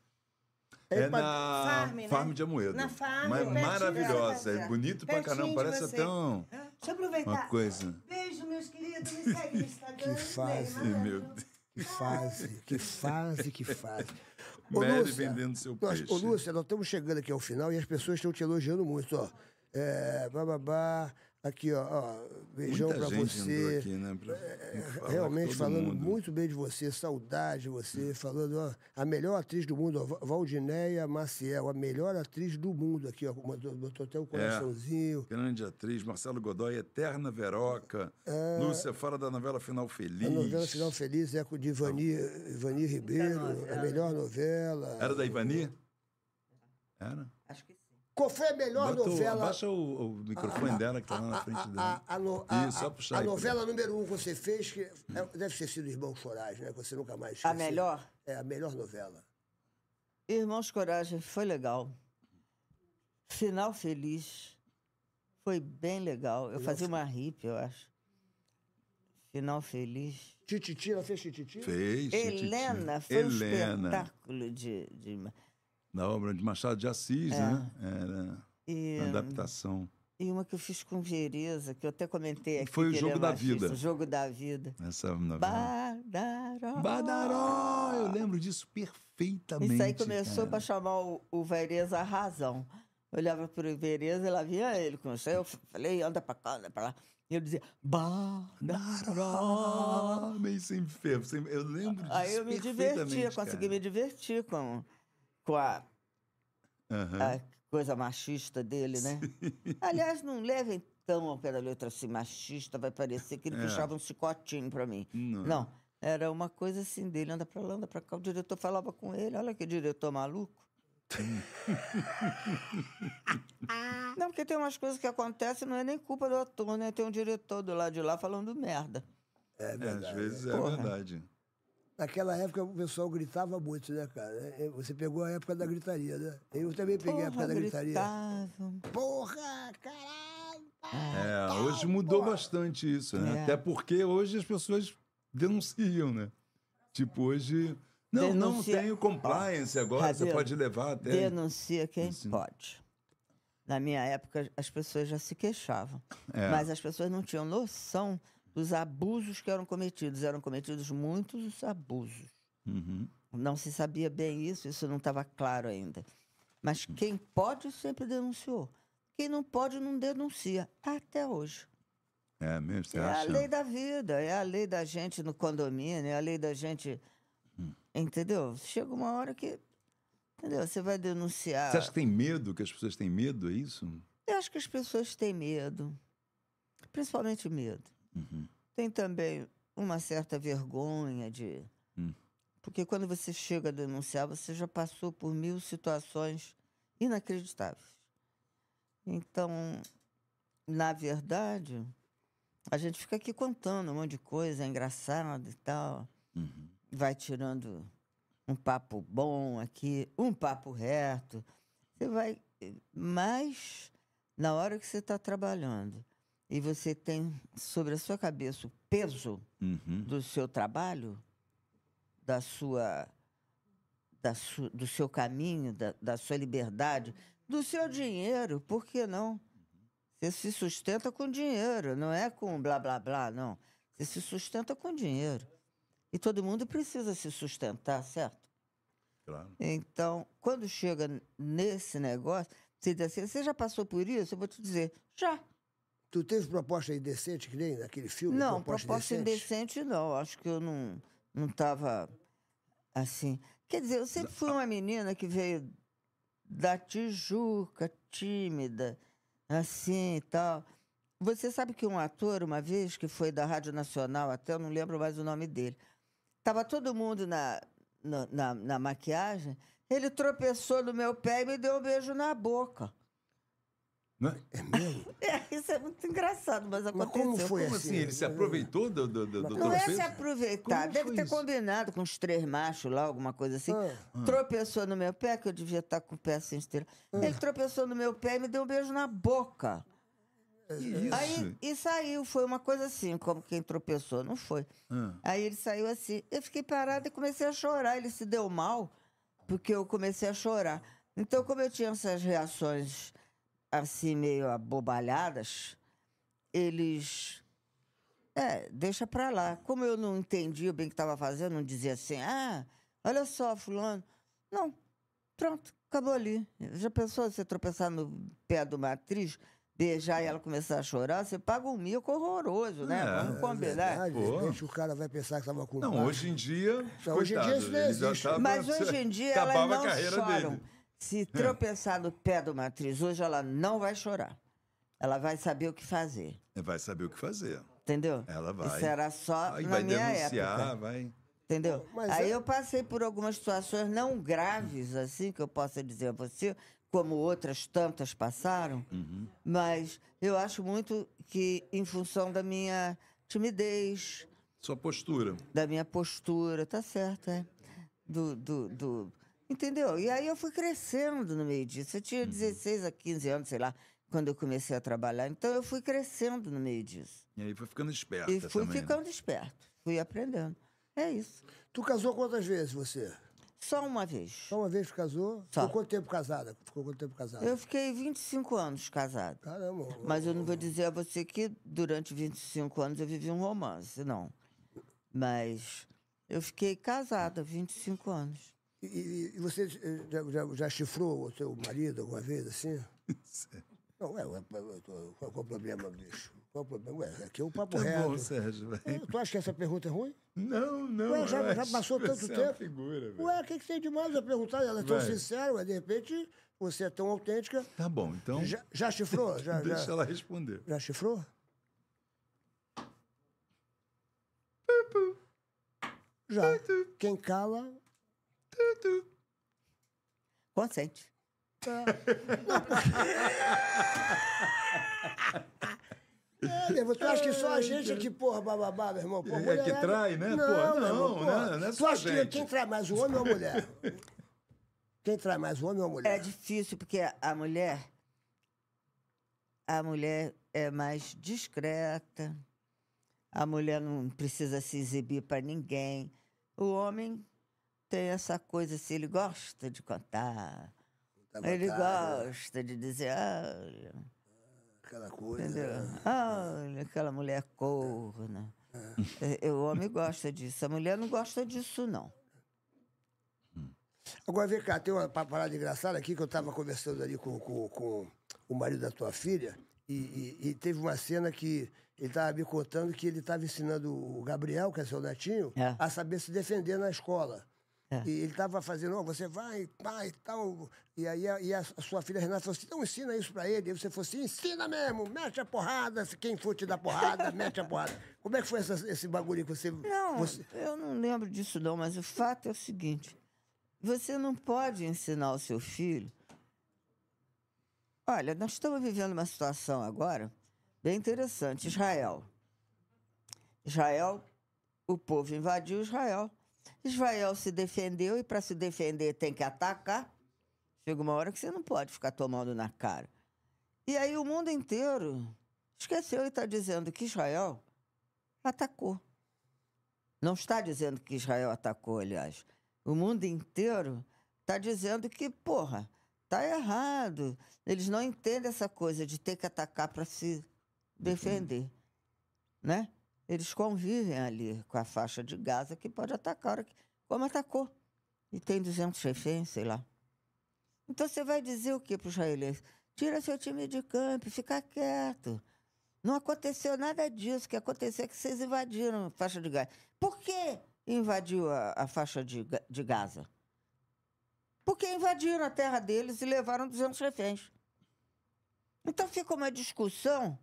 Speaker 2: É
Speaker 1: pra-
Speaker 2: na
Speaker 5: Farm,
Speaker 2: Farm,
Speaker 5: né?
Speaker 2: de Amoedo.
Speaker 5: Na Farm,
Speaker 2: Mas
Speaker 5: pertinho
Speaker 2: maravilhosa.
Speaker 5: de você.
Speaker 2: É bonito pra
Speaker 5: Pertinho
Speaker 2: caramba.
Speaker 5: de
Speaker 2: Parece
Speaker 5: você.
Speaker 2: até um...
Speaker 5: Deixa eu aproveitar.
Speaker 2: uma coisa.
Speaker 5: Beijo, meus queridos. Me segue no Instagram.
Speaker 1: Que fase,
Speaker 5: Neymar.
Speaker 2: meu Deus.
Speaker 1: Que fase, que fase, que fase.
Speaker 2: Mary vendendo seu
Speaker 1: nós,
Speaker 2: peixe.
Speaker 1: Ô, Lúcia, nós estamos chegando aqui ao final e as pessoas estão te elogiando muito, ó. É, bababá, aqui, ó, ó beijão
Speaker 2: Muita
Speaker 1: pra
Speaker 2: gente
Speaker 1: você. É,
Speaker 2: andou aqui, né? pra- pra falar com
Speaker 1: Realmente
Speaker 2: todo
Speaker 1: falando
Speaker 2: mundo. Hum.
Speaker 1: muito bem de você, saudade de você, falando, ó, a melhor atriz do mundo, ó, Va- Valdineia Maciel, a melhor atriz do mundo aqui, ó, botou, botou
Speaker 2: É.
Speaker 1: até um coraçãozinho.
Speaker 2: Grande atriz, Marcelo Godoy, Eterna Veroca. Lúcia, fora da novela Final Feliz.
Speaker 1: É. A novela Final Feliz é com de Ivani, Ivani Ribeiro, a
Speaker 3: né?
Speaker 1: melhor novela.
Speaker 2: Era da Ivani? Era?
Speaker 3: Acho que sim.
Speaker 1: Qual foi a melhor
Speaker 2: Bota o-
Speaker 1: novela?
Speaker 2: Abaixa o, o
Speaker 3: Ah,
Speaker 2: microfone dela que tá lá na frente
Speaker 1: A,
Speaker 2: dela.
Speaker 1: a, no- a-
Speaker 2: Isso, só
Speaker 1: a-
Speaker 2: puxar
Speaker 1: a
Speaker 2: aí, Hum. por
Speaker 1: novela número um que você fez, que é- deve ter sido Irmão Corais, né? Que você nunca mais
Speaker 3: A
Speaker 1: esqueceu.
Speaker 3: Tá melhor?
Speaker 1: É, a melhor novela.
Speaker 3: Irmãos Coragem foi legal. Final Feliz foi bem legal. Eu fazia uma hippie, eu acho. Final Feliz.
Speaker 1: Tititi, ela fez Tititi?
Speaker 2: Fez. Tititi.
Speaker 3: Helena foi um
Speaker 2: Helena,
Speaker 3: espetáculo de... de... É.
Speaker 2: da obra de Machado de Assis, né? Era
Speaker 3: E,
Speaker 2: uma adaptação.
Speaker 3: E uma que eu fiz com Vereza, que eu até comentei aqui.
Speaker 2: Foi o
Speaker 3: que ele
Speaker 2: Jogo
Speaker 3: é
Speaker 2: da
Speaker 3: machista,
Speaker 2: Vida.
Speaker 3: O jogo da vida.
Speaker 2: Essa novela.
Speaker 3: Badaró.
Speaker 2: Badaró! Eu lembro disso perfeitamente.
Speaker 3: Isso aí começou
Speaker 2: cara.
Speaker 3: para chamar o, o Vereza a razão. Eu olhava para o Vereza, ela via ele com isso. Aí eu falei, anda para cá, anda para lá. E eu dizia, Badaró.
Speaker 2: Ah, meio sem ferro. sem- Eu lembro disso.
Speaker 3: Aí eu me divertia,
Speaker 2: perfeitamente,
Speaker 3: consegui
Speaker 2: cara.
Speaker 3: me divertir com, com a,
Speaker 2: Aham.
Speaker 3: a coisa machista dele, né? Aliás, não levem tão ao pé da letra assim, machista, vai parecer que ele
Speaker 2: É.
Speaker 3: puxava um chicotinho para mim.
Speaker 2: Não.
Speaker 3: Não, era uma coisa assim dele, anda pra lá, anda pra cá. O diretor falava com ele, olha que diretor maluco.
Speaker 2: Hum.
Speaker 3: não, porque tem umas coisas que acontecem, não é nem culpa do ator, né? Tem um diretor do lado de lá falando merda.
Speaker 1: É
Speaker 2: É,
Speaker 1: verdade.
Speaker 2: às vezes é
Speaker 3: Porra.
Speaker 2: verdade.
Speaker 1: Naquela época o pessoal gritava muito, né, cara? É, Você pegou a época da gritaria, né? Eu também peguei
Speaker 2: é
Speaker 1: a época da gritaria.
Speaker 3: gritavam. Ah,
Speaker 1: Porra, caralho!
Speaker 2: É, hoje mudou bastante isso, né?
Speaker 3: Tá, É.
Speaker 2: Até porque hoje as pessoas denunciam, né? Tipo, hoje. Não, não
Speaker 3: Denuncia-
Speaker 2: tem o compliance agora, você
Speaker 3: Rabelo,
Speaker 2: pode levar até.
Speaker 3: Denuncia quem
Speaker 2: Sim.
Speaker 3: pode. Na minha época, as pessoas já se queixavam.
Speaker 2: É.
Speaker 3: Mas as pessoas não tinham noção dos abusos que eram cometidos. Eram cometidos muitos abusos.
Speaker 2: Uhum.
Speaker 3: Não se sabia bem isso, isso não estava claro ainda. Mas
Speaker 2: Hum.
Speaker 3: quem pode sempre denunciou. Quem não pode não denuncia, até hoje.
Speaker 2: É mesmo, você
Speaker 3: é a
Speaker 2: acha?
Speaker 3: lei da vida, é a lei da gente no condomínio, é a lei da gente.
Speaker 2: Hum.
Speaker 3: Entendeu? Chega uma hora que. Entendeu? Você vai denunciar.
Speaker 2: Você acha que tem medo, que as pessoas têm medo, é isso?
Speaker 3: Eu acho que as pessoas têm medo, principalmente medo. Tem também uma certa vergonha de.
Speaker 2: Hum.
Speaker 3: Porque quando você chega a denunciar, você já passou por mil situações inacreditáveis. Então, na verdade, a gente fica aqui contando um monte de coisa engraçada e tal. Vai tirando um papo bom aqui, um papo reto. Você vai. eh, Mas na hora que você está trabalhando e você tem sobre a sua cabeça o peso
Speaker 2: Uhum.
Speaker 3: do seu trabalho, da sua, da su- do seu caminho, da, da sua liberdade, do seu dinheiro, por que não? Você se sustenta com dinheiro, não é com blá blá blá, não. Você se sustenta com dinheiro. E todo mundo precisa se sustentar, certo?
Speaker 2: Claro.
Speaker 3: Então, quando chega n- nesse negócio, você diz assim, você já passou por isso? Eu vou te dizer, já.
Speaker 1: Tu teve proposta indecente, que nem naquele filme?
Speaker 3: não, proposta indecente não. Acho que eu não não estava assim. Quer dizer, eu sempre fui uma menina que veio da Tijuca, tímida, assim e tal. Você sabe que um ator, uma vez, que foi da Rádio Nacional, até eu não lembro mais o nome dele, estava todo mundo na, na, na- na maquiagem, ele tropeçou no meu pé e me deu um beijo na boca.
Speaker 2: Né?
Speaker 1: É mesmo?
Speaker 3: É, isso é muito engraçado, mas
Speaker 1: como
Speaker 3: aconteceu.
Speaker 1: foi
Speaker 2: Como
Speaker 1: assim,
Speaker 2: assim? Ele se aproveitou do, do, do, do
Speaker 3: é. Não é
Speaker 2: tropeço?
Speaker 3: se aproveitar.
Speaker 2: Como
Speaker 3: Deve
Speaker 2: foi
Speaker 3: ter
Speaker 2: isso?
Speaker 3: combinado com os três machos lá, alguma coisa assim.
Speaker 1: Ah.
Speaker 3: Tropeçou no meu pé, que eu devia estar com o pé sem esteira.
Speaker 2: Ah.
Speaker 3: Ele tropeçou no meu pé e me deu um beijo na boca.
Speaker 2: Que isso?
Speaker 3: Aí, e saiu. Foi uma coisa assim, como quem tropeçou. Não foi.
Speaker 2: Ah.
Speaker 3: Aí ele saiu assim. Eu fiquei parada e comecei a chorar. Ele se deu mal, porque eu comecei a chorar. Então, como eu tinha essas reações assim, meio abobalhadas, eles. É, deixa pra lá. Como eu não entendia bem o que estava fazendo, não dizia assim, ah, olha só, fulano. Não, pronto, acabou ali. Já pensou você tropeçar no pé de uma atriz, beijar e ela começar a chorar? Você paga um mico horroroso, né?
Speaker 2: É,
Speaker 3: Vamos
Speaker 2: é
Speaker 3: combinar.
Speaker 1: Ah, de
Speaker 2: Pô.
Speaker 1: repente o cara vai pensar que estava com
Speaker 2: Não,
Speaker 1: paz.
Speaker 2: hoje em dia.
Speaker 1: Não, hoje em dia
Speaker 2: coitado,
Speaker 1: isso não
Speaker 2: ele já
Speaker 1: existe.
Speaker 2: tava-
Speaker 3: Mas hoje em dia elas
Speaker 2: Tá acabava
Speaker 3: não
Speaker 2: a carreira
Speaker 3: choram.
Speaker 2: dele.
Speaker 3: Se tropeçar no pé de uma atriz hoje, ela não vai chorar. Ela vai saber o que fazer.
Speaker 2: Vai saber o que fazer.
Speaker 3: Entendeu?
Speaker 2: Ela vai.
Speaker 3: Isso era só
Speaker 2: Aí
Speaker 3: na
Speaker 2: vai
Speaker 3: minha
Speaker 2: denunciar,
Speaker 3: época.
Speaker 2: vai.
Speaker 3: Entendeu?
Speaker 1: Mas
Speaker 3: Aí
Speaker 1: é-
Speaker 3: eu passei por algumas situações não graves, assim, que eu possa dizer a você, como outras tantas passaram,
Speaker 2: Uhum.
Speaker 3: mas eu acho muito que em função da minha timidez,
Speaker 2: Sua postura.
Speaker 3: da minha postura, tá certo, é. Do, do, do- Entendeu? E aí eu fui crescendo no meio disso. Eu
Speaker 2: Uhum.
Speaker 3: tinha 16 a 15 anos, sei lá, quando eu comecei a trabalhar. Então eu fui crescendo no meio disso.
Speaker 2: E aí foi ficando esperta.
Speaker 3: E fui
Speaker 2: Ah, também, né?
Speaker 3: ficando esperto, fui aprendendo. É isso.
Speaker 1: Tu casou quantas vezes você?
Speaker 3: Só uma vez.
Speaker 1: Só uma vez que casou?
Speaker 3: Só.
Speaker 1: Ficou quanto tempo casada? Ficou quanto tempo casada?
Speaker 3: Eu fiquei 25 anos casada.
Speaker 1: Caramba.
Speaker 3: Mas eu não vou dizer a você que durante 25 anos eu vivi um romance, não. Mas eu fiquei casada 25 anos.
Speaker 1: E, e- e você eh, já, já, já chifrou o seu marido alguma vez assim? Não, é, ué, ué, ué, tô- qual, qual o problema, bicho? Qual o problema? Ué, aqui é o papo
Speaker 2: Tá bom,
Speaker 1: reto.
Speaker 2: Sérgio, vai.
Speaker 1: Ué, tu acha que essa pergunta é ruim?
Speaker 2: Não, não.
Speaker 1: Ué, já-
Speaker 2: eu
Speaker 1: já
Speaker 2: acho
Speaker 1: passou
Speaker 2: que
Speaker 1: tanto
Speaker 2: você é uma
Speaker 1: tempo?
Speaker 2: figura, velho.
Speaker 1: Ué, o que, que tem demais a perguntar? Ela é tão
Speaker 2: Vai.
Speaker 1: sincera, ué, de repente você é tão autêntica.
Speaker 2: Tá bom, então
Speaker 1: Já, já chifrou? Já,
Speaker 2: deixa
Speaker 1: já,
Speaker 2: ela responder.
Speaker 1: já chifrou? Já. Quem cala
Speaker 3: Consente.
Speaker 1: É, meu irmão, tu acha que só a gente é que, porra, bababá, meu irmão? Porra,
Speaker 2: É que
Speaker 1: mulherada-
Speaker 2: trai, né?
Speaker 1: Não,
Speaker 2: Porra,
Speaker 1: meu irmão,
Speaker 2: não,
Speaker 1: porra.
Speaker 2: né? Não é
Speaker 1: tu
Speaker 2: só a
Speaker 1: acha que
Speaker 2: gente.
Speaker 1: quem trai mais, o homem ou a mulher? Quem trai mais, o homem ou a mulher? Tá
Speaker 3: É difícil porque a mulher a mulher é mais discreta. A mulher não precisa se exibir para ninguém. O homem tem essa coisa assim, ele gosta de contar.
Speaker 2: é
Speaker 1: Tá
Speaker 3: Ele
Speaker 1: bacana,
Speaker 3: gosta de dizer, olha,
Speaker 1: Aquela coisa.
Speaker 3: Entendeu?
Speaker 1: né?
Speaker 3: Olha, aquela mulher corna. É, é, O homem gosta disso. A mulher não gosta disso, não.
Speaker 1: Agora, vem cá, tem uma pa- parada engraçada aqui que eu tava conversando ali com, com, com o marido da tua filha e, e- e teve uma cena que ele tava me contando que ele tava ensinando o Gabriel, que é seu netinho,
Speaker 3: É.
Speaker 1: a saber se defender na escola.
Speaker 3: É.
Speaker 1: E ele tava fazendo, ó, você vai, pá, e tal. E aí a, e a sua filha Renata falou assim, não ensina isso pra ele. E você falou assim, ensina mesmo, mete a porrada, se quem for te dar porrada, mete a porrada. Como é que foi essa- esse bagulho que você...
Speaker 3: Não,
Speaker 1: você-
Speaker 3: eu não lembro disso, não, mas o fato é o seguinte: você não pode ensinar o seu filho. Olha, nós estamos vivendo uma situação agora bem interessante. Israel. Israel, o povo invadiu Israel. Israel se defendeu e, para se defender, tem que atacar. Chega uma hora que você não pode ficar tomando na cara. E aí o mundo inteiro esqueceu e está dizendo que Israel atacou. Não está dizendo que Israel atacou, aliás. O mundo inteiro está dizendo que, porra, tá errado. Eles não entendem essa coisa de ter que atacar para se defender, né? Eles convivem ali com a faixa de Gaza que pode atacar, a hora que- como atacou. E tem 200 reféns, sei lá. Então você vai dizer o que para os israelenses? Tira seu time de campo, fica quieto. Não aconteceu nada disso. O que aconteceu é que vocês invadiram a faixa de Gaza. Por que invadiu a, a faixa de, Ga- de Gaza? Porque invadiram a terra deles e levaram 200 reféns. Então fica uma discussão.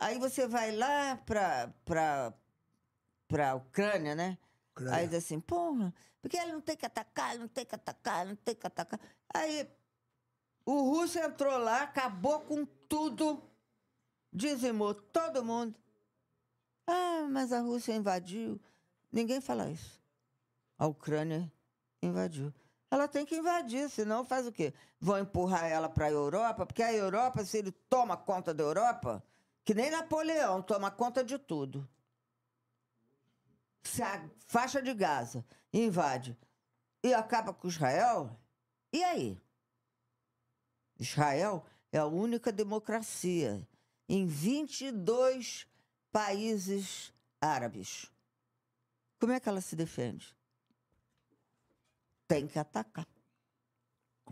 Speaker 3: Aí você vai lá para a Ucrânia, né?
Speaker 1: Ucrânia.
Speaker 3: Aí diz assim, porra, porque ele não tem que atacar, não tem que atacar, não tem que atacar. Aí o russo entrou lá, acabou com tudo, dizimou todo mundo. Ah, mas a Rússia invadiu. Ninguém fala isso. A Ucrânia invadiu. Ela tem que invadir, senão faz o quê? Vão empurrar ela para a Europa, porque a Europa, se ele toma conta da Europa, que nem Napoleão, toma conta de tudo. Se a faixa de Gaza invade e acaba com Israel, e aí? Israel é a única democracia em 22 países árabes. Como é que ela se defende? Tem que atacar.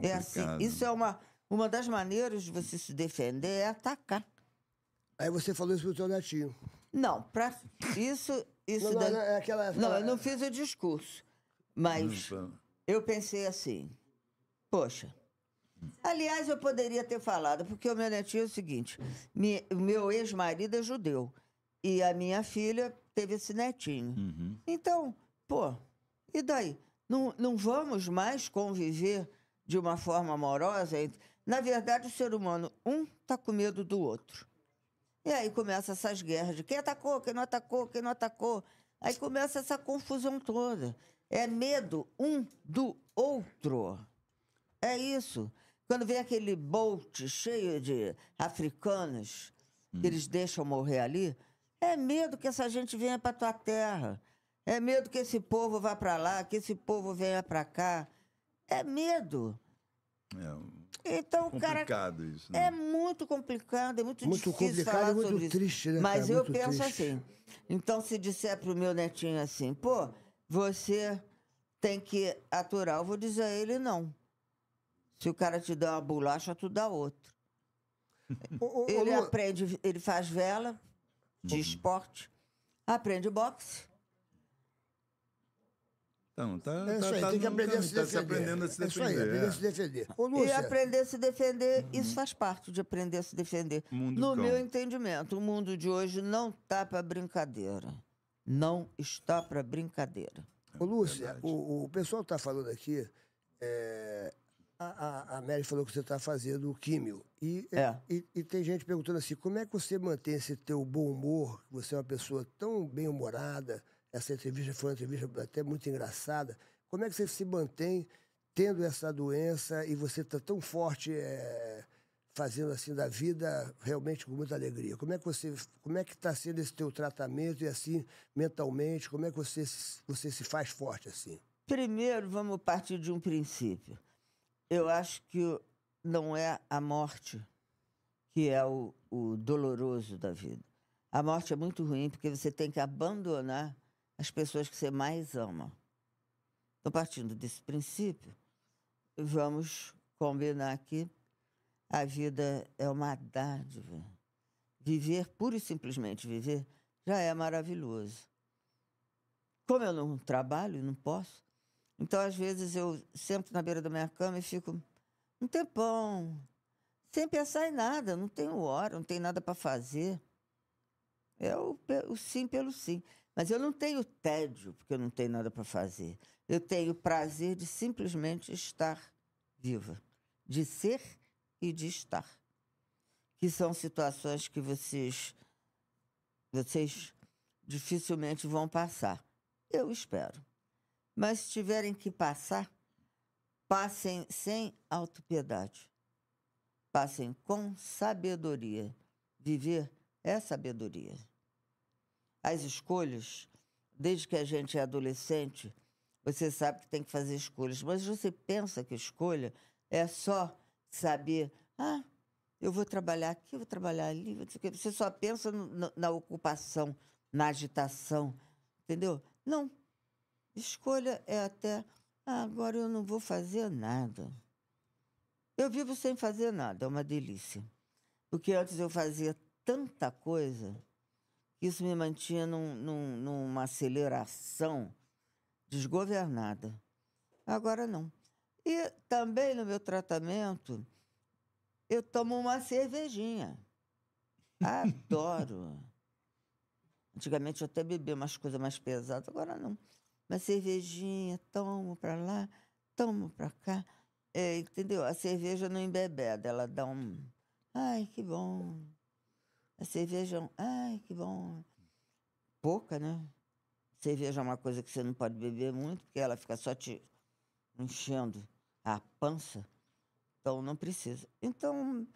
Speaker 3: É assim,
Speaker 2: Complicado.
Speaker 3: isso é uma, uma das maneiras de você se defender é atacar.
Speaker 1: Aí você falou isso pro teu netinho.
Speaker 3: Não, pra isso isso
Speaker 1: Não, não,
Speaker 3: daí-
Speaker 1: não, é aquela-
Speaker 3: Não, eu não fiz o discurso,
Speaker 2: Hum.
Speaker 3: mas
Speaker 2: tá
Speaker 3: eu pensei assim, poxa. Aliás, eu poderia ter falado, porque o meu netinho é o seguinte: mi- o meu ex-marido é judeu e a minha filha teve esse netinho. Então, pô, e daí? Não, não vamos mais conviver de uma forma amorosa? entre- Na verdade, o ser humano, um tá com medo do outro. E aí começa essas guerras de quem atacou, quem não atacou, quem não atacou. Aí começa essa confusão toda. É medo um do outro. É isso. Quando vem aquele bolt cheio de africanos que eles deixam morrer ali, é medo que essa gente venha para tua terra. É medo que esse povo vá para lá, que esse povo venha para cá. É medo.
Speaker 2: É
Speaker 3: Então
Speaker 1: Um
Speaker 3: o cara
Speaker 2: complicado isso. Né?
Speaker 3: é muito complicado, é muito,
Speaker 1: Hum. Muito
Speaker 3: difícil
Speaker 1: complicado
Speaker 3: falar
Speaker 1: e muito
Speaker 3: sobre isso.
Speaker 1: triste, né,
Speaker 3: Mas
Speaker 1: cara?
Speaker 3: eu
Speaker 1: Muito
Speaker 3: penso
Speaker 1: triste.
Speaker 3: assim. Então, se disser pro meu netinho assim, pô, você tem que aturar, eu vou dizer a ele não. Se o cara te dá uma bolacha, tu dá outro.
Speaker 1: Ô, ô, ô, Lu,
Speaker 3: Ele
Speaker 1: Uhum.
Speaker 3: aprende, ele faz vela de esporte, aprende boxe.
Speaker 2: Então, tá,
Speaker 1: é isso
Speaker 2: tá,
Speaker 1: aí,
Speaker 2: tá
Speaker 1: tem que
Speaker 2: num
Speaker 1: aprender a
Speaker 2: caminho,
Speaker 1: se
Speaker 2: tá
Speaker 1: defender.
Speaker 2: aprendendo a se
Speaker 1: é isso aí,
Speaker 2: defender.
Speaker 1: aprender a se
Speaker 2: é.
Speaker 1: defender. Ô,
Speaker 3: E
Speaker 1: Lúcia,
Speaker 3: aprender a se defender, isso faz parte de aprender a se defender.
Speaker 2: Mundo
Speaker 3: no
Speaker 2: cão.
Speaker 3: meu entendimento, o mundo de hoje não tá para brincadeira. Não está para brincadeira.
Speaker 1: ô, Lúcia o, o pessoal está falando aqui. é, a, a- a Mary falou que você está fazendo o químio. E,
Speaker 3: É.
Speaker 1: e, e tem gente perguntando assim: como é que você mantém esse teu bom humor? Você é uma pessoa tão bem-humorada. Essa entrevista foi uma entrevista até muito engraçada. Como é que você se mantém tendo essa doença e você está tão forte é, fazendo assim da vida realmente com muita alegria? Como é que você, como é que está sendo esse teu tratamento e assim mentalmente? Como é que você se- você se faz forte assim?
Speaker 3: Primeiro, vamos partir de um princípio. Eu acho que o- não é a morte que é o, o doloroso da vida. A morte é muito ruim porque você tem que abandonar as pessoas que você mais ama. Então, partindo desse princípio, vamos combinar que a vida é uma dádiva. Viver, pura e simplesmente viver, já é maravilhoso. Como eu não trabalho, não posso, então, às vezes, eu sento na beira da minha cama e fico um tempão, sem pensar em nada, não tenho hora, não tenho nada para fazer. É o, pe- o sim pelo sim. Mas eu não tenho tédio, porque eu não tenho nada para fazer. Eu tenho prazer de simplesmente estar viva, de ser e de estar. Que são situações que vocês, vocês dificilmente vão passar. Eu espero. Mas se tiverem que passar, passem sem autopiedade. Passem com sabedoria. Viver é sabedoria. As escolhas, desde que a gente é adolescente, você sabe que tem que fazer escolhas, mas você pensa que escolha é só saber, ah, eu vou trabalhar aqui, eu vou trabalhar ali, vou não sei o quê. você só pensa no- na- na ocupação, na agitação, entendeu? Não, Escolha é até "Ah, agora eu não vou fazer nada. Eu vivo sem fazer nada, é uma delícia. Porque antes eu fazia tanta coisa que isso me mantinha num- num- numa aceleração desgovernada. Agora não. E também no meu tratamento, eu tomo uma cervejinha. Adoro. Antigamente eu até bebia umas coisas mais pesadas, agora não uma cervejinha, tomo para lá, tomo para cá. É, entendeu? A cerveja não embebeda, ela dá um. Ai, que bom. A cerveja, é um, ai, que bom. Pouca, né? Cerveja é uma coisa que você não pode beber muito, porque ela fica só te enchendo a pança. Então não precisa. Então,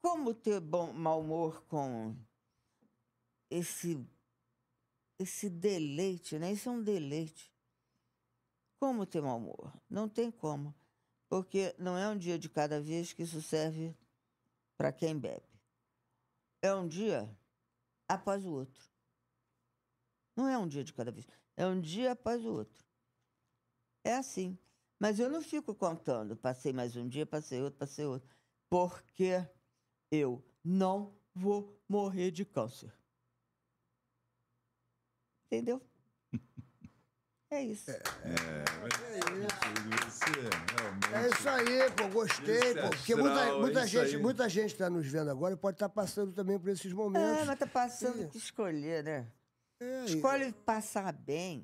Speaker 3: como ter bom mau humor com esse esse deleite, né? Isso é um deleite. Como ter mau humor? Não tem como. Porque não é um dia de cada vez que isso serve para quem bebe. É um dia após o outro. Não é um dia de cada vez. É um dia após o outro. É assim. Mas eu não fico contando. Passei mais um dia, passei outro, passei outro. Porque eu não vou morrer de câncer. Entendeu? É isso.
Speaker 2: é, Você, realmente,
Speaker 1: É isso aí, pô, gostei,
Speaker 2: Esse
Speaker 1: pô. Porque
Speaker 2: astral,
Speaker 1: muita,
Speaker 2: é
Speaker 1: muita
Speaker 2: isso
Speaker 1: gente,
Speaker 2: aí.
Speaker 1: muita gente tá nos vendo agora e pode estar passando também por esses
Speaker 3: É,
Speaker 1: momentos.
Speaker 3: mas tá passando
Speaker 1: Sim.
Speaker 3: que escolher, né?
Speaker 1: É, e-
Speaker 3: Escolhe passar bem.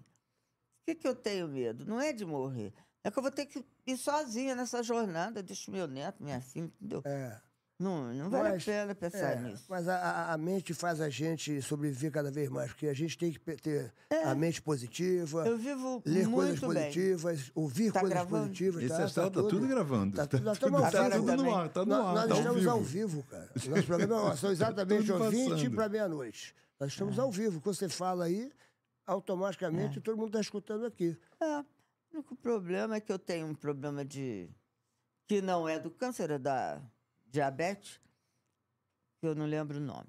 Speaker 3: O que, que eu tenho medo? Não é de morrer. É que eu vou ter que ir sozinha nessa jornada, deixo meu neto, minha filha, entendeu?
Speaker 1: é.
Speaker 3: Não, não vale
Speaker 1: Mas-
Speaker 3: a pena pensar
Speaker 1: É,
Speaker 3: nisso.
Speaker 1: Mas a- a, a mente faz a gente sobreviver cada vez mais, porque a gente tem que pe- ter a mente positiva,
Speaker 3: É. Eu vivo
Speaker 1: ler coisas
Speaker 3: muito bem.
Speaker 1: positivas, ouvir
Speaker 3: Tá
Speaker 1: coisas
Speaker 3: gravando?
Speaker 1: positivas.
Speaker 2: Esse astral tá tudo gravando.
Speaker 1: Tá tudo, nós
Speaker 2: Tá
Speaker 1: estamos ao
Speaker 3: tudo- tá
Speaker 1: vivo.
Speaker 3: tudo no
Speaker 2: ar, tá no
Speaker 1: Nó-
Speaker 2: ar,
Speaker 1: Nós
Speaker 2: tá ao
Speaker 1: estamos
Speaker 2: vivo. Tá
Speaker 1: ao vivo, cara. Nosso programa ó, são exatamente
Speaker 2: tudo
Speaker 1: ó, 20
Speaker 2: passando. É.
Speaker 1: para meia-noite. Nós estamos ao vivo. Quando você fala aí, automaticamente todo mundo está escutando aqui.
Speaker 3: É, o único problema é que eu tenho um problema de. que não é do câncer, é da diabetes, que eu não lembro o nome.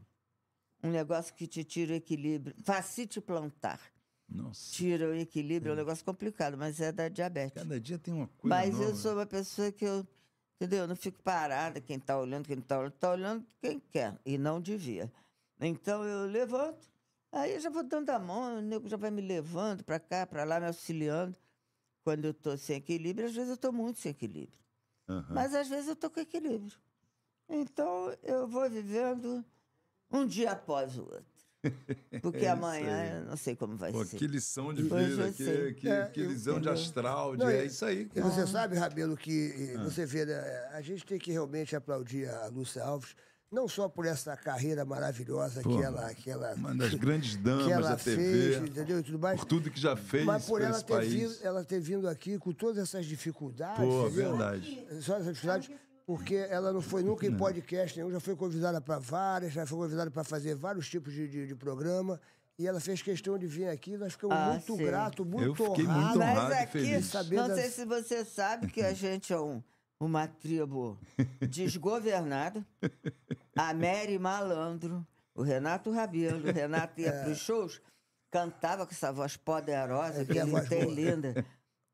Speaker 3: Um negócio que te tira o equilíbrio. Facite plantar.
Speaker 2: Nossa.
Speaker 3: Tira o equilíbrio, é um negócio complicado, mas é da diabetes.
Speaker 2: Cada dia tem uma coisa.
Speaker 3: Mas
Speaker 2: nova.
Speaker 3: eu sou uma pessoa que eu. Entendeu? Eu não fico parada, quem está olhando, quem não está olhando, está olhando quem quer, e não devia. Então eu levanto, aí eu já vou dando a mão, o nego já vai me levando para cá, para lá, me auxiliando. Quando eu estou sem equilíbrio, às vezes eu estou muito sem equilíbrio.
Speaker 2: Aham.
Speaker 3: Mas às vezes eu estou com equilíbrio. Então eu vou vivendo um dia após o outro. Porque
Speaker 2: É isso aí.
Speaker 3: amanhã eu não sei como vai
Speaker 2: Pô,
Speaker 3: ser.
Speaker 2: que lição de
Speaker 3: Hoje eu
Speaker 2: vida,
Speaker 3: sei.
Speaker 2: que, que,
Speaker 1: É,
Speaker 2: que
Speaker 1: eu-
Speaker 2: lição de astral, de,
Speaker 1: Não,
Speaker 2: é
Speaker 1: e-
Speaker 2: isso aí.
Speaker 1: E você sabe, Rabelo, que eh,
Speaker 2: Ah.
Speaker 1: você vê, né, a gente tem que realmente aplaudir a Lúcia Alves, não só por essa carreira maravilhosa
Speaker 2: Pô,
Speaker 1: que ela, que ela,
Speaker 2: Uma das grandes
Speaker 1: é que
Speaker 2: damas
Speaker 1: ela
Speaker 2: da
Speaker 1: fez,
Speaker 2: TV,
Speaker 1: entendeu? E tudo mais.
Speaker 2: por tudo que já fez
Speaker 1: Mas por
Speaker 2: pra
Speaker 1: ela
Speaker 2: esse
Speaker 1: ter, é
Speaker 2: país.
Speaker 1: vindo, ela ter vindo aqui com todas essas dificuldades,
Speaker 2: Pô,
Speaker 1: entendeu?
Speaker 2: verdade.
Speaker 1: Só essas dificuldades, porque ela não foi nunca em podcast nenhum, já foi convidada para várias, já foi convidada para fazer vários tipos de, de, de programa. E ela fez questão de vir aqui, nós ficamos
Speaker 3: Ah,
Speaker 1: muito
Speaker 3: sim.
Speaker 1: gratos, muito
Speaker 2: Eu fiquei muito
Speaker 1: honrados.
Speaker 2: honrado.
Speaker 3: Mas
Speaker 2: e
Speaker 3: aqui,
Speaker 2: feliz.
Speaker 1: Saber
Speaker 3: não
Speaker 1: é das-
Speaker 3: sei se você sabe que a gente é um- uma tribo desgovernada. A Mary Malandro, o Renato Rabelo, o Renato
Speaker 1: É.
Speaker 3: ia para os shows, cantava com essa voz poderosa, que
Speaker 1: tem É a
Speaker 3: ele
Speaker 1: voz
Speaker 3: tem
Speaker 1: boa.
Speaker 3: linda.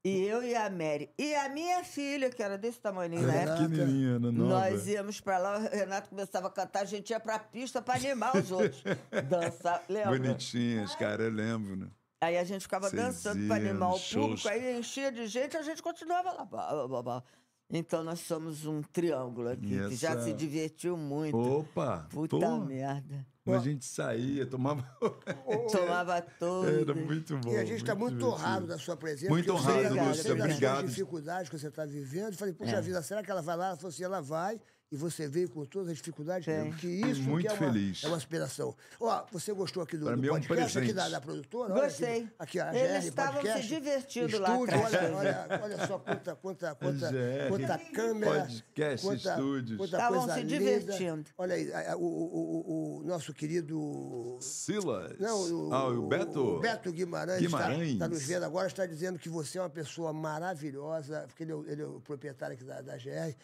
Speaker 3: E eu e a Mary. E a minha filha, que era desse tamanho
Speaker 1: É
Speaker 3: na época.
Speaker 2: Pequenininha, né, nova.
Speaker 3: Nós íamos pra lá, o Renato começava a cantar, a gente ia pra pista pra animar os outros. Dançar, lembra?
Speaker 1: né?
Speaker 2: Bonitinhas, cara, eu lembro, né?
Speaker 3: Aí a gente ficava
Speaker 2: Vocês
Speaker 3: dançando
Speaker 2: iam
Speaker 3: para animar o
Speaker 2: nos
Speaker 3: público,
Speaker 2: shows.
Speaker 3: aí enchia de gente, a gente continuava lá. Bá, bá, bá, bá. Então nós somos um triângulo aqui,
Speaker 2: E
Speaker 3: que já
Speaker 2: essa-
Speaker 3: se divertiu muito.
Speaker 2: Opa!
Speaker 3: Puta
Speaker 2: pô,
Speaker 3: merda.
Speaker 2: Quando a gente saía, tomava.
Speaker 3: Tomava todo.
Speaker 2: Era muito bom.
Speaker 1: E a gente está muito né?
Speaker 2: divertido.
Speaker 1: honrado da sua presença.
Speaker 2: Muito
Speaker 1: porque eu sei
Speaker 3: honrado,
Speaker 1: da- eu
Speaker 3: Lúcia,
Speaker 1: sei das suas
Speaker 2: obrigado. É.
Speaker 1: dificuldades que você está vivendo. Eu Falei, puxa vida, será que ela vai lá? Ela falou assim, ela vai. E você veio com todas as dificuldades.
Speaker 3: Sim.
Speaker 1: Que isso
Speaker 2: muito
Speaker 1: que é, uma,
Speaker 2: feliz.
Speaker 1: é uma aspiração. Ó, você gostou aqui do,
Speaker 2: Pra
Speaker 1: do
Speaker 2: mim é um
Speaker 1: podcast, aqui
Speaker 2: presente.
Speaker 1: da, da produtora? Olha aqui,
Speaker 3: Gostei.
Speaker 1: Aqui, a
Speaker 3: Eles
Speaker 1: GR
Speaker 3: estavam
Speaker 1: podcast,
Speaker 3: se divertindo lá
Speaker 1: estúdio,
Speaker 3: atrás.
Speaker 1: Olha, olha, olha só quanta, quanta, quanta,
Speaker 2: GR
Speaker 1: quanta câmera.
Speaker 2: podcast,
Speaker 1: quanta,
Speaker 2: é. estúdios.
Speaker 1: quanta
Speaker 3: Estavam
Speaker 1: coisa
Speaker 3: se
Speaker 1: linda.
Speaker 3: divertindo.
Speaker 1: Olha aí, a- a- o- o- o- o nosso querido
Speaker 2: Silas.
Speaker 1: não, o,
Speaker 2: ah, e o Beto.
Speaker 1: o Beto Guimarães está tá
Speaker 2: Guimarães.
Speaker 1: nos vendo agora, está dizendo que você é uma pessoa maravilhosa, porque ele é, o- ele é o proprietário aqui da, da GR.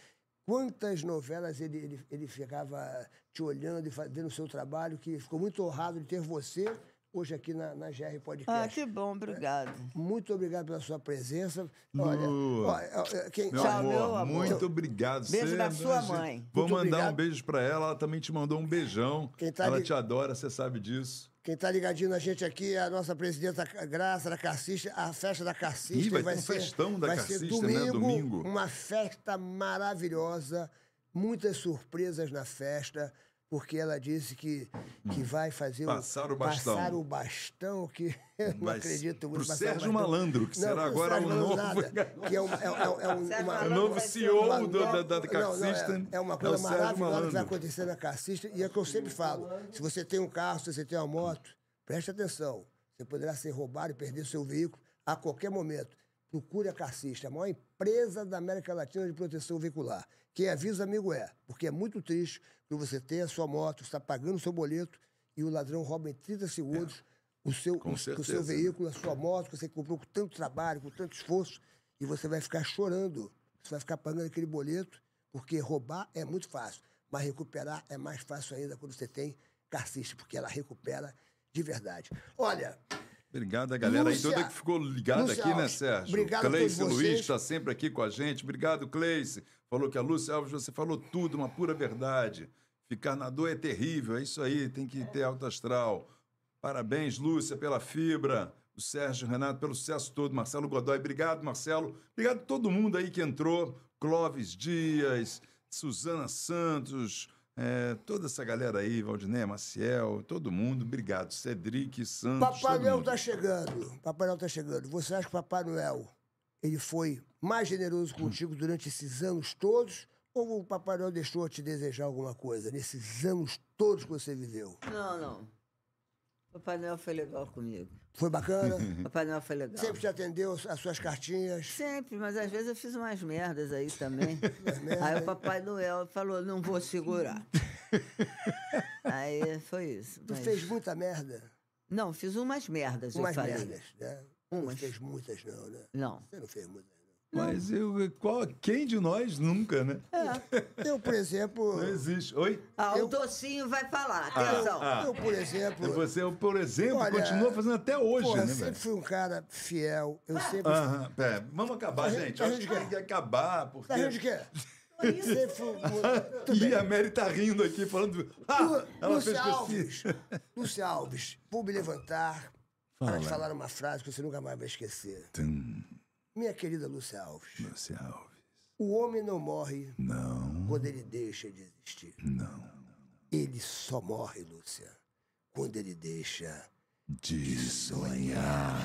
Speaker 1: Quantas novelas ele, ele, ele ficava te olhando e fazendo o seu trabalho, que ficou muito honrado de ter você hoje aqui na, na GR
Speaker 3: Ah,
Speaker 1: Podcast.
Speaker 3: que bom, obrigado.
Speaker 1: Muito obrigado pela sua presença. Olha,
Speaker 2: Lu,
Speaker 1: ó, ó, quem-
Speaker 2: Meu,
Speaker 3: Tchau,
Speaker 2: amor,
Speaker 3: meu amor.
Speaker 2: muito obrigado.
Speaker 3: Beijo
Speaker 2: Você
Speaker 3: da
Speaker 2: é
Speaker 3: sua
Speaker 2: mais-
Speaker 3: mãe.
Speaker 2: Vou
Speaker 1: Muito
Speaker 2: mandar
Speaker 1: obrigado.
Speaker 2: um beijo pra ela. Ela também te mandou um beijão.
Speaker 1: Quem tá
Speaker 2: ela
Speaker 1: ali-
Speaker 2: te adora, você sabe disso.
Speaker 1: Quem está ligadinho na gente aqui é a nossa presidenta Graça da Carcista, a festa da Carcista.
Speaker 2: Ih, vai
Speaker 1: e
Speaker 2: ter um festão da
Speaker 1: vai ser
Speaker 2: Carcista, né?
Speaker 1: domingo,
Speaker 2: Domingo.
Speaker 1: Uma festa maravilhosa, muitas surpresas na festa, porque ela disse que, que vai fazer
Speaker 2: Hum. Passar o bastão.
Speaker 1: Passar o bastão, que eu não
Speaker 2: Mas
Speaker 1: acredito
Speaker 2: pro
Speaker 1: muito. passar o bastão.
Speaker 2: Sérgio Malandro, que será
Speaker 1: pro
Speaker 2: agora
Speaker 1: Sérgio
Speaker 2: o
Speaker 1: Malandro
Speaker 2: novo-
Speaker 1: nada, que é um- é- é- é um-
Speaker 3: Sérgio
Speaker 1: uma-
Speaker 3: Malandro
Speaker 2: O
Speaker 3: Ela
Speaker 2: novo
Speaker 3: vai ser
Speaker 2: CEO
Speaker 3: uma
Speaker 2: do- da, da,
Speaker 1: não,
Speaker 2: da
Speaker 1: não,
Speaker 2: Caxista
Speaker 1: é, é uma
Speaker 2: o
Speaker 1: coisa
Speaker 2: Sérgio
Speaker 1: maravilhosa que vai
Speaker 2: Malandro.
Speaker 1: acontecer na Cassista. E é o que eu sempre falo: se você tem um carro, se você tem uma moto, preste atenção. Você poderá ser roubado e perder seu veículo a qualquer momento. Procure a Cassista, a maior empresa da América Latina de proteção veicular. Quem avisa, amigo, é. Porque é muito triste quando você tem a sua moto, está pagando o seu boleto e o ladrão rouba em 30 segundos o, seu,
Speaker 2: É. Com
Speaker 1: o seu
Speaker 2: certeza.
Speaker 1: veículo, a sua moto, que você comprou com tanto trabalho, com tanto esforço, e você vai ficar chorando. Você vai ficar pagando aquele boleto, porque roubar é muito fácil, mas recuperar é mais fácil ainda quando você tem carcista, porque ela recupera de verdade. Olha,
Speaker 2: Obrigado a galera
Speaker 1: Lúcia-
Speaker 2: aí toda que ficou ligada
Speaker 1: Lúcia
Speaker 2: aqui, né,
Speaker 1: Alves,
Speaker 2: Sérgio?
Speaker 1: obrigado a
Speaker 2: Cleice
Speaker 1: todos
Speaker 2: Luiz
Speaker 1: vocês.
Speaker 2: está sempre aqui com a gente. Obrigado, Cleice. Falou que a Lúcia Alves, você falou tudo, uma pura verdade. Ficar na dor é terrível, é isso aí, tem que ter alto astral. Parabéns, Lúcia, pela fibra. O Sérgio Renato, pelo sucesso todo. Marcelo Godoy, obrigado, Marcelo. Obrigado a todo mundo aí que entrou. Clóvis Dias, Suzana Santos, eh, toda essa galera aí, Valdiné, Maciel, todo mundo. Obrigado. Cedric, Santos.
Speaker 1: Papai tá
Speaker 2: todo
Speaker 1: Noel
Speaker 2: mundo.
Speaker 1: está chegando. Papai Noel está chegando. Você acha que Papai Noel ele foi mais generoso contigo durante esses anos todos? Ou o Papai Noel deixou te desejar alguma coisa nesses anos todos que você viveu?
Speaker 3: Não, não. Papai Noel foi legal comigo.
Speaker 1: Foi bacana?
Speaker 3: Papai Noel foi legal.
Speaker 1: Sempre te atendeu as suas cartinhas?
Speaker 3: Sempre, mas às vezes eu fiz umas merdas aí também. aí o Papai Noel falou, não vou segurar. aí foi isso.
Speaker 1: Tu
Speaker 3: mas-
Speaker 1: fez muita merda.
Speaker 3: Não, fiz umas merdas, eu
Speaker 1: Umas
Speaker 3: falei.
Speaker 1: merdas, né? Não
Speaker 3: Umas.
Speaker 1: fez muitas, não, né?
Speaker 3: Não.
Speaker 1: Você não fez muitas.
Speaker 2: Mas eu, qual, quem de nós nunca, né?
Speaker 1: Eu, por exemplo.
Speaker 2: Não existe. Oi?
Speaker 3: Ah,
Speaker 1: Eu-
Speaker 3: o docinho vai falar, atenção.
Speaker 2: ah.
Speaker 1: Eu, por exemplo.
Speaker 2: Você, por exemplo,
Speaker 1: Olha,
Speaker 2: continua fazendo até hoje,
Speaker 1: porra,
Speaker 2: né,
Speaker 1: sempre
Speaker 2: velho?
Speaker 1: fui um cara fiel. Eu
Speaker 3: Ah.
Speaker 1: sempre.
Speaker 2: Aham, pera, vamos acabar,
Speaker 1: Tá rindo-
Speaker 2: gente.
Speaker 1: tá
Speaker 2: Acho
Speaker 1: rindo
Speaker 2: que
Speaker 1: de quê?
Speaker 2: tem que acabar, porque.
Speaker 1: Tá rindo de quê? Sempre fui. um- Tudo
Speaker 2: E
Speaker 1: bem.
Speaker 2: a Mary tá rindo aqui, falando. Ah,
Speaker 1: Lu-
Speaker 2: ela
Speaker 1: Lúcia
Speaker 2: fez
Speaker 1: Alves.
Speaker 2: pesquisa.
Speaker 1: Lúcia Alves, vou me levantar para te falar uma frase que você nunca mais vai esquecer. Minha querida Lúcia Alves.
Speaker 2: Lúcia Alves.
Speaker 1: O homem não morre
Speaker 2: Não.
Speaker 1: quando ele deixa de existir. Não. Ele só morre, Lúcia, quando ele deixa de sonhar.